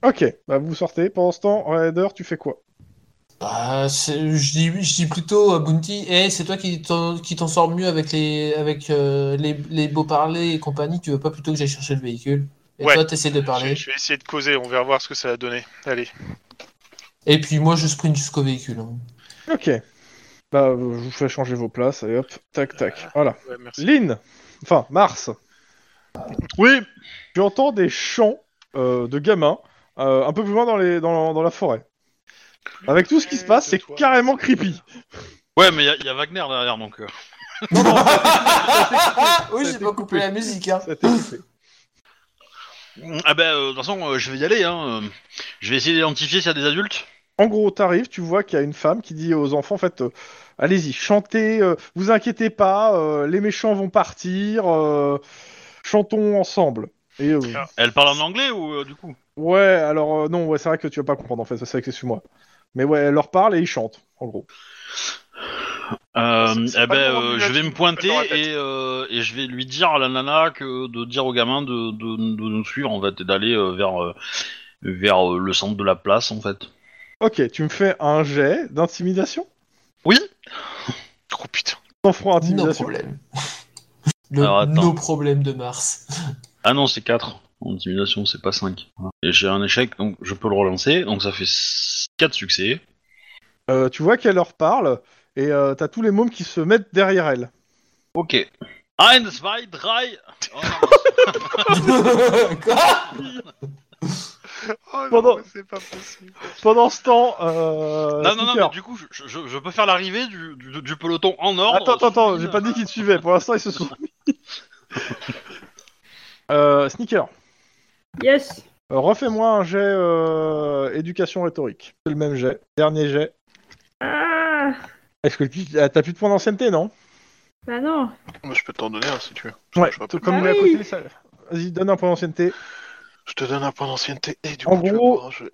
Speaker 2: Ok, bah, vous sortez. Pendant ce temps, Raider, tu fais quoi
Speaker 7: Bah, c'est- je dis, je dis plutôt à Bounty, Eh, c'est toi qui t'en qui t'en sors mieux avec les, avec euh, les, les beaux parlers et compagnie. Tu veux pas plutôt que j'aille chercher le véhicule? Et
Speaker 4: Ouais.
Speaker 7: toi, t'essaies de
Speaker 4: Je vais,
Speaker 7: parler.
Speaker 4: je vais essayer de causer, on va voir ce que ça va donner. Allez.
Speaker 7: Et puis moi, je sprint jusqu'au véhicule. hein.
Speaker 2: Ok. Bah, euh, je vous fais changer vos places, et hop, tac, tac. Voilà.
Speaker 4: Ouais, merci.
Speaker 2: Lynn, enfin, Mars,
Speaker 1: Oui,
Speaker 2: tu entends des chants euh, de gamins euh, un peu plus loin dans, les, dans, dans la forêt. Avec tout ce qui se passe, c'est carrément creepy.
Speaker 1: Ouais, mais il y a- il y, a Wagner derrière, donc... euh.
Speaker 7: Oui,
Speaker 2: Ça a
Speaker 7: j'ai
Speaker 2: été
Speaker 7: pas
Speaker 2: coupé.
Speaker 7: coupé la musique, hein.
Speaker 2: Ça t'est coupé.
Speaker 1: Ah ben, euh, de toute façon, euh, je vais y aller, hein. euh. Je vais essayer d'identifier s'il y a des adultes.
Speaker 2: En gros, t'arrives, tu vois qu'il y a une femme qui dit aux enfants, en fait, euh, allez-y, chantez, euh, vous inquiétez pas, euh, les méchants vont partir, euh, chantons ensemble. Et euh,
Speaker 4: Ah.
Speaker 1: Elle parle en anglais ou euh, du coup
Speaker 2: ouais, alors euh, non, ouais, c'est vrai que tu vas pas comprendre en fait, ça, c'est vrai que c'est moi. Mais ouais, elle leur parle et ils chantent, en gros.
Speaker 1: Euh,
Speaker 4: C'est- c'est
Speaker 1: eh
Speaker 4: pas
Speaker 1: ben,
Speaker 4: le moment
Speaker 1: euh,
Speaker 4: du
Speaker 1: je vais
Speaker 4: latin,
Speaker 1: me
Speaker 4: elle
Speaker 1: pointer
Speaker 4: dans la tête.
Speaker 1: et, euh, et je vais lui dire à la nana que de dire aux gamins de, de, de nous suivre en fait et d'aller euh, vers euh, vers euh, le centre de la place en fait.
Speaker 2: Ok, tu me fais un jet d'intimidation
Speaker 4: Oh putain.
Speaker 2: Sans froid
Speaker 7: No
Speaker 2: intimidation.
Speaker 7: problème.
Speaker 1: (laughs)
Speaker 7: Le
Speaker 1: Alors, attends.
Speaker 7: no problème de Mars. (laughs)
Speaker 1: Ah non, c'est 4 en intimidation, c'est pas 5. Et j'ai un échec donc je peux le relancer donc ça fait 4 succès.
Speaker 2: Euh, tu vois qu'elle leur parle et euh, t'as tous les mômes qui se mettent derrière elle.
Speaker 1: OK. 1 2 3
Speaker 7: Quoi?
Speaker 2: (laughs)
Speaker 4: Oh,
Speaker 2: Pendant-
Speaker 4: non, mais c'est pas possible.
Speaker 2: Pendant ce temps, euh,
Speaker 1: Non non non,
Speaker 2: Sneaker.
Speaker 1: mais du coup je, je, je peux faire l'arrivée du, du, du peloton en ordre.
Speaker 2: Attends, attends, attends, j'ai pas dit qu'ils te suivaient, pour l'instant ils se sont mis.
Speaker 1: (laughs)
Speaker 2: euh, Sneaker,
Speaker 5: Yes.
Speaker 2: euh, refais-moi un jet euh, éducation rhétorique. C'est le même jet, dernier jet.
Speaker 5: Ah,
Speaker 2: Est-ce que tu ah, t'as plus de points d'ancienneté, non
Speaker 5: bah non.
Speaker 3: Moi, je peux t'en donner un si tu veux.
Speaker 2: Ouais,
Speaker 3: Je, rappelle.
Speaker 2: comme
Speaker 5: Ah
Speaker 2: il est à
Speaker 5: oui.
Speaker 2: côté, ça- Vas-y, donne un point d'ancienneté.
Speaker 3: Je te donne un point d'ancienneté et du
Speaker 2: En
Speaker 3: coup, tu vas
Speaker 2: gros-
Speaker 3: pouvoir jouer.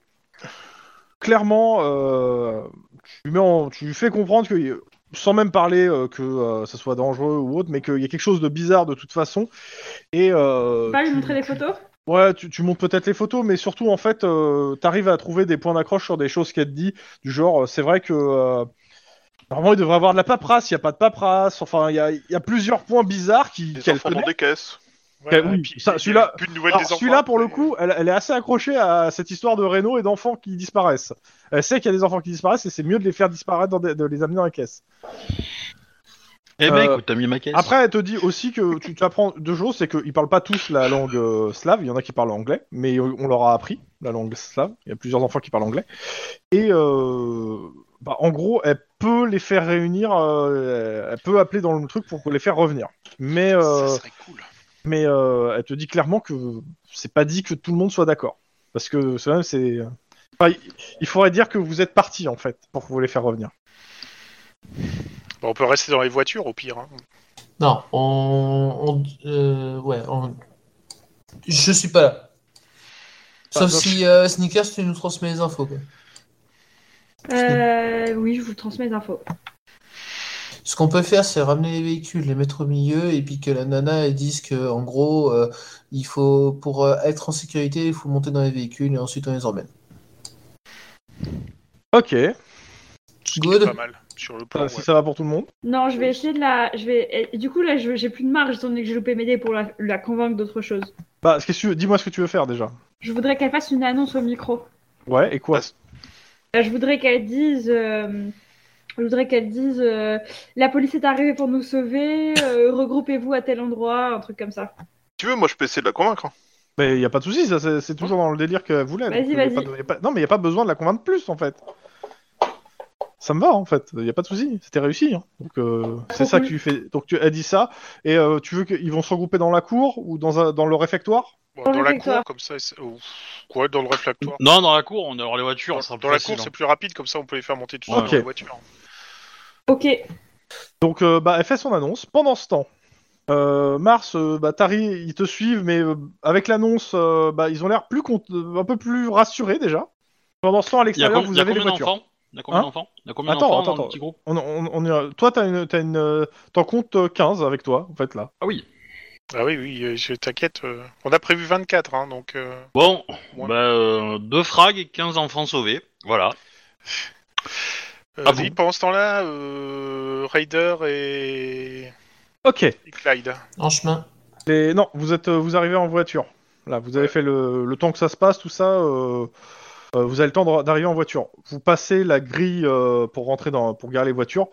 Speaker 2: clairement, euh, tu, lui mets en- tu lui fais comprendre que, sans même parler euh, que euh, ça soit dangereux ou autre, mais qu'il y a quelque chose de bizarre de toute façon. Et euh,
Speaker 5: Pas lui
Speaker 2: tu-
Speaker 5: montrer les photos
Speaker 2: Ouais, tu, tu montes peut-être les photos, mais surtout en fait, euh, t'arrives à trouver des points d'accroche sur des choses qu'elle te dit, du genre, euh, c'est vrai que euh, normalement il devrait avoir de la paperasse, il y a pas de paperasse, enfin il y a, il y a plusieurs points bizarres qui
Speaker 3: Les
Speaker 2: qu'elle
Speaker 3: enfants
Speaker 2: connaît.
Speaker 3: dans des caisses.
Speaker 4: Voilà,
Speaker 2: Ah oui,
Speaker 4: et puis,
Speaker 2: ça,
Speaker 4: il y a
Speaker 2: celui-là-
Speaker 4: plus de nouvelles
Speaker 2: Alors,
Speaker 4: des enfants.
Speaker 2: celui-là, pour le
Speaker 4: Et-
Speaker 2: coup, elle, elle est assez accrochée à cette histoire de Renault et d'enfants qui disparaissent. Elle sait qu'il y a des enfants qui disparaissent et c'est mieux de les faire disparaître, dans des- de les amener dans la caisse.
Speaker 1: Eh ben
Speaker 2: Euh,
Speaker 1: écoute, t'as mis ma caisse.
Speaker 2: Après, elle te dit aussi que tu t'apprends deux choses, c'est qu'ils parlent pas tous la langue euh, slave, il y en a qui parlent anglais, mais euh, on leur a appris la langue slave, il y a plusieurs enfants qui parlent anglais. Et euh, Bah, en gros, elle peut les faire réunir, euh, elle peut appeler dans le truc pour les faire revenir. Mais, euh,
Speaker 4: Ça serait cool.
Speaker 2: mais euh, elle te dit clairement que c'est pas dit que tout le monde soit d'accord. Parce que c'est même, c'est. enfin, il- il faudrait dire que vous êtes parti en fait pour vous les faire revenir.
Speaker 4: Bon, on peut rester dans les voitures au pire. hein.
Speaker 7: Non, on. on- euh, ouais, on- Je suis pas là. Sauf
Speaker 2: non,
Speaker 7: si euh, Sneakers, tu nous transmets les infos. Quoi.
Speaker 5: (laughs) Euh, oui, je vous transmets les infos.
Speaker 7: Ce qu'on peut faire, c'est ramener les véhicules, les mettre au milieu, et puis que la nana elle dise que, en gros, euh, il faut pour euh, être en sécurité, il faut monter dans les véhicules et ensuite on les emmène.
Speaker 2: Ok,
Speaker 4: Ce qui
Speaker 7: Good.
Speaker 4: est pas mal sur le plan.
Speaker 2: euh,
Speaker 4: Ah, ouais.
Speaker 2: si ça va pour tout le monde.
Speaker 5: Non, je vais essayer de la. Je vais... et Du coup, là, je- j'ai plus de marge, étant donné que j'ai loupé mes dés pour la, la convaincre d'autre chose.
Speaker 2: Bah, qu'est-ce que tu veux- dis-moi ce que tu veux faire déjà.
Speaker 5: Je voudrais qu'elle fasse une annonce au micro.
Speaker 2: Ouais, et quoi
Speaker 5: Euh, Je voudrais qu'elle dise. euh, Je voudrais qu'elle dise euh, La police est arrivée pour nous sauver, euh, regroupez-vous à tel endroit, un truc comme ça.
Speaker 3: Tu veux, moi je peux essayer de la convaincre. hein.
Speaker 2: Mais y a pas de souci, ça, c'est c'est toujours dans le délire qu'elle voulait.
Speaker 5: Vas-y,
Speaker 2: donc, euh, y a
Speaker 5: vas-y.
Speaker 2: pas de- y a pas- Non, mais y a pas besoin de la convaincre plus en fait. Ça me va en fait, y a pas de souci, c'était réussi. hein. Donc euh, c'est ça que tu fais. Donc tu as dit ça et euh, tu veux qu'ils vont se regrouper dans la cour ou dans, un- dans le réfectoire
Speaker 4: Bon,
Speaker 5: Dans
Speaker 4: dans,
Speaker 5: le
Speaker 4: la
Speaker 5: réfectoire.
Speaker 4: cour, comme ça, c'est- ou- quoi, dans le réflectoire.
Speaker 1: Non, dans la cour, on aura les
Speaker 4: Dans,
Speaker 1: voitures. ça sera
Speaker 4: dans
Speaker 1: plus
Speaker 4: la
Speaker 1: facile, hein.
Speaker 4: cour, Oh, c'est plus rapide, comme ça, on peut les faire monter tout de
Speaker 2: Ok.
Speaker 4: suite dans la voiture.
Speaker 5: Ok,
Speaker 2: Donc euh, bah elle fait son annonce. Pendant ce temps, euh, Mars, euh, bah Tari, ils te suivent, mais euh, avec l'annonce, euh, bah ils ont l'air plus cont- euh, un peu plus rassurés déjà. Pendant ce temps, à
Speaker 1: Il y a,
Speaker 2: l'extérieur,
Speaker 1: com-
Speaker 2: vous
Speaker 1: y a
Speaker 2: avez les
Speaker 1: combien
Speaker 2: voitures.
Speaker 1: d'enfants Il y a combien
Speaker 2: Hein
Speaker 1: d'enfants Il y a combien
Speaker 2: Attends,
Speaker 1: d'enfants dans
Speaker 2: attends,
Speaker 1: le
Speaker 2: attends.
Speaker 1: petit groupe
Speaker 2: On, on, on est- Toi, t'as une, t'as une, euh, t'en comptes euh, 15 avec toi, en fait là.
Speaker 1: Ah oui.
Speaker 4: Ah oui, oui, euh, je t'inquiète. euh, on a prévu 24, hein, donc. euh,
Speaker 1: Bon,
Speaker 4: Ouais.
Speaker 1: bah, euh, deux frags et 15 enfants sauvés. Voilà.
Speaker 4: euh,
Speaker 1: Ah bon
Speaker 4: dis, pendant ce temps-là, euh, Raider et...
Speaker 2: Ok.
Speaker 4: et Clyde.
Speaker 7: En chemin.
Speaker 2: Les- Non, vous êtes, euh, vous arrivez en voiture. Là, vous avez fait le, le temps que ça se passe, tout ça. euh, euh, vous avez le temps de- d'arriver en voiture. Vous passez la grille euh, pour rentrer dans, pour garer les voitures.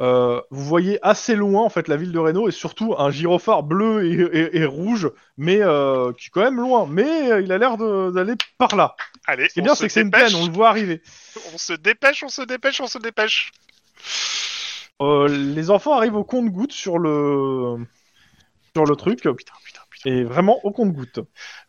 Speaker 2: Euh, vous voyez assez loin en fait la ville de Reno et surtout un gyrophare bleu et, et- et rouge, mais euh, qui est quand même loin. Mais euh, il a l'air de- d'aller par là.
Speaker 4: Allez,
Speaker 2: Ce qui est
Speaker 4: on
Speaker 2: bien,
Speaker 4: se
Speaker 2: c'est que c'est une
Speaker 4: dépêche,
Speaker 2: plaine, on le voit arriver.
Speaker 4: on se dépêche, on se dépêche, on se dépêche.
Speaker 2: Euh, les enfants arrivent au compte-goutte sur le sur le truc
Speaker 4: Putain, putain, putain.
Speaker 2: et vraiment au compte-goutte.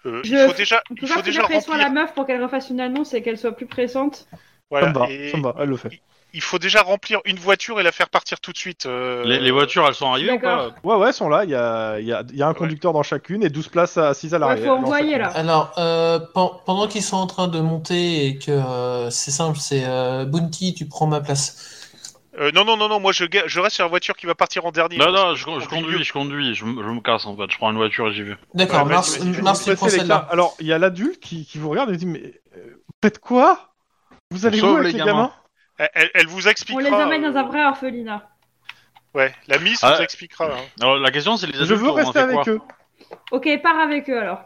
Speaker 4: Euh,
Speaker 5: Je-
Speaker 4: Il faut déjà,
Speaker 5: on peut
Speaker 4: il
Speaker 5: faire
Speaker 4: faut
Speaker 5: plus
Speaker 4: déjà
Speaker 5: de pression à
Speaker 4: remplir.
Speaker 5: la meuf pour qu'elle refasse une annonce et qu'elle soit plus pressante.
Speaker 2: Ça
Speaker 4: Voilà,
Speaker 2: me va,
Speaker 4: Euh, et
Speaker 2: ça me va, elle le fait.
Speaker 4: Il faut déjà remplir une voiture et la faire partir tout de suite. euh,
Speaker 1: Les, les voitures, elles sont arrivées ou pas
Speaker 5: D'accord.
Speaker 2: Ouais, ouais, elles sont là. Il y a, il y a- il y a un
Speaker 4: Ouais.
Speaker 2: conducteur dans chacune et 12 places assises à
Speaker 5: Il
Speaker 2: l'arrière.
Speaker 5: faut envoyer là.
Speaker 7: Alors, euh, pen- pendant qu'ils sont en train de monter et que euh, c'est simple, c'est euh, Bounty, tu prends ma place.
Speaker 4: euh, non, non, non, non, moi je, ga- je reste sur la voiture qui va partir en dernier.
Speaker 1: Non,
Speaker 4: parce
Speaker 1: non,
Speaker 4: que
Speaker 1: je, con- je
Speaker 4: comprends
Speaker 1: conduis, je conduis. Je, me- je me casse en fait. Je prends une voiture et j'y vais.
Speaker 7: D'accord,
Speaker 2: bah,
Speaker 4: Ouais,
Speaker 7: Mars,
Speaker 4: vas-y, vas-y, vas-y.
Speaker 7: Mars, tu
Speaker 2: Pressez
Speaker 7: prends
Speaker 2: les
Speaker 7: celle-là.
Speaker 2: cas. Alors, il y a l'adulte qui, qui vous regarde et dit Mais euh, vous faites quoi Vous allez
Speaker 1: sauve
Speaker 2: où avec
Speaker 1: les
Speaker 2: les
Speaker 1: gamins.
Speaker 2: gamins
Speaker 4: Elle, elle- elle vous
Speaker 5: On
Speaker 4: expliquera.
Speaker 5: les emmène
Speaker 4: euh,
Speaker 5: dans un vrai orphelinat.
Speaker 4: Ouais, la Miss
Speaker 1: Ah.
Speaker 4: vous expliquera. hein.
Speaker 1: Alors la question, c'est les adultes.
Speaker 2: Je veux
Speaker 1: on en
Speaker 2: rester
Speaker 1: fait quoi
Speaker 2: avec eux.
Speaker 5: Ok, pars avec eux alors.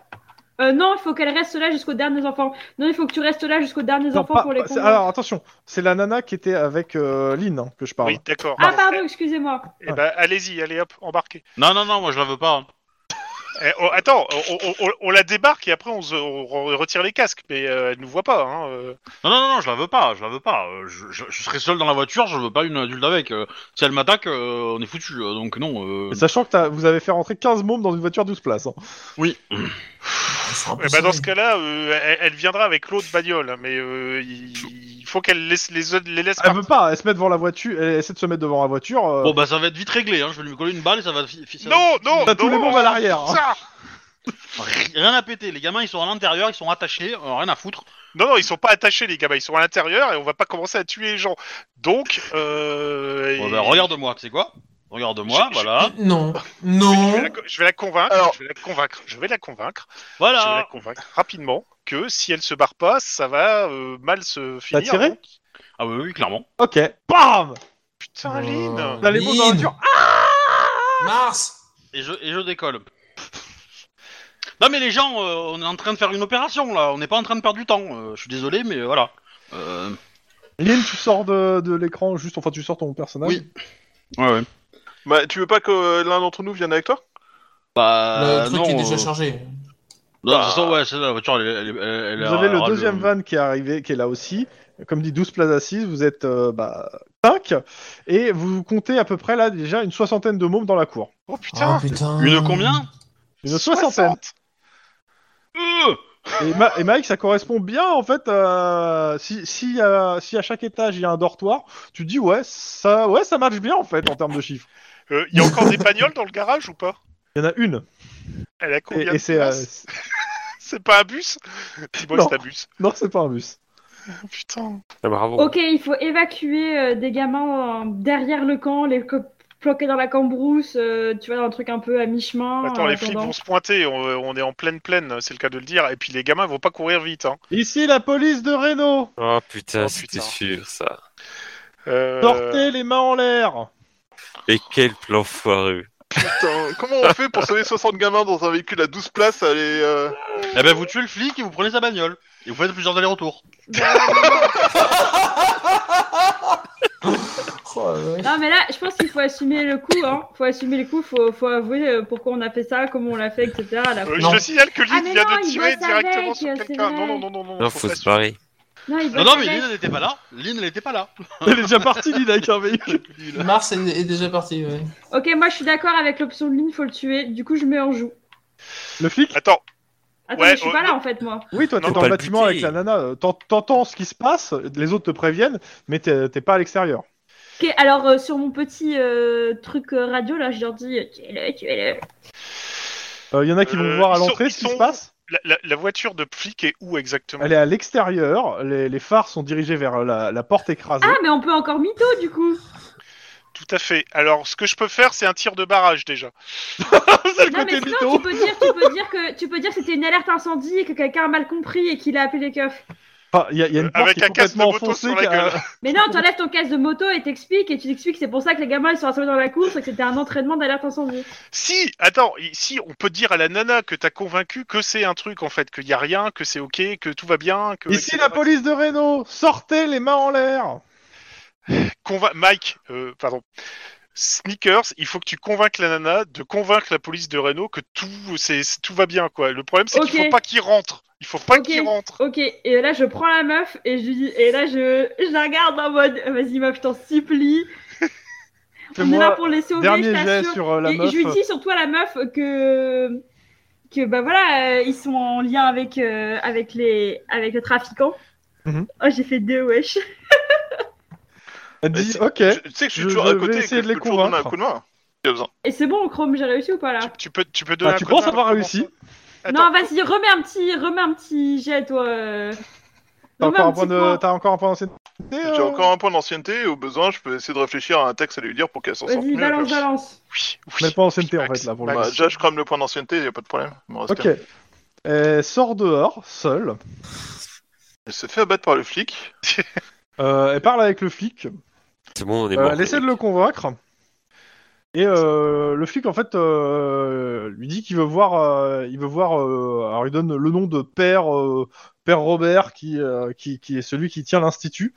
Speaker 5: Euh, non, il faut qu'elle reste là jusqu'aux derniers enfants. Non, il faut que tu restes là jusqu'aux derniers
Speaker 2: Non,
Speaker 5: enfants
Speaker 2: pas-
Speaker 5: pour les
Speaker 2: pas- c'est-
Speaker 5: convaincre.
Speaker 2: alors, attention, c'est la nana qui était avec euh, Lynn hein, que je parle.
Speaker 4: Oui, d'accord.
Speaker 5: Ah, pardon, excusez-moi.
Speaker 4: Eh ben, allez-y, allez hop, embarquez.
Speaker 1: Non, non, non, moi je la veux pas.
Speaker 4: Eh, oh, attends, on, on- on- on la débarque et après on, se- on re- retire les casques, mais euh, elle nous voit pas. Hein, euh.
Speaker 1: Non, non, non, non, je la veux pas. Je la veux pas. Euh, Je, je- je serai seul dans la voiture. Je veux pas une adulte avec. Euh, Si elle m'attaque, euh, on est foutu. euh, Donc non. euh,
Speaker 2: Et Sachant que t'as- vous avez fait rentrer 15 mômes dans une voiture 12 places. hein.
Speaker 1: Oui.
Speaker 7: Ils sont un peu
Speaker 4: Eh ben, dans
Speaker 7: serrés.
Speaker 4: ce cas-là, euh, elle, elle viendra avec l'autre bagnole, mais euh, il il faut qu'elle laisse les, autres- les laisse
Speaker 2: Elle
Speaker 4: partir.
Speaker 2: veut pas, elle se met devant la voiture, elle essaie de se mettre devant la voiture. euh,
Speaker 1: Bon bah ça va être vite réglé. Hein. Je vais lui coller une balle et ça va. fi- fi- ça va-
Speaker 4: Non, non,
Speaker 2: T'as tous
Speaker 4: non,
Speaker 2: les bombes à l'arrière, hein.
Speaker 4: ça
Speaker 1: Rien à péter. Les gamins, ils sont à l'intérieur, ils sont attachés, euh, rien à foutre.
Speaker 4: Non, non, ils sont pas attachés, les gamins. Ils sont à l'intérieur et on va pas commencer à tuer les gens. Donc, euh.
Speaker 1: Bon,
Speaker 4: et-
Speaker 1: bah, regarde-moi, tu sais quoi Regarde-moi,
Speaker 4: Je- je-
Speaker 1: voilà.
Speaker 7: Euh, Non,
Speaker 4: Je
Speaker 7: non.
Speaker 4: vais, la, co- je vais la convaincre,
Speaker 3: Alors-
Speaker 4: je vais la convaincre, je vais la convaincre, je vais la
Speaker 1: Voilà.
Speaker 4: convaincre rapidement que si elle se barre pas, ça va euh, mal se
Speaker 2: T'as
Speaker 4: finir.
Speaker 2: tiré
Speaker 4: donc-
Speaker 1: Ah oui, oui, clairement.
Speaker 2: Ok, bam
Speaker 4: Oh, Putain,
Speaker 7: Euh,
Speaker 4: Lynn
Speaker 2: T'as les mômes dans la
Speaker 7: Lynn.
Speaker 2: voiture. Ah!
Speaker 7: Mars,
Speaker 1: Et je, et je décolle. (laughs) Non mais les gens, euh, on est en train de faire une opération là, on n'est pas en train de perdre du temps. Euh, je suis désolé, mais euh, voilà. Euh,
Speaker 2: Lynn, tu sors de, de l'écran, juste, enfin, tu sors ton personnage.
Speaker 1: Oui. ouais, ouais.
Speaker 3: Bah, tu veux pas que euh, l'un d'entre nous vienne avec toi
Speaker 1: Bah
Speaker 7: le truc
Speaker 1: non.
Speaker 7: est déjà
Speaker 1: euh, bah,
Speaker 7: chargé.
Speaker 1: non, de toute façon, ouais, c'est la voiture. Elle, elle, elle, elle
Speaker 2: Vous
Speaker 1: a-
Speaker 2: avez oh, le
Speaker 1: aura
Speaker 2: deuxième van qui est arrivé, qui est là aussi, comme dit 12 places assises, vous êtes euh, bah, 5, et vous comptez à peu près là déjà une soixantaine de mômes dans la cour.
Speaker 4: Oh putain,
Speaker 7: Oh, putain.
Speaker 1: Une combien
Speaker 2: Une soixantaine
Speaker 1: Euh,
Speaker 2: et, Ma- et Mike, ça correspond bien en fait. euh, si, si, euh, si à chaque étage il y a un dortoir, tu dis ouais, ça, ouais, ça marche bien en fait en termes de chiffres.
Speaker 4: Il Euh, y a encore des bagnoles dans le garage ou pas
Speaker 2: Il y en a une.
Speaker 4: Elle a
Speaker 2: Et,
Speaker 4: combien
Speaker 2: et
Speaker 4: de
Speaker 2: c'est. euh,
Speaker 4: places
Speaker 2: c'est-
Speaker 4: C'est pas un bus Dis-moi
Speaker 2: Non.
Speaker 4: c'est un bus.
Speaker 2: non, c'est pas un bus.
Speaker 4: Putain.
Speaker 8: Ah,
Speaker 2: Oh.
Speaker 8: bravo.
Speaker 5: Ok, il faut évacuer euh, des gamins euh, derrière le camp, les co- planquer dans la cambrousse, euh, tu vois, dans un truc un peu à mi-chemin.
Speaker 4: Attends,
Speaker 5: en
Speaker 4: les flics
Speaker 5: attendant.
Speaker 4: vont se pointer. On, euh, on est en pleine plaine, c'est le cas de le dire. Et puis les gamins vont pas courir vite. Hein.
Speaker 2: Ici la police de Reno.
Speaker 8: Oh putain,
Speaker 4: Oh,
Speaker 8: c'était
Speaker 4: putain.
Speaker 8: sûr ça.
Speaker 4: Euh,
Speaker 2: Sortez les mains en l'air.
Speaker 8: Mais quel plan foireux.
Speaker 3: Putain, comment on fait pour sauver 60 gamins dans un véhicule à 12 places à les, euh,
Speaker 1: Eh ben, vous tuez le flic et vous prenez sa bagnole. Et vous faites plusieurs allers-retours.
Speaker 7: Oh, la vache.
Speaker 5: Non, mais là, je pense qu'il faut assumer le coup, hein. Faut assumer le coup, faut, faut avouer euh, pourquoi on a fait ça, comment on l'a fait, etc. à la
Speaker 4: euh,
Speaker 5: fin.
Speaker 4: je te signale que Lynn
Speaker 5: mais
Speaker 4: vient
Speaker 5: non,
Speaker 4: de
Speaker 5: il
Speaker 4: tirer
Speaker 5: bosse
Speaker 4: directement
Speaker 5: avec,
Speaker 4: sur
Speaker 5: euh, c'est
Speaker 4: quelqu'un.
Speaker 5: vrai.
Speaker 4: Non, non, non, non, non.
Speaker 8: Non,
Speaker 4: faut
Speaker 8: faut
Speaker 4: pas
Speaker 8: se barrer.
Speaker 5: Non, il
Speaker 1: Non,
Speaker 5: bosse
Speaker 1: non, mais
Speaker 5: avec.
Speaker 1: Lynn elle n'était pas là. Lynn elle n'était pas là.
Speaker 2: Elle est déjà partie, Lina, avec un véhicule.
Speaker 7: Mars est, est déjà parti, ouais.
Speaker 5: Ok, moi je suis d'accord avec l'option de ligne, faut le tuer. Du coup, je mets en joue.
Speaker 2: Le flic
Speaker 4: Attends,
Speaker 5: Attends,
Speaker 4: Ouais,
Speaker 5: mais je
Speaker 2: oh.
Speaker 5: suis
Speaker 4: euh,
Speaker 5: pas là en fait, moi.
Speaker 2: Oui, toi, t'es
Speaker 8: Non,
Speaker 2: dans
Speaker 8: pas
Speaker 2: le
Speaker 8: le
Speaker 2: bâtiment avec
Speaker 8: buter.
Speaker 2: la nana. euh, t'en- T'entends ce qui se passe, les autres te préviennent, mais t'es t'es pas à l'extérieur.
Speaker 5: Ok, alors euh, sur mon petit euh, truc euh, radio là, je leur dis euh, tuez-le, tuez-le.
Speaker 2: Euh, Il y en a qui vont
Speaker 4: Euh,
Speaker 2: voir à
Speaker 4: ils sont-
Speaker 2: l'entrée
Speaker 4: ils
Speaker 2: ce qui
Speaker 4: sont
Speaker 2: se passe.
Speaker 4: la, la- la voiture de flic est où exactement
Speaker 2: Elle est à l'extérieur, les, les phares sont dirigés vers euh, la, la porte écrasée.
Speaker 5: Ah, mais on peut encore mytho
Speaker 2: (laughs)
Speaker 5: du coup.
Speaker 4: Tout à fait. Alors, ce que je peux faire, c'est un tir de barrage déjà.
Speaker 2: c'est le
Speaker 5: Non, mais
Speaker 2: côté
Speaker 5: sinon, tu
Speaker 2: mytho
Speaker 5: peux dire, tu peux dire que tu peux dire que c'était une alerte incendie et que quelqu'un a mal compris et qu'il a appelé les keufs.
Speaker 2: Enfin, Il y a, il y a une
Speaker 4: Euh,
Speaker 2: porte
Speaker 4: avec
Speaker 2: qui est
Speaker 4: un casque de
Speaker 2: complètement
Speaker 4: moto
Speaker 2: foncée
Speaker 4: sur la gueule.
Speaker 5: Mais non, t'enlèves ton casque de moto et t'expliques et tu t'expliques que c'est pour ça que les gamins ils sont rassemblés dans la course et que c'était un entraînement d'alerte incendie.
Speaker 4: Si, attends, i- si on peut dire à la nana que t'as convaincu que c'est un truc en fait, qu'il y a rien, que c'est ok, que tout va bien, que
Speaker 2: (laughs) Ici la police de Reno, sortez les mains en l'air.
Speaker 4: Convain- Mike, euh, pardon. Sneakers, il faut que tu convainques la nana de convaincre la police de Reno que tout, c'est, c'est- tout va bien quoi. Le problème c'est qu'il
Speaker 5: Ok.
Speaker 4: faut pas qu'il rentre. Il faut pas
Speaker 5: Ok.
Speaker 4: qu'il rentre.
Speaker 5: Ok, et là je prends la meuf et je lui dis, et là je, je la regarde en mode vas-y meuf, je t'en supplie. On est là
Speaker 2: Fais-moi
Speaker 5: pour les sauver,
Speaker 2: dernier
Speaker 5: je
Speaker 2: jet
Speaker 5: t'assure.
Speaker 2: sur euh, la
Speaker 5: et
Speaker 2: meuf.
Speaker 5: je lui dis surtout à la meuf que que bah voilà euh, ils sont en lien avec euh, avec les avec le trafiquant.
Speaker 2: Mhm.
Speaker 5: Oh j'ai fait deux wesh.
Speaker 2: Elle dit, ok.
Speaker 3: Je- Tu sais que je suis
Speaker 2: Je-
Speaker 3: toujours
Speaker 2: je
Speaker 3: à côté
Speaker 2: vais
Speaker 3: et
Speaker 2: essayer de
Speaker 3: que je
Speaker 2: les
Speaker 3: peux toujours donner un
Speaker 2: convaincre.
Speaker 3: coup de main. Il y a besoin.
Speaker 5: Et c'est bon, Chrome, j'ai réussi ou pas là
Speaker 4: Tu, tu peux, tu peux donner.
Speaker 2: Bah,
Speaker 4: un
Speaker 2: tu
Speaker 4: coup de
Speaker 2: penses
Speaker 4: main
Speaker 2: avoir
Speaker 4: pour
Speaker 2: réussi
Speaker 5: Non
Speaker 4: Attends,
Speaker 5: vas-y remets un petit remets un petit jet toi. euh.
Speaker 2: T'as
Speaker 5: Remets
Speaker 2: encore
Speaker 5: un
Speaker 2: un point
Speaker 5: petit
Speaker 2: de,
Speaker 5: point.
Speaker 2: t'as encore un point d'ancienneté. euh
Speaker 3: J'ai encore un point d'ancienneté et au besoin, je peux essayer de réfléchir à un texte à lui dire pour qu'elle s'en sorte
Speaker 5: Vas-y
Speaker 2: hein.
Speaker 3: mieux.
Speaker 5: balance
Speaker 3: quoi.
Speaker 5: balance.
Speaker 4: oui, oui.
Speaker 2: Mais le point d'ancienneté en
Speaker 4: Max,
Speaker 2: fait là pour le
Speaker 4: Max.
Speaker 2: moment.
Speaker 3: Bah, déjà, je crame le point d'ancienneté, y a pas de problème. Il m'en reste
Speaker 2: Ok.
Speaker 3: qu'un.
Speaker 2: Elle sort dehors, seule.
Speaker 3: Elle se fait abattre par le flic.
Speaker 2: Euh, elle parle avec le flic.
Speaker 8: C'est bon, on est
Speaker 2: Euh,
Speaker 8: mort.
Speaker 2: elle essaie de le convaincre. Et euh, le flic, en fait, euh, lui dit qu'il veut voir. euh, il veut voir. euh, alors, il donne le nom de père, euh, père Robert, qui, euh, qui, qui est celui qui tient l'institut.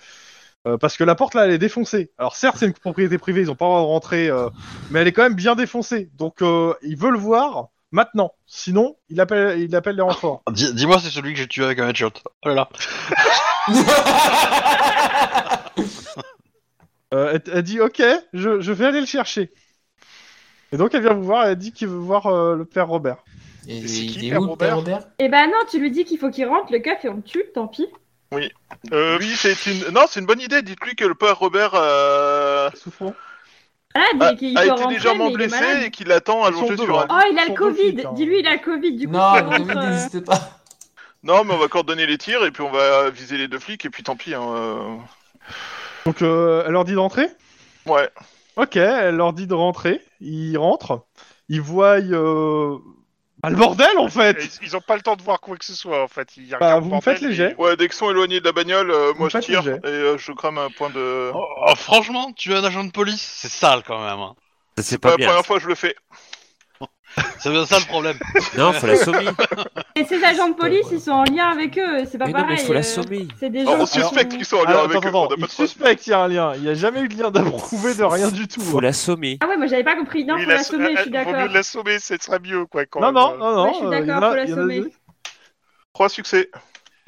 Speaker 2: Euh, parce que la porte là, elle est défoncée. Alors, certes, c'est une propriété privée, ils ont pas le droit de rentrer, euh, mais elle est quand même bien défoncée. Donc, euh, il veut le voir maintenant. Sinon, il appelle, il appelle les renforts.
Speaker 1: Dis- Dis-moi, c'est celui que j'ai tué avec un headshot. Oh là là.
Speaker 2: Euh, elle, elle dit Ok, je, je vais aller le chercher. Et donc, elle vient vous voir, elle dit qu'il veut voir euh, le père Robert.
Speaker 7: Et
Speaker 4: c'est
Speaker 7: il
Speaker 4: qui,
Speaker 7: est
Speaker 4: Père
Speaker 7: où, le Père
Speaker 4: Robert
Speaker 7: Robert
Speaker 5: Et bah non tu lui dis qu'il faut qu'il rentre le keuf et on le tue, tant pis.
Speaker 4: Euh,
Speaker 3: Lui, c'est une. Non, c'est une bonne idée. Dites-lui que le père Robert euh,
Speaker 2: souffrant.
Speaker 5: Voilà,
Speaker 3: a,
Speaker 2: Ah,
Speaker 5: mais qu'il
Speaker 3: a
Speaker 5: peut
Speaker 3: été
Speaker 5: rentrer,
Speaker 3: légèrement
Speaker 5: mais il est
Speaker 3: blessé
Speaker 5: malade.
Speaker 3: et qu'il attend
Speaker 2: Ils sont
Speaker 3: allongé
Speaker 2: deux,
Speaker 3: sur un.
Speaker 2: ouais.
Speaker 5: Oh, il a
Speaker 2: Son
Speaker 5: le Covid.
Speaker 2: boutique, hein.
Speaker 5: Dis-lui, il a le Covid. Du coup,
Speaker 7: Non,
Speaker 5: il
Speaker 7: le
Speaker 5: rentre,
Speaker 7: Covid
Speaker 5: euh,
Speaker 7: n'existe pas.
Speaker 3: Non, mais on va coordonner les tirs et puis on va viser les deux flics et puis tant pis. Hein, euh.
Speaker 2: Donc euh, elle leur dit d'entrer
Speaker 3: Ouais.
Speaker 2: Ok, elle leur dit de rentrer. Ils rentrent. Ils voient... euh, bah, le bordel en fait
Speaker 4: ils, ils ont pas le temps de voir quoi que ce soit en fait. Ils
Speaker 2: Bah,
Speaker 4: regardent
Speaker 2: vous
Speaker 4: le
Speaker 2: me faites
Speaker 4: bordel
Speaker 2: les
Speaker 4: et-
Speaker 2: jets.
Speaker 3: Ouais, dès qu'ils sont éloignés de la bagnole, euh, moi je
Speaker 2: faites le
Speaker 3: tire
Speaker 2: jet.
Speaker 3: et euh, je crame un point de.
Speaker 1: Oh, oh, franchement, tuer un agent de police, c'est sale quand même. hein.
Speaker 8: Ça, C'est
Speaker 3: Pas
Speaker 8: pas
Speaker 3: la
Speaker 8: bien.
Speaker 3: première fois que je le fais.
Speaker 1: C'est bien ça le problème.
Speaker 8: Non, faut la sauver.
Speaker 5: euh. Et ces agents de police, ils sont en lien avec eux. C'est pas
Speaker 8: Mais non, mais
Speaker 5: pareil.
Speaker 8: faut
Speaker 5: euh,
Speaker 8: la sauver.
Speaker 5: C'est des
Speaker 3: Alors,
Speaker 5: gens.
Speaker 3: Oh, on
Speaker 5: qui
Speaker 3: suspecte
Speaker 5: sont-
Speaker 3: qu'ils sont en lien
Speaker 2: Alors,
Speaker 3: avec
Speaker 2: attends,
Speaker 3: eux, on
Speaker 2: attends,
Speaker 3: n'a
Speaker 2: ils
Speaker 3: pas trop-
Speaker 2: suspectent qu'il y a un lien. Il n'y a jamais eu de lien d'approuvé de rien du tout.
Speaker 8: Faut
Speaker 2: hein.
Speaker 8: l'assommer.
Speaker 5: Ah ouais, moi j'avais pas compris. Non,
Speaker 4: Oui,
Speaker 5: faut
Speaker 4: la-
Speaker 5: l'assommer, je suis
Speaker 4: Vaut mieux
Speaker 5: d'accord.
Speaker 4: l'assommer, ce serait mieux quoi. Quand
Speaker 2: Non,
Speaker 4: même.
Speaker 2: non, non, non.
Speaker 5: Ouais, je suis
Speaker 2: euh, il y en
Speaker 5: d'accord,
Speaker 2: a-
Speaker 5: faut
Speaker 2: il y en a
Speaker 5: l'assommer.
Speaker 2: deux.
Speaker 3: Trois succès.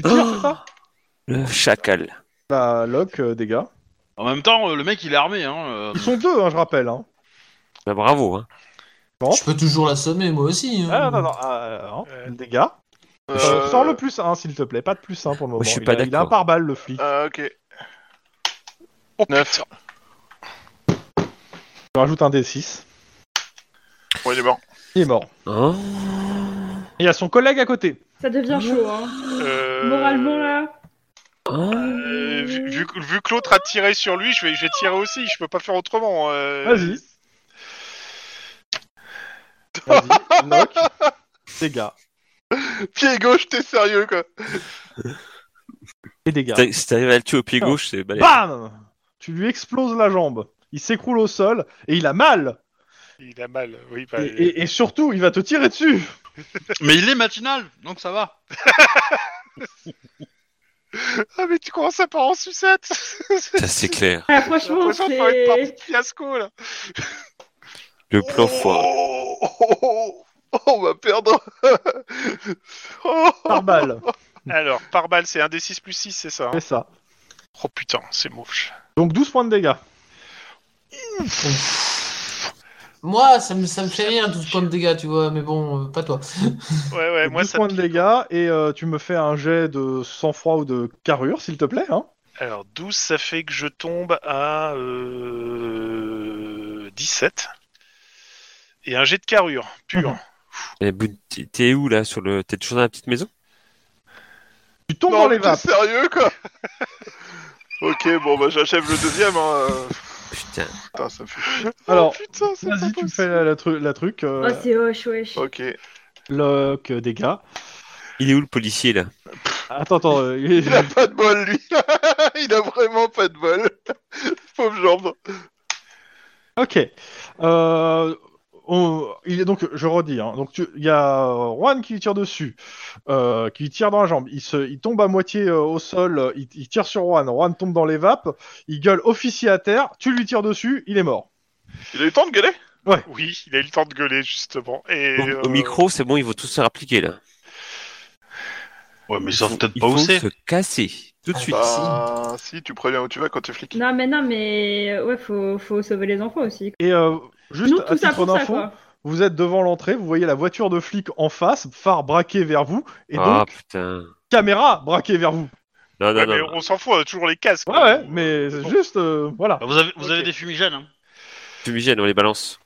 Speaker 2: Tu tires, c'est ça
Speaker 8: Le chacal.
Speaker 2: La lock, euh, dégâts.
Speaker 1: En même temps, euh, le mec il est armé. Hein, euh,
Speaker 2: Ils sont deux, hein, je rappelle. Hein.
Speaker 8: Bah, bravo, hein.
Speaker 1: Oh.
Speaker 2: Bon.
Speaker 7: Je peux toujours l'assommer, moi aussi. hein.
Speaker 2: Ah, non, non, ah, non,
Speaker 4: Euh,
Speaker 2: dégâts.
Speaker 3: Euh,
Speaker 2: Sors le plus 1, s'il te plaît. Pas de plus 1 pour le moment.
Speaker 8: je suis
Speaker 2: il,
Speaker 8: pas
Speaker 2: a, il a un
Speaker 8: d'accord.
Speaker 2: pare-balles, le flic.
Speaker 4: euh,
Speaker 3: Ah, ok.
Speaker 4: Oh,
Speaker 3: Neuf.
Speaker 4: putain.
Speaker 2: Je rajoute un D6.
Speaker 3: Bon, il est mort.
Speaker 2: Il est mort.
Speaker 8: Oh.
Speaker 2: Et Il y a son collègue à côté.
Speaker 5: Ça devient chaud, hein.
Speaker 4: Euh,
Speaker 5: Moralement, là.
Speaker 8: Oh.
Speaker 4: euh, vu, vu que- vu que l'autre a tiré sur lui, je vais, je vais tirer aussi. Je peux pas faire autrement. euh.
Speaker 2: Vas-y. Vas-y, knock. Dégâts.
Speaker 3: Pied gauche, t'es sérieux, quoi.
Speaker 2: Et dégâts.
Speaker 8: T'as- Si t'arrives à le tuer au pied gauche, c'est balèze.
Speaker 2: Bah Bam Tu lui exploses la jambe. Il s'écroule au sol et il a mal.
Speaker 4: Il a mal. Oui, bah,
Speaker 2: Et, et- et surtout, il va te tirer dessus.
Speaker 1: Mais il est matinal, donc ça va.
Speaker 4: Ah, mais tu commences à part en sucette. J'ai
Speaker 8: Ça, c'est clair.
Speaker 5: Ah, franchement,
Speaker 4: l'impression de faire une partie
Speaker 5: c'est.
Speaker 4: de fiasco là.
Speaker 8: Le plan foireux.
Speaker 3: Oh, oh, oh, oh, on va perdre. Oh.
Speaker 2: Par balle.
Speaker 4: Alors, par balle, c'est un D6 plus 6, c'est ça hein
Speaker 2: C'est ça.
Speaker 4: Oh putain, c'est moche.
Speaker 2: Donc 12 points de dégâts.
Speaker 7: Moi, ça me, ça me fait rien, 12 points de dégâts, tu vois, mais bon, euh, pas toi.
Speaker 4: Ouais, ouais,
Speaker 2: Donc,
Speaker 4: moi
Speaker 2: 12
Speaker 4: ça.
Speaker 2: points
Speaker 4: me
Speaker 2: de
Speaker 4: pique.
Speaker 2: dégâts et euh, tu me fais un jet de sang-froid ou de carrure, s'il te plaît. Hein.
Speaker 4: Alors, 12, ça fait que je tombe à euh, 17. Et un jet de carrure, pur.
Speaker 8: Eh, Boone, t'es- T'es où là sur le T'es toujours dans la petite maison
Speaker 2: Tu tombes dans
Speaker 3: Non,
Speaker 2: les
Speaker 3: mais t'es
Speaker 2: vapes.
Speaker 3: sérieux, quoi. ok, bon, bah j'achève le deuxième. Hein.
Speaker 8: Putain.
Speaker 3: Putain, ça me fait chier.
Speaker 2: Alors,
Speaker 3: Oh, putain, c'est pas
Speaker 2: Vas-y, tu me
Speaker 3: possible.
Speaker 2: fais la, la tru- la truc.
Speaker 5: Oh,
Speaker 2: Euh,
Speaker 5: c'est hoche, wesh.
Speaker 3: Ok.
Speaker 2: lock, euh, dégâts.
Speaker 8: Il est où le policier là
Speaker 2: Attends, attends. euh, (laughs) il est-
Speaker 3: Il a pas de bol, lui. (laughs) il a vraiment pas de bol. (laughs) Pauvre jambe.
Speaker 2: Ok. Euh, on- il est donc, je redis, hein, donc tu- il y a euh, Juan qui lui tire dessus, euh, qui lui tire dans la jambe. Il, se, il tombe à moitié euh, au sol, euh, il, il tire sur Juan. Juan tombe dans les vapes, il gueule officier à terre, tu lui tires dessus, il est mort.
Speaker 3: Il a eu le temps de gueuler
Speaker 4: Oui, il a eu le temps de gueuler, justement. Et,
Speaker 8: Au, au
Speaker 4: euh,
Speaker 8: micro, c'est bon, ils vont tous se rappliquer là.
Speaker 1: Ouais, mais ils
Speaker 8: Ils
Speaker 1: savent
Speaker 8: vont-
Speaker 1: peut-être
Speaker 8: ils
Speaker 1: pas où
Speaker 8: vont
Speaker 1: c'est.
Speaker 8: se casser tout de suite.
Speaker 3: Bah, si, tu préviens où tu vas quand t'es flic.
Speaker 5: Non, mais non, mais. euh, Ouais, faut, faut sauver les enfants aussi.
Speaker 2: Et euh, juste
Speaker 5: Nous,
Speaker 2: à
Speaker 5: tout ça
Speaker 2: titre
Speaker 5: pour ça,
Speaker 2: d'info,
Speaker 5: quoi.
Speaker 2: vous êtes devant l'entrée, vous voyez la voiture de flic en face, phare braqué vers vous, et
Speaker 8: Ah
Speaker 2: donc
Speaker 8: putain.
Speaker 2: caméra braquée vers vous.
Speaker 8: Non, non,
Speaker 4: ouais,
Speaker 8: non.
Speaker 4: mais
Speaker 8: non.
Speaker 4: on s'en fout, on a toujours les casques.
Speaker 2: Ouais,
Speaker 4: quoi.
Speaker 2: ouais, mais c'est juste, euh, voilà.
Speaker 1: Bah, vous avez, vous
Speaker 4: Ok.
Speaker 1: avez des fumigènes. Hein.
Speaker 8: Fumigène, on les balance.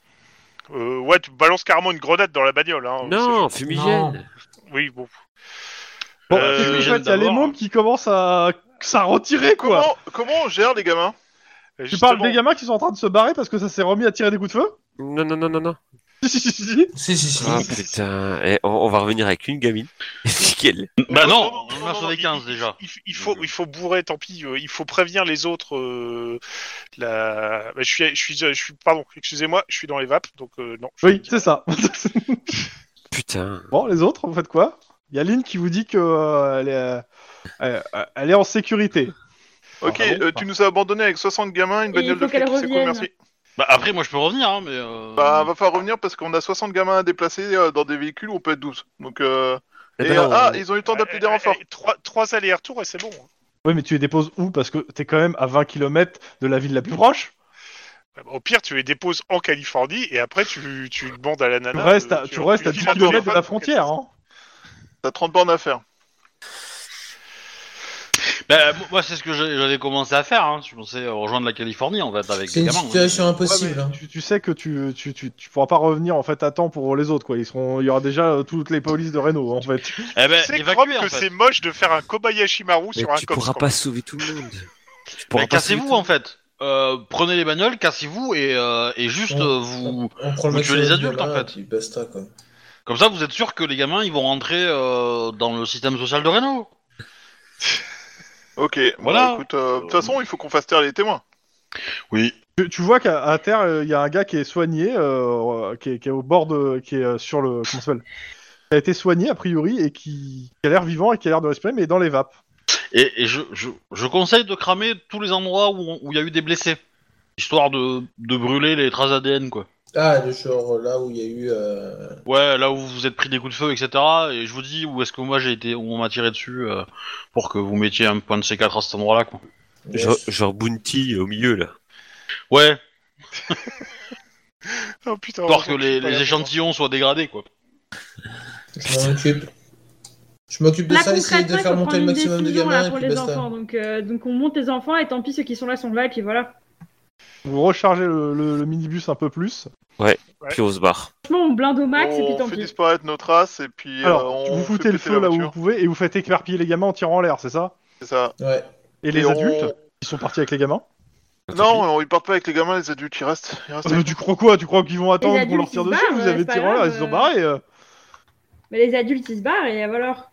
Speaker 4: Euh, ouais, tu balances carrément une grenade dans la bagnole. Hein,
Speaker 8: Oh, non, fumigène.
Speaker 4: C'est- Oui, bon.
Speaker 2: Bon,
Speaker 4: Euh,
Speaker 2: qu'est-ce que vous
Speaker 1: j'aime
Speaker 2: faites il y a les
Speaker 1: d'abord.
Speaker 2: mômes qui commencent à, à retirer quoi.
Speaker 3: Comment, comment on gère les gamins
Speaker 2: Tu
Speaker 4: Justement,
Speaker 2: parles des gamins qui sont en train de se barrer parce que ça s'est remis à tirer des coups de feu
Speaker 8: Non, non, non, non, non.
Speaker 2: Si, si, si, si.
Speaker 7: Si, si, si.
Speaker 8: Ah putain. Eh, on, on va revenir avec une gamine. (laughs) Nickel.
Speaker 1: Bah non,
Speaker 4: non, non,
Speaker 1: on
Speaker 4: non,
Speaker 1: a
Speaker 4: non,
Speaker 1: sauvé
Speaker 4: il-
Speaker 1: 15 déjà.
Speaker 4: Il, il faut, il faut bourrer, tant pis. euh, il faut prévenir les autres. euh, la... bah, je suis, je suis, je suis, pardon, excusez-moi, je suis dans les vapes, donc euh, non. je-
Speaker 2: Oui, c'est ça. (laughs)
Speaker 8: Putain.
Speaker 2: bon, les autres, vous faites quoi Il y a Lynn qui vous dit que euh, elle, est, euh, elle- euh, elle est en sécurité.
Speaker 3: Ok,
Speaker 2: Ah, bon,
Speaker 3: euh,
Speaker 2: bah.
Speaker 3: tu nous as abandonné avec 60 gamins, une
Speaker 5: Et
Speaker 3: bagnole
Speaker 5: il faut
Speaker 3: de flic,
Speaker 5: qu'elle
Speaker 3: c'est cool,
Speaker 5: revienne.
Speaker 3: merci.
Speaker 1: Bah après, moi je peux revenir, hein, mais. euh,
Speaker 3: Bah, va falloir revenir parce qu'on a 60 gamins à déplacer euh, dans des véhicules où on peut être 12. Donc, euh...
Speaker 8: Eh
Speaker 3: et,
Speaker 8: ben,
Speaker 3: euh,
Speaker 8: on-
Speaker 3: ah, ils ont eu le temps
Speaker 4: Eh,
Speaker 3: d'appeler
Speaker 4: eh,
Speaker 3: des renforts.
Speaker 4: eh, Trois, trois allers-retours et c'est bon.
Speaker 2: Oui, mais tu les déposes où Parce que t'es quand même à 20 km de la ville la plus proche.
Speaker 4: Bah, Au pire, tu les déposes en Californie et après tu, tu demandes à la
Speaker 2: Tu
Speaker 4: nana.
Speaker 2: restes
Speaker 4: euh,
Speaker 2: à, tu restes à
Speaker 4: files
Speaker 2: 10
Speaker 4: un
Speaker 2: km de
Speaker 4: téléphone
Speaker 2: la
Speaker 4: pour qu'elle
Speaker 2: frontière.
Speaker 4: fasse-
Speaker 2: Hein.
Speaker 3: T'as 30 bornes à faire.
Speaker 1: bah, moi, moi, c'est ce que j'ai- j'avais commencé à faire. Hein. Je pensais euh, rejoindre la Californie en fait avec
Speaker 7: C'est
Speaker 1: les
Speaker 7: une
Speaker 1: gamins.
Speaker 7: situation
Speaker 1: hein.
Speaker 2: Ouais,
Speaker 7: impossible.
Speaker 2: mais
Speaker 7: hein.
Speaker 2: tu, tu sais que tu, tu, tu, tu pourras pas revenir en fait à temps pour les autres. quoi. Ils seront, il y aura déjà euh, toutes les polices de Reno en fait.
Speaker 1: Eh ben,
Speaker 4: Tu sais,
Speaker 1: évacuez
Speaker 4: Chrome,
Speaker 1: en
Speaker 4: que
Speaker 1: fait.
Speaker 4: c'est moche de faire un Kobayashi Maru
Speaker 8: Mais
Speaker 4: sur un
Speaker 8: tu
Speaker 4: cop.
Speaker 8: pourras
Speaker 4: quand
Speaker 8: pas
Speaker 4: même.
Speaker 8: sauver tout le monde. Tu
Speaker 1: Bah,
Speaker 8: pourras pas sauver tout
Speaker 1: cassez-vous
Speaker 8: le
Speaker 1: en fait. Euh, prenez les bagnoles, cassez-vous et, euh, et juste
Speaker 7: Ouais.
Speaker 1: euh, vous.
Speaker 7: On prend le
Speaker 1: Ou tu veux
Speaker 7: maximum
Speaker 1: les
Speaker 7: de
Speaker 1: adultes,
Speaker 7: balles,
Speaker 1: en fait.
Speaker 7: et puis basta, quoi.
Speaker 1: Comme ça, vous êtes sûr que les gamins ils vont rentrer euh, dans le système social de Reno.
Speaker 3: Ok,
Speaker 1: Voilà.
Speaker 3: voilà. écoute, euh, de toute façon, il faut qu'on fasse taire les témoins.
Speaker 1: Oui.
Speaker 2: Tu, tu vois qu'à à terre, euh, il y a un gars qui est soigné, euh, qui, est, qui est au bord de. qui est euh, sur le. comment ça s'appelle Qui a été soigné, a priori, et qui, qui a l'air vivant et qui a l'air de respirer, mais dans les vapes.
Speaker 1: Et, et je, je, je conseille de cramer tous les endroits où on- où il y a eu des blessés, histoire de, de brûler les traces ADN quoi.
Speaker 7: Ah, le genre euh, là où il y a eu. euh,
Speaker 1: Ouais, là où vous vous êtes pris des coups de feu, etc. Et je vous dis où est-ce que moi j'ai été, où on m'a tiré dessus, euh, pour que vous mettiez un point de C4 à cet endroit-là, quoi.
Speaker 8: Genre, genre Bounty euh, au milieu, là.
Speaker 1: Ouais,
Speaker 4: Oh putain.
Speaker 1: peur que
Speaker 4: heureusement
Speaker 1: les,
Speaker 4: je suis pas
Speaker 1: les
Speaker 4: là.
Speaker 1: échantillons soient dégradés, quoi.
Speaker 8: Putain.
Speaker 7: Je m'en occupe. Je m'occupe de
Speaker 5: Là,
Speaker 7: ça, essayer de
Speaker 5: concrètement, il faut
Speaker 7: faire monter
Speaker 5: prendre
Speaker 7: le
Speaker 5: une
Speaker 7: maximum de
Speaker 5: décision
Speaker 7: gamins
Speaker 5: là
Speaker 7: et
Speaker 5: pour
Speaker 7: puis
Speaker 5: les
Speaker 7: basta.
Speaker 5: enfants. Donc, euh, donc on monte les enfants et tant pis ceux qui sont là sont là et puis voilà.
Speaker 2: Vous rechargez le, le- le minibus un peu plus.
Speaker 8: Puis on se barre.
Speaker 5: Franchement, on blinde au max et puis
Speaker 3: on
Speaker 5: tant
Speaker 3: fait
Speaker 5: pis.
Speaker 3: disparaître nos traces et puis
Speaker 2: Alors,
Speaker 3: euh, on
Speaker 2: vous
Speaker 3: fait
Speaker 2: foutez le
Speaker 3: péter
Speaker 2: feu
Speaker 3: la
Speaker 2: là où vous
Speaker 3: voiture.
Speaker 2: pouvez et vous faites éparpiller les gamins en tirant en l'air, c'est ça
Speaker 3: C'est ça.
Speaker 7: Ouais.
Speaker 2: Et les
Speaker 3: Et on-
Speaker 2: adultes qui sont partis avec les
Speaker 3: (laughs)
Speaker 2: gamins
Speaker 3: Non, on- ils partent pas avec les gamins, les adultes, ils restent. Ils restent
Speaker 2: Euh,
Speaker 3: avec
Speaker 2: Tu crois quoi Tu crois qu'ils vont attendre qu'on
Speaker 5: adultes,
Speaker 2: leur tire
Speaker 5: ils se
Speaker 2: dessus
Speaker 5: barrent,
Speaker 2: Vous
Speaker 5: euh,
Speaker 2: avez
Speaker 5: c'est pas
Speaker 2: tiré en l'air, ils
Speaker 5: grave,
Speaker 2: se sont
Speaker 5: euh.
Speaker 2: barrés. euh.
Speaker 5: Mais les adultes ils se barrent et voilà.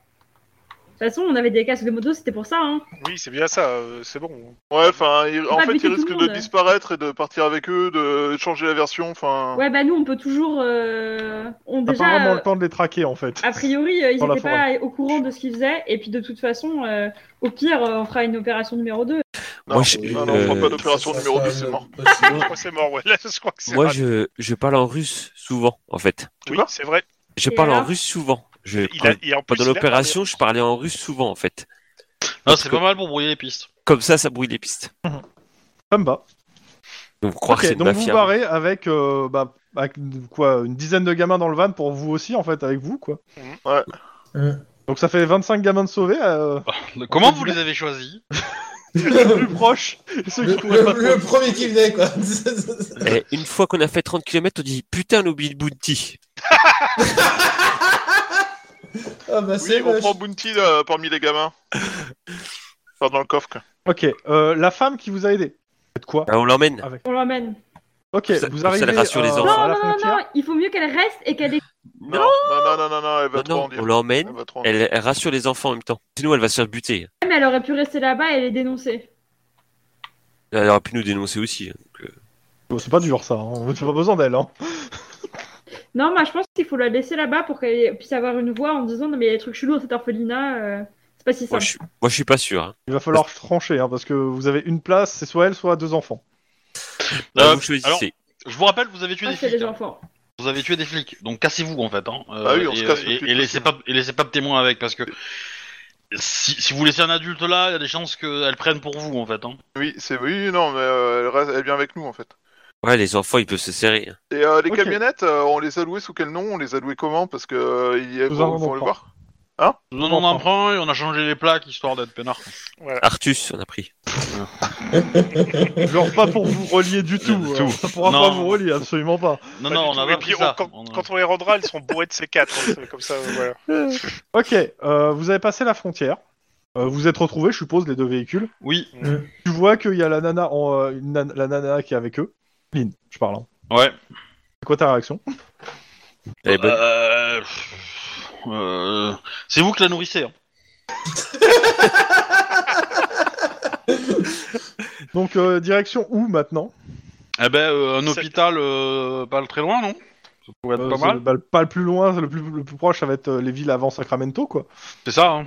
Speaker 5: De toute façon, on avait des casques de moto, c'était pour ça. Hein.
Speaker 4: Oui, c'est bien ça, euh, c'est bon.
Speaker 3: nous. Ouais, enfin, ils- en
Speaker 5: pas
Speaker 3: fait,
Speaker 5: buter
Speaker 3: ils
Speaker 5: tout le
Speaker 3: risquent de
Speaker 5: monde.
Speaker 3: disparaître et de partir avec eux, de changer la version, enfin...
Speaker 5: Ouais, bah nous, on peut toujours. euh, On
Speaker 2: T'as pas
Speaker 5: déjà.
Speaker 2: vraiment
Speaker 5: euh,
Speaker 2: le temps de les traquer en fait.
Speaker 5: A priori, euh, ils
Speaker 2: Dans la
Speaker 5: n'étaient pas au courant de ce qu'ils faisaient. Et puis, de toute façon, euh, au pire, euh, on fera une opération numéro 2.
Speaker 3: Non,
Speaker 8: Moi, je-
Speaker 3: non, non, on fera
Speaker 8: euh,
Speaker 3: pas d'opération
Speaker 7: Ça, ça,
Speaker 3: numéro
Speaker 7: ça,
Speaker 3: 2, c'est
Speaker 7: le-
Speaker 3: mort.
Speaker 4: Je
Speaker 7: possible.
Speaker 1: (laughs)
Speaker 4: crois que c'est mort, (laughs) ouais. Là, je crois que c'est
Speaker 8: Moi,
Speaker 4: raté.
Speaker 8: je, je parle en russe souvent, en fait.
Speaker 4: Oui,
Speaker 3: quoi
Speaker 4: c'est vrai.
Speaker 8: Je
Speaker 5: Et
Speaker 8: parle en
Speaker 5: alors
Speaker 8: russe souvent. Je,
Speaker 4: Il a, et en plus,
Speaker 8: pendant
Speaker 4: il a
Speaker 8: l'opération, je parlais en russe souvent, en fait.
Speaker 1: Non, c'est pas mal pour brouiller les pistes.
Speaker 8: Comme ça, ça brouille les pistes.
Speaker 2: Ça me va.
Speaker 8: Donc, croire que
Speaker 2: Ok,
Speaker 8: c'est une
Speaker 2: donc vous
Speaker 8: mafia.
Speaker 2: barrez avec, euh, bah, avec, quoi, une dizaine de gamins dans le van pour vous aussi en fait, avec vous quoi.
Speaker 3: Ouais.
Speaker 7: Hum.
Speaker 2: Donc ça fait 25 gamins de sauvés, euh,
Speaker 1: Comment vous les avez choisis
Speaker 2: (laughs) les plus proches, et ceux
Speaker 7: Le,
Speaker 2: qui pourraient pas
Speaker 7: le- le
Speaker 2: trop.
Speaker 7: premier qui venait, quoi. (laughs)
Speaker 8: Et Eh, une fois qu'on a fait 30 km, on dit putain, on oublie le bounty.
Speaker 7: ah bah
Speaker 3: Oui,
Speaker 7: c'est
Speaker 3: on
Speaker 7: moche.
Speaker 3: prend Bounty euh, parmi les
Speaker 8: (laughs)
Speaker 3: gamins. Enfin, dans le coffre, quoi.
Speaker 2: Ok, euh, la femme qui vous a aidé. Faites quoi
Speaker 8: Ah, on l'emmène.
Speaker 5: On l'emmène.
Speaker 2: Ok,
Speaker 8: Pour ça-
Speaker 2: vous
Speaker 8: pour ça,
Speaker 2: arrivez
Speaker 8: elle rassure les
Speaker 2: euh,
Speaker 8: enfants.
Speaker 2: à la
Speaker 5: Non, non, non,
Speaker 2: frontière.
Speaker 5: non, il faut mieux qu'elle reste et qu'elle.
Speaker 3: Non,
Speaker 8: Oh
Speaker 3: non, non, non, non, non, elle va
Speaker 8: Non,
Speaker 3: trop
Speaker 8: non,
Speaker 3: en dire.
Speaker 8: on l'emmène.
Speaker 3: Elle va trop en dire.
Speaker 8: Elle, elle rassure les enfants en même temps. Sinon, elle va se faire buter.
Speaker 5: Mais elle aurait pu rester là-bas et les dénoncer.
Speaker 8: Elle aurait pu nous dénoncer aussi.
Speaker 2: Bon, c'est pas dur ça, hein. t'as pas besoin d'elle. Hein.
Speaker 5: Non, moi, je pense qu'il faut la laisser là-bas pour qu'elle puisse avoir une voix en disant Non, mais il y a des trucs chelous dans cette orphelinat. euh, C'est pas si
Speaker 8: Moi,
Speaker 5: simple.
Speaker 8: je, suis- moi, je suis pas sûr. hein.
Speaker 2: Il va falloir trancher hein, parce que vous avez une place, c'est soit elle, soit deux enfants.
Speaker 1: Euh,
Speaker 8: vous choisissez.
Speaker 1: alors- Je vous rappelle, vous avez tué
Speaker 4: Ah,
Speaker 1: des
Speaker 5: Moi, je fais
Speaker 1: flics.
Speaker 5: Ah, les
Speaker 1: hein.
Speaker 5: enfants.
Speaker 1: Vous avez tué des flics, donc cassez-vous en fait. Hein. Euh,
Speaker 3: Ah oui, on
Speaker 1: et,
Speaker 3: se casse le
Speaker 1: et-
Speaker 3: plus
Speaker 1: et laissez pas, et laissez pas de témoins avec, parce que si, si vous laissez un adulte là, il y a des chances qu'elle prenne pour vous en fait. Hein.
Speaker 3: Oui, c'est... Oui, non, mais euh, elle, reste... elle vient avec nous, en fait.
Speaker 8: Ouais, les enfants, ils peuvent se serrer. hein.
Speaker 3: Et euh, les
Speaker 2: Ok.
Speaker 3: camionnettes, euh, on les a louées sous quel nom On les a louées comment Parce que... Euh, il
Speaker 2: Nous
Speaker 3: faut-
Speaker 2: en
Speaker 3: faut
Speaker 2: avons
Speaker 3: le
Speaker 2: pas.
Speaker 3: voir.
Speaker 1: Nous en avons un prend et on a changé les plaques histoire d'être peinard.
Speaker 8: Artus, on a pris.
Speaker 2: Genre pas pour vous relier du tout.
Speaker 1: Du
Speaker 2: hein.
Speaker 1: tout.
Speaker 2: Ça pourra
Speaker 1: Non.
Speaker 2: pas vous relier, absolument pas.
Speaker 1: Non,
Speaker 4: Pas
Speaker 1: non,
Speaker 4: du
Speaker 1: on
Speaker 4: tout.
Speaker 1: a
Speaker 4: Et
Speaker 1: pas
Speaker 4: puis,
Speaker 1: pris
Speaker 4: on-
Speaker 1: ça.
Speaker 4: quand,
Speaker 1: On a-
Speaker 4: quand on les rendra, elles seront bourrées de C4. hein, comme ça, euh, voilà.
Speaker 2: Ok, euh, vous avez passé la frontière. Euh, vous êtes retrouvés, je suppose, les deux véhicules.
Speaker 1: Oui,
Speaker 2: Tu vois qu'il y a la nana, en, euh, une nan- la nana qui est avec eux. Lynn, je parle. hein.
Speaker 1: ouais.
Speaker 2: C'est quoi ta réaction
Speaker 8: Elle est bonne.
Speaker 1: Euh, pff, euh, C'est vous qui la nourrissez. hein.
Speaker 2: Donc, euh, direction où maintenant
Speaker 1: Eh ben, euh, un
Speaker 4: Ça-
Speaker 1: hôpital euh, pas très loin, non Ça pourrait être
Speaker 2: Euh,
Speaker 1: pas
Speaker 2: c'est-
Speaker 1: mal.
Speaker 2: bah, le- pas le plus loin, le plus, le plus proche, ça va être euh, les villes avant Sacramento, quoi.
Speaker 1: C'est ça. hein.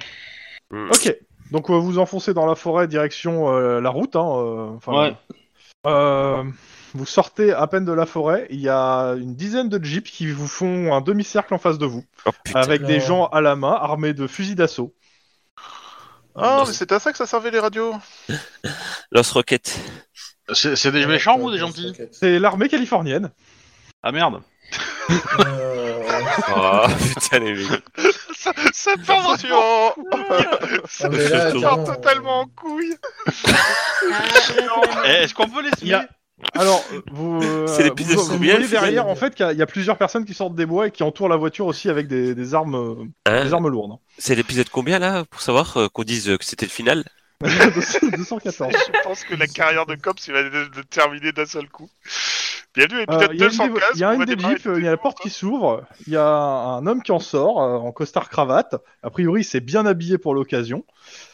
Speaker 8: Hmm.
Speaker 2: Ok, donc euh, vous enfoncez dans la forêt, direction euh, la route. Hein, euh, enfin,
Speaker 1: Ouais.
Speaker 2: euh, vous sortez à peine de la forêt, il y a une dizaine de jeeps qui vous font un demi-cercle en face de vous,
Speaker 8: Oh, putain.
Speaker 2: avec des
Speaker 7: Non.
Speaker 2: gens à la main armés de fusils d'assaut.
Speaker 3: Ah,
Speaker 8: Non.
Speaker 3: mais c'est à ça que ça servait les radios
Speaker 8: Lance roquette.
Speaker 1: C'est c'est des méchants ou des
Speaker 7: Ah,
Speaker 1: gentils (laughs)
Speaker 2: C'est l'armée californienne.
Speaker 1: Ah merde.
Speaker 7: Euh,
Speaker 8: (laughs) Oh putain, les mecs.
Speaker 4: ça, ça part dans-
Speaker 3: Attention
Speaker 7: ah,
Speaker 4: ça
Speaker 7: mais là,
Speaker 8: se
Speaker 4: part
Speaker 7: attends,
Speaker 4: totalement en couille.
Speaker 1: Eh, Est-ce qu'on peut les
Speaker 2: Il y a- Alors, euh,
Speaker 8: (laughs)
Speaker 2: vous, euh,
Speaker 8: C'est l'épisode
Speaker 2: vous- vous
Speaker 8: combien,
Speaker 2: voyez
Speaker 8: le fusil
Speaker 2: derrière en fait qu'il y, a- il y a plusieurs personnes qui sortent des bois et qui entourent la voiture aussi avec des, des armes, euh,
Speaker 8: Hein
Speaker 2: des armes lourdes.
Speaker 8: C'est l'épisode combien là pour savoir euh, qu'on dise euh, que c'était le final
Speaker 2: hein.
Speaker 8: (laughs)
Speaker 2: 214.
Speaker 4: Je pense que la carrière de cops, il va être terminée d'un seul coup. Bienvenue à
Speaker 2: Euh,
Speaker 4: l'épisode
Speaker 2: Il y a une
Speaker 4: 215.
Speaker 2: des- il y a
Speaker 4: on
Speaker 2: une
Speaker 4: va
Speaker 2: des
Speaker 4: démarrer
Speaker 2: jeeps, il y a la porte qui s'ouvre, il y a un homme qui en sort euh, en costard cravate. A priori, il s'est bien habillé pour l'occasion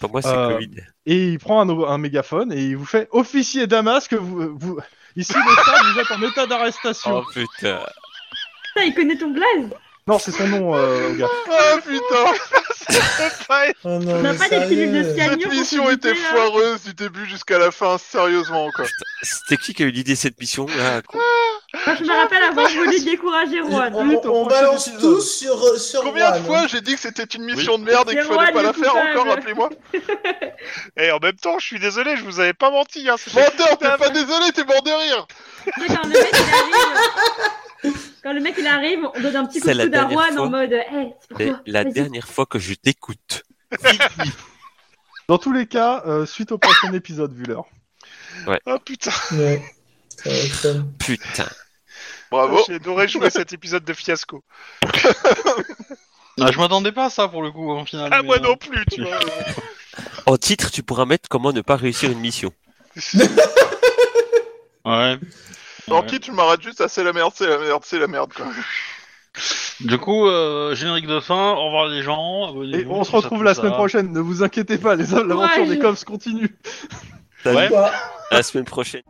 Speaker 8: Pour moi, c'est
Speaker 2: Euh,
Speaker 8: Covid.
Speaker 2: et il prend un, o- un mégaphone et il vous fait officier Damas que vous, vous- ici le stade, vous êtes en état d'arrestation.
Speaker 8: (laughs) Oh putain.
Speaker 5: Putain, il connaît ton glace
Speaker 2: Non, c'est son nom, euh, au gars.
Speaker 3: Ah, putain
Speaker 7: Oh non,
Speaker 2: Euh,
Speaker 5: On n'a
Speaker 7: mais
Speaker 5: pas des pilules de
Speaker 7: sérieux.
Speaker 5: cyanure
Speaker 3: Cette
Speaker 5: pour
Speaker 3: mission
Speaker 5: se
Speaker 3: était
Speaker 5: buter, là
Speaker 3: foireuse du début jusqu'à la fin, sérieusement, quoi.
Speaker 8: C'était qui qui a eu l'idée de cette mission là con-
Speaker 5: Moi, je me rappelle avoir voulu décourager Rouen.
Speaker 2: on- on
Speaker 7: on
Speaker 2: balance
Speaker 7: balance
Speaker 2: tout
Speaker 7: tout sur, sur
Speaker 3: Combien de fois j'ai dit que c'était une mission de merde et qu'il
Speaker 5: C'est moi,
Speaker 3: fallait pas
Speaker 5: le
Speaker 3: la faire
Speaker 5: coupable.
Speaker 3: encore, rappelez-moi
Speaker 4: Et Eh, en même temps, je suis désolé, je vous avais pas menti. Hein, c'est-
Speaker 3: Menteur, t'es pas désolé, t'es mort de rire
Speaker 5: Tu sais, quand le mec il arrive, quand le mec il arrive, on donne un petit coup
Speaker 8: C'est
Speaker 5: de
Speaker 8: la
Speaker 5: coude à
Speaker 8: dernière
Speaker 5: Rouen
Speaker 8: fois.
Speaker 5: en mode, hey, c'est pour
Speaker 8: C'est
Speaker 5: toi.
Speaker 8: la
Speaker 5: Ah, vas-y.
Speaker 8: dernière fois que je t'écoute.
Speaker 2: Dans tous les cas, euh, suite au prochain épisode, vu l'heure.
Speaker 4: Ah putain,
Speaker 7: Ouais. Ça va être ça.
Speaker 8: Putain.
Speaker 3: Bravo
Speaker 4: j'ai adoré jouer cet épisode de fiasco.
Speaker 1: Ah, je m'attendais pas à ça pour le coup, en final.
Speaker 4: Ah,
Speaker 1: mais,
Speaker 4: moi
Speaker 1: euh,
Speaker 4: non plus, tu vois.
Speaker 8: En titre, tu pourras mettre comment ne pas réussir une mission.
Speaker 1: Ouais.
Speaker 3: Dans
Speaker 1: Ouais.
Speaker 3: le titre, je m'arrête juste à c'est la merde, c'est la merde, c'est la merde, quoi.
Speaker 1: Du coup, euh, générique de fin, au revoir les gens. abonnez-vous,
Speaker 2: Et on
Speaker 1: tout
Speaker 2: se
Speaker 1: ça,
Speaker 2: retrouve
Speaker 1: tout
Speaker 2: la
Speaker 1: ça.
Speaker 2: semaine prochaine, ne vous inquiétez pas, les aventures des
Speaker 5: Ouais, je-
Speaker 2: cops continuent.
Speaker 8: Salut,
Speaker 1: Ouais.
Speaker 7: Bah,
Speaker 8: à la semaine prochaine.